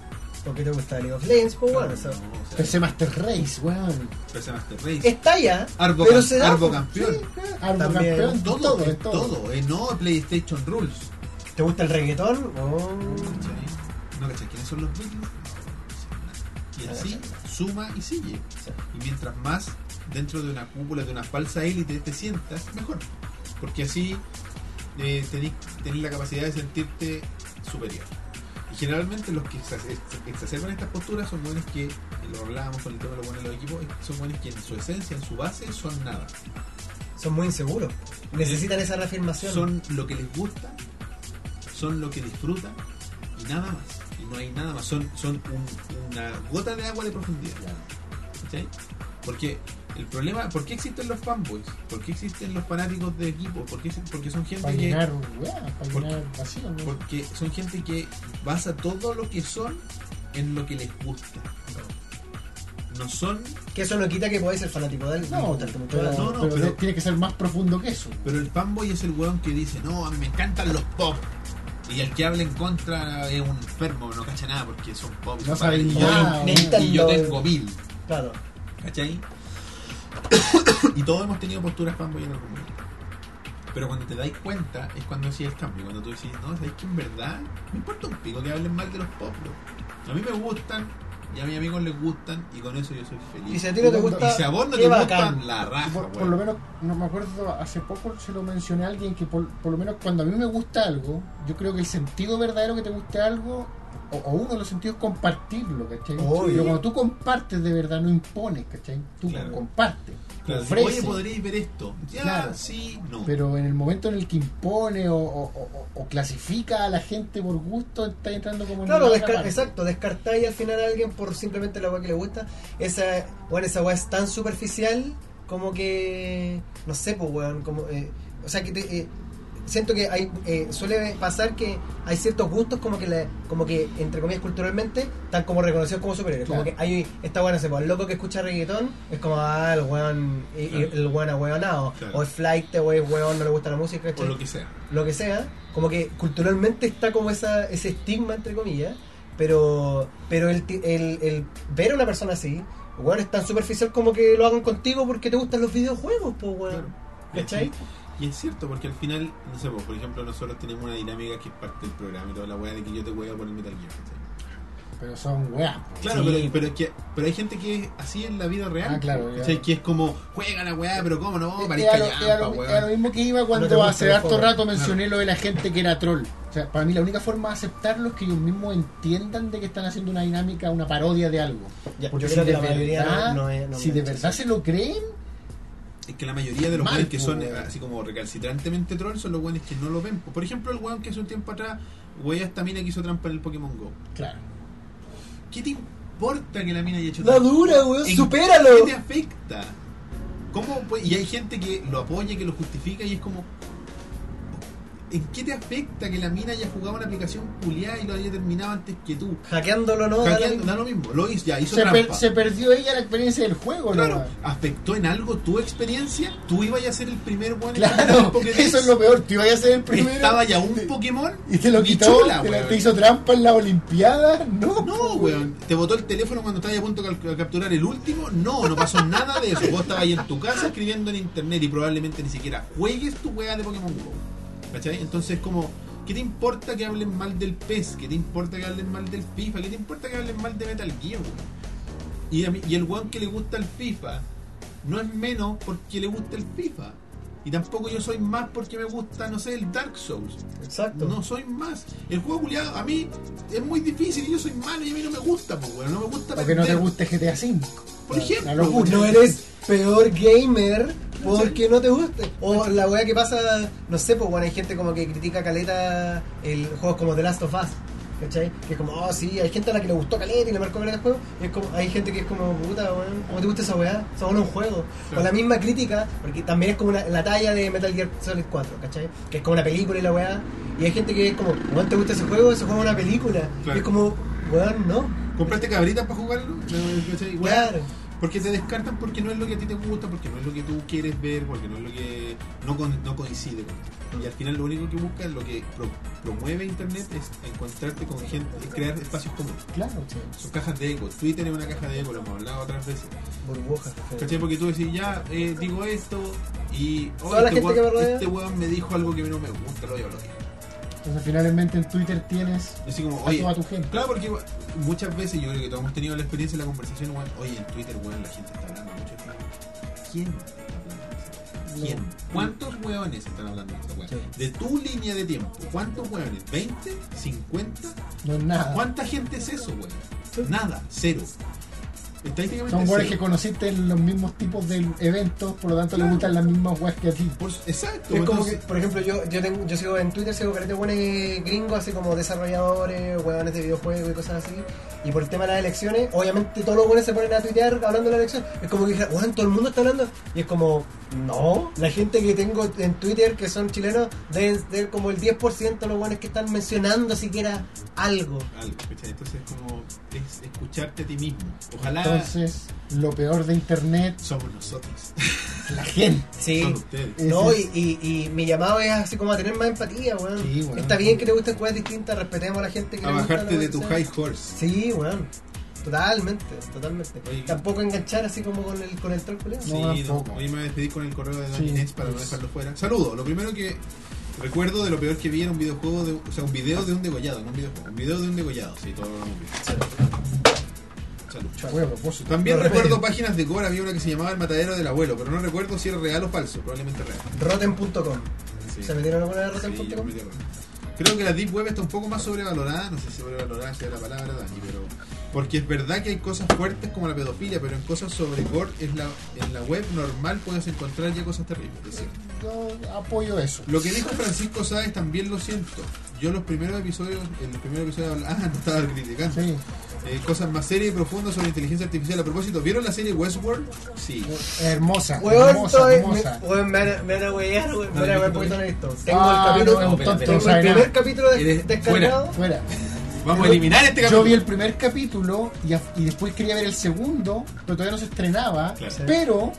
S3: ¿Por qué te gusta League of Legends? Pues
S1: No,
S3: bueno,
S1: o sea,
S2: PC Master Race, weón.
S1: PC Master Race,
S3: está ya.
S1: Arbo,
S3: pero
S1: cam-
S3: se da,
S1: Arbo
S3: pues.
S1: campeón,
S2: Arbo
S3: También.
S2: ah, campeón,
S1: todo,
S2: todo,
S1: es
S2: es
S1: todo, eh, no PlayStation Rules.
S3: ¿Te gusta el reggaetón? Oh.
S1: ¿Cachai? No, ¿cachai? ¿Quiénes son los Beatles? Y así suma y sigue. Y mientras más dentro de una cúpula, de una falsa élite te sientas, mejor. Porque así eh, tenés, tenés la capacidad de sentirte superior. Y generalmente los que exa- ex- exacerban estas posturas son buenos que, eh, lo hablábamos con el tema de los buenos de los equipos, es que son buenos que en su esencia, en su base, son nada.
S3: Son muy inseguros. Necesitan esa reafirmación.
S1: Son lo que les gusta, son lo que disfrutan y nada más. Y no hay nada más. Son, son un- una gota de agua de profundidad. ¿Cachai? Porque el problema, ¿por qué existen los fanboys? ¿Por qué existen los fanáticos de equipo? ¿Por qué, porque son gente
S2: Para
S1: que
S2: llenar, weón, para
S1: ¿Por
S2: llenar vacío, ¿no?
S1: porque son gente que basa todo lo que son en lo que les gusta. No son,
S3: Que eso no quita que podáis ser fanático de él.
S2: No,
S3: tanto mucho.
S2: pero,
S1: no, no,
S2: pero
S1: pero-
S2: tiene que ser más profundo que eso.
S1: pero el fanboy es el weón que dice, no, a mí me encantan los pop. Y el que habla en contra es un enfermo, no cacha nada porque son pop. y
S2: No
S1: son padres.
S2: saben
S1: Y yo-
S2: nada,
S3: necesitan-
S1: y yo
S3: Lo-
S1: tengo mil.
S3: Claro.
S1: ¿Cachai? y todos hemos tenido posturas fanboy en algún momento. Pero cuando te dais cuenta es cuando hacía el cambio. Cuando tú decís, no, sabes que en verdad me importa un pico que hablen mal de los poplos. A mí me gustan y a mis amigos les gustan y con eso yo soy feliz.
S3: Y si a ti no te gusta.
S1: Y si a vos no
S3: qué
S1: te
S3: bacán.
S1: gustan, la
S2: Y
S1: raja,
S2: por, por
S1: weón.
S2: lo menos, no me acuerdo, hace poco se lo mencioné a alguien que por, por lo menos cuando a mí me gusta algo, yo creo que el sentido verdadero que te guste algo, o, o uno de los sentidos es compartirlo, ¿cachai?
S1: Oh,
S3: Obvio.
S2: Pero cuando tú compartes de verdad, no impones, ¿cachai? Tú
S1: Claro.
S2: compartes,
S1: Claro, si,
S2: ofreces,
S1: Oye, podríais ver esto. Ya,
S2: Claro.
S1: sí, no.
S2: pero en el momento en el que impone o, o- o- o clasifica a la gente por gusto, está entrando como en
S3: Claro,
S2: la
S3: desca-
S2: otra parte.
S3: exacto, descartáis al final a alguien por simplemente la weá que le gusta. Esa, bueno, esa weá es tan superficial como que. No sé, pues weón. Como, eh, o sea, que te, eh, siento que hay, eh, suele pasar que hay ciertos gustos como que, la- como que entre comillas, culturalmente, están como reconocidos como superiores. Como que
S2: Claro.
S3: hay. Esta weá, no sé, pues el loco que escucha reggaetón es como, ah, el weón, y- y-
S1: Claro.
S3: el weón ahueonado.
S1: Claro.
S3: O es flight, o es weón, no le gusta la música,
S1: O
S3: ¿cachai?
S1: lo que sea.
S3: lo que sea, como que culturalmente está como esa, ese estigma, entre comillas, pero, pero el, ti- el, el ver a una persona así, weón, es tan superficial como que lo hagan contigo porque te gustan los videojuegos, pues, weón. ¿Cachai?
S1: Y es cierto, porque al final, no sé, pues, por ejemplo, nosotros tenemos una dinámica que es parte del programa y toda la weá de que yo te voy a poner Metal Gear. ¿cachai?
S2: Pero son weas.
S1: Claro,
S3: Sí.
S1: pero, pero, es que, pero hay gente que es así en la vida real.
S2: Ah, claro, ya.
S1: ¿cachai? Que es como, juega la weá, pero cómo no,
S2: Era
S1: parezca
S2: lo- era
S1: llampa,
S2: lo,
S1: weón.
S2: era lo mismo que iba cuando
S3: No te gusta
S2: hace
S3: el
S2: harto
S3: juego.
S2: rato mencioné lo de la gente que era troll. O sea, para mí la única forma de aceptarlo es que ellos mismos entiendan de que están haciendo una dinámica, una parodia de algo.
S3: Ya,
S2: Porque
S3: yo
S2: si
S3: creo
S2: de
S3: que la mayoría
S2: verdad,
S3: no- no es- no
S2: si de
S3: me-
S2: verdad se lo creen,
S1: Es que la mayoría de los
S2: Mal,
S1: weones que
S2: po,
S1: son eh,
S2: weón.
S1: así como recalcitrantemente trolls son los weones que no lo ven. Por ejemplo, el weón que hace un tiempo atrás, wey, esta mina que hizo trampa en el Pokémon Go.
S2: Claro.
S1: ¿Qué te importa que la mina haya hecho
S3: La
S1: trampa?
S3: dura, weón,
S1: ¿En
S3: supéralo.
S1: ¿Qué te afecta? ¿Cómo puede- Y hay gente que lo apoya, que lo justifica y es como... ¿En qué te afecta que la mina haya jugado una aplicación puliada y lo haya terminado antes que tú?
S3: Hackeándolo no, da la
S1: Hackeando,
S3: misma.
S1: da lo mismo. Lo hizo, ya, hizo
S2: Se, per-
S1: trampa.
S2: se perdió ella la experiencia del juego, ¿no?
S1: Claro, ¿afectó en algo tu experiencia? ¿Tú ibas a ser el primer weón en ganar el
S2: Claro,
S1: Pokédex?
S2: eso es lo peor. Te ibas a ser el primero.
S1: Estaba ya un Pokémon
S2: Y te lo quitó,
S1: chula,
S2: te, la-
S1: weón.
S2: te hizo trampa en la Olimpiada. No, pues,
S1: No, weón. ¿Te botó el teléfono cuando estabas a punto de cal- capturar el último? No, no pasó nada de eso. Vos estabas ahí en tu casa escribiendo en internet y probablemente ni siquiera juegues tu weá de Pokémon Go. ¿Cachai? Entonces, como, ¿qué te importa que hablen mal del PES? ¿Qué te importa que hablen mal del FIFA? ¿Qué te importa que hablen mal de Metal Gear, weón? Y, a mí- y el weón que le gusta el FIFA no es menos porque le gusta el FIFA. Y tampoco yo soy más porque me gusta, no sé, el Dark Souls.
S3: Exacto.
S1: No soy más. El juego culiado a mí es muy difícil y yo soy malo y a mí no me gusta, pues, weón. No me gusta
S2: Porque no te
S1: perder.
S2: guste GTA V.
S1: Por ejemplo,
S2: Una locura.
S1: weón.
S3: No eres peor gamer porque no te guste. O la weá que pasa, no sé, pues bueno, hay gente como que critica caleta el juegos como The Last of Us. ¿Cachai? Que es como, oh sí, hay gente a la que le gustó caleta y le marcó caleta el juego. Y es como, hay gente que es como, puta, weón, ¿cómo te gusta esa weá? Esa weá no es un juego.
S1: Claro.
S3: O la misma crítica, porque también es como una- la talla de Metal Gear Solid 4, ¿cachai? Que es como una película y la weá. Y hay gente que es como, weón, ¿te gusta ese juego? Ese juego es una película.
S1: Claro.
S3: Y es como, weón, no.
S1: ¿Compraste cabritas para jugarlo? No, ¿cachai? Weón,
S3: Claro.
S1: Porque te descartan porque no es lo que a ti te gusta, porque no es lo que tú quieres ver, porque no es lo que no, con- no coincide con Y al final lo único que busca, lo que pro- promueve Internet es encontrarte con gente, crear espacios comunes.
S2: Claro,
S1: Son cajas de eco. Twitter es una caja de eco, lo hemos hablado otras veces.
S3: Burbuja.
S1: ¿Cachai? Porque tú decís, ya, eh, digo esto y oh,
S3: Toda la
S1: este,
S3: gente que me
S1: weón,
S3: rodea.
S1: este weón me dijo algo que no me gusta, lo voy a hablar.
S2: Entonces, finalmente en Twitter tienes
S1: Así como,
S2: a
S1: oye,
S2: toda tu gente.
S1: claro, porque weón, muchas veces yo creo que todos hemos tenido la experiencia de la conversación, weón, oye, en Twitter, weón, la gente está hablando mucho. de esta weón. ¿Quién está hablando de esta weón? ¿Quién? ¿Cuántos weones están hablando de esta weón?
S3: Sí.
S1: De tu línea de tiempo, ¿cuántos weones? ¿20? ¿50?
S2: No es
S3: Ah.
S2: nada.
S1: ¿Cuánta gente es eso, weón? Nada, cero. Estadísticamente
S2: Son weones
S1: cero.
S2: que conociste en los mismos tipos de eventos, por lo tanto le
S1: Claro.
S2: gustan las mismas weas que a ti.
S1: Por su- exacto,
S3: Es como que,
S1: entonces-
S3: por ejemplo, yo, yo, tengo, yo sigo en Twitter, sigo carete buenos gringos, así como desarrolladores, huevones de videojuegos y cosas así. Y por el tema de las elecciones, obviamente todos los buenos se ponen a tuitear hablando de la elección. Es como que dijera, weón, todo el mundo está hablando. Y es como, no, la gente que tengo en Twitter que son chilenos, deben ser como el 10% los buenos que están mencionando siquiera algo.
S1: algo, ¿cachai? Entonces es como es escucharte a ti mismo.
S3: Ah.
S1: Ojalá
S2: Entonces, lo peor de internet,
S1: somos nosotros.
S2: la gente.
S1: Son
S3: Sí.
S1: ustedes.
S2: Ese
S3: No,
S2: es-
S3: y, y, y mi llamado es así como a tener más empatía, weón.
S2: Sí, weón.
S3: Está bien que te gusten cosas distintas, respetemos a la gente que
S1: A
S3: le gusta
S1: bajarte
S3: la
S1: de tu
S3: cosa.
S1: high horse.
S3: Sí, weón. Totalmente, totalmente.
S1: Oye.
S3: Tampoco enganchar así como con el, con el troll culiao.
S1: Sí,
S2: No,
S1: no,
S2: tampoco.
S1: hoy me voy a despedir con el correo de Don
S2: Sí.
S1: Inés para no dejarlo fuera. Saludo, lo primero que recuerdo de lo peor que vi era un videojuego, de, o sea, un video de un degollado, no un videojuego, un video de un degollado, sí, todo lo hemos visto. Salud.
S2: Fue a propósito.
S1: También
S3: Lo
S1: recuerdo
S3: remedio.
S1: páginas de gore, había una que se llamaba El Matadero del Abuelo, pero no recuerdo si era real o falso, probablemente real.
S3: Rotten.com.
S1: Sí.
S3: ¿Se metieron alguna de
S1: Sí, yo
S3: Rotten.com?
S1: me quedo con eso. Creo que la Deep Web está un poco más sobrevalorada, no sé si sobrevalorada sea la palabra, Dani, pero... Porque es verdad que hay cosas fuertes como la pedofilia, pero en cosas sobre gore es la, en la web normal puedes encontrar ya cosas terribles, es cierto.
S2: Yo apoyo eso.
S1: Lo que dijo Francisco Sáez también lo siento. Yo los primeros episodios, en los primeros episodios hablaba, ah, no estaba criticando.
S2: Sí.
S1: Eh, cosas más serias y profundas sobre inteligencia artificial. A propósito, ¿vieron la serie Westworld? Sí.
S2: Hermosa,
S3: Weón,
S2: hermosa,
S3: soy-
S2: hermosa.
S3: me- weón, me van a- me van a wear, weón. Me van a wear porque no la he visto. Tengo
S2: Ah,
S3: el capítulo.
S2: no, es un
S3: tengo
S2: tonto,
S3: el
S2: no sabe
S3: primer
S2: nada.
S3: capítulo de-
S1: Eres-
S3: descargado.
S2: Fuera.
S1: Vamos a eliminar este
S2: Yo
S1: capítulo.
S2: vi el primer capítulo y, a- y después quería ver el segundo, pero todavía no se estrenaba.
S1: Claro.
S2: Pero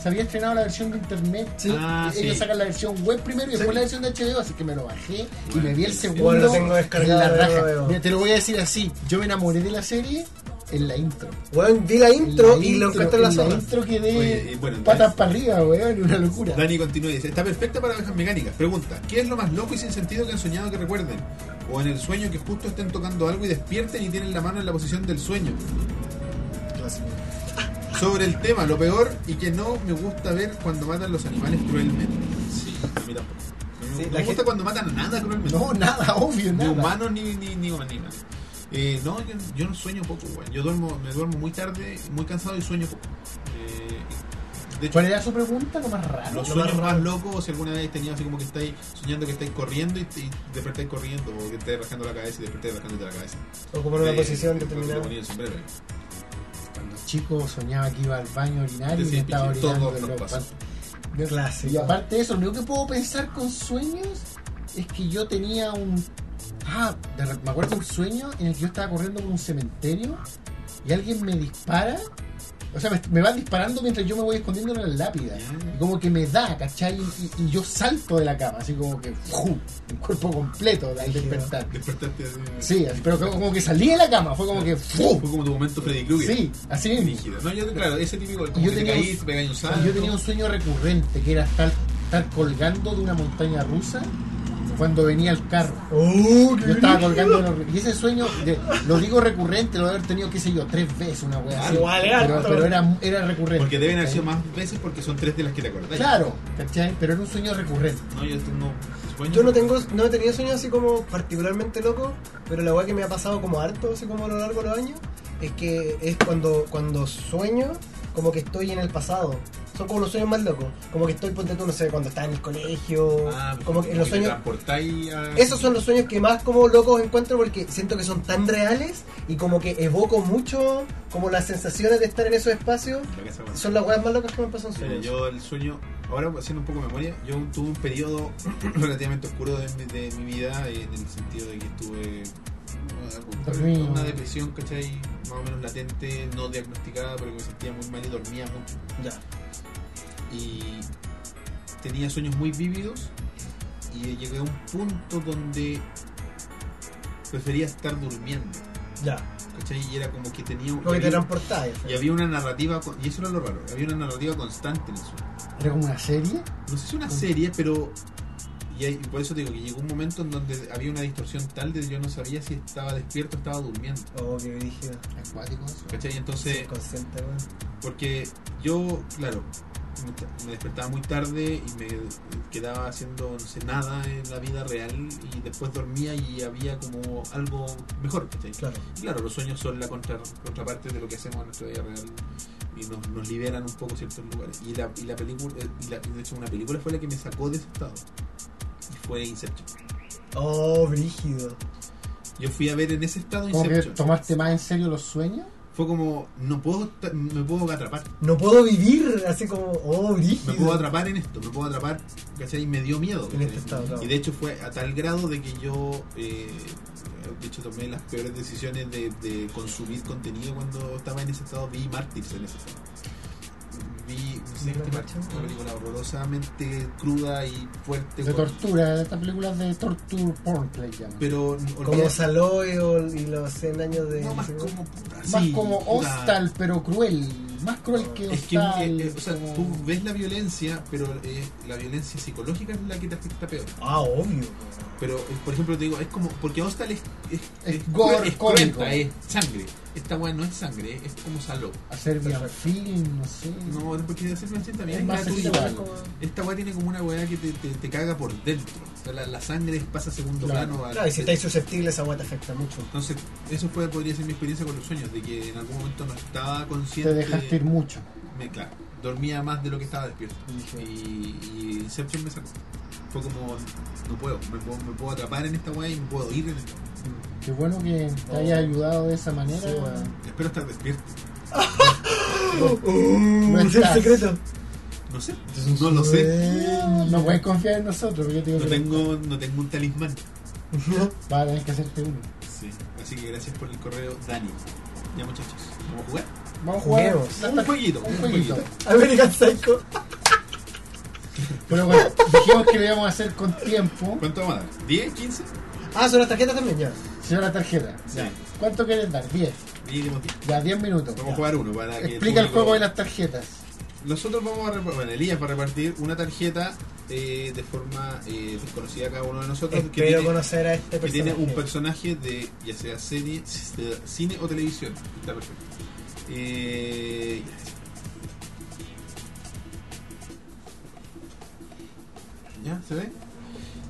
S2: se había estrenado la versión de internet.
S3: Sí.
S1: Ah,
S2: Ellos
S1: sí.
S2: sacan la versión web primero y después la versión de HBO, así que me lo bajé y me vi el segundo.
S3: Igual lo tengo descargado,
S2: en la
S3: lo
S2: raja.
S3: veo.
S2: Mira, te lo voy a decir así: yo me enamoré de la serie en la intro.
S3: Weón, vi la
S2: En
S3: intro
S2: la
S3: y lo
S2: intro,
S3: encontré en la
S2: en la
S3: zona.
S2: intro quedé
S1: Oye, y bueno,
S2: patas
S1: entonces-
S2: para arriba, weón, una locura.
S1: Dani continúa y dice, está perfecta para abejas mecánicas. Pregunta, ¿qué es lo más loco y sin sentido que han soñado que recuerden? O en el sueño que justo estén tocando algo y despierten y tienen la mano en la posición del sueño. Sobre el tema, lo peor y que no me gusta ver cuando matan los animales cruelmente. Sí, a mí tampoco. No me- no
S3: Sí, la
S1: me gusta
S3: gente-
S1: cuando matan nada cruelmente.
S2: No, nada, obvio,
S1: ni
S2: nada.
S1: humanos ni, ni, ni animales. Eh, no, yo, yo no sueño poco, güey. Yo duermo, me duermo muy tarde, muy cansado y sueño poco. Eh, De hecho,
S2: ¿Cuál era su pregunta? Lo más
S1: los
S2: raro.
S3: lo
S1: sueños
S3: más
S1: más
S3: raro.
S1: locos, o si alguna vez tenías así como que estáis soñando que estáis corriendo y, te- y despertáis corriendo, o que estáis rajando la cabeza y despertáis rajándote la cabeza.
S3: O como en una
S1: De-
S3: posición
S1: de- de-
S3: determinada.
S1: de poner el sombrero.
S2: Cuando chico soñaba que iba al baño a orinar y
S1: Decía
S2: me estaba
S1: pichín,
S2: orinando
S1: todos
S2: de
S1: nos
S2: los
S1: pasó.
S2: Yo-
S3: Clásico.
S2: Y aparte de eso, lo único que puedo pensar con sueños es que yo tenía un. Ah, de re- me acuerdo un sueño en el que yo estaba corriendo por un cementerio y alguien me dispara. O sea, me, me va disparando mientras yo me voy escondiendo en la lápida.
S1: Ya.
S2: Y como que me da, ¿cachai? Y, y- y yo salto de la cama, así como que. ¡fuu! El cuerpo completo al despertar.
S1: Despertaste así. Uh,
S2: Sí, así- pero como, como que salí de la cama, fue como que. ¡fuu!
S1: Fue como tu momento Freddy Krueger.
S2: Sí, así mismo.
S1: Rígido. No, yo, claro, ese típico, como
S2: yo
S1: que
S2: tenía
S1: te
S2: un-
S1: caís, te pegáis un
S2: Y
S1: salto.
S2: Yo tenía un sueño recurrente que era estar, estar colgando de una montaña rusa cuando venía el carro.
S3: ¡Oh,
S2: Yo estaba colgando. de los- Y ese sueño, de- lo digo recurrente, lo de haber tenido, qué sé yo, tres veces una wea así.
S3: Igual era
S2: Pero,
S3: harto.
S2: pero era, era recurrente.
S1: Porque deben haber sido
S2: ¿cachai?
S1: más veces porque son tres de las que te acordás.
S2: Claro, ¿cachai? Pero era un sueño recurrente.
S1: No, yo tengo sueños.
S3: Yo no tengo, no he tenido sueños así como particularmente locos, pero la weá que me ha pasado como harto, así como a lo largo de los años, es que es cuando, cuando sueño, como que estoy en el pasado. Son como los sueños más locos. Como que estoy, ponte tú, no sé, cuando estaba en el colegio.
S1: Ah, pues,
S3: como que los
S1: te
S3: sueños.
S1: transportáis a-
S3: Esos son los sueños que más como locos encuentro porque siento que son tan reales y como que evoco mucho como las sensaciones de estar en esos espacios.
S1: Lo que sea, bueno.
S3: Son las weas más locas que me han pasado en
S1: Mira,
S3: sueños.
S1: yo el sueño, ahora haciendo un poco memoria, yo tuve un periodo relativamente oscuro de, mi- de mi vida, eh, en el sentido de que estuve eh,
S2: Dormido.
S1: una depresión, ¿cachai? Más o menos latente, no diagnosticada, pero que me sentía muy mal y dormía mucho.
S3: Ya.
S1: y tenía sueños muy vívidos y llegué a un punto donde prefería estar durmiendo,
S3: Ya.
S1: ¿cachai? Y era como que tenía
S3: Como que
S1: y
S3: te
S1: había,
S3: transportáis.
S1: y había una narrativa, con- y eso era lo raro, había una narrativa constante en el sueño.
S2: Era como una serie.
S1: No sé si una serie, pero y ahí- por eso te digo que llegó un momento en donde había una distorsión tal de yo no sabía si estaba despierto o estaba durmiendo.
S3: Oh, qué brígido.
S2: Acuático eso.
S1: ¿Cachai? Entonces,
S3: Consciente, weón.
S1: Porque yo, claro, me- me despertaba muy tarde y me quedaba haciendo no sé, nada en la vida real y después dormía y había como algo mejor. ¿cachai?
S3: Claro.
S1: Y Claro, los sueños son la contra- contraparte de lo que hacemos en nuestra vida real y nos, nos liberan un poco ciertos lugares. Y la, y la película, eh, y la- de hecho una película fue la que me sacó de ese estado. Y fue Inception.
S3: Oh, brígido.
S1: Yo fui a ver en ese estado
S2: Como que
S1: Inception.
S2: tomaste más en serio los sueños.
S1: Fue como, no puedo, estar- me puedo atrapar.
S3: No puedo vivir así como, oh, brígido.
S1: me puedo atrapar en esto, me puedo atrapar, ¿cachai? Y me dio miedo.
S3: En este
S1: ¿cachai?
S3: estado, claro.
S1: Y de hecho fue a tal grado de que yo, eh, de hecho, tomé las peores decisiones de, de consumir contenido cuando estaba en ese estado. Vi Mártires en ese estado. Vi, no sé,
S3: ¿No
S1: este
S3: lo
S1: macho,
S3: cacho?
S1: una película horrorosamente cruda y fuerte.
S2: De
S1: con-
S2: tortura, de estas películas de torture porn que le llaman.
S1: pero
S3: Como Saloy o- y los 100 años de...
S1: no, más como puta,
S2: Más
S1: sí,
S2: como
S1: puta.
S2: hostal, pero cruel. Más cruel que
S1: Es que,
S2: hostal.
S1: eh, eh, o sea,
S2: como-
S1: tú ves la violencia, pero eh, la violencia psicológica es la que te afecta peor.
S3: Ah, obvio.
S1: Pero, eh, por ejemplo, te digo, es como. Porque Hostal es. Es,
S2: Es gore,
S1: cruel- es
S2: cómico.
S1: cruenta, es sangre. Esta weá no es sangre, es como saló.
S2: hacer bien film, no sé.
S1: No, es porque de hacer una cinta
S2: Es
S1: bien
S2: más
S1: gratuita.
S2: sexual.
S1: Esta weá tiene como una weá que te, te, te caga por dentro. O sea, la, la sangre pasa a segundo
S2: Claro.
S1: plano. a-
S3: Claro, y si estáis susceptibles, esa weá te afecta mucho.
S1: Entonces, eso fue, podría ser mi experiencia con los sueños, de que en algún momento no estaba consciente.
S2: Te dejaste ir mucho.
S1: Me- claro, dormía más de lo que estaba despierto.
S3: Dije,
S1: Y, y Inception me sacó. Fue como, no puedo, me puedo, me puedo atrapar en esta weá y me puedo ir en esta.
S2: Qué bueno que te
S3: Oh.
S2: haya ayudado de esa manera.
S3: Sí, bueno.
S1: Espero estar despierto.
S3: Uh, es el
S2: estás.
S3: secreto.
S1: No sé, no lo sé.
S2: No puedes confiar en nosotros, porque yo te digo
S1: No
S2: que
S1: tengo, no tengo un talismán.
S2: vas a tener que hacerte uno.
S1: Sí. Así que gracias por el correo, Dani. Ya muchachos, ¿vamos a jugar?
S2: Vamos a jugar
S3: Juguemos.
S2: las
S1: Un
S2: tar-
S1: jueguito,
S2: un
S1: un
S2: jueguito.
S1: jueguito.
S3: American Psycho.
S2: Pero bueno, dijimos que lo íbamos a hacer con tiempo.
S1: ¿Cuánto vamos a dar? ¿10? ¿15?
S3: Ah, son las tarjetas también, ya.
S2: Señor la tarjeta.
S1: Sí.
S2: ¿Cuánto quieres dar? 10.
S1: Y tenemos 10.
S2: Ya, 10 minutos.
S1: Vamos a jugar uno para que.
S2: Explica el
S1: público-
S2: juego de las tarjetas.
S1: Nosotros vamos a repartir. Bueno, Elías va a repartir una tarjeta eh, de forma eh, desconocida a cada uno de nosotros. que
S3: Espero
S1: tiene-
S3: conocer a este
S1: que
S3: personaje.
S1: tiene un personaje de ya sea serie, de cine o televisión. Está perfecto. Eh, ya, se ve.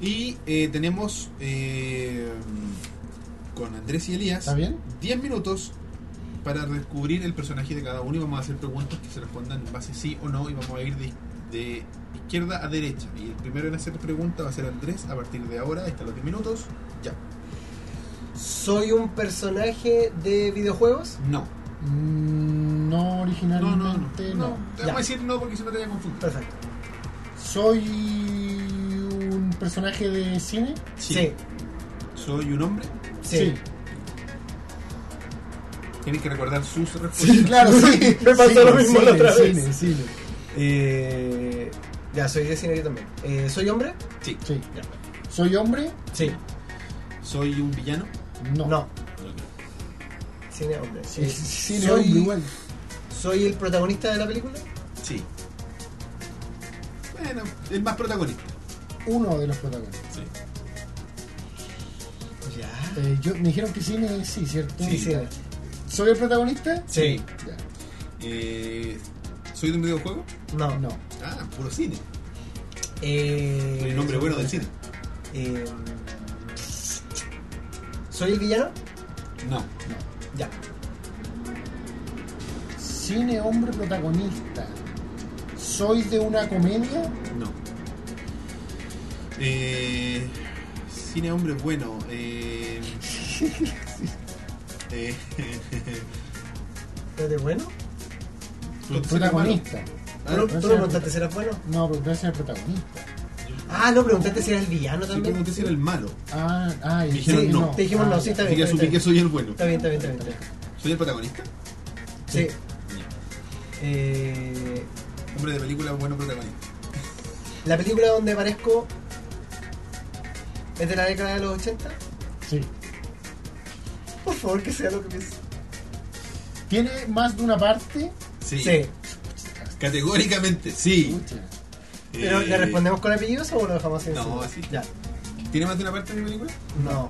S1: Y eh, tenemos eh, con Andrés y Elías
S2: ¿Está bien?
S1: 10 minutos para descubrir el personaje de cada uno y vamos a hacer preguntas que se respondan en base sí o no y vamos a ir de, de izquierda a derecha. Y el primero en hacer pregunta va a ser Andrés a partir de ahora, hasta los 10 minutos. Ya.
S3: ¿Soy un personaje de videojuegos?
S1: No.
S2: Mm, No
S1: No, no,
S2: originalmente,
S1: no.
S2: no.
S1: No, te
S3: Ya.
S1: vamos a decir no porque si no te voy a confundir.
S3: Perfecto.
S2: Soy un personaje de cine.
S3: Sí.
S1: ¿Soy un hombre?
S3: Sí.
S1: Tienes que recordar sus respuestas.
S2: Sí, claro, sí.
S3: Me pasó
S2: Cine,
S3: lo mismo la
S2: cine,
S3: otra vez.
S2: Cine, cine.
S3: Eh, ya, soy de cine yo también. Eh, ¿Soy hombre?
S2: Sí. ¿Soy hombre?
S3: Sí.
S1: ¿Soy un villano?
S2: No.
S3: No. Cine hombre.
S2: Sí,
S3: Eh,
S2: sí, cine,
S3: soy,
S2: hombre, igual.
S3: ¿Soy el protagonista de la película?
S1: Sí. Bueno, el más protagonista.
S2: Uno de los protagonistas.
S1: Sí.
S3: Ya.
S2: Eh, yo, me dijeron que cine, sí, ¿cierto?
S3: Sí, cine.
S2: ¿Soy el protagonista?
S3: Sí.
S2: Ya.
S1: Eh, ¿Soy de un videojuego?
S3: No.
S2: No.
S1: Ah, puro cine.
S3: Eh,
S1: El nombre bueno del cine.
S3: Eh, ¿Soy el villano?
S1: No.
S3: Ya.
S2: Cine, hombre, protagonista. ¿Soy de una comedia?
S1: No. Eh, cine hombre bueno. Eh, eh,
S3: ¿Eres bueno?
S2: Protagonista.
S1: Ah,
S3: ¿Tú,
S2: no
S3: tú
S2: sé.
S3: me preguntaste si eras bueno?
S2: No, pero tú eres el protagonista.
S3: Ah, no, preguntaste si era el villano
S1: Yo
S3: también.
S1: pregunté si era el malo.
S2: Ah, ah, y
S1: Dijeron
S2: sí,
S1: no.
S3: Te dijimos
S2: Ah,
S3: no,
S2: ya.
S3: sí, está
S1: Así
S3: bien.
S1: que
S3: Está
S1: asumí que
S3: bien,
S1: soy el bueno.
S3: está bien, está bien. está bien, está bien.
S1: ¿Soy el protagonista?
S3: Sí.
S1: Ya.
S3: Eh,
S1: Hombre de película, bueno protagonista.
S3: la película donde aparezco es de la década de los 80.
S2: Sí.
S3: Por favor, que sea lo que pienso.
S2: ¿Tiene más de una parte?
S1: Sí. Categóricamente, sí.
S2: Pucha.
S3: ¿Pero
S1: Eh,
S3: le respondemos con apellidos o lo dejamos así?
S1: No, así.
S3: Ya.
S1: ¿Tiene más de una parte de mi película?
S3: No.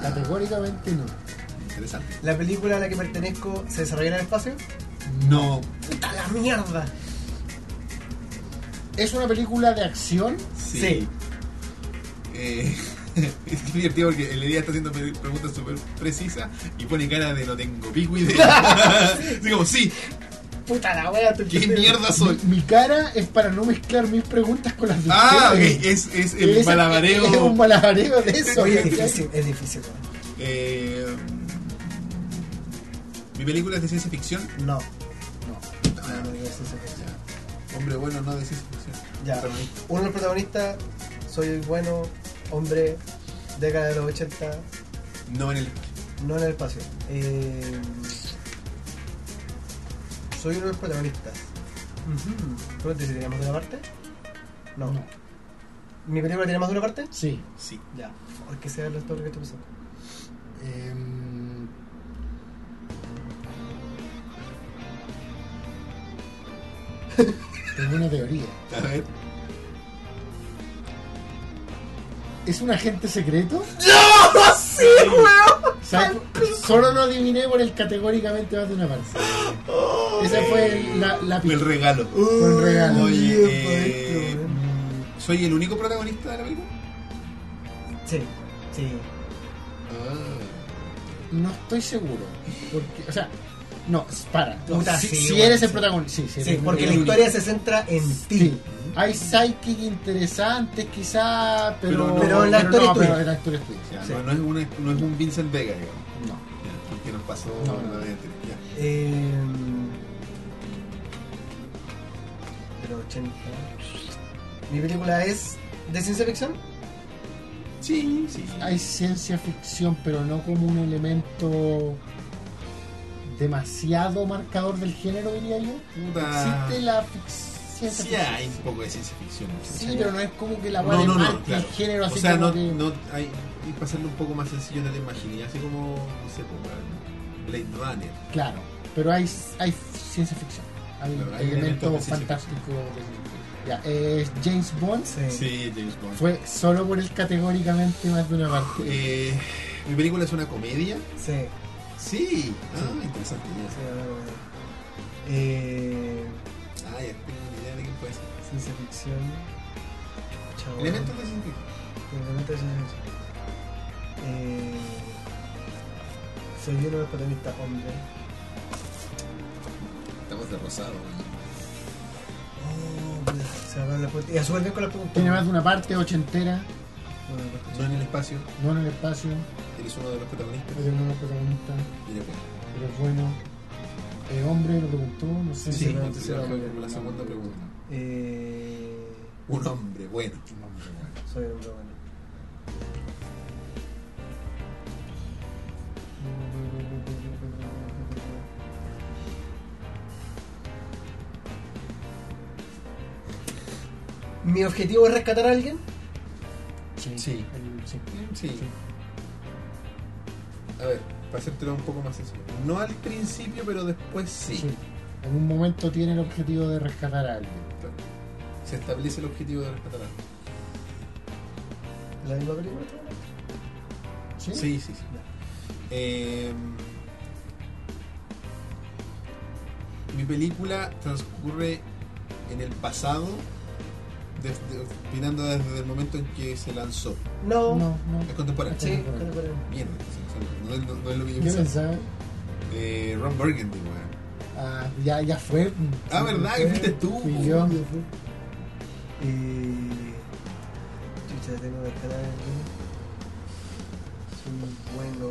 S2: Categóricamente no.
S1: Interesante.
S3: ¿La película a la que pertenezco se desarrolla en el espacio?
S1: No.
S3: ¡Puta la mierda!
S2: ¿Es una película de acción?
S1: Sí.
S3: Sí.
S1: Eh, es divertido porque el día está haciendo pre- preguntas súper precisas y pone cara de no tengo pico idea. Así como, sí,
S3: ¡Puta la wea! te
S1: ¿qué
S3: entendí.
S1: mierda
S2: Mi,
S1: soy?
S2: mi cara es para no mezclar mis preguntas con las de
S1: Ah, ok,
S2: ustedes.
S1: es, es el
S2: Es- Es un
S1: palabareo.
S2: malabareo de eso.
S3: Oye, es
S2: ¿cachai?
S3: difícil, es difícil. weón.
S1: Eh, mi película es de ciencia ficción.
S3: No.
S2: No.
S3: No,
S1: Ah,
S3: no, no, eso se puede.
S1: Ya. Hombre bueno, no de ciencia ficción.
S3: Ya.
S1: Protagonista.
S3: Uno de los protagonistas, soy el bueno, hombre, década de los 80,
S1: No en el.
S3: no en el espacio. Eh, soy uno de los protagonistas. ¿Tú si tenía más de una parte? No.
S2: No.
S3: ¿Mi película tiene más de una parte?
S2: Sí.
S1: Sí.
S3: Ya. Porque que sea lo todo lo que estoy pensando.
S2: Em, Tengo una teoría.
S1: A ver.
S2: ¿Es un agente secreto?
S3: ¡No! ¡Sí, weón!
S2: O sea, solo lo adiviné por el categóricamente más de una parte. Esa fue la, la
S1: El
S2: pista.
S1: regalo.
S2: Fue un regalo.
S1: Oye, eh,
S3: pues,
S1: mm, ¿soy el único protagonista de la película?
S3: Sí, sí.
S1: Ah,
S2: No estoy seguro. Porque, o sea, no, para. No,
S3: Puta,
S2: si,
S3: sí,
S2: si
S3: bueno,
S2: eres el
S3: sí.
S2: protagonista. Sí, si eres
S3: Sí,
S2: el
S3: porque la
S1: el
S3: historia se centra en ti.
S2: Sí. Hay psychic interesantes quizá, pero,
S1: Pero no-
S3: Pero la
S2: no,
S3: historia es tuya.
S2: pero la historia es tuya.
S1: Ya,
S3: Sí.
S1: no, no es una- no es un Vincent Vega, digamos.
S2: No.
S1: Ya, Porque nos pasó
S2: No,
S1: la
S2: no.
S1: vez anterior. Ya.
S3: Eh, de los 80. Mi película es de ciencia ficción.
S1: Sí, sí. sí.
S2: Hay ciencia ficción, pero no como un elemento demasiado marcador del género, diría yo.
S1: Puta.
S2: Existe la fic-
S1: Ah.
S2: ciencia
S1: Sí,
S2: ficción.
S1: hay un poco de ciencia ficción.
S2: Sí, pero no es como que la
S1: no,
S2: guay
S1: no,
S2: de
S1: no,
S2: marca
S1: claro.
S2: el género
S1: o
S2: así
S1: sea,
S2: como
S1: no,
S2: que...
S1: no hay, y para hacerlo un poco más sencillo, no te imaginé. Así como, no sé, como Blade Runner.
S2: Claro, pero hay, hay ciencia ficción. Hay,
S1: Claro, hay elementos de
S2: elementos
S1: ciencia
S2: fantásticos. de- Ya, eh, James Bond
S1: Sí, James Bond.
S2: fue solo por el categóricamente más de una parte.
S1: Eh, Mi película es una comedia.
S3: Sí.
S1: Sí. Ah, interesante.
S3: sí, bueno, bueno. Este, Eh,
S1: Ya. Ah, ya tengo una idea de quién puede ser.
S3: ciencia ficción. Chao.
S1: Elementos de ciencia ficción.
S3: Elementos de ciencia ficción. Eh, soy uno de los protagonistas hombre.
S1: Estamos de rosado, weón.
S3: Oh, puta, se abre la puerta. Y a su vez con la pregunta.
S2: Tiene más de una parte ochentera,
S5: No en el espacio,
S2: no en el espacio,
S1: Él es uno de los protagonistas.
S2: es de nuevo protagonista,
S1: Y después.
S2: pero es bueno. El hombre lo preguntó, no sé
S1: Sí,
S2: si
S1: la,
S2: lo-
S1: tercera pregunta, la segunda pregunta.
S3: Eh,
S1: Un hombre bueno.
S2: Un hombre, bueno.
S3: soy un hombre bueno. Mi objetivo es rescatar a alguien.
S2: Sí,
S1: Sí.
S2: el- sí.
S1: Sí. A ver, para hacértelo un poco más sencillo. No al principio, pero después sí.
S2: Sí. En un momento tiene el objetivo de rescatar a alguien.
S1: Se establece el objetivo de rescatar a alguien.
S3: La misma película.
S2: ¿Sí?
S1: Sí, sí, sí. Eh, mi película transcurre en el pasado, desde, opinando desde el momento en que se lanzó.
S3: No.
S2: No, no.
S1: Es contemporáneo.
S3: Sí, contemporáneo.
S1: Mierda, se lanzó. no, no- no es lo que yo
S2: ¿Qué
S1: pensaba.
S2: pensaba?
S1: Eh, Ron Burgundy, weón.
S2: Ah, ya, ya fue.
S1: Ah, ¿verdad? Que fuiste tú.
S2: Fui yo.
S3: Eh, chucha, tengo que rescatar a alguien. Soy bueno.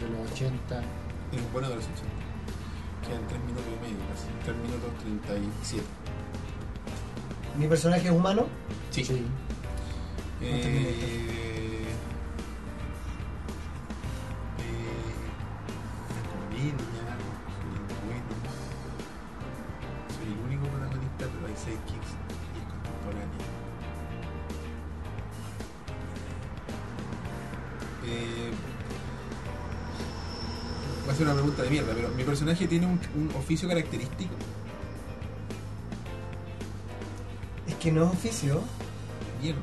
S2: De los 80.
S1: El bueno de los 80. Quedan 3 minutos y medio, casi. 3 minutos 37.
S3: Mi personaje es humano.
S1: Sí.
S2: Sí.
S1: Eh,
S3: minutos.
S1: eh, una comedia, soy bueno. Soy el único protagonista, pero hay 6 kicks y es contemporáneo. Eh, va a ser una pregunta de mierda, pero ¿mi personaje tiene un, un oficio característico?
S3: Es que no es oficio,
S1: Mierda.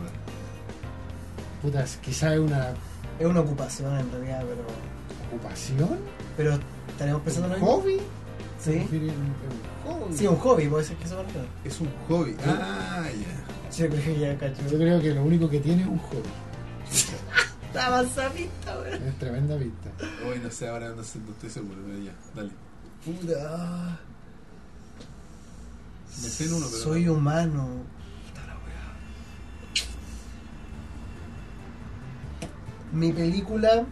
S2: Putas, quizá es una
S3: es una ocupación en realidad, pero.
S2: ocupación.
S3: Pero estaremos pensando en
S2: ¿Un
S3: lo mismo.
S2: hobby? ¿Se
S3: Pues Sí.
S2: refiere a un- a un hobby?
S3: Sí, un hobby, puede ser que se marca.
S1: Es un hobby. Ah, ya.
S3: Sí, creo que ya cacho.
S2: Yo creo que lo único que tiene es un hobby.
S3: Está avanzadita, weón.
S2: Es tremenda vista.
S1: Hoy no sé, ahora no, sé, no estoy seguro, pero ya, dale.
S3: Puta.
S1: Me sé en uno, pero.
S3: Soy
S1: no.
S3: humano. Puta la weá. Mi película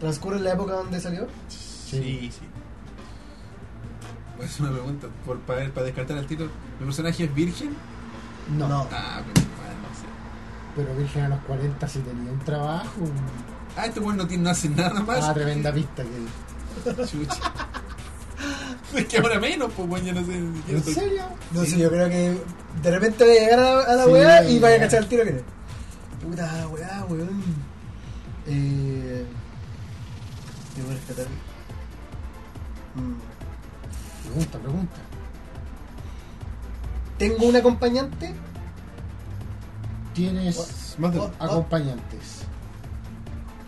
S3: transcurre en la época donde salió.
S1: Sí, sí. Voy a hacer una pregunta Pues, por, para, ver- para descartar el título. ¿Mi personaje es virgen?
S2: No,
S3: No.
S1: Ah, pero, ah, no sé.
S2: pero Virgen a los 40 si tenía un trabajo.
S1: Ah, este weón no, tiene- no hace nada más.
S2: Ah, tremenda vista que.
S1: Chucha. es que ahora menos, pues weón, ya no sé ni siquiera.
S2: ¿En
S1: estoy-
S2: serio?
S3: No
S1: Sí.
S3: sé, yo creo que de repente voy a llegar a, a la
S2: Sí,
S3: weá y
S2: ya.
S3: vaya a cachar el tiro que es. Puta weá, weón. Eh, yo voy a rescatar. Mm.
S2: Pregunta, pregunta.
S3: Tengo un acompañante.
S2: Tienes
S1: Más de.
S3: What?
S2: acompañantes.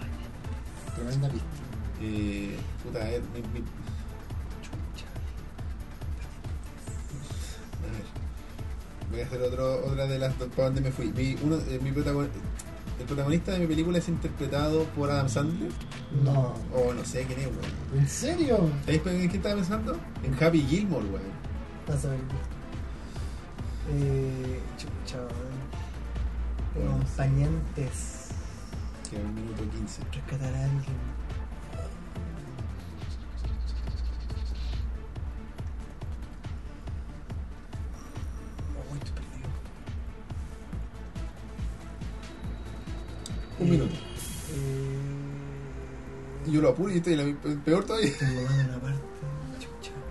S1: Ah.
S2: Tremenda vista.
S1: Eh, puta, a ver, mi, mi- A ver. Voy a hacer otro, otra de las dos para donde me fui. Mi, uno, eh, mi protagon- el protagonista de mi película es interpretado por Adam Sandler.
S2: No.
S1: O no sé quién es, weón.
S2: ¿En serio?
S1: ¿Sabéis en qué estaba pensando? En Happy Gilmore, weón.
S3: Vas a ver. Eh, chucha, weón. Tengo
S1: Bueno, sí.
S3: acompañantes.
S1: Queda un minuto 15.
S3: Rescatar a alguien. Uy, estoy perdido.
S1: Un
S3: Eh,
S1: minuto.
S3: Eh,
S1: Yo lo apuro y estoy en la mi- peor todavía.
S3: tengo más de una parte. Chucha.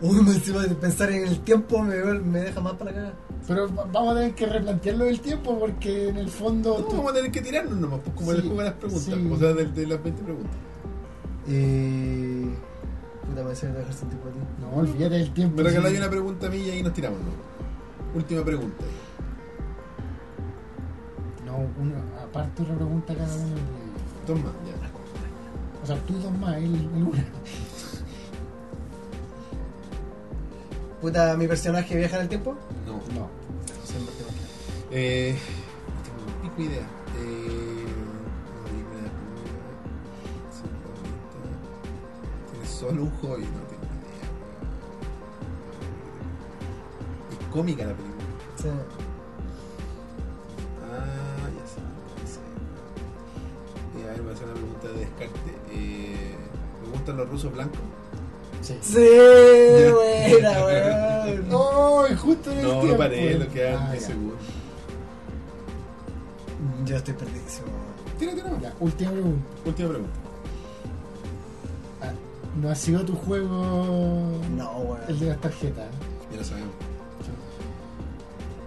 S3: Uy, me encima de pensar en el tiempo me, me deja más para acá.
S2: Pero va- vamos a tener que replantearlo del tiempo porque en el fondo.
S1: No,
S2: tú-
S1: vamos a tener que tirarnos nomás, pues como
S2: Sí,
S1: el juego de las preguntas.
S2: sí.
S1: O sea, de, de las 20 preguntas.
S3: Eh, puta, me decía que te dejar sentir por ti.
S2: No, olvídate del tiempo.
S1: Me regaláis
S2: sí.
S1: una pregunta a mí y ahí nos tiramos, ¿no? Última pregunta.
S2: No, una, aparte una pregunta cada uno.
S1: Dos más, ya.
S2: O sea, tú dos más, él, él una.
S3: Puta, mi personaje viaja en el tiempo.
S1: No.
S2: No.
S3: Siempre te va a quedar.
S1: Eh, no tengo ni pico idea. Eh, no, ni idea. Cincuenta. Tienes solo un hobby, no tengo idea. Es cómica la película.
S3: O sea,
S1: Ah, ya sé. ya sé. Eh, a ver, me hace una pregunta de descarte. Eh, ¿Me gustan los rusos blancos?
S2: Sí.
S3: Sí, buena, weón.
S2: ¡Oh! Justo en el
S1: No,
S2: tiempo.
S1: no paré, lo que
S2: Ah,
S1: de
S2: ya.
S1: seguro.
S3: Yo estoy perdidísimo.
S1: Tira, tira.
S2: Ya, última pregunta.
S1: Última pregunta.
S2: Ah, ¿No ha sido tu juego
S3: No, weón.
S2: el de las tarjetas?
S1: Ya lo sabemos.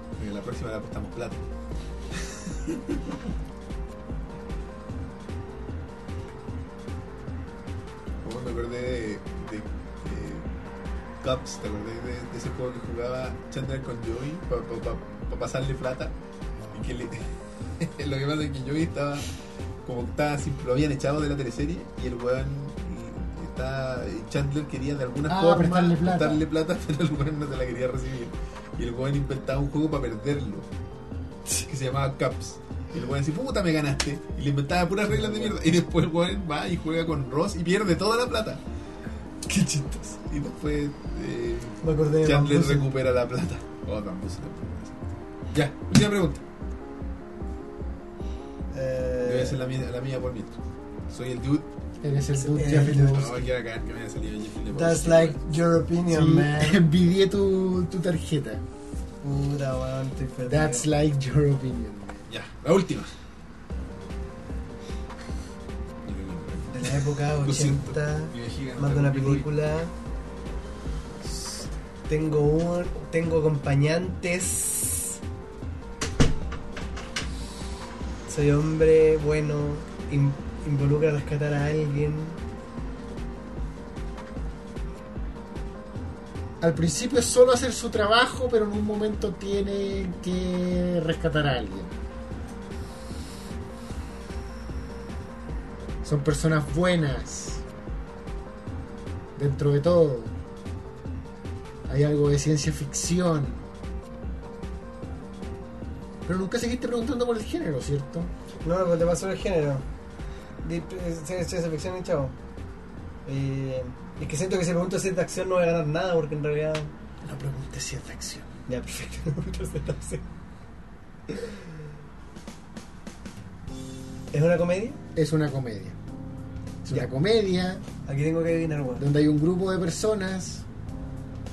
S1: Porque la próxima la apostamos plata. Oh, me acordé de, de, de Cups, te acordé de, de ese juego que jugaba Chandler con Joey para pasarle plata. Y que le- lo que pasa es que Joey estaba como que estaba sin- lo habían echado de la teleserie y el weón y- está Chandler quería de alguna
S2: Ah,
S1: forma
S2: prestarle plata.
S1: prestarle plata, pero el weón no se la quería recibir. Y el weón inventaba un juego para perderlo. Que se llamaba Cups. Y el weón decía, puta me ganaste. Y le inventaba puras reglas de mierda. Y después el weón va y juega con Ross y pierde toda la plata. Qué chistoso. Y después eh,
S3: Me acordé de Van
S1: Chandler
S3: Bussen.
S1: recupera la plata. Oh, Van Bussen. Ya, última pregunta. Yo voy a
S3: Eh,
S1: hacer la mía, la mía por mientras. Soy el dude.
S2: Eres el dude
S3: Eh,
S2: Jeffrey
S3: no.
S1: No,
S2: Lebowski.
S1: que era cagar que me haya salido Jeffrey Lebowski.
S3: That's like your opinion,
S2: Sí,
S3: man.
S2: envidié tu, tu tarjeta.
S3: Puta, weón, estoy perdido.
S2: That's like your opinion.
S1: Ya, la última.
S3: De la época
S1: Lo siento.
S3: 80.
S1: Mi vejiga no
S3: Mando
S1: está
S3: una
S1: conmigo hoy.
S3: película. Tengo un. Tengo acompañantes. Soy hombre bueno. in- involucra rescatar a alguien.
S2: Al principio es solo hacer su trabajo, pero en un momento tiene que rescatar a alguien. Son personas buenas. Dentro de todo. Hay algo de ciencia ficción. Pero nunca seguiste preguntando por el género, ¿cierto?
S3: No, pero te pasó el género. De- eh, Ciencia ficción y chao. Eh, es que siento que si pregunto si es de acción no voy a ganar nada porque en realidad.
S2: No pregunté si es de acción.
S3: Ya, perfecto. Pregunto si es de acción. ¿Es una comedia?
S2: Es una comedia. Es
S3: Ya.
S2: una comedia
S3: Aquí tengo que adivinar, weón.
S2: donde hay un grupo de personas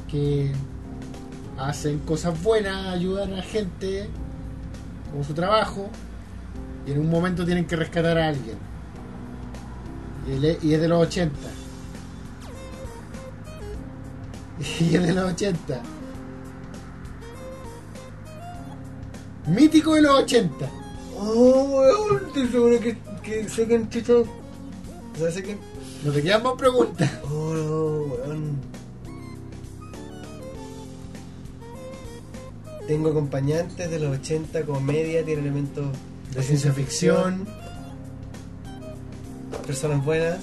S2: que hacen cosas buenas, ayudan a gente con su trabajo y en un momento tienen que rescatar a alguien. Y, él es- y es de los 80. Y es de los 80. Mítico de los 80.
S3: Oh, weón, estoy seguro que, que sé quién chucha. es. O sea, sé quién.
S2: No te quedan más preguntas.
S3: Oh, weón. Tengo acompañantes de los 80, comedia, tiene elementos
S2: De ciencia ficción.
S3: personas buenas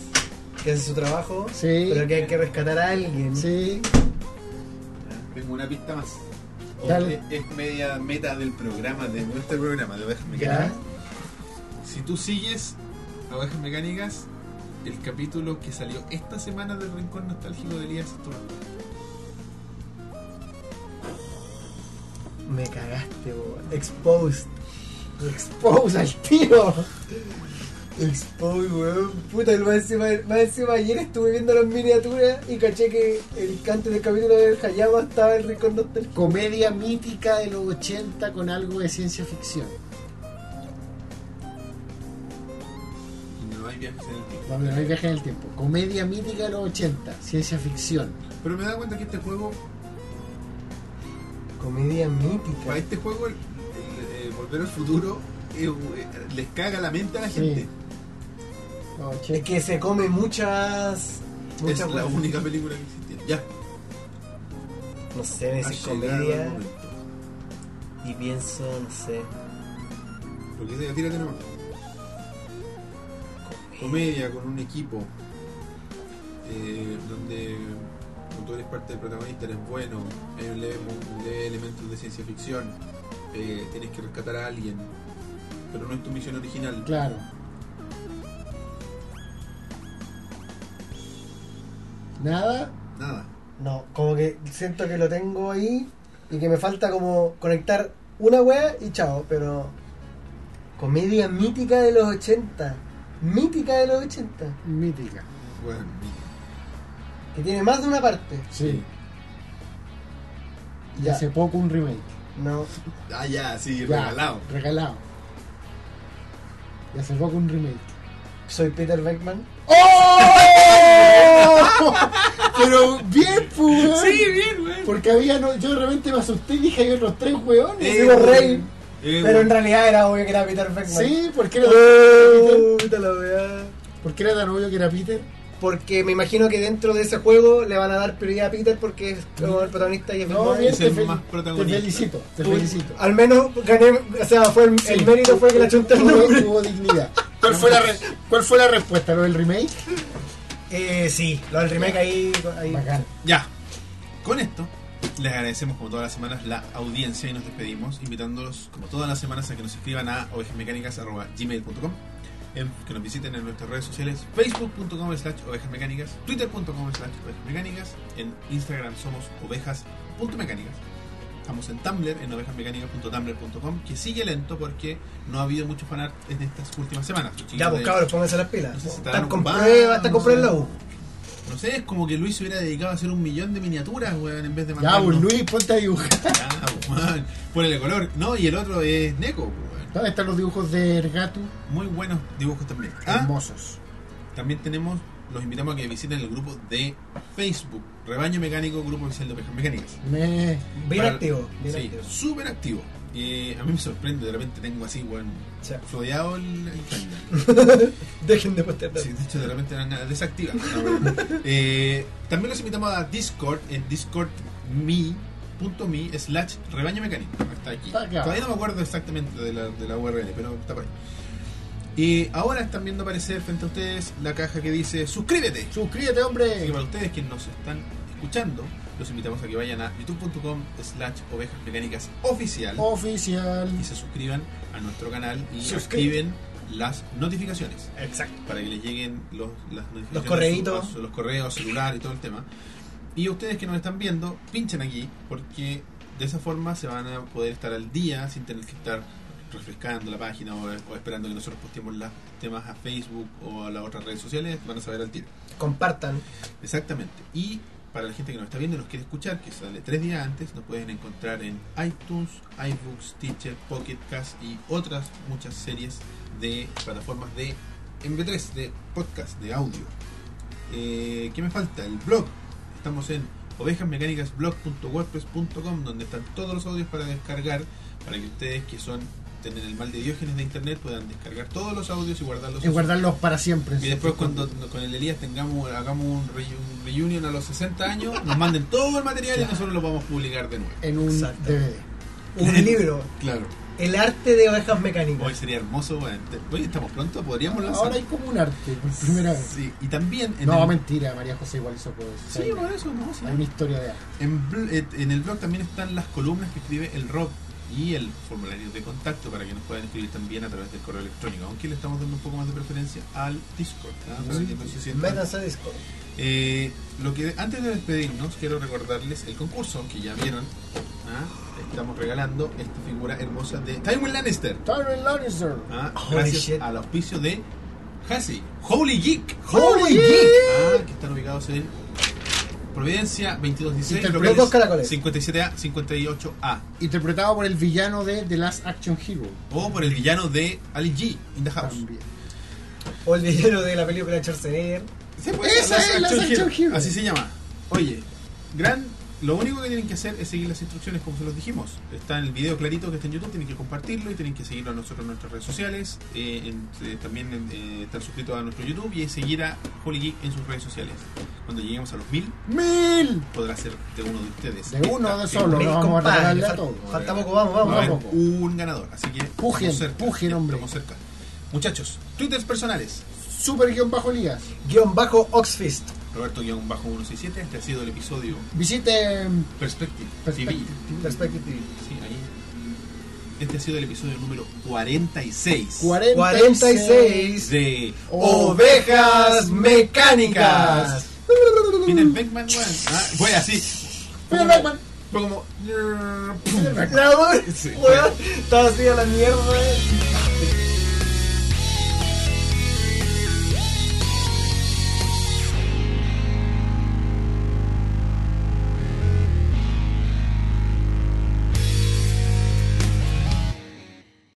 S3: que hacen su trabajo,
S2: Sí.
S3: pero que hay que rescatar a alguien.
S2: Sí.
S6: Tengo una pista más.
S2: Dale.
S6: Es, es media meta del programa, de nuestro programa, de Ovejas
S2: Ya.
S6: Mecánicas. Si tú sigues a Ovejas Mecánicas, el capítulo que salió esta semana del Rincón Nostálgico de Elías es tu respuesta.
S3: Me cagaste, weón. Exposed.
S2: Expose al tío.
S3: Exposed, weón. Puta, y más encima, más encima ayer estuve viendo las miniaturas y caché que el cante del capítulo del Hayama estaba en el rincón nostálgico.
S2: comedia mítica de los 80 con algo de ciencia ficción.
S6: Y no hay viajes en el tiempo.
S2: Donde no hay viaje en el tiempo. Comedia mítica de los 80, ciencia ficción.
S6: Pero me he dado cuenta que este juego,
S3: Comedia
S6: para
S3: mítica.
S6: este juego, el, el, eh, Volver al Futuro eh, eh, les caga la mente a la
S2: Sí.
S6: gente.
S2: Los 80.
S3: Es que se come muchas.
S6: Es
S3: muchas
S6: la
S3: weas.
S6: única película que existía. Ya,
S3: No sé, me
S6: ha
S3: decís
S6: llegado el
S3: comedia
S6: momento.
S3: y pienso, no sé.
S6: Lo que sea, tírate nomás. Comedia con un equipo eh, donde
S7: tú eres parte del protagonista, eres bueno, hay un leve, un leve elemento de ciencia ficción, eh, tienes que rescatar a alguien, pero no es tu misión original.
S2: Claro. Nada.
S7: Nada.
S3: No, como que siento que lo tengo ahí y que me falta como conectar una wea y chao, pero comedia mítica de los 80, mítica de los 80,
S2: Mítica.
S7: Bueno,
S3: que tiene más de una parte.
S2: Sí. Y
S3: Ya.
S2: hace poco un remake.
S3: No,
S7: ah, ya, sí,
S2: Ya,
S7: regalado.
S2: Regalado. Y hace poco un remake.
S3: soy Peter Beckman.
S2: Pero ¡Oh! bien, pues.
S1: Sí, bien, güey.
S2: Porque había, no, yo de repente me asusté y dije, hay otros tres hueones.
S3: Eh, digo, rey,
S1: eh,
S3: Pero en realidad era obvio que era Peter Beckman.
S2: Sí, porque
S1: Oh.
S2: era,
S3: Puta la wea.
S2: porque era tan obvio que era Peter.
S3: Porque me imagino que dentro de ese juego le van a dar prioridad a Peter porque es como el protagonista y es
S2: No, bien,
S3: Bill Murray.
S1: es
S2: te,
S1: el
S2: fel-
S1: más
S2: te
S1: protagonista. Ah,
S2: felicito, te
S3: Tú-
S2: felicito.
S3: Al menos gané, o sea, fue el, el mérito fue que le chunté el nombre.
S2: Hubo, hubo dignidad. ¿Cuál fue, la re- ¿Cuál fue la respuesta? ¿Lo del remake?
S3: Eh, sí, lo del remake ahí. ahí.
S2: Bacán.
S1: Ya. Con esto, les agradecemos como todas las semanas la audiencia y nos despedimos, invitándolos como todas las semanas a que nos escriban a ovejasmecánicas.gmail.com en- que nos visiten en nuestras redes sociales facebook.com slash ovejasmecánicas twitter.com slash ovejasmecánicas en instagram somos ovejas.mecánicas estamos en tumblr en ovejasmecánicas.tumblr.com que sigue lento porque no ha habido mucho fanart en estas últimas semanas Los
S3: Ya,
S1: chicos
S3: pues
S1: de-
S3: cabros, pónganse las
S1: No
S3: pilas.
S1: sé si
S3: Están con
S1: ocupados,
S3: pruebas, están con
S1: no
S3: pruebas en la
S1: sé.
S3: U.
S1: no sé, es como que Luis se hubiera dedicado a hacer un millón de miniaturas weón, en vez de
S2: Ya,
S1: mandarnos-
S2: pues Luis, ponte a dibujar.
S1: Ah, weón. Ponele color. No, y el otro es Neko, pues, weón.
S2: ¿Dónde están los dibujos de Ergatu?
S1: Muy buenos dibujos también. Ah,
S2: Hermosos.
S1: también tenemos, los invitamos a que visiten el grupo de Facebook, Rebaño Mecánico, Grupo Oficial de Ovejas Mecánicas.
S2: Me...
S3: Bien
S1: Para-
S3: activo, bien
S1: Sí,
S3: activo.
S1: súper activo. Eh, a mí me sorprende, de repente tengo así, weón,
S3: O sea,
S1: flodeado el, el calendar.
S3: dejen de postear.
S1: Sí, de hecho, de repente eran ganas desactivas. No, bueno. Eh, también los invitamos a Discord en discord.me slash rebaño mecánico. Está aquí.
S2: Está acá.
S1: Todavía no me acuerdo exactamente de la, de la URL, pero está por ahí. Y ahora están viendo aparecer frente a ustedes la caja que dice suscríbete.
S2: Suscríbete,
S1: Así que
S2: hombre.
S1: para ustedes que nos están escuchando, los invitamos a que vayan a youtube.com slash ovejas mecánicas oficial
S2: Oh. Oficial.
S1: y se suscriban a nuestro canal y
S3: Suscríbete.
S1: suscriben las notificaciones
S3: Exacto.
S1: para que les lleguen los, las notificaciones,
S3: Los correitos.
S1: los, los correos, celular y todo el tema. Y ustedes que nos están viendo, pinchen aquí, porque de esa forma se van a poder estar al día sin tener que estar refrescando la página o, o esperando que nosotros posteemos los temas a Facebook o a las otras redes sociales, van a saber al tiro.
S3: Compartan.
S1: Exactamente. Y para la gente que nos está viendo y nos quiere escuchar, que sale tres días antes, nos pueden encontrar en iTunes, iBooks, Teacher, Pocket Cast y otras muchas series de plataformas de MP3, de podcast, de audio. Eh, ¿Qué me falta? El blog. Estamos en ovejasmecánicasblog.wordpress.com donde están todos los audios para descargar, para que ustedes que son tienen el mal de diógenes de internet puedan descargar todos los audios y guardarlos en
S2: Y
S1: sus
S2: guardarlos para siempre.
S1: y después cuando con el Elías tengamos, hagamos un, re- un reunion a los 60 años, nos manden todo el material y nosotros lo vamos a publicar de nuevo.
S2: En un
S3: Exacto.
S2: DVD.
S3: Un libro.
S1: Claro.
S3: El arte de ovejas
S1: Hoy
S3: mecánicas.
S1: sería hermoso, weón. Te- Oye, estamos pronto, podríamos lanzar.
S2: Ahora hay como un arte, por primera vez.
S1: Sí, y también en
S2: No,
S1: el...
S2: mentira, María José igual hizo cosas.
S1: Sí, por eso, no, sí.
S2: Hay una historia de arte.
S1: En, bl- et- en el blog también están las columnas que escribe el Rob y el formulario de contacto para que nos puedan escribir también a través del correo electrónico, aunque le estamos dando un poco más de preferencia al Discord. ¿ah? Para que no se sientan-
S3: Métanse a Discord.
S1: Eh, lo que antes de despedirnos quiero recordarles el concurso que ya vieron. ¿ah? Estamos regalando esta figura hermosa de Tywin Lannister.
S2: Tyrion Lannister.
S1: ¿ah?
S3: Holy
S1: Gracias
S3: shit.
S1: al auspicio de Hasi, Holy Geek,
S2: Holy Geek.
S1: Ah, que están ubicados en Providencia 2216,
S2: Interpol-
S1: locales
S3: Los dos caracoles.
S1: 57A, 58A,
S2: Interpretado por el villano de The Last Action Hero.
S1: o por el villano de Ali G in the House.
S2: También.
S3: O el villano de la película de Schwarzenegger.
S1: Se puede
S2: Esa
S1: llamar
S2: es la
S1: Action
S2: Action
S1: Hero.
S2: Hero.
S1: Así se llama. Oye, gran. Lo único que tienen que hacer es seguir las instrucciones como se los dijimos. Está en el video clarito que está en YouTube, tienen que compartirlo y tienen que seguirlo a nosotros en nuestras redes sociales. eh, en- eh, también en, eh, estar suscritos a nuestro YouTube y seguir a Holy Geek en sus redes sociales. Cuando lleguemos a los mil,
S2: ¡Mil!
S1: podrá ser de uno de ustedes.
S2: De uno,
S1: Esta
S2: de
S1: es
S2: solo.
S3: Mil,
S2: Lo vamos a
S3: compadre,
S2: regalarle a
S3: fal-
S2: todos.
S3: Falta poco, vamos,
S1: Va
S3: vamos.
S1: a haber
S2: Vamos.
S1: un ganador, así que estamos
S2: Pujen,
S1: cerca,
S2: pujen,
S1: ya
S2: hombre.
S1: estamos cerca. Muchachos, twitters personales.
S2: Super guión bajo Elías.
S3: Guión bajo Oxfist.
S1: Roberto-167. Este ha sido el episodio
S2: Visite. mm,
S1: Perspective.
S2: Perspective.
S1: TV.
S3: Perspective.
S1: Sí, ahí. Este ha sido el episodio número 46
S2: 46.
S3: 46
S1: de
S3: Ovejas Mecánicas.
S1: Peter Beckman, weón. Ah, Fue así.
S2: Peter Beckman.
S1: Fue como.
S3: La voz,
S1: Sí.
S3: weón, Estaba así a la mierda. eh.